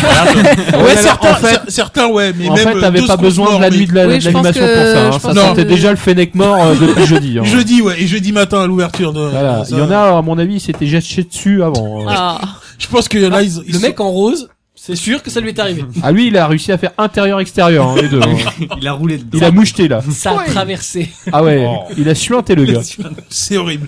S2: Ouais,
S4: certains,
S2: en fait-
S4: cer- certains, ouais, mais
S2: en
S4: même.
S2: fait,
S4: euh,
S2: t'avais
S4: deux
S2: pas
S4: secondes
S2: besoin de la
S4: morts,
S2: nuit de la-
S3: Oui,
S2: de
S3: je pense
S2: l'animation
S3: que-
S2: pour ça.
S3: je
S2: hein.
S3: pense
S2: Ça
S4: que-
S2: sentait déjà le fennec mort euh, depuis jeudi. hein.
S4: mais Jeudi, ouais, et jeudi matin à l'ouverture de.
S2: Voilà.
S4: ça-
S2: Il y en a, à mon avis, c'était jeté dessus avant. hein.
S3: Ah.
S4: Je pense qu'il y en a, ils, ils
S1: Le
S4: sont-
S1: mec en rose, c'est sûr que ça lui est arrivé.
S2: Ah lui, il a réussi à faire intérieur-extérieur, hein, les deux. hein.
S6: Il a roulé dedans.
S2: Il a moucheté là.
S1: Ça a traversé.
S2: Ah ouais,
S5: Oh.
S2: il a suinté le gars.
S4: c'est horrible.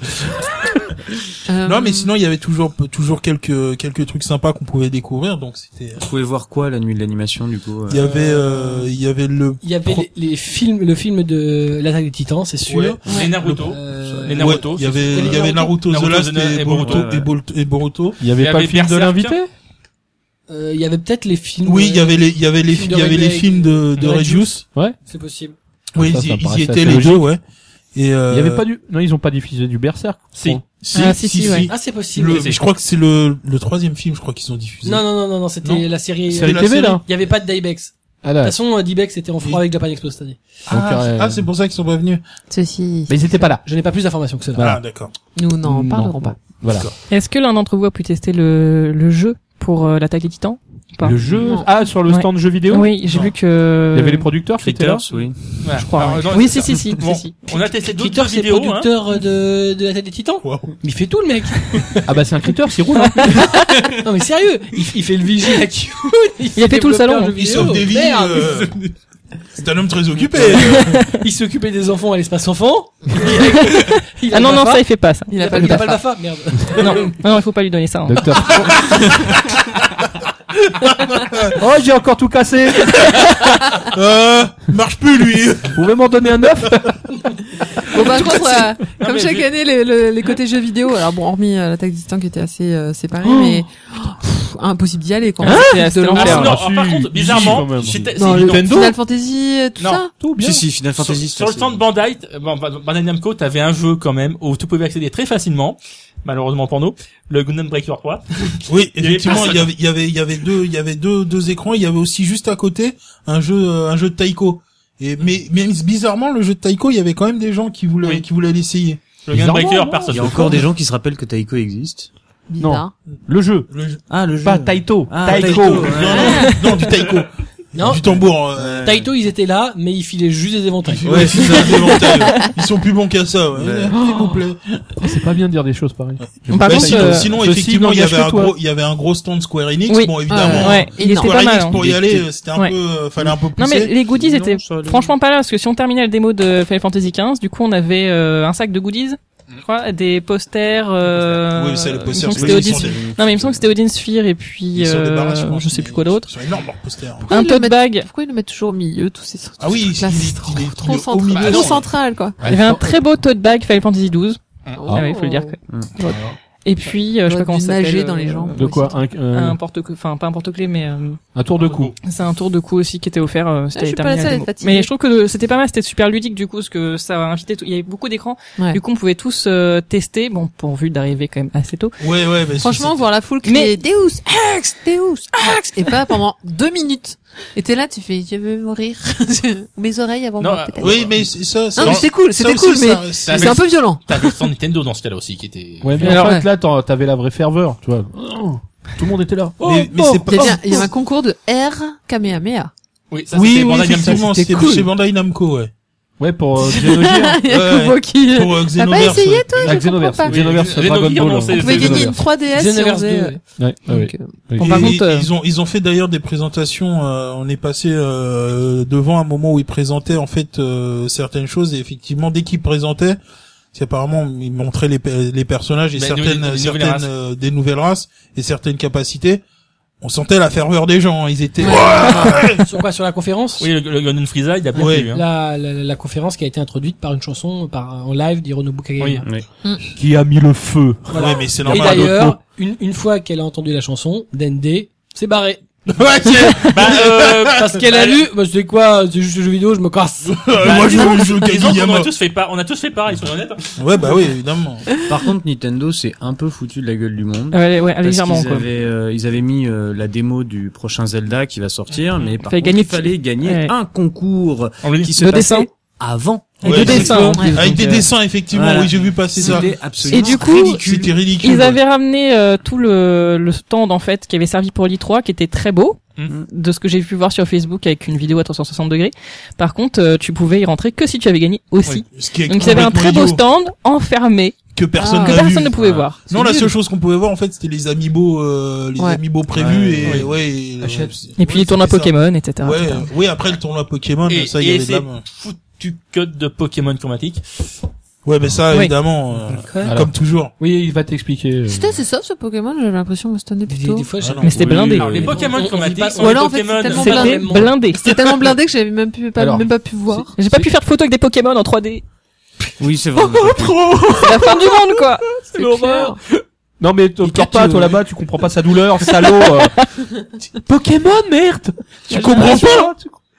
S3: Euh,
S4: Non, mais sinon, il y avait toujours, toujours quelques, quelques trucs sympas qu'on pouvait découvrir, donc c'était.
S6: Vous pouvez voir quoi la nuit de l'animation du coup euh
S4: Il y avait, euh, il y avait le.
S1: Il y avait les, les films, le film de l'attaque des titans, c'est sûr.
S4: Ouais.
S5: Les Naruto.
S1: Euh,
S5: Les Naruto,
S4: ouais, il y
S5: c'est-
S4: avait,
S1: c'est-
S4: il y avait Naruto,
S5: Naruto,
S4: The Last
S5: The
S4: et,
S5: et
S4: Boruto,
S5: Boruto, ouais.
S4: et Bol- et Boruto.
S2: Il y avait
S5: Il
S2: pas
S5: y
S2: le
S5: avait
S2: film de
S5: Berserk.
S2: l'invité
S1: euh, il y avait peut-être les films.
S4: Oui, il y
S1: euh,
S4: avait les, il y avait les,
S1: Film
S4: il
S1: de
S4: y avait les
S1: Regius.
S4: films de, de
S1: Regius.
S4: Regius.
S1: C'est possible.
S4: Oui,
S2: ça, ça
S4: ils y-
S2: me
S4: ils
S2: paraissait
S4: y
S2: assez
S4: étaient les
S2: logique.
S4: deux, ouais. Et, euh,
S2: Il y avait pas du. Non, ils ont pas diffusé du Berserk.
S5: Si.
S4: Si,
S3: Ah, si, si, ouais.
S1: Ah, c'est possible.
S4: Le-
S1: C'est-
S4: je crois que c'est le, le troisième film, je crois qu'ils ont diffusé.
S1: Non, non, non, non, non, c'était
S4: Non.
S1: la série. euh,
S2: C'est
S1: Il
S4: Série-
S2: la
S4: la
S2: TV là.
S1: y avait pas de Diebex.
S2: Ah
S1: De
S2: là.
S1: toute façon, euh, Diebex était en froid avec Japan Expo cette année.
S2: Donc,
S4: Ah,
S2: euh,
S4: c'est- ah, c'est pour ça qu'ils sont pas venus.
S3: Ceci.
S2: Mais ils étaient pas là.
S1: Je n'ai pas plus d'informations que cela.
S2: Voilà.
S4: Ah, d'accord.
S3: Nous n'en
S2: Non.
S3: parlerons pas.
S2: Voilà.
S7: Est-ce que l'un d'entre vous a pu tester le, le jeu pour euh, l'attaque des titans ou pas
S2: Le jeu.
S3: Non.
S2: Ah, sur le
S7: Ouais.
S2: stand jeux vidéo.
S7: Oui, Euh, j'ai
S4: Non.
S7: vu que...
S2: Il y avait les producteurs qui étaient là.
S6: Critters, oui.
S5: Voilà.
S7: Je crois,
S5: Alors,
S7: ouais.
S5: non,
S7: Oui,
S5: c'est
S7: si,
S5: ça.
S7: si, si,
S5: Bon,
S7: si, si.
S5: On a testé d'autres
S1: Peter,
S5: jeux
S1: c'est le
S5: vidéo, hein.
S1: producteur de, de la tête des titans.
S4: Wow.
S1: Mais il fait tout le mec.
S2: Ah bah c'est un critter, il roule. hein.
S1: non mais sérieux, il, il fait le vigile à Kyoun,
S7: Il a fait tout le salon.
S1: développeur jeux
S4: Il
S1: vidéo.
S4: sauve des vies.
S1: Oh, Merde.
S4: euh, C'est un homme très occupé.
S1: Il s'occupait des enfants à l'espace enfant. Il a
S7: Ah non,
S1: le
S7: non,
S1: BAFA.
S7: ça il fait pas ça.
S3: Il a pas
S1: Il
S3: le
S1: a pas le
S3: BAFA.
S1: BAFA, merde.
S7: Non, non, non, il faut pas lui donner ça. hein.
S2: Docteur. oh, j'ai encore tout cassé.
S4: euh, marche plus, lui.
S2: Vous pouvez m'en donner un œuf
S3: Bon, par contre, euh, comme
S5: mais
S3: chaque
S5: j'ai-
S3: année, les, les- les côtés jeux vidéo, alors bon, hormis euh, l'attaque des titans qui était assez euh, séparée, mais pff, impossible d'y aller quand même.
S7: C'était- c'était
S3: de
S5: Ah,
S7: l'enfer.
S2: l'enfer.
S5: non,
S2: Ah,
S5: par
S2: si,
S5: contre,
S2: si,
S5: bizarrement,
S2: quand même.
S5: j'étais- c'est
S3: Non, le
S5: évident.
S3: Final Fantasy, euh, tout
S5: Non.
S3: ça.
S2: Tout
S6: Si si Final
S5: Sur,
S6: Fantasy.
S5: sur le stand de Bandai, euh, Ban- Ban- Bandai Namco, t'avais un jeu quand même où tu pouvais accéder très facilement, malheureusement pour nous, le Gundam Breaker 3.
S4: Oui,
S5: Il y avait
S4: effectivement,
S5: personne.
S4: il y avait, il y avait, il y avait deux, il y avait deux, deux écrans. Il y avait aussi juste à côté un jeu, euh, un jeu de taiko. Et mais, mais bizarrement, le jeu de taiko, il y avait quand même des gens qui voulaient,
S5: Oui.
S4: qui voulaient l'essayer.
S5: Le Gundam
S2: Bizarrement,
S5: Breaker,
S2: non
S5: personne.
S6: Il y a encore des gens qui se rappellent que Taiko existe.
S3: Bizarre.
S2: Le jeu.
S4: Le jeu-
S6: Ah le jeu.
S7: Bah,
S2: Pas Taito.
S6: Ah,
S2: Taiko.
S6: Taiko.
S4: Non, non, non, du taiko,
S1: Non,
S4: du tambour. euh,
S1: Taito ils étaient là, mais ils filaient juste des éventails.
S4: Ouais, c'est ça, des ventelles. Ils sont plus bons qu'à ça, ouais.
S6: Ouais.
S4: S'il vous plaît.
S2: C'est pas bien de dire des choses pareilles.
S7: Par
S4: Bah,
S7: contre,
S4: sinon,
S7: euh,
S4: sinon,
S2: ceci
S4: effectivement, il y
S2: n'engage
S4: avait
S2: que
S4: un
S2: toi.
S4: gros, il y avait un gros stand Square Enix.
S7: Oui. Ah,
S4: Bon, évidemment.
S7: Ouais, il était
S4: Square
S7: pas
S4: Enix,
S7: mal. hein.
S4: pour y
S6: Il
S4: aller,
S6: était-
S4: c'était un
S7: Ouais.
S4: peu, euh, fallait un peu pousser.
S7: Non mais les goodies
S4: Non,
S7: étaient
S4: ça allait.
S7: franchement pas là parce que si on terminait le démo de Final Fantasy XV, du coup on avait euh, un sac de goodies, je crois, des posters. Euh,
S4: Mm. Oui, c'est le
S7: il
S4: poster.
S7: me semble
S4: c'est
S7: que
S4: vrai,
S7: c'était
S4: ils
S7: Odin-
S4: sont des-
S7: Non mais il me semble que c'était Odin Sphere et puis
S4: ils sont des barrages,
S7: euh,
S4: pense,
S7: je sais
S4: mais
S7: plus quoi d'autre.
S4: Ils sont énormes leurs posters. hein.
S3: Pourquoi
S7: Un
S3: ils le
S7: tote
S3: mettent-
S7: bag.
S3: Pourquoi ils le mettent toujours au milieu, tous ces tous
S4: Ah
S3: ces
S4: oui,
S3: trucs-là,
S4: il-
S3: c'est
S4: il-
S3: trop,
S4: il est-
S3: trop
S4: il est au
S3: central,
S4: milieu.
S3: trop central, quoi.
S7: Il y avait un très beau tote bag Final Fantasy XII. Ah oui, Ah faut le dire.
S3: Oh.
S7: que- Et puis, euh, je sais pas comment
S3: Du
S7: ça s'appelle.
S3: nager dans
S7: euh,
S3: les jambes.
S2: De quoi un,
S7: Un
S2: un,
S7: porte enfin pas un porte-clés, mais euh,
S2: un tour de cou.
S7: c'est un tour de coup aussi qui était offert. euh, si
S3: Ah, je
S7: t'avais
S3: suis pas
S7: terminé
S3: la seule
S7: la
S3: à
S7: démo.
S3: être fatiguée.
S7: Mais je trouve que c'était pas mal, c'était super ludique du coup, parce que ça a invité. tout- Il y avait beaucoup d'écrans.
S3: Ouais.
S7: Du coup, on pouvait tous euh, tester. Bon, pourvu d'arriver quand même assez tôt.
S4: Ouais, ouais, bah,
S3: Franchement,
S4: c'est-
S3: voir la foule crier
S7: Mais-
S3: Deus, Ex, Deus, Ex, et pas pendant deux minutes. Et t'es là, tu fais, je veux mourir. Mes oreilles avant
S5: Non,
S3: moi,
S5: euh,
S3: peut-être.
S4: Oui, mais c'est- ça, ça-
S3: Non, mais c'était cool,
S4: ça
S3: c'était
S4: aussi,
S3: cool, mais
S4: ça-
S5: ça-
S3: c'est un peu violent.
S5: T'avais le stand Nintendo dans ce cas-là aussi, qui était...
S2: Ouais, mais
S3: Alors,
S2: en fait,
S3: ouais.
S2: là, t'en- t'avais la vraie ferveur, tu vois. Tout le monde était là.
S4: Mais, mais c'est pas.
S3: oh, Il y, avait un, il y avait un concours de R Kamehameha.
S5: Oui, ça,
S4: oui,
S5: c'était
S4: oui,
S5: Bandai Namco.
S4: effectivement,
S3: C'était
S4: c'était
S3: cool.
S4: chez Bandai Namco, ouais.
S2: Ouais, pour euh, Xenogears.
S3: Il y a
S4: Ouais,
S3: Kubo qui...
S4: Pour euh,
S3: T'as pas
S4: Xenoverse.
S3: essayé,
S4: ouais.
S3: toi?
S2: Ah,
S3: Je comprends
S2: Xenoverse,
S3: pas.
S2: Xenoverse,
S5: Oui,
S2: Dragon
S5: Xenogears,
S2: Ball.
S5: non,
S2: hein.
S5: c'est-
S3: On pouvait
S5: c'est-
S3: gagner une
S2: Xenoverse.
S3: 3DS si on
S1: Xenoverse 2.
S3: faisait,
S1: ouais.
S2: Ouais, ouais, ouais.
S3: Donc, euh,
S2: Oui.
S7: Bon,
S4: Et
S7: par contre, euh,
S4: ils ont ils ont fait d'ailleurs des présentations. euh, on est passé euh, devant un moment où ils présentaient en fait euh, certaines choses et effectivement dès qu'ils présentaient, c'est apparemment ils montraient les pe- les personnages et
S5: Mais
S4: certaines
S5: nouvelles- Ben, des nouvelles
S4: certaines
S5: races.
S4: euh, des nouvelles races et certaines capacités. On sentait la ferveur des gens. hein, Ils étaient.
S1: sur quoi Sur la conférence
S5: Oui, le, le Gundam Freeza, il a bien
S4: Oui.
S5: plu, hein.
S1: la, la, la conférence qui a été introduite par une chanson par, en live d'Hironobu Kageyama.
S5: Oui.
S2: Qui a mis le feu.
S1: Voilà.
S4: Ouais, mais c'est
S1: Et
S4: normal.
S1: d'ailleurs, une, une fois qu'elle a entendu la chanson, Dende s'est barrée.
S4: Ouais, tiens,
S5: Bah, euh,
S4: Ah,
S1: Parce qu'elle a lu, bah, c'est quoi, c'est juste le jeu vidéo, je me casse.
S4: euh, moi je
S5: disons-
S4: joue je joue au
S5: disons qu'on
S4: Kageyama.
S5: a tous fait pas, on a tous fait pareil, soyons honnêtes. hein.
S4: Ouais, bah oui, évidemment.
S6: Par contre, Nintendo s'est un peu foutu de la gueule du monde.
S7: Euh, Ouais, ouais,
S6: Parce
S7: Ah, légèrement
S6: qu'ils
S7: quoi.
S6: Avaient, euh, ils avaient mis euh, la démo du prochain Zelda qui va sortir, mais par
S7: Fallait
S6: contre,
S7: gagner-
S6: il fallait gagner
S7: Ouais.
S6: un concours
S5: On le
S6: qui
S5: dit.
S6: se
S7: De
S6: passait
S7: dessin.
S6: avant.
S7: Et
S4: Ouais,
S7: deux
S4: c'est
S7: dessins. en
S4: ça.
S7: plus,
S4: Avec
S7: donc,
S4: des
S7: euh,
S4: dessins, effectivement.
S6: Voilà.
S4: Oui, j'ai vu passer ça.
S6: C'était absolument
S7: Et du coup,
S6: ridicule.
S4: C'était ridicule.
S7: Ils avaient ramené euh, tout le, le stand en fait qui avait servi pour l'i3 qui était très beau
S5: Mhm.
S7: de ce que j'ai pu voir sur Facebook avec une vidéo à 360 degrés. Par contre, euh, tu pouvais y rentrer que si tu avais gagné aussi.
S4: Ce qui est
S7: Donc ils avaient un
S4: complètement
S7: très beau
S4: idiot,
S7: stand enfermé
S4: que personne
S3: Ah.
S7: que
S4: n'a vu.
S7: personne ne pouvait voir.
S4: Non, la seule chose qu'on pouvait voir en fait, c'était les amiibo, euh, les
S3: Ouais.
S4: amiibo prévus
S6: Ouais,
S4: et ouais. et, euh,
S7: Et puis
S4: ouais,
S7: les tournois
S4: c'était ça.
S7: Pokémon, etc.
S4: Ouais,
S7: etc.
S4: euh, oui, après le tournoi Pokémon,
S5: Et-
S4: ça il y
S5: et
S4: avait de la
S5: c'est-
S4: main.
S5: Foutu code de Pokémon chromatique.
S4: Ouais, mais ça
S7: Oui.
S4: évidemment, euh,
S2: Alors.
S4: comme toujours.
S2: Oui, il va t'expliquer. euh.
S3: C'était c'est ça ce Pokémon, j'avais l'impression que c'était
S1: Des,
S3: plutôt.
S1: des fois, j'ai-
S4: Ah non.
S7: Mais c'était
S2: Oui,
S7: blindé.
S5: Alors, les
S2: oui.
S5: Pokémon
S1: On- on- on
S5: chromatiques
S1: dit
S5: sont
S1: pas-
S3: Ou
S5: les
S3: alors, en fait,
S5: Pokémon.
S3: c'est tellement
S5: euh,
S3: blindé.
S7: C'était
S1: vraiment-
S7: blindé.
S3: C'était tellement blindé que j'avais même, pu- pas,
S2: Alors,
S3: même pas pu voir.
S7: J'ai pas pu faire de photo avec des Pokémon en 3D.
S6: Oui, c'est vrai.
S7: C'est la fin du monde quoi.
S3: C'est l'horreur.
S2: Non, mais te pleure pas, toi là-bas, tu comprends pas sa douleur, salaud. euh. Pokémon, merde! Tu comprends pas?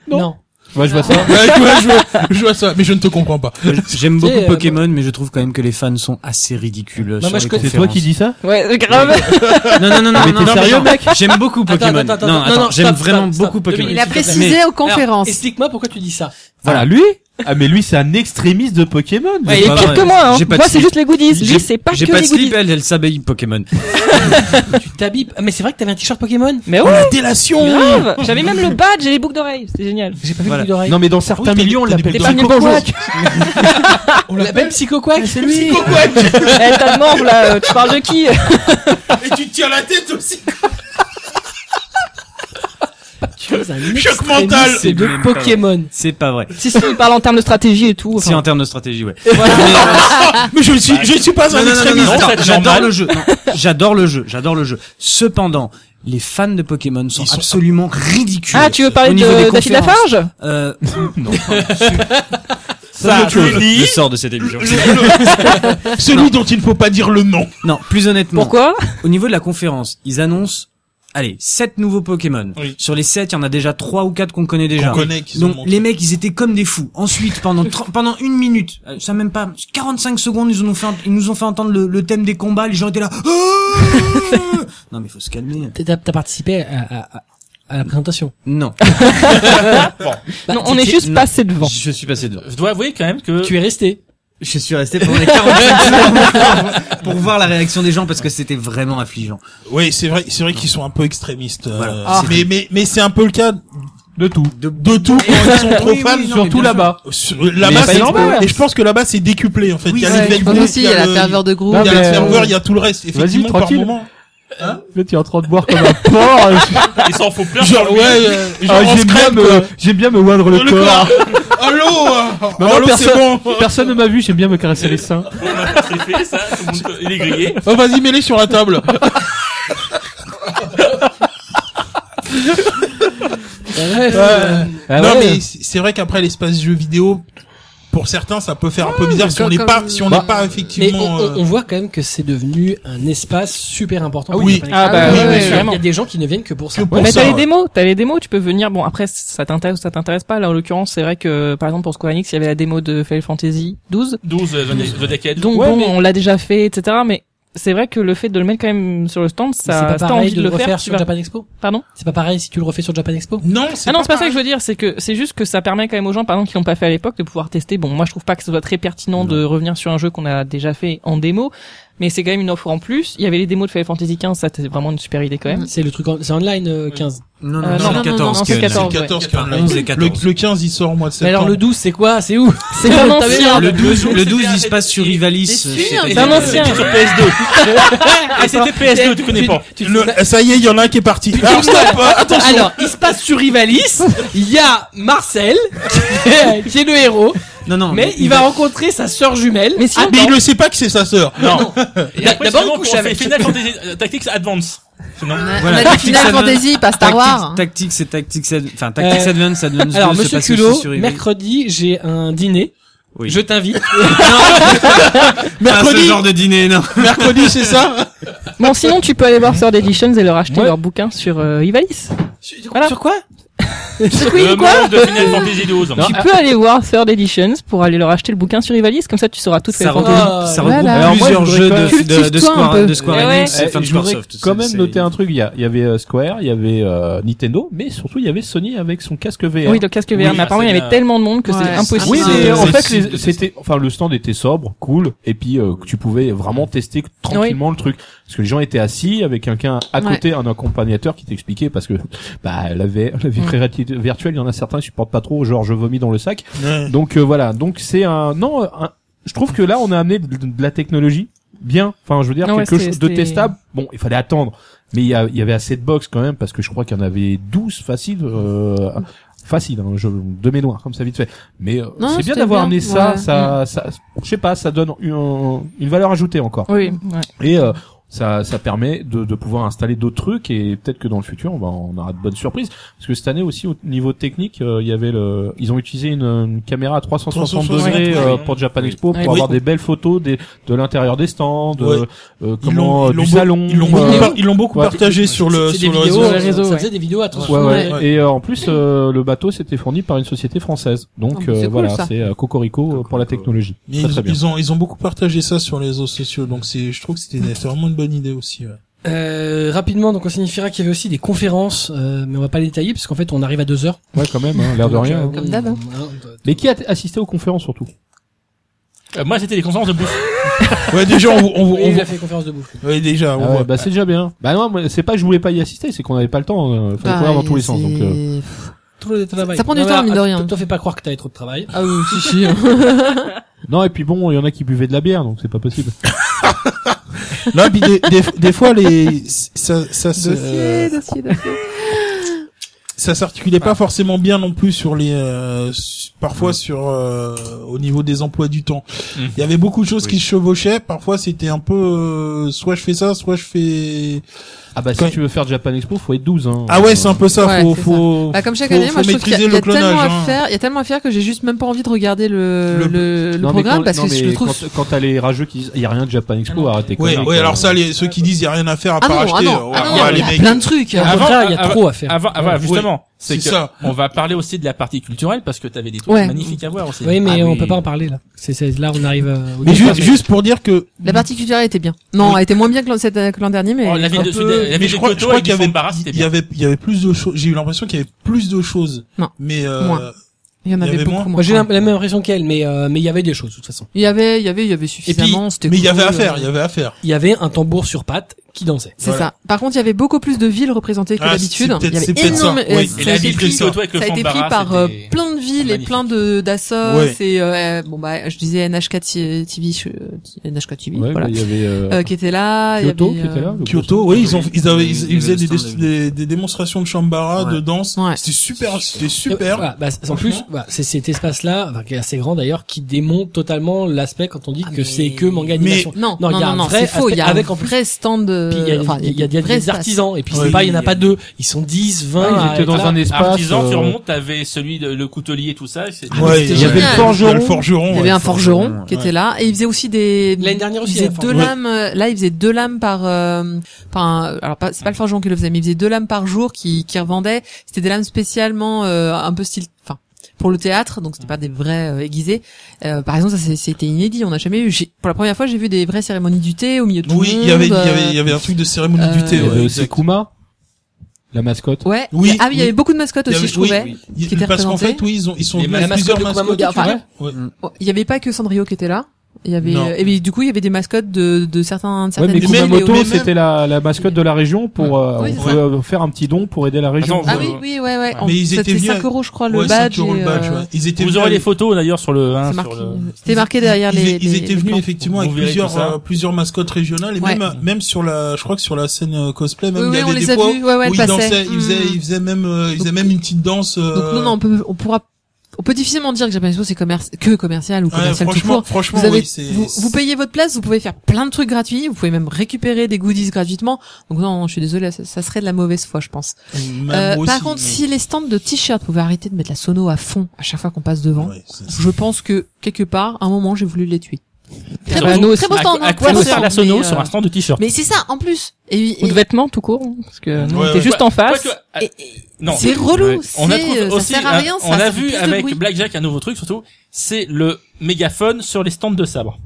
S1: non.
S2: Moi, je vois ça.
S4: Ouais, je, vois, je, vois, je vois ça, mais je ne te comprends pas.
S6: J'aime
S1: Tu sais,
S6: beaucoup
S1: euh,
S6: Pokémon, mais je trouve quand même que les fans sont assez ridicules.
S1: moi,
S6: sur
S1: je
S6: les
S1: connais-
S2: C'est toi qui dis ça?
S7: Ouais, grave.
S6: Non, non, non, non,
S2: Mais
S6: non,
S2: t'es
S6: non,
S2: sérieux,
S6: non. J'aime beaucoup
S1: Attends,
S6: Pokémon.
S1: attends, attends,
S6: non,
S1: attends, non,
S6: attends,
S1: non,
S6: j'aime
S1: stop,
S6: vraiment
S1: stop, stop,
S6: beaucoup
S1: deux
S6: Pokémon.
S1: minutes.
S3: Il a précisé aux conférences.
S1: Alors, Explique-moi pourquoi tu dis ça.
S2: Voilà, lui? Ah, mais lui, c'est un extrémiste de Pokémon.
S7: Ouais, il est
S6: pas
S7: pire
S6: vrai.
S7: que moi. Hein.
S6: J'ai pas de
S7: Moi, c'est
S6: slip.
S7: juste les goodies.
S6: J'ai-
S7: Lui, c'est pas que
S6: J'ai pas de
S7: les goodies.
S6: slip, elle, elle s'abeille Pokémon.
S1: Tu t'habilles. Ah, Mais c'est vrai que t'avais un t-shirt Pokémon.
S7: Mais ouais,
S4: Délation.
S7: grave. J'avais même le badge et les boucles d'oreilles. C'était génial.
S1: J'ai pas vu
S6: Voilà.
S1: le bout d'oreille.
S2: Non, mais dans certains
S4: Oui, t'as-
S2: milieux, on
S4: t'as des
S2: l'appelle Psycho
S4: boucles
S2: Quack.
S1: On l'appelle Psycho Quack.
S2: Ah, C'est lui.
S7: Eh, t'as de morve, là. euh, Tu parles de qui
S4: Et tu te tires la tête aussi.
S1: Tu es un
S4: Choc
S1: extrémiste
S4: mental.
S6: C'est
S1: de
S6: même pas
S1: Pokémon.
S6: C'est pas vrai.
S7: Si, si, il parle en termes de stratégie et tout.
S6: C'est en
S7: Enfin,
S6: termes de stratégie, ouais.
S4: Mais je ne suis, je ne suis pas
S6: Non,
S4: un
S6: non, non, non,
S4: extrémiste.
S6: non,
S5: Non,
S6: attends,
S5: c'est
S6: J'adore
S5: normal.
S6: le jeu. Non, J'adore le jeu. J'adore le jeu. Cependant, les fans de Pokémon sont,
S4: Ils sont-
S6: absolument ridicules.
S7: ah, tu veux
S6: au
S7: parler
S6: niveau des
S7: de Daffy
S6: conférences.
S7: Lafarge
S6: Euh,
S5: Ça, je
S6: je
S5: dis.
S6: sors de cette émission.
S4: Celui dont il ne faut pas dire le nom.
S6: non, plus honnêtement.
S7: Pourquoi
S6: Au niveau de la conférence, ils annoncent, allez, sept nouveaux Pokémon.
S5: Oui.
S6: Sur les sept, il y en a déjà trois ou quatre qu'on connaît déjà.
S4: Qu'on connaît, qu'ils ont
S6: Donc
S4: montré.
S6: les mecs, ils étaient comme des fous. Ensuite, pendant 30 pendant une minute, euh, ça même pas 45 secondes, ils nous ont fait ent- ils nous ont fait entendre le, le thème des combats. Les gens étaient là. Ah non mais faut se calmer.
S1: T'as t'as participé à, à- à- à la présentation.
S6: Non.
S1: Bah,
S7: Non, on est
S6: t'étais-
S7: juste
S6: non.
S7: passé devant.
S6: Je suis passé devant.
S5: Je dois avouer quand même que
S1: Tu es resté.
S6: Je suis resté pendant les 45 secondes pour- pour voir la réaction des gens parce que c'était vraiment affligeant.
S4: Oui, c'est vrai, c'est vrai qu'ils sont un peu extrémistes. euh,
S6: Voilà.
S4: Ah. Mais mais mais c'est un peu le cas
S2: De tout.
S4: de tout quand ils sont trop
S6: Oui,
S4: fans.
S6: oui, non, mais
S2: Surtout
S6: bien
S2: là-bas.
S4: Sur- Là-bas,
S2: Mais c'est
S4: c'est
S2: normal.
S4: Et je pense que là-bas, c'est décuplé en fait.
S6: Oui,
S4: il y a
S6: ouais,
S4: l'effet
S6: je
S3: Moi
S4: groupe,
S3: aussi, il y a
S4: le-
S3: la ferveur de groupe.
S2: Non,
S4: Il y a la
S2: mais, euh,
S4: ferveur, il y a tout le reste. Effectivement, par
S2: tranquille.
S4: moment.
S2: Là, tu es en train de boire comme un porc. euh,
S5: ils s'en font plein.
S4: Genre,
S5: sur
S4: ouais,
S5: lui.
S4: euh, genre,
S2: Ah,
S4: on se
S2: j'aime bien
S4: crève,
S2: me,
S4: quoi.
S2: j'aime bien me oindre le,
S4: euh, Le
S2: corps.
S4: corps. Allô, euh,
S2: Maman,
S4: allô, c'est
S2: personne,
S4: bon.
S2: personne ne m'a vu, j'aime bien me caresser les seins.
S5: C'est fait, ça. tout le monde- Il est grillé.
S4: Oh, vas-y, mets-les sur la table.
S1: Ouais.
S4: Ouais.
S2: Ah
S4: non,
S2: ouais. Ah
S1: Ah
S4: mais c'est c'est vrai qu'après l'espace jeu vidéo, pour certains, ça peut faire un peu bizarre si on n'est
S3: comme-
S4: pas, si on n'est
S1: Bah,
S4: pas
S1: Mais on,
S4: effectivement.
S1: on-
S4: euh,
S1: on voit quand même que c'est devenu un espace super important.
S4: Ah
S1: pour
S4: oui.
S1: Japan
S7: Ah
S1: Expo.
S7: bah
S4: oui,
S7: ouais,
S4: bien
S7: ouais,
S4: sûr.
S1: Il
S7: vraiment.
S1: y a des gens qui ne viennent que pour ça.
S4: Que pour
S7: mais
S4: ça,
S7: t'as les
S4: ouais.
S7: démos, t'as les démos, tu peux venir. Bon, après, ça t'intéresse ou ça t'intéresse pas. Là, en l'occurrence, c'est vrai que, par exemple, pour Square Enix, il y avait la démo de Final Fantasy 12.
S5: 12 euh, The Decade.
S7: Donc,
S5: Ouais,
S7: bon,
S5: mais-
S7: on l'a déjà fait, etc. Mais c'est vrai que le fait de le mettre quand même sur le stand,
S1: C'est pas
S7: ça, t'as
S1: pareil
S7: envie
S1: de
S7: de
S1: le
S7: le faire.
S1: refaire
S7: Tu
S1: sur
S7: vas...
S1: Japan Expo.
S7: Pardon?
S1: C'est pas pareil si tu le refais sur Japan Expo.
S4: euh, Non, c'est
S7: Ah non, c'est pas ça que
S4: pareil.
S7: je veux dire. C'est que, c'est juste que ça permet quand même aux gens, par exemple, qui l'ont pas fait à l'époque, de pouvoir tester. Bon, moi, je trouve pas que ce soit très pertinent de revenir sur un jeu qu'on a déjà fait en démo. Mais c'est quand même une offre en plus. Il y avait les démos de Final Fantasy 15, ça, c'était vraiment une super idée quand même.
S1: C'est le truc, en- c'est online euh,
S5: Oui.
S1: 15.
S6: Non,
S7: Euh,
S6: non,
S7: non,
S6: c'est
S7: non,
S6: le
S7: non,
S6: 14
S7: non,
S6: qui est
S7: c'est le
S6: online.
S7: 14.
S4: Le 14 qui est en
S6: Enfin,
S4: live.
S6: 11 et 14.
S4: Le, le 15, il sort au mois de
S1: Mais
S4: septembre.
S1: alors le 12, c'est quoi C'est où
S7: C'est vraiment
S1: t'avais
S7: bien.
S6: Le 12,
S5: douze,
S6: le 12 il
S5: c'était-
S6: se passe sur Ivalice. C'est
S7: C'est un ancien.
S5: Sur PS2. Et c'était PS2, tu connais pas.
S1: Tu- tu-
S4: Le- ça y est, il y en a un qui est parti. Alors stop, euh, attention.
S1: Alors, il se passe sur Rivalis, il y a Marcel, qui est- qui est le héros,
S6: Non, non.
S1: mais il va rencontrer sa sœur jumelle.
S7: Mais si
S1: Ah,
S7: on-
S4: Mais il ne sait pas que c'est sa sœur.
S5: Non.
S1: Et après, d'abord, on
S5: sinon,
S1: couche
S5: on fait
S1: avec.
S5: Final Fantasy euh, Tactics Advance. Sinon.
S3: On a-
S6: Voilà,
S3: On a dit
S6: Tactics
S3: Final
S6: Advance.
S3: Fantasy, pas Star Wars. hein.
S6: Tactics et Tactics Ad- enfin Tactics
S1: Euh,
S6: Advance, Advance
S1: alors,
S6: 2 se
S1: monsieur
S6: passe aussi
S1: Culot,
S6: sur Ivalice.
S1: mercredi, j'ai un dîner.
S6: Oui.
S1: Je t'invite.
S6: Pas ce
S4: Mercredi,
S6: genre de dîner, non.
S4: mercredi, c'est ça
S7: Bon, sinon, tu peux aller voir Sword Editions et leur acheter leur bouquin sur euh, Ivalice. Voilà.
S1: Sur quoi
S5: Le monde de Final Fantasy 12.
S7: Tu peux aller voir Third Editions pour aller leur acheter le bouquin sur Ivalice, comme ça tu sauras toutes les
S6: Ça
S1: rend-
S7: fantaisies.
S1: Ah,
S6: regroupe, ça
S3: voilà.
S6: regroupe
S3: Alors,
S8: moi,
S6: plusieurs
S8: je
S6: jeux
S8: voudrais quand
S6: de,
S3: même-
S6: de, de
S3: Cultive-toi un
S6: Square,
S3: peu.
S6: de Square
S7: Eh
S6: Enix
S7: ouais.
S6: et
S2: Eh,
S6: From
S2: je voudrais
S6: Soft.
S2: quand même noter un truc. Il y, a- il y avait euh, Square, il y avait euh, Nintendo, mais surtout il y avait Sony avec son casque VR.
S7: Oui, le casque
S5: Oui,
S7: VR, mais
S5: bah,
S7: apparemment il
S5: c'est
S7: y
S5: bien.
S7: avait tellement de monde que
S3: Ouais,
S7: Ah, c'est
S3: c'est
S7: impossible.
S6: impossible.
S2: Oui, mais
S6: c'est-
S2: en fait,
S6: c'est-
S2: les- c'était, enfin, le stand était sobre, cool, et puis euh, que tu pouvais vraiment tester tranquillement le truc, parce que les gens étaient assis avec quelqu'un à
S3: Ouais.
S2: côté, un accompagnateur qui t'expliquait, parce que bah la, V- la vie réalité virtuelle, il y en a certains qui supportent pas trop, genre je vomis dans le sac. Donc euh, voilà, donc c'est un non, un- je trouve que là on a amené de, de- de la technologie bien, enfin je veux dire
S7: Ouais,
S2: quelque
S7: c'est-
S2: chose de
S7: c'est-
S2: testable. Bon, il fallait attendre, mais il y, a- il y avait assez de box quand même parce que je crois qu'il y en avait 12 faciles euh, faciles hein, je, de mémoire comme ça vite fait. Mais euh,
S3: Non,
S2: c'est bien
S3: c'était
S2: d'avoir
S3: bien,
S2: amené ça,
S3: ouais.
S2: ça ça je sais pas, ça donne une, une valeur ajoutée encore.
S7: Oui,
S2: Et euh, ça, ça permet de, de pouvoir installer d'autres trucs et peut-être que dans le futur on, va, on aura de bonnes surprises parce que cette année aussi au niveau technique euh, il y avait le ils ont utilisé une, une caméra à 360
S4: 360,
S2: degrés
S5: oui.
S2: euh, pour Japan Expo
S7: Oui.
S2: pour
S4: Oui.
S2: avoir des belles photos des, de l'intérieur des stands
S4: Ouais.
S2: euh, euh,
S4: Ils l'ont-
S2: comment euh,
S4: ils l'ont
S2: du
S4: beau-
S2: salon
S4: Ils l'ont
S2: euh,
S4: beaucoup, par- ils l'ont beaucoup
S2: ouais.
S4: partagé sur le,
S1: C'est des
S4: sur le
S1: vidéos. euh,
S4: réseau.
S7: le réseau,
S1: ça
S7: ouais.
S1: faisait des vidéos à 360.
S2: Ouais, ouais.
S4: Ouais.
S2: Et euh, en plus, euh, le bateau c'était fourni par une société française,
S3: Ah,
S2: donc
S3: mais
S2: euh,
S3: c'est cool,
S2: voilà,
S3: ça.
S2: c'est euh, Cocorico euh, pour la technologie.
S4: Mais
S2: Très,
S4: ils,
S2: très bien.
S4: ils ont, ils ont beaucoup partagé ça sur les réseaux sociaux, donc c'est, je trouve que c'était c'est vraiment une bonne idée aussi. ouais.
S1: Euh, rapidement, donc on signifiera qu'il y avait aussi des conférences, euh, mais on va pas les détailler parce qu'en fait on arrive à deux heures.
S2: Ouais, quand même, hein, l'air de
S1: Donc, euh,
S2: rien. hein.
S3: Comme d'hab, hein.
S1: euh,
S2: Mais qui a t- assisté aux conférences surtout
S5: Euh, Moi, c'était les conférences de bouffe.
S4: Ouais, déjà, on, vous- on, vous-
S1: Oui,
S4: on
S1: il
S4: vous-
S1: a fait conférence de bouffe.
S4: ouais, déjà,
S2: Ah
S4: on
S2: ouais,
S4: voit.
S2: bah c'est déjà bien. Bah non, moi, c'est pas que je voulais pas y assister, c'est qu'on n'avait pas le temps. euh,
S3: Bah,
S2: fallait courir dans tous les sens. Donc, euh,
S1: Trop de travail.
S3: Ça prend du
S1: Non,
S3: temps,
S1: mais,
S3: mine de
S1: ah,
S3: rien.
S1: t- Toi, fais pas croire que t'avais trop de travail.
S3: Ah oui, si, si.
S2: non et puis bon, il y en a qui buvaient de la bière, donc c'est pas possible.
S4: Non, puis des, des, des fois, les, ça, ça, se-
S3: Dossier, Ah.
S4: euh,
S3: dossier, dossier.
S4: ça s'articulait pas forcément bien non plus sur les euh, s-
S2: Mm.
S4: parfois sur euh, au niveau des emplois du temps.
S5: Mm.
S4: Il y avait beaucoup de choses
S6: Oui.
S4: qui se chevauchaient, parfois c'était un peu euh, soit je fais ça, soit je fais
S2: Ah bah si
S4: Quand-
S2: tu veux faire Japan Expo, faut être 12 hein.
S4: Ah ouais, c'est un peu ça,
S3: Ouais,
S4: faut
S3: c'est
S4: faut
S3: Bah, comme chaque
S4: Faut-
S3: année,
S4: faut
S3: moi, je trouve qu'il y a,
S4: maîtriser
S3: il y
S4: le
S3: a tellement
S4: clonage, hein.
S3: à faire, il y a tellement à faire que j'ai juste même pas envie de regarder
S4: Le-
S3: le, le, le
S2: Non, mais
S3: programme
S2: quand-
S3: parce
S2: non,
S3: que je
S2: mais
S3: le trouve.
S2: Quand, quand t'as les rageux qui disent, il y a rien de Japan Expo, arrêtez.
S4: Ouais,
S2: conneries,
S4: ouais,
S2: quoi.
S4: alors ça les ceux qui disent il y a rien à faire à
S3: Ah
S4: part
S3: non, ah
S4: acheter, euh,
S3: non,
S4: ouais,
S3: ah non,
S4: ouais,
S3: il y
S4: les
S3: a
S4: mecs.
S3: plein de trucs.
S1: Au
S4: Ah.
S5: Avant-
S1: contraire, il y a
S5: avant-
S1: trop à faire.
S5: Avant, avant, justement,
S4: c'est
S5: c'est que
S4: ça.
S5: on va parler aussi de la partie culturelle parce que t'avais des trucs
S3: Ouais.
S5: magnifiques à voir aussi.
S1: Oui, mais
S6: Ah
S1: on
S6: oui.
S1: peut pas en parler là. C'est c'est- là, on arrive. euh, au
S4: Mais
S1: départ,
S4: juste juste pour dire que
S3: La particularité était bien. Non, elle était moins bien que l'an cette- que l'an dernier, mais.
S5: Oh, la ville
S4: un
S5: de
S4: peu-
S5: Sud- la
S4: mais
S5: ville
S4: je
S5: de
S4: crois- je
S5: Kyoto
S4: crois
S5: avec
S4: qu'il y
S5: du
S4: avait-
S5: Bambara, c'était
S4: il y
S5: bien.
S4: avait il y avait plus de choses, j'ai eu l'impression qu'il y avait plus de choses.
S3: Non.
S4: Mais euh,
S3: Moins. il y en
S4: il
S3: avait,
S4: y avait moins.
S3: beaucoup moins.
S1: Moi, j'ai la la même impression qu'elle, mais euh, mais il y avait des choses de toute façon.
S3: Il y avait, il y avait, il y avait suffisamment. c'était
S4: mais il y
S3: cool,
S4: avait à
S3: euh,
S4: faire, il y avait à faire.
S1: Il y avait un tambour sur pattes qui dansait.
S3: C'est
S4: Voilà.
S3: ça. Par contre, il y avait beaucoup plus de villes représentées que
S4: Ah,
S3: d'habitude.
S4: c'est peut-être-
S3: Il y avait
S4: c'est peut-être ça,
S3: énorme-
S4: oui.
S3: euh,
S4: Et
S3: ça
S5: Et
S3: a
S5: la
S3: été
S5: ville de
S3: pris-
S5: Kyoto avec le
S3: ça a été pris
S5: Bambara,
S3: par euh,
S5: c'était-
S3: plein de villes et
S5: magnifique.
S3: plein de d'assos
S4: Ouais.
S3: et euh, bon bah je disais NHK TV, je- euh, NHK TV
S2: Ouais,
S3: voilà,
S2: bah, il y avait euh,
S3: Euh, qui était là, il y
S2: Kyoto
S3: avait,
S2: qui était
S3: euh,
S2: là. le
S4: Kyoto,
S2: gros
S4: oui, ils ont ils avaient ils,
S6: Il y avait
S4: ils faisaient
S6: le
S4: des, des,
S6: stand de-
S4: des, des démonstrations de shambara,
S6: Ouais.
S4: de danse.
S3: Ouais.
S4: C'était super, c'était
S1: Et,
S4: super.
S1: voilà, bah, en plus, voilà, c'est cet espace-là, enfin, qui est assez grand d'ailleurs, qui démonte totalement l'aspect quand on dit
S3: Ah,
S1: que
S3: mais-
S1: c'est que manga
S4: Mais-
S1: animation.
S3: Non,
S1: Non,
S3: non,
S1: il y a
S3: non,
S1: un
S3: non
S1: vrai
S3: c'est faux. Il y a
S1: aspect avec
S3: un
S1: en plus-
S3: vrai stand de.
S1: Puis il y a,
S3: Euh, enfin,
S1: il y a- il y a
S3: vrais
S1: des
S3: espaces.
S1: artisans. Et puis c'est
S6: Oui.
S1: pas, il y en a pas deux. Ils sont euh, 10, 20.
S8: Ah, ils
S1: à
S8: étaient
S1: être
S8: dans
S1: là.
S8: un espace.
S5: Artisan,
S8: euh,
S5: tu remontes, t'avais celui de, le coutelier, tout ça. c'est-
S3: mais c'était
S4: il y
S3: génial.
S4: avait le forgeron.
S3: Il y avait
S6: ouais,
S3: un forgeron,
S6: forgeron,
S3: qui
S6: ouais.
S3: était là et il faisait aussi des
S1: L'année dernière aussi,
S3: Il faisait
S1: la
S3: deux
S1: forgeron.
S3: lames. euh, Là, il faisait deux lames par. euh, Enfin, alors pas, c'est pas le forgeron qui le faisait, mais il faisait deux lames par jour qui qui revendait. C'était des lames spécialement euh, un peu style. Enfin, pour le théâtre, donc c'était pas des vrais euh, aiguisés. Euh, par exemple, ça c'est- c'était inédit. On n'a jamais eu. J'ai- Pour la première fois, j'ai vu des vraies cérémonies du thé au milieu de tout
S4: Oui,
S3: le
S4: il y avait, il y
S3: monde,
S4: avait,
S3: euh,
S4: il y avait un truc de cérémonie
S3: euh,
S4: du thé.
S2: Il y
S4: ouais,
S2: avait aussi
S4: exact.
S2: Kuma, la mascotte.
S3: Ouais.
S4: Oui,
S3: Il y a- ah oui, il y
S4: oui.
S3: avait beaucoup de mascottes
S4: Il y
S3: aussi,
S4: avait-
S3: je trouvais.
S4: oui,
S3: qui étaient
S4: parce qu'en
S3: représentés.
S4: fait, oui, ils ont, ils sont
S1: Les
S4: venus avec
S1: mascottes
S4: plusieurs
S1: de
S4: mascottes.
S1: Kumamoto,
S4: tu vois.
S1: ouais.
S4: Ouais.
S3: Bon, Il y avait pas que Sandrio qui était là. Il y avait,
S4: Non.
S3: et puis, du coup, il y avait des mascottes de, de certains, de
S2: Ouais,
S3: certaines
S2: mais
S3: villes et
S2: Kumamoto,
S4: mais
S3: autres.
S4: même-
S2: c'était la, la mascotte de la région pour euh,
S3: Oui,
S2: on
S3: c'est
S2: peut euh, faire un petit don pour aider la région.
S5: Attends,
S3: Ah
S5: Ouais.
S3: oui, oui, ouais, ouais. On-
S4: Euh, Mais ils étaient
S3: C'était
S4: venus
S3: 5
S4: avec-
S3: euros, je crois,
S4: Ouais,
S3: le
S4: 5
S3: badge.
S4: euros
S3: et,
S4: le badge,
S3: euh,
S4: ouais. Ils étaient
S5: Vous
S4: venus
S5: aurez les
S4: avec-
S5: photos d'ailleurs sur le. hein,
S3: c'est
S5: sur
S3: marqué,
S5: le-
S3: C'était marqué derrière
S4: ils,
S3: les.
S4: ils
S3: les-
S4: étaient
S3: les
S4: venus
S3: plans.
S5: Vous
S4: effectivement avec
S5: verrez
S4: plusieurs
S5: tout ça.
S4: euh, plusieurs mascottes régionales et
S3: Ouais.
S4: même euh, même sur la je crois que sur la scène euh, cosplay même
S3: Oui,
S4: il y
S3: oui,
S4: avait
S3: on
S4: des
S3: les a
S4: fois
S3: vus. Ouais, ouais,
S4: où
S3: ils
S4: ils
S3: passaient.
S4: dansaient ils faisaient
S3: Mm.
S4: ils faisaient même euh, ils faisaient
S3: Donc-
S4: même une petite danse euh,
S3: Donc, non, non, on peut, on pourra, on peut difficilement dire que Japan Expo c'est commerce, que commercial ou
S4: ouais,
S3: commercial tout
S4: franchement
S3: court.
S4: franchement
S3: Vous, avez,
S4: oui, c'est
S3: vous, vous payez votre place, vous pouvez faire plein de trucs gratuits, vous pouvez même récupérer des goodies gratuitement. Donc non, je suis désolée, ça, ça serait de la mauvaise foi, je pense.
S4: même
S3: Euh,
S4: aussi,
S3: par contre,
S4: mais-
S3: si les stands de t-shirts pouvaient arrêter de mettre la sono à fond à chaque fois qu'on passe devant,
S4: Ouais, c'est-
S3: je pense que quelque part, à un moment, j'ai voulu les tuer. Très,
S7: Bah,
S3: bon,
S7: nous
S3: très
S7: aussi.
S3: bon
S5: À,
S3: stand,
S5: quoi-
S3: hein,
S5: à quoi
S3: très bon
S5: sert
S3: stand,
S5: la sono
S3: mais, euh,
S5: sur un stand de t-shirt
S3: Mais c'est ça, en plus. Et, et-
S7: Ou de vêtements tout court, hein, parce que nous,
S4: Ouais,
S7: on était
S4: ouais.
S7: juste en face.
S5: Quoique, à-
S3: et-
S5: non.
S3: C'est relou,
S2: Ouais.
S3: c'est,
S5: On a trouvé
S3: euh, ça
S5: aussi,
S3: sert à
S5: un-
S3: rien, ça,
S5: on
S3: ça
S5: a
S3: fait plus
S5: vu
S3: de
S5: avec
S3: bruit.
S5: Blackjack un nouveau truc surtout, c'est le mégaphone sur les stands de sabre.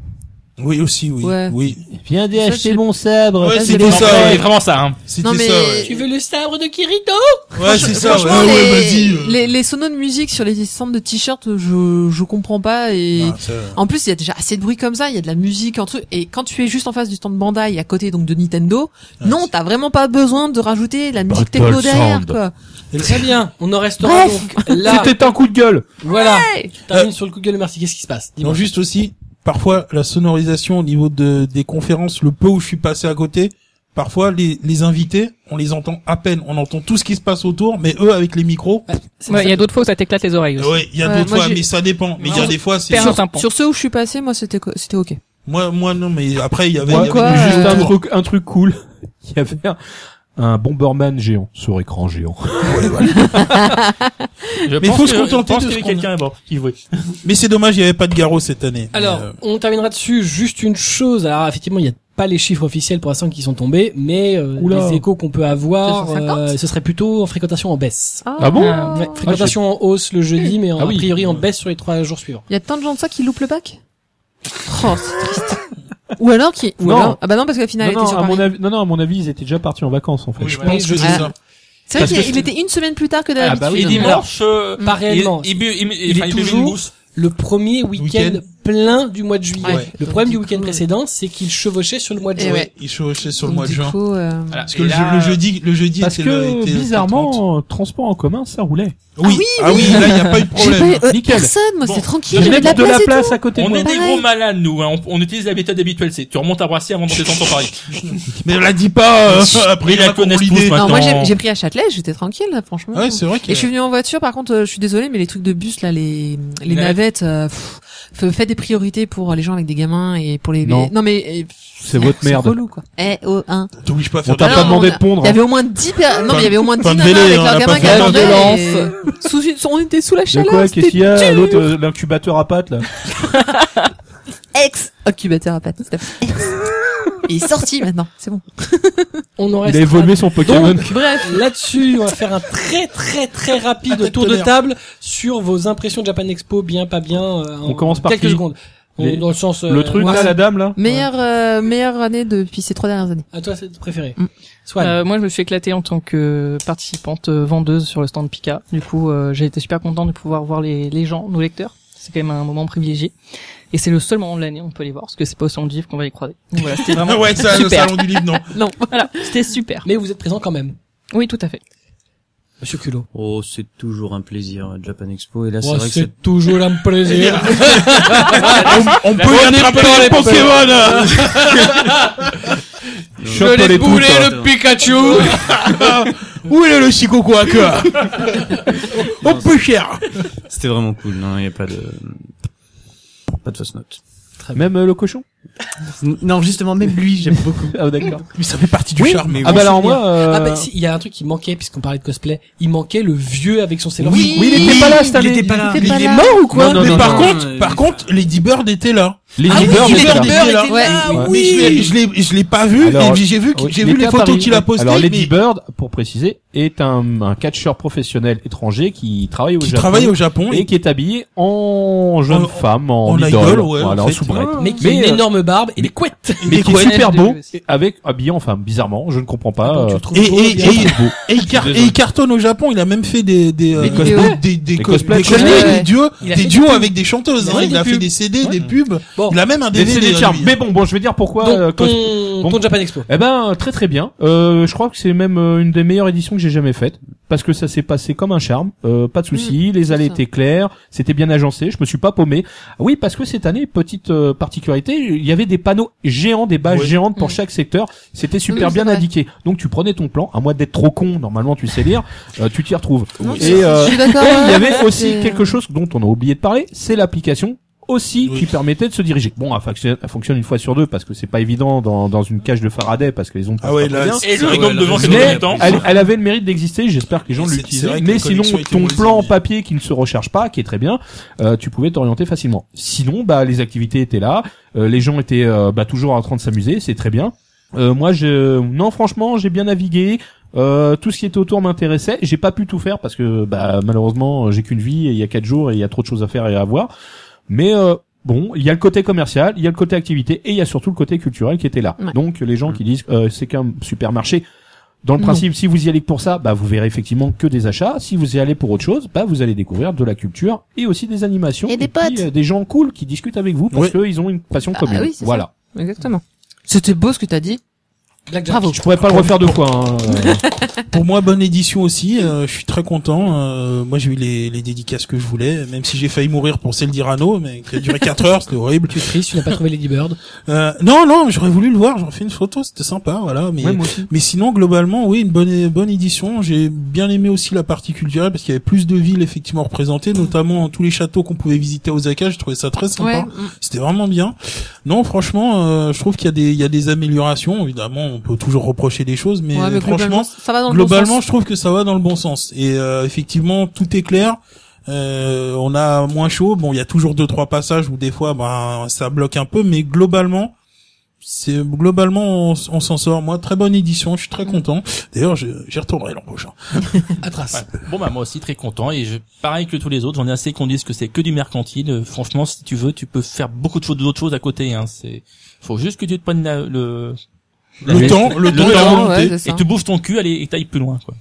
S4: oui aussi oui
S3: Ouais.
S4: oui
S2: Viens
S3: Ça, acheter je-
S2: mon sabre.
S4: Ouais,
S2: Ça,
S4: c'était
S2: je-
S5: Non,
S4: ça,
S5: mais
S4: ouais.
S5: vraiment ça. hein.
S4: c'était
S3: mais-
S4: ça ouais.
S1: Tu veux le sabre de Kirito
S4: ouais c'est ça ouais
S3: Franchement,
S4: Ah ouais,
S3: les,
S4: vas-y, euh.
S3: les, les sonos de musique sur les stands de t-shirts, je, je comprends pas et...
S4: Ah, ça,
S3: En plus, il y a déjà assez de bruit comme ça, il y a de la musique entre eux. Et quand tu es juste en face du stand de Bandai, à côté donc de Nintendo,
S4: Ouais,
S3: non,
S4: c'est-
S3: t'as vraiment pas besoin de rajouter la musique techno derrière, quoi.
S1: Très bien. On en restera
S3: Bref.
S1: donc là.
S2: C'était un coup de gueule.
S1: Voilà.
S3: Ouais.
S1: Termine sur le coup de gueule, merci. Qu'est-ce qui se passe
S4: Non,
S1: Dis-moi.
S4: juste aussi, parfois, la sonorisation au niveau de, des conférences, le peu où je suis passé à côté, parfois, les, les invités, on les entend à peine. On entend tout ce qui se passe autour, mais eux, avec les micros,
S1: C'est-
S7: Ouais, Il y a d'autres fois où ça t'éclate les oreilles aussi.
S4: ouais, il y a
S3: Ouais,
S4: d'autres
S3: moi,
S4: fois,
S3: j'ai-
S4: mais ça dépend. Mais il y a
S7: Non.
S4: des fois, c'est,
S7: Perd un
S4: sûr.
S7: tympan.
S3: Sur ceux où je suis passé, moi, c'était, co- c'était ok.
S4: moi, moi, non, mais après, il y avait,
S2: Moi,
S4: il y avait
S3: Pourquoi,
S4: des
S2: juste
S4: gens
S2: un
S4: autour.
S2: truc, un truc cool. Il y avait un, un Bomberman géant sur écran géant.
S5: Je
S4: Mais
S5: pense
S4: faut se
S5: que-
S4: contenter
S5: je pense
S4: de
S5: que
S4: ce qu'on
S5: quelqu'un est mort. Qui voulait.
S4: Mais c'est dommage, il y avait pas de garrot cette année.
S1: Alors,
S4: Mais, euh,
S1: on terminera dessus. Juste une chose. Alors, effectivement, il n'y a pas les chiffres officiels pour l'instant qui sont tombés, mais euh,
S2: Oula.
S1: les échos qu'on peut avoir,
S3: 250.
S1: euh, ce serait plutôt en fréquentation en baisse.
S2: Ah bon
S3: Oh.
S1: Ouais, fréquentation en hausse le jeudi, mais en-
S2: Ah oui.
S1: a priori en baisse sur les trois jours suivants.
S3: Il y a tant de gens de ça qui loupent le bac Oh, c'est triste. Ou alors qui ou
S2: Non.
S3: alors- Ah bah non, parce que la finale
S2: Non
S3: était
S2: non,
S3: sur
S2: à mon
S3: Paris.
S2: avis, non, non, à mon avis, ils étaient déjà partis en vacances, en fait.
S4: oui, je
S1: voilà.
S4: pense que
S1: Je-
S4: c'est
S3: Ah.
S4: ça.
S3: C'est vrai
S2: parce
S3: qu'il
S2: que
S3: il était une semaine plus tard que d'habitude.
S4: Ah
S2: bah oui.
S5: Et dimanche, euh,
S3: Mm.
S1: Pas réellement.
S5: Il, il, bu- il,
S1: Il
S5: enfin,
S1: est
S5: il buvait une
S1: toujours-
S5: mousse.
S1: Le premier week-end
S4: Week-end.
S1: plein du mois de juillet.
S4: Ouais.
S1: Le problème du
S3: Donc, du
S1: week-end
S3: coup,
S1: précédent, c'est qu'il chevauchait sur le mois de
S3: Et
S1: juin.
S3: ouais.
S4: Il chevauchait sur
S3: Donc,
S4: le mois de
S3: du
S4: juin.
S3: coup, euh,
S5: Voilà.
S4: Parce
S5: Et
S4: que le,
S5: là,
S4: le jeudi, le jeudi,
S2: Parce
S4: c'est
S2: que,
S4: le,
S2: bizarrement, euh, transport en commun, ça roulait.
S4: Oui, ah oui, là, il n'y a pas eu de
S3: j'ai pas
S4: problème.
S3: eu- euh,
S2: Nickel.
S3: personne, moi,
S5: Bon,
S3: c'était tranquille,
S2: J'avais
S3: j'avais de la place et tout.
S2: à côté de
S5: On
S2: moi.
S5: est des
S3: Pareil.
S5: gros malades, nous. Hein. On, on utilise la méthode habituelle. C'est tu remontes à Roissy avant de descendre sur Paris.
S4: Mais on la dit pas, euh, après,
S5: Ils
S4: il y en
S5: la
S4: a qui auront
S5: connaissent tous
S4: l'idée.
S3: Non,
S5: maintenant.
S3: moi, j'ai j'ai pris à Châtelet, j'étais tranquille, là, franchement.
S4: Ah Ouais, c'est vrai
S3: Et
S4: qu'il
S3: je suis venu en voiture, par contre, euh, je suis désolée, mais les trucs de bus, là, les, les
S5: Ouais.
S3: navettes, euh, pff, f- faites des priorités pour les gens avec des gamins et pour les...
S2: Non.
S3: mais... euh,
S2: C'est votre merde.
S3: relou, quoi. Eh, oh, hein.
S4: t'oblige pas à
S2: On
S4: faire
S2: t'a
S4: des-
S3: Non,
S2: pas
S3: non,
S2: demandé
S3: on a-
S2: de pondre. hein.
S3: Il y avait au moins 10 per- Non, mais il y avait au moins 10
S4: Fin de
S3: gamins
S4: délai,
S3: avec leurs
S4: hein, on a
S3: gamins
S4: pas
S3: qui
S4: fait
S3: attendaient.
S2: un
S3: et- Sous une- on était sous la
S2: De
S3: chaleur.
S2: quoi Qu'est-ce qu'il y a
S3: c'était dur.
S2: L'autre, euh, l'incubateur à pâte là.
S3: Ex incubateur à pâte. s'il te plaît. Il est sorti maintenant, c'est bon.
S1: On en
S2: Il
S1: reste
S2: a évolué son Pokémon.
S1: Donc, bref, là-dessus, on va faire un très très très rapide
S4: Attaque
S1: tour de
S4: tonnerre.
S1: table sur vos impressions de Japan Expo, bien, pas bien. euh, en
S2: On commence par
S1: quelques
S2: qui
S1: secondes. On-
S2: Les-
S1: Dans le sens. euh,
S2: Le truc
S1: moi,
S2: là, la dame là.
S3: Meilleure, euh, meilleure année depuis ces trois dernières années.
S1: À toi, c'est ton préféré.
S3: Mm.
S1: Swan.
S7: Euh, moi, je me suis éclatée en tant que participante euh, vendeuse sur le stand Pika. Du coup, euh, j'ai été super content de pouvoir voir les, les gens, nos lecteurs. C'est quand même un moment privilégié. Et c'est le seul moment de l'année où on peut les voir, parce que c'est pas au stand Div qu'on va les croiser. Donc voilà, c'était vraiment
S4: ouais, ça, le
S7: super.
S4: salon du livre, non.
S7: Non, voilà, c'était super.
S1: Mais vous êtes présent quand même,
S7: Oui, tout à fait.
S1: Monsieur Culot.
S2: Ah,
S6: Oh, c'est toujours un plaisir, euh, Japan Expo. Et là, c'est
S1: Oh,
S6: vrai que c'est...
S1: c'est toujours un plaisir.
S4: On, on peut y attraper les Pokémon là.
S2: Chope les
S1: bouler
S2: trucs, hein.
S1: le Pikachu.
S4: Où est le Shikoko Aka
S6: non,
S4: On peut cher
S6: C'était vraiment cool. Non, il n'y a pas de... Pas de fausse note.
S2: Même euh, le cochon.
S6: Non, justement, même lui, j'aime beaucoup.
S2: Ah d'accord.
S4: Mais ça fait partie du
S1: Oui.
S4: charme. mais
S2: Ah
S4: bon.
S2: bah alors moi, euh,
S1: Ah bah si, il y a un truc qui manquait puisqu'on parlait de cosplay. Il manquait le vieux avec son Sailor Moon.
S2: oui, il était pas là cette année.
S6: Il était pas là.
S4: Mais
S3: pas
S4: il est
S3: là.
S4: mort ou quoi
S2: Non, non,
S4: Mais
S2: non,
S4: par
S6: non,
S4: contre,
S6: euh,
S4: par contre, Lady Bird était là.
S2: les
S1: Ah oui,
S2: Bird
S1: Lady
S2: était là.
S1: Bird
S4: était là.
S3: Ouais.
S2: Ouais.
S4: Oui, je l'ai, je l'ai, je l'ai pas vu.
S2: Alors,
S4: et puis j'ai vu, que-
S2: Ah Oui,
S4: j'ai
S2: il
S4: vu
S2: était
S4: les
S2: à
S4: photos
S2: Paris.
S4: qu'il a postées.
S2: Alors Lady
S4: mais-
S2: Bird, pour préciser, est un, un catcheur professionnel étranger qui travaille au
S4: qui
S2: Japon
S4: travaille au Japon.
S2: et qui est habillé en jeune
S4: En-
S2: femme, en,
S4: en
S2: idole,
S4: idole, ouais,
S2: voilà,
S4: en
S2: en
S4: fait.
S2: soubrette,
S1: Mais qui a une
S2: Mais, euh,
S1: énorme barbe et des couettes.
S2: mais qui est
S7: couettes.
S2: super beau,
S7: Aussi.
S2: avec habillé en femme. Bizarrement, je ne comprends pas.
S1: Attends, tu
S2: euh,
S1: le trouves
S4: et-
S1: beau,
S4: et-
S1: bien.
S4: et-
S2: il est beau.
S4: Et il, car-
S2: Je suis
S4: et
S2: désolé.
S4: il cartonne au Japon. Il a même fait des des euh,
S2: Des
S4: des,
S2: cosplays.
S4: des, des,
S2: Des
S4: co-
S2: cosplays.
S4: des cosplays,
S1: Ouais.
S4: des duos,
S1: Il a
S4: des
S1: fait
S4: duos
S1: des
S4: avec des chanteuses.
S1: Ouais,
S4: hein.
S1: des
S4: Il a fait
S1: pubs.
S4: des CD,
S1: Ouais.
S4: des pubs.
S1: Bon.
S4: Il a même un
S2: Mais
S4: DVD.
S2: c'est des
S4: euh,
S2: charmes.
S4: lui, hein.
S2: Mais bon, bon, je vais dire pourquoi. euh,
S1: Donc
S2: cos-
S1: ton,
S2: bon.
S1: ton Japan Expo.
S2: Eh ben, très très bien. Euh, je crois que c'est même euh, une des meilleures éditions que j'ai jamais faites parce que ça s'est passé comme un charme, euh, pas de souci, les allées
S3: Mm, ça.
S2: étaient claires, c'était bien agencé, je me suis pas paumé. Oui, parce que cette année, petite euh, particularité, il y avait des panneaux géants, des bâches
S4: Ouais.
S2: géantes pour
S3: Mm.
S2: chaque secteur, c'était super
S3: Oui,
S2: bien
S3: c'est vrai.
S2: indiqué. Donc tu prenais ton plan, à moins d'être trop con, normalement tu sais lire, euh, tu t'y retrouves.
S4: Oui,
S2: Et euh,
S3: Je suis d'accord.
S2: et il y
S3: ouais,
S2: avait aussi
S3: c'est-
S2: quelque chose dont on a oublié de parler, c'est l'application aussi
S4: Oui.
S2: qui permettait de se diriger. Bon, elle fonctionne, elle fonctionne une fois sur deux parce que c'est pas évident dans, dans une cage de Faraday parce que les ondes
S4: Ah
S2: passent
S4: ouais,
S2: pas très
S4: là,
S2: bien.
S4: c'est-
S5: Et le
S6: Ah ouais,
S5: rigole
S6: la
S5: devant, c'est
S2: Mais
S5: le temps.
S2: elle, elle avait le mérite d'exister. J'espère que les gens
S4: C'est- c'est
S2: l'utilisaient.
S4: vrai que
S2: Mais
S4: la
S2: sinon,
S4: connexion était
S2: ton
S4: moins
S2: plan en
S4: aisée.
S2: papier qui ne se recharge pas, qui est très bien, euh, tu pouvais t'orienter facilement. Sinon, bah les activités étaient là, euh, les gens étaient euh, bah, toujours en train de s'amuser, c'est très bien. Euh, moi, je non, franchement, j'ai bien navigué. Euh, tout ce qui était autour m'intéressait. J'ai pas pu tout faire parce que bah, malheureusement, j'ai qu'une vie et il y a quatre jours et il y a trop de choses à faire et à voir. Mais euh, bon, il y a le côté commercial, il y a le côté activité et il y a surtout le côté culturel qui était là.
S3: Ouais.
S2: Donc les gens qui disent euh, c'est qu'un supermarché. Dans le
S3: Non.
S2: principe, si vous y allez pour ça, bah vous verrez effectivement que des achats. Si vous y allez pour autre chose, bah vous allez découvrir de la culture et aussi des animations
S3: Et des
S2: puis,
S3: potes.
S2: euh, des gens cool qui discutent avec vous parce
S4: Oui.
S2: que ils ont une passion
S3: Ah
S2: commune.
S3: oui, c'est ça.
S2: voilà.
S3: Exactement. C'était beau ce que t'as dit.
S1: Blackjack.
S3: Bravo.
S2: Je pourrais pas le refaire deux fois. hein. Euh,
S4: Pour moi, bonne édition aussi. euh, je suis très content. euh, moi, j'ai eu les, les dédicaces que je voulais, même si j'ai failli mourir pour celle d'Irano, mais qui a duré 4 heures, c'était horrible.
S1: Tu es triste, tu n'as pas trouvé Lady Bird.
S4: Euh, non, non, j'aurais voulu le voir. J'en fais une photo, c'était sympa, voilà. Mais
S2: ouais, moi aussi.
S4: mais sinon, globalement, oui, une bonne bonne édition. J'ai bien aimé aussi la partie culturelle parce qu'il y avait plus de villes effectivement représentées, notamment tous les châteaux qu'on pouvait visiter à Osaka. J'ai trouvé ça très sympa.
S3: Ouais. mm,
S4: C'était vraiment bien. Non, franchement, euh, je trouve qu'il y a des il y a des améliorations. Évidemment, on peut toujours reprocher des choses, mais,
S3: Ouais, mais globalement,
S4: franchement,
S3: ça va dans le bon
S4: globalement,
S3: sens.
S4: je trouve que ça va dans le bon sens. Et euh, effectivement, tout est clair. Euh, on a moins chaud. Bon, il y a toujours deux trois passages où des fois, ben, ça bloque un peu, mais globalement, c'est globalement on, s- on s'en sort. Moi, très bonne édition. Je suis très content. D'ailleurs, je- j'y retournerai l'an prochain.
S1: Atras.
S5: Ouais. Bon bah moi aussi très content et je pareil que tous les autres, j'en ai assez qu'on dise que c'est que du mercantile. Euh, Franchement, si tu veux, tu peux faire beaucoup de choses d'autres choses à côté hein, c'est faut juste que tu te prennes la- le la
S4: Le
S5: veste
S4: temps, le temps et la
S5: temps,
S4: volonté.
S3: ouais, c'est
S5: et
S3: ça.
S5: tu bouffes ton cul allez et t'ailles plus loin quoi.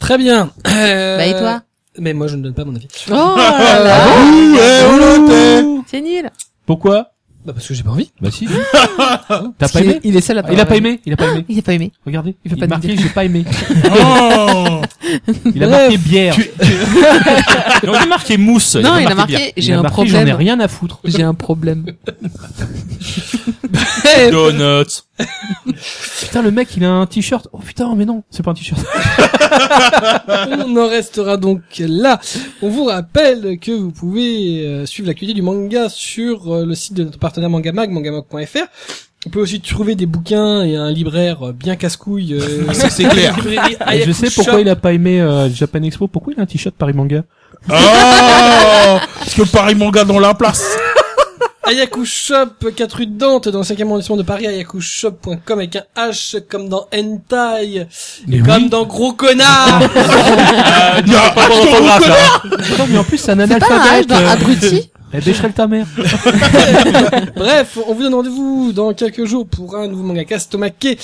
S1: Très bien. Euh,
S3: Bah et toi
S1: Mais moi je ne donne pas mon avis.
S3: Oh là là,
S4: Ouh, eh, oh là, t'es-
S3: c'est nul.
S2: Pourquoi
S1: Bah parce que j'ai pas envie.
S2: Bah si. T'as pas
S3: Il
S2: aimé
S3: est- Il est seul à
S2: Ah, Il a pas aimé. Il a pas aimé.
S3: Il a pas aimé.
S2: Regardez, il fait
S3: pas de
S2: marqué
S3: vidéo.
S2: j'ai pas aimé.
S4: Oh
S2: Il a
S1: Bref.
S2: marqué bière.
S5: Et on a marqué mousse.
S3: Non,
S5: a
S3: il a
S5: bien.
S3: marqué.
S2: Il
S3: J'ai
S2: a
S3: un
S2: marqué, J'en ai
S3: problème.
S2: rien à foutre.
S3: J'ai un problème.
S5: Donuts.
S2: Putain, le mec, il a un t-shirt. Oh putain, mais non, c'est pas un t-shirt.
S1: On en restera donc là. On vous rappelle que vous pouvez euh, suivre l'actualité du manga sur euh, le site de notre partenaire Mangamag, mangamag.fr. On peut aussi trouver des bouquins et un libraire euh, bien casse-couille. euh,
S4: Ça, c'est clair.
S1: librairie
S2: Et je sais
S1: Ayakusha.
S2: pourquoi Ah, il a pas aimé euh, Japan Expo. Pourquoi il a un t-shirt Paris Manga
S4: Oh Parce que Paris manga dans la place.
S1: Ayakushop, 4 rue de Dante, dans le 5e arrondissement de Paris, ayakushop.com avec un H comme dans Hentai,
S2: Mais
S1: comme
S2: oui.
S1: dans Gros Connard
S4: Il y a un acteur reconnu.
S2: Attends, mais en plus, c'est un
S3: C'est pas un H
S2: analphabète.
S3: dans abruti.
S2: euh, Elle déchirelle ta mère.
S1: Bref, on vous donne rendez-vous dans quelques jours pour un nouveau mangacast Tomake.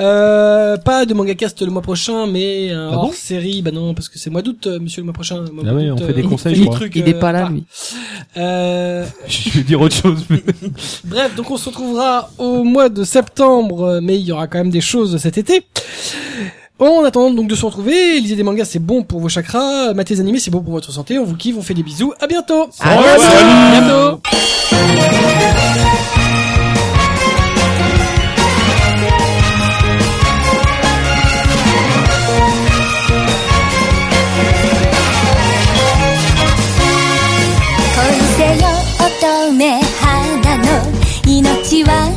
S1: Euh, pas de mangacast le mois prochain, mais un
S2: Ah bon
S1: hors série. Bah non, parce que c'est mois d'août, euh, monsieur, le mois prochain. Mois
S2: Ah ouais,
S1: d'août,
S2: on fait des
S1: euh,
S2: conseils,
S1: des
S2: je crois.
S1: trucs,
S3: Il est
S1: euh,
S3: pas là
S1: par-
S3: lui.
S1: Euh,
S2: Je vais dire autre chose. mais-
S1: bref, donc on se retrouvera au mois de septembre, euh, mais il y aura quand même des choses cet été. En attendant donc de se retrouver, lisez des mangas, c'est bon pour vos chakras, matez des animés, c'est bon pour votre santé, on vous kiffe, on fait des bisous, à bientôt
S3: À bientôt.
S1: À bientôt
S9: 恋せよ乙女花の命は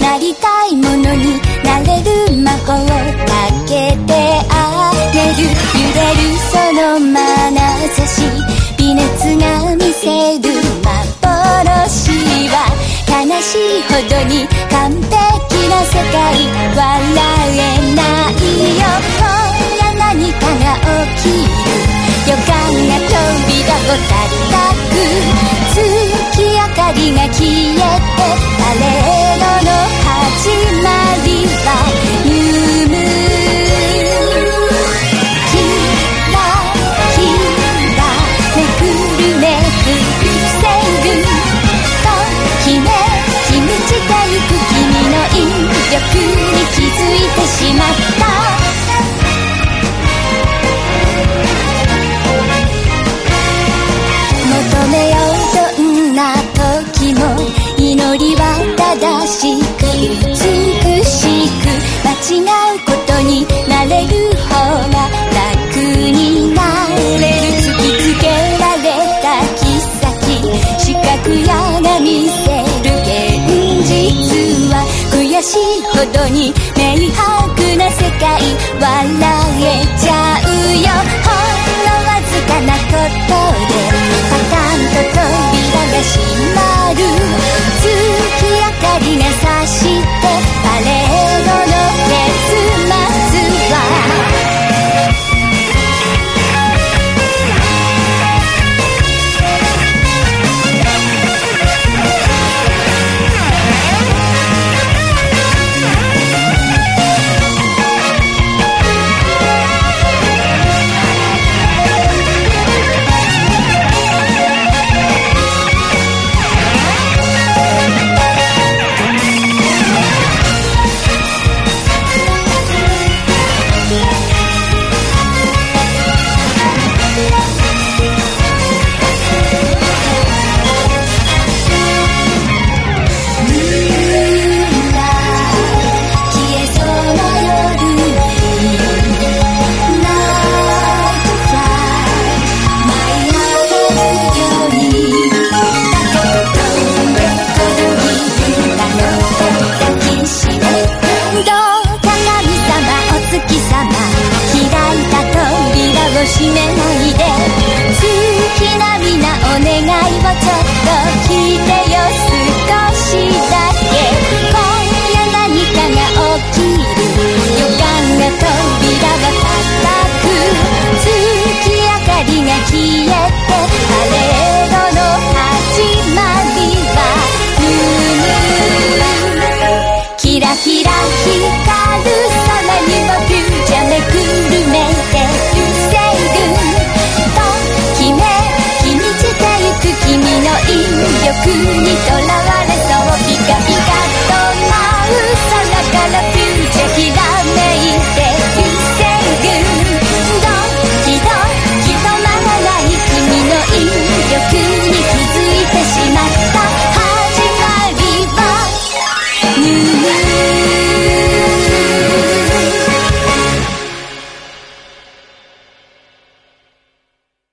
S9: なりたいものになれる魔法をかけてあげる揺れるその眼差し微熱が見せる幻は悲しいほどに完璧な世界笑えないよほら何かが起きる予感が扉を叩く月明かりが消えてパレードの始まりは夢キラキラめくるめくるセールときめき満ちてゆく君の威力に気づいたしまった求めようどんな時も祈りは正しく美しく間違うことになれる方が楽になれる突きつけられた奇跡視覚やが見せる現実は悔しいほどに明白な世界笑えちゃうよほんのわずかなことでパタンと扉が閉まる月明かりが差してパレードの結末は「消えそうな夜」「君の舞い上がるように」「抱きしめて」「どうか神様お月様」「開いた扉を閉めないで」「月並みなお願いをちょっと聞いて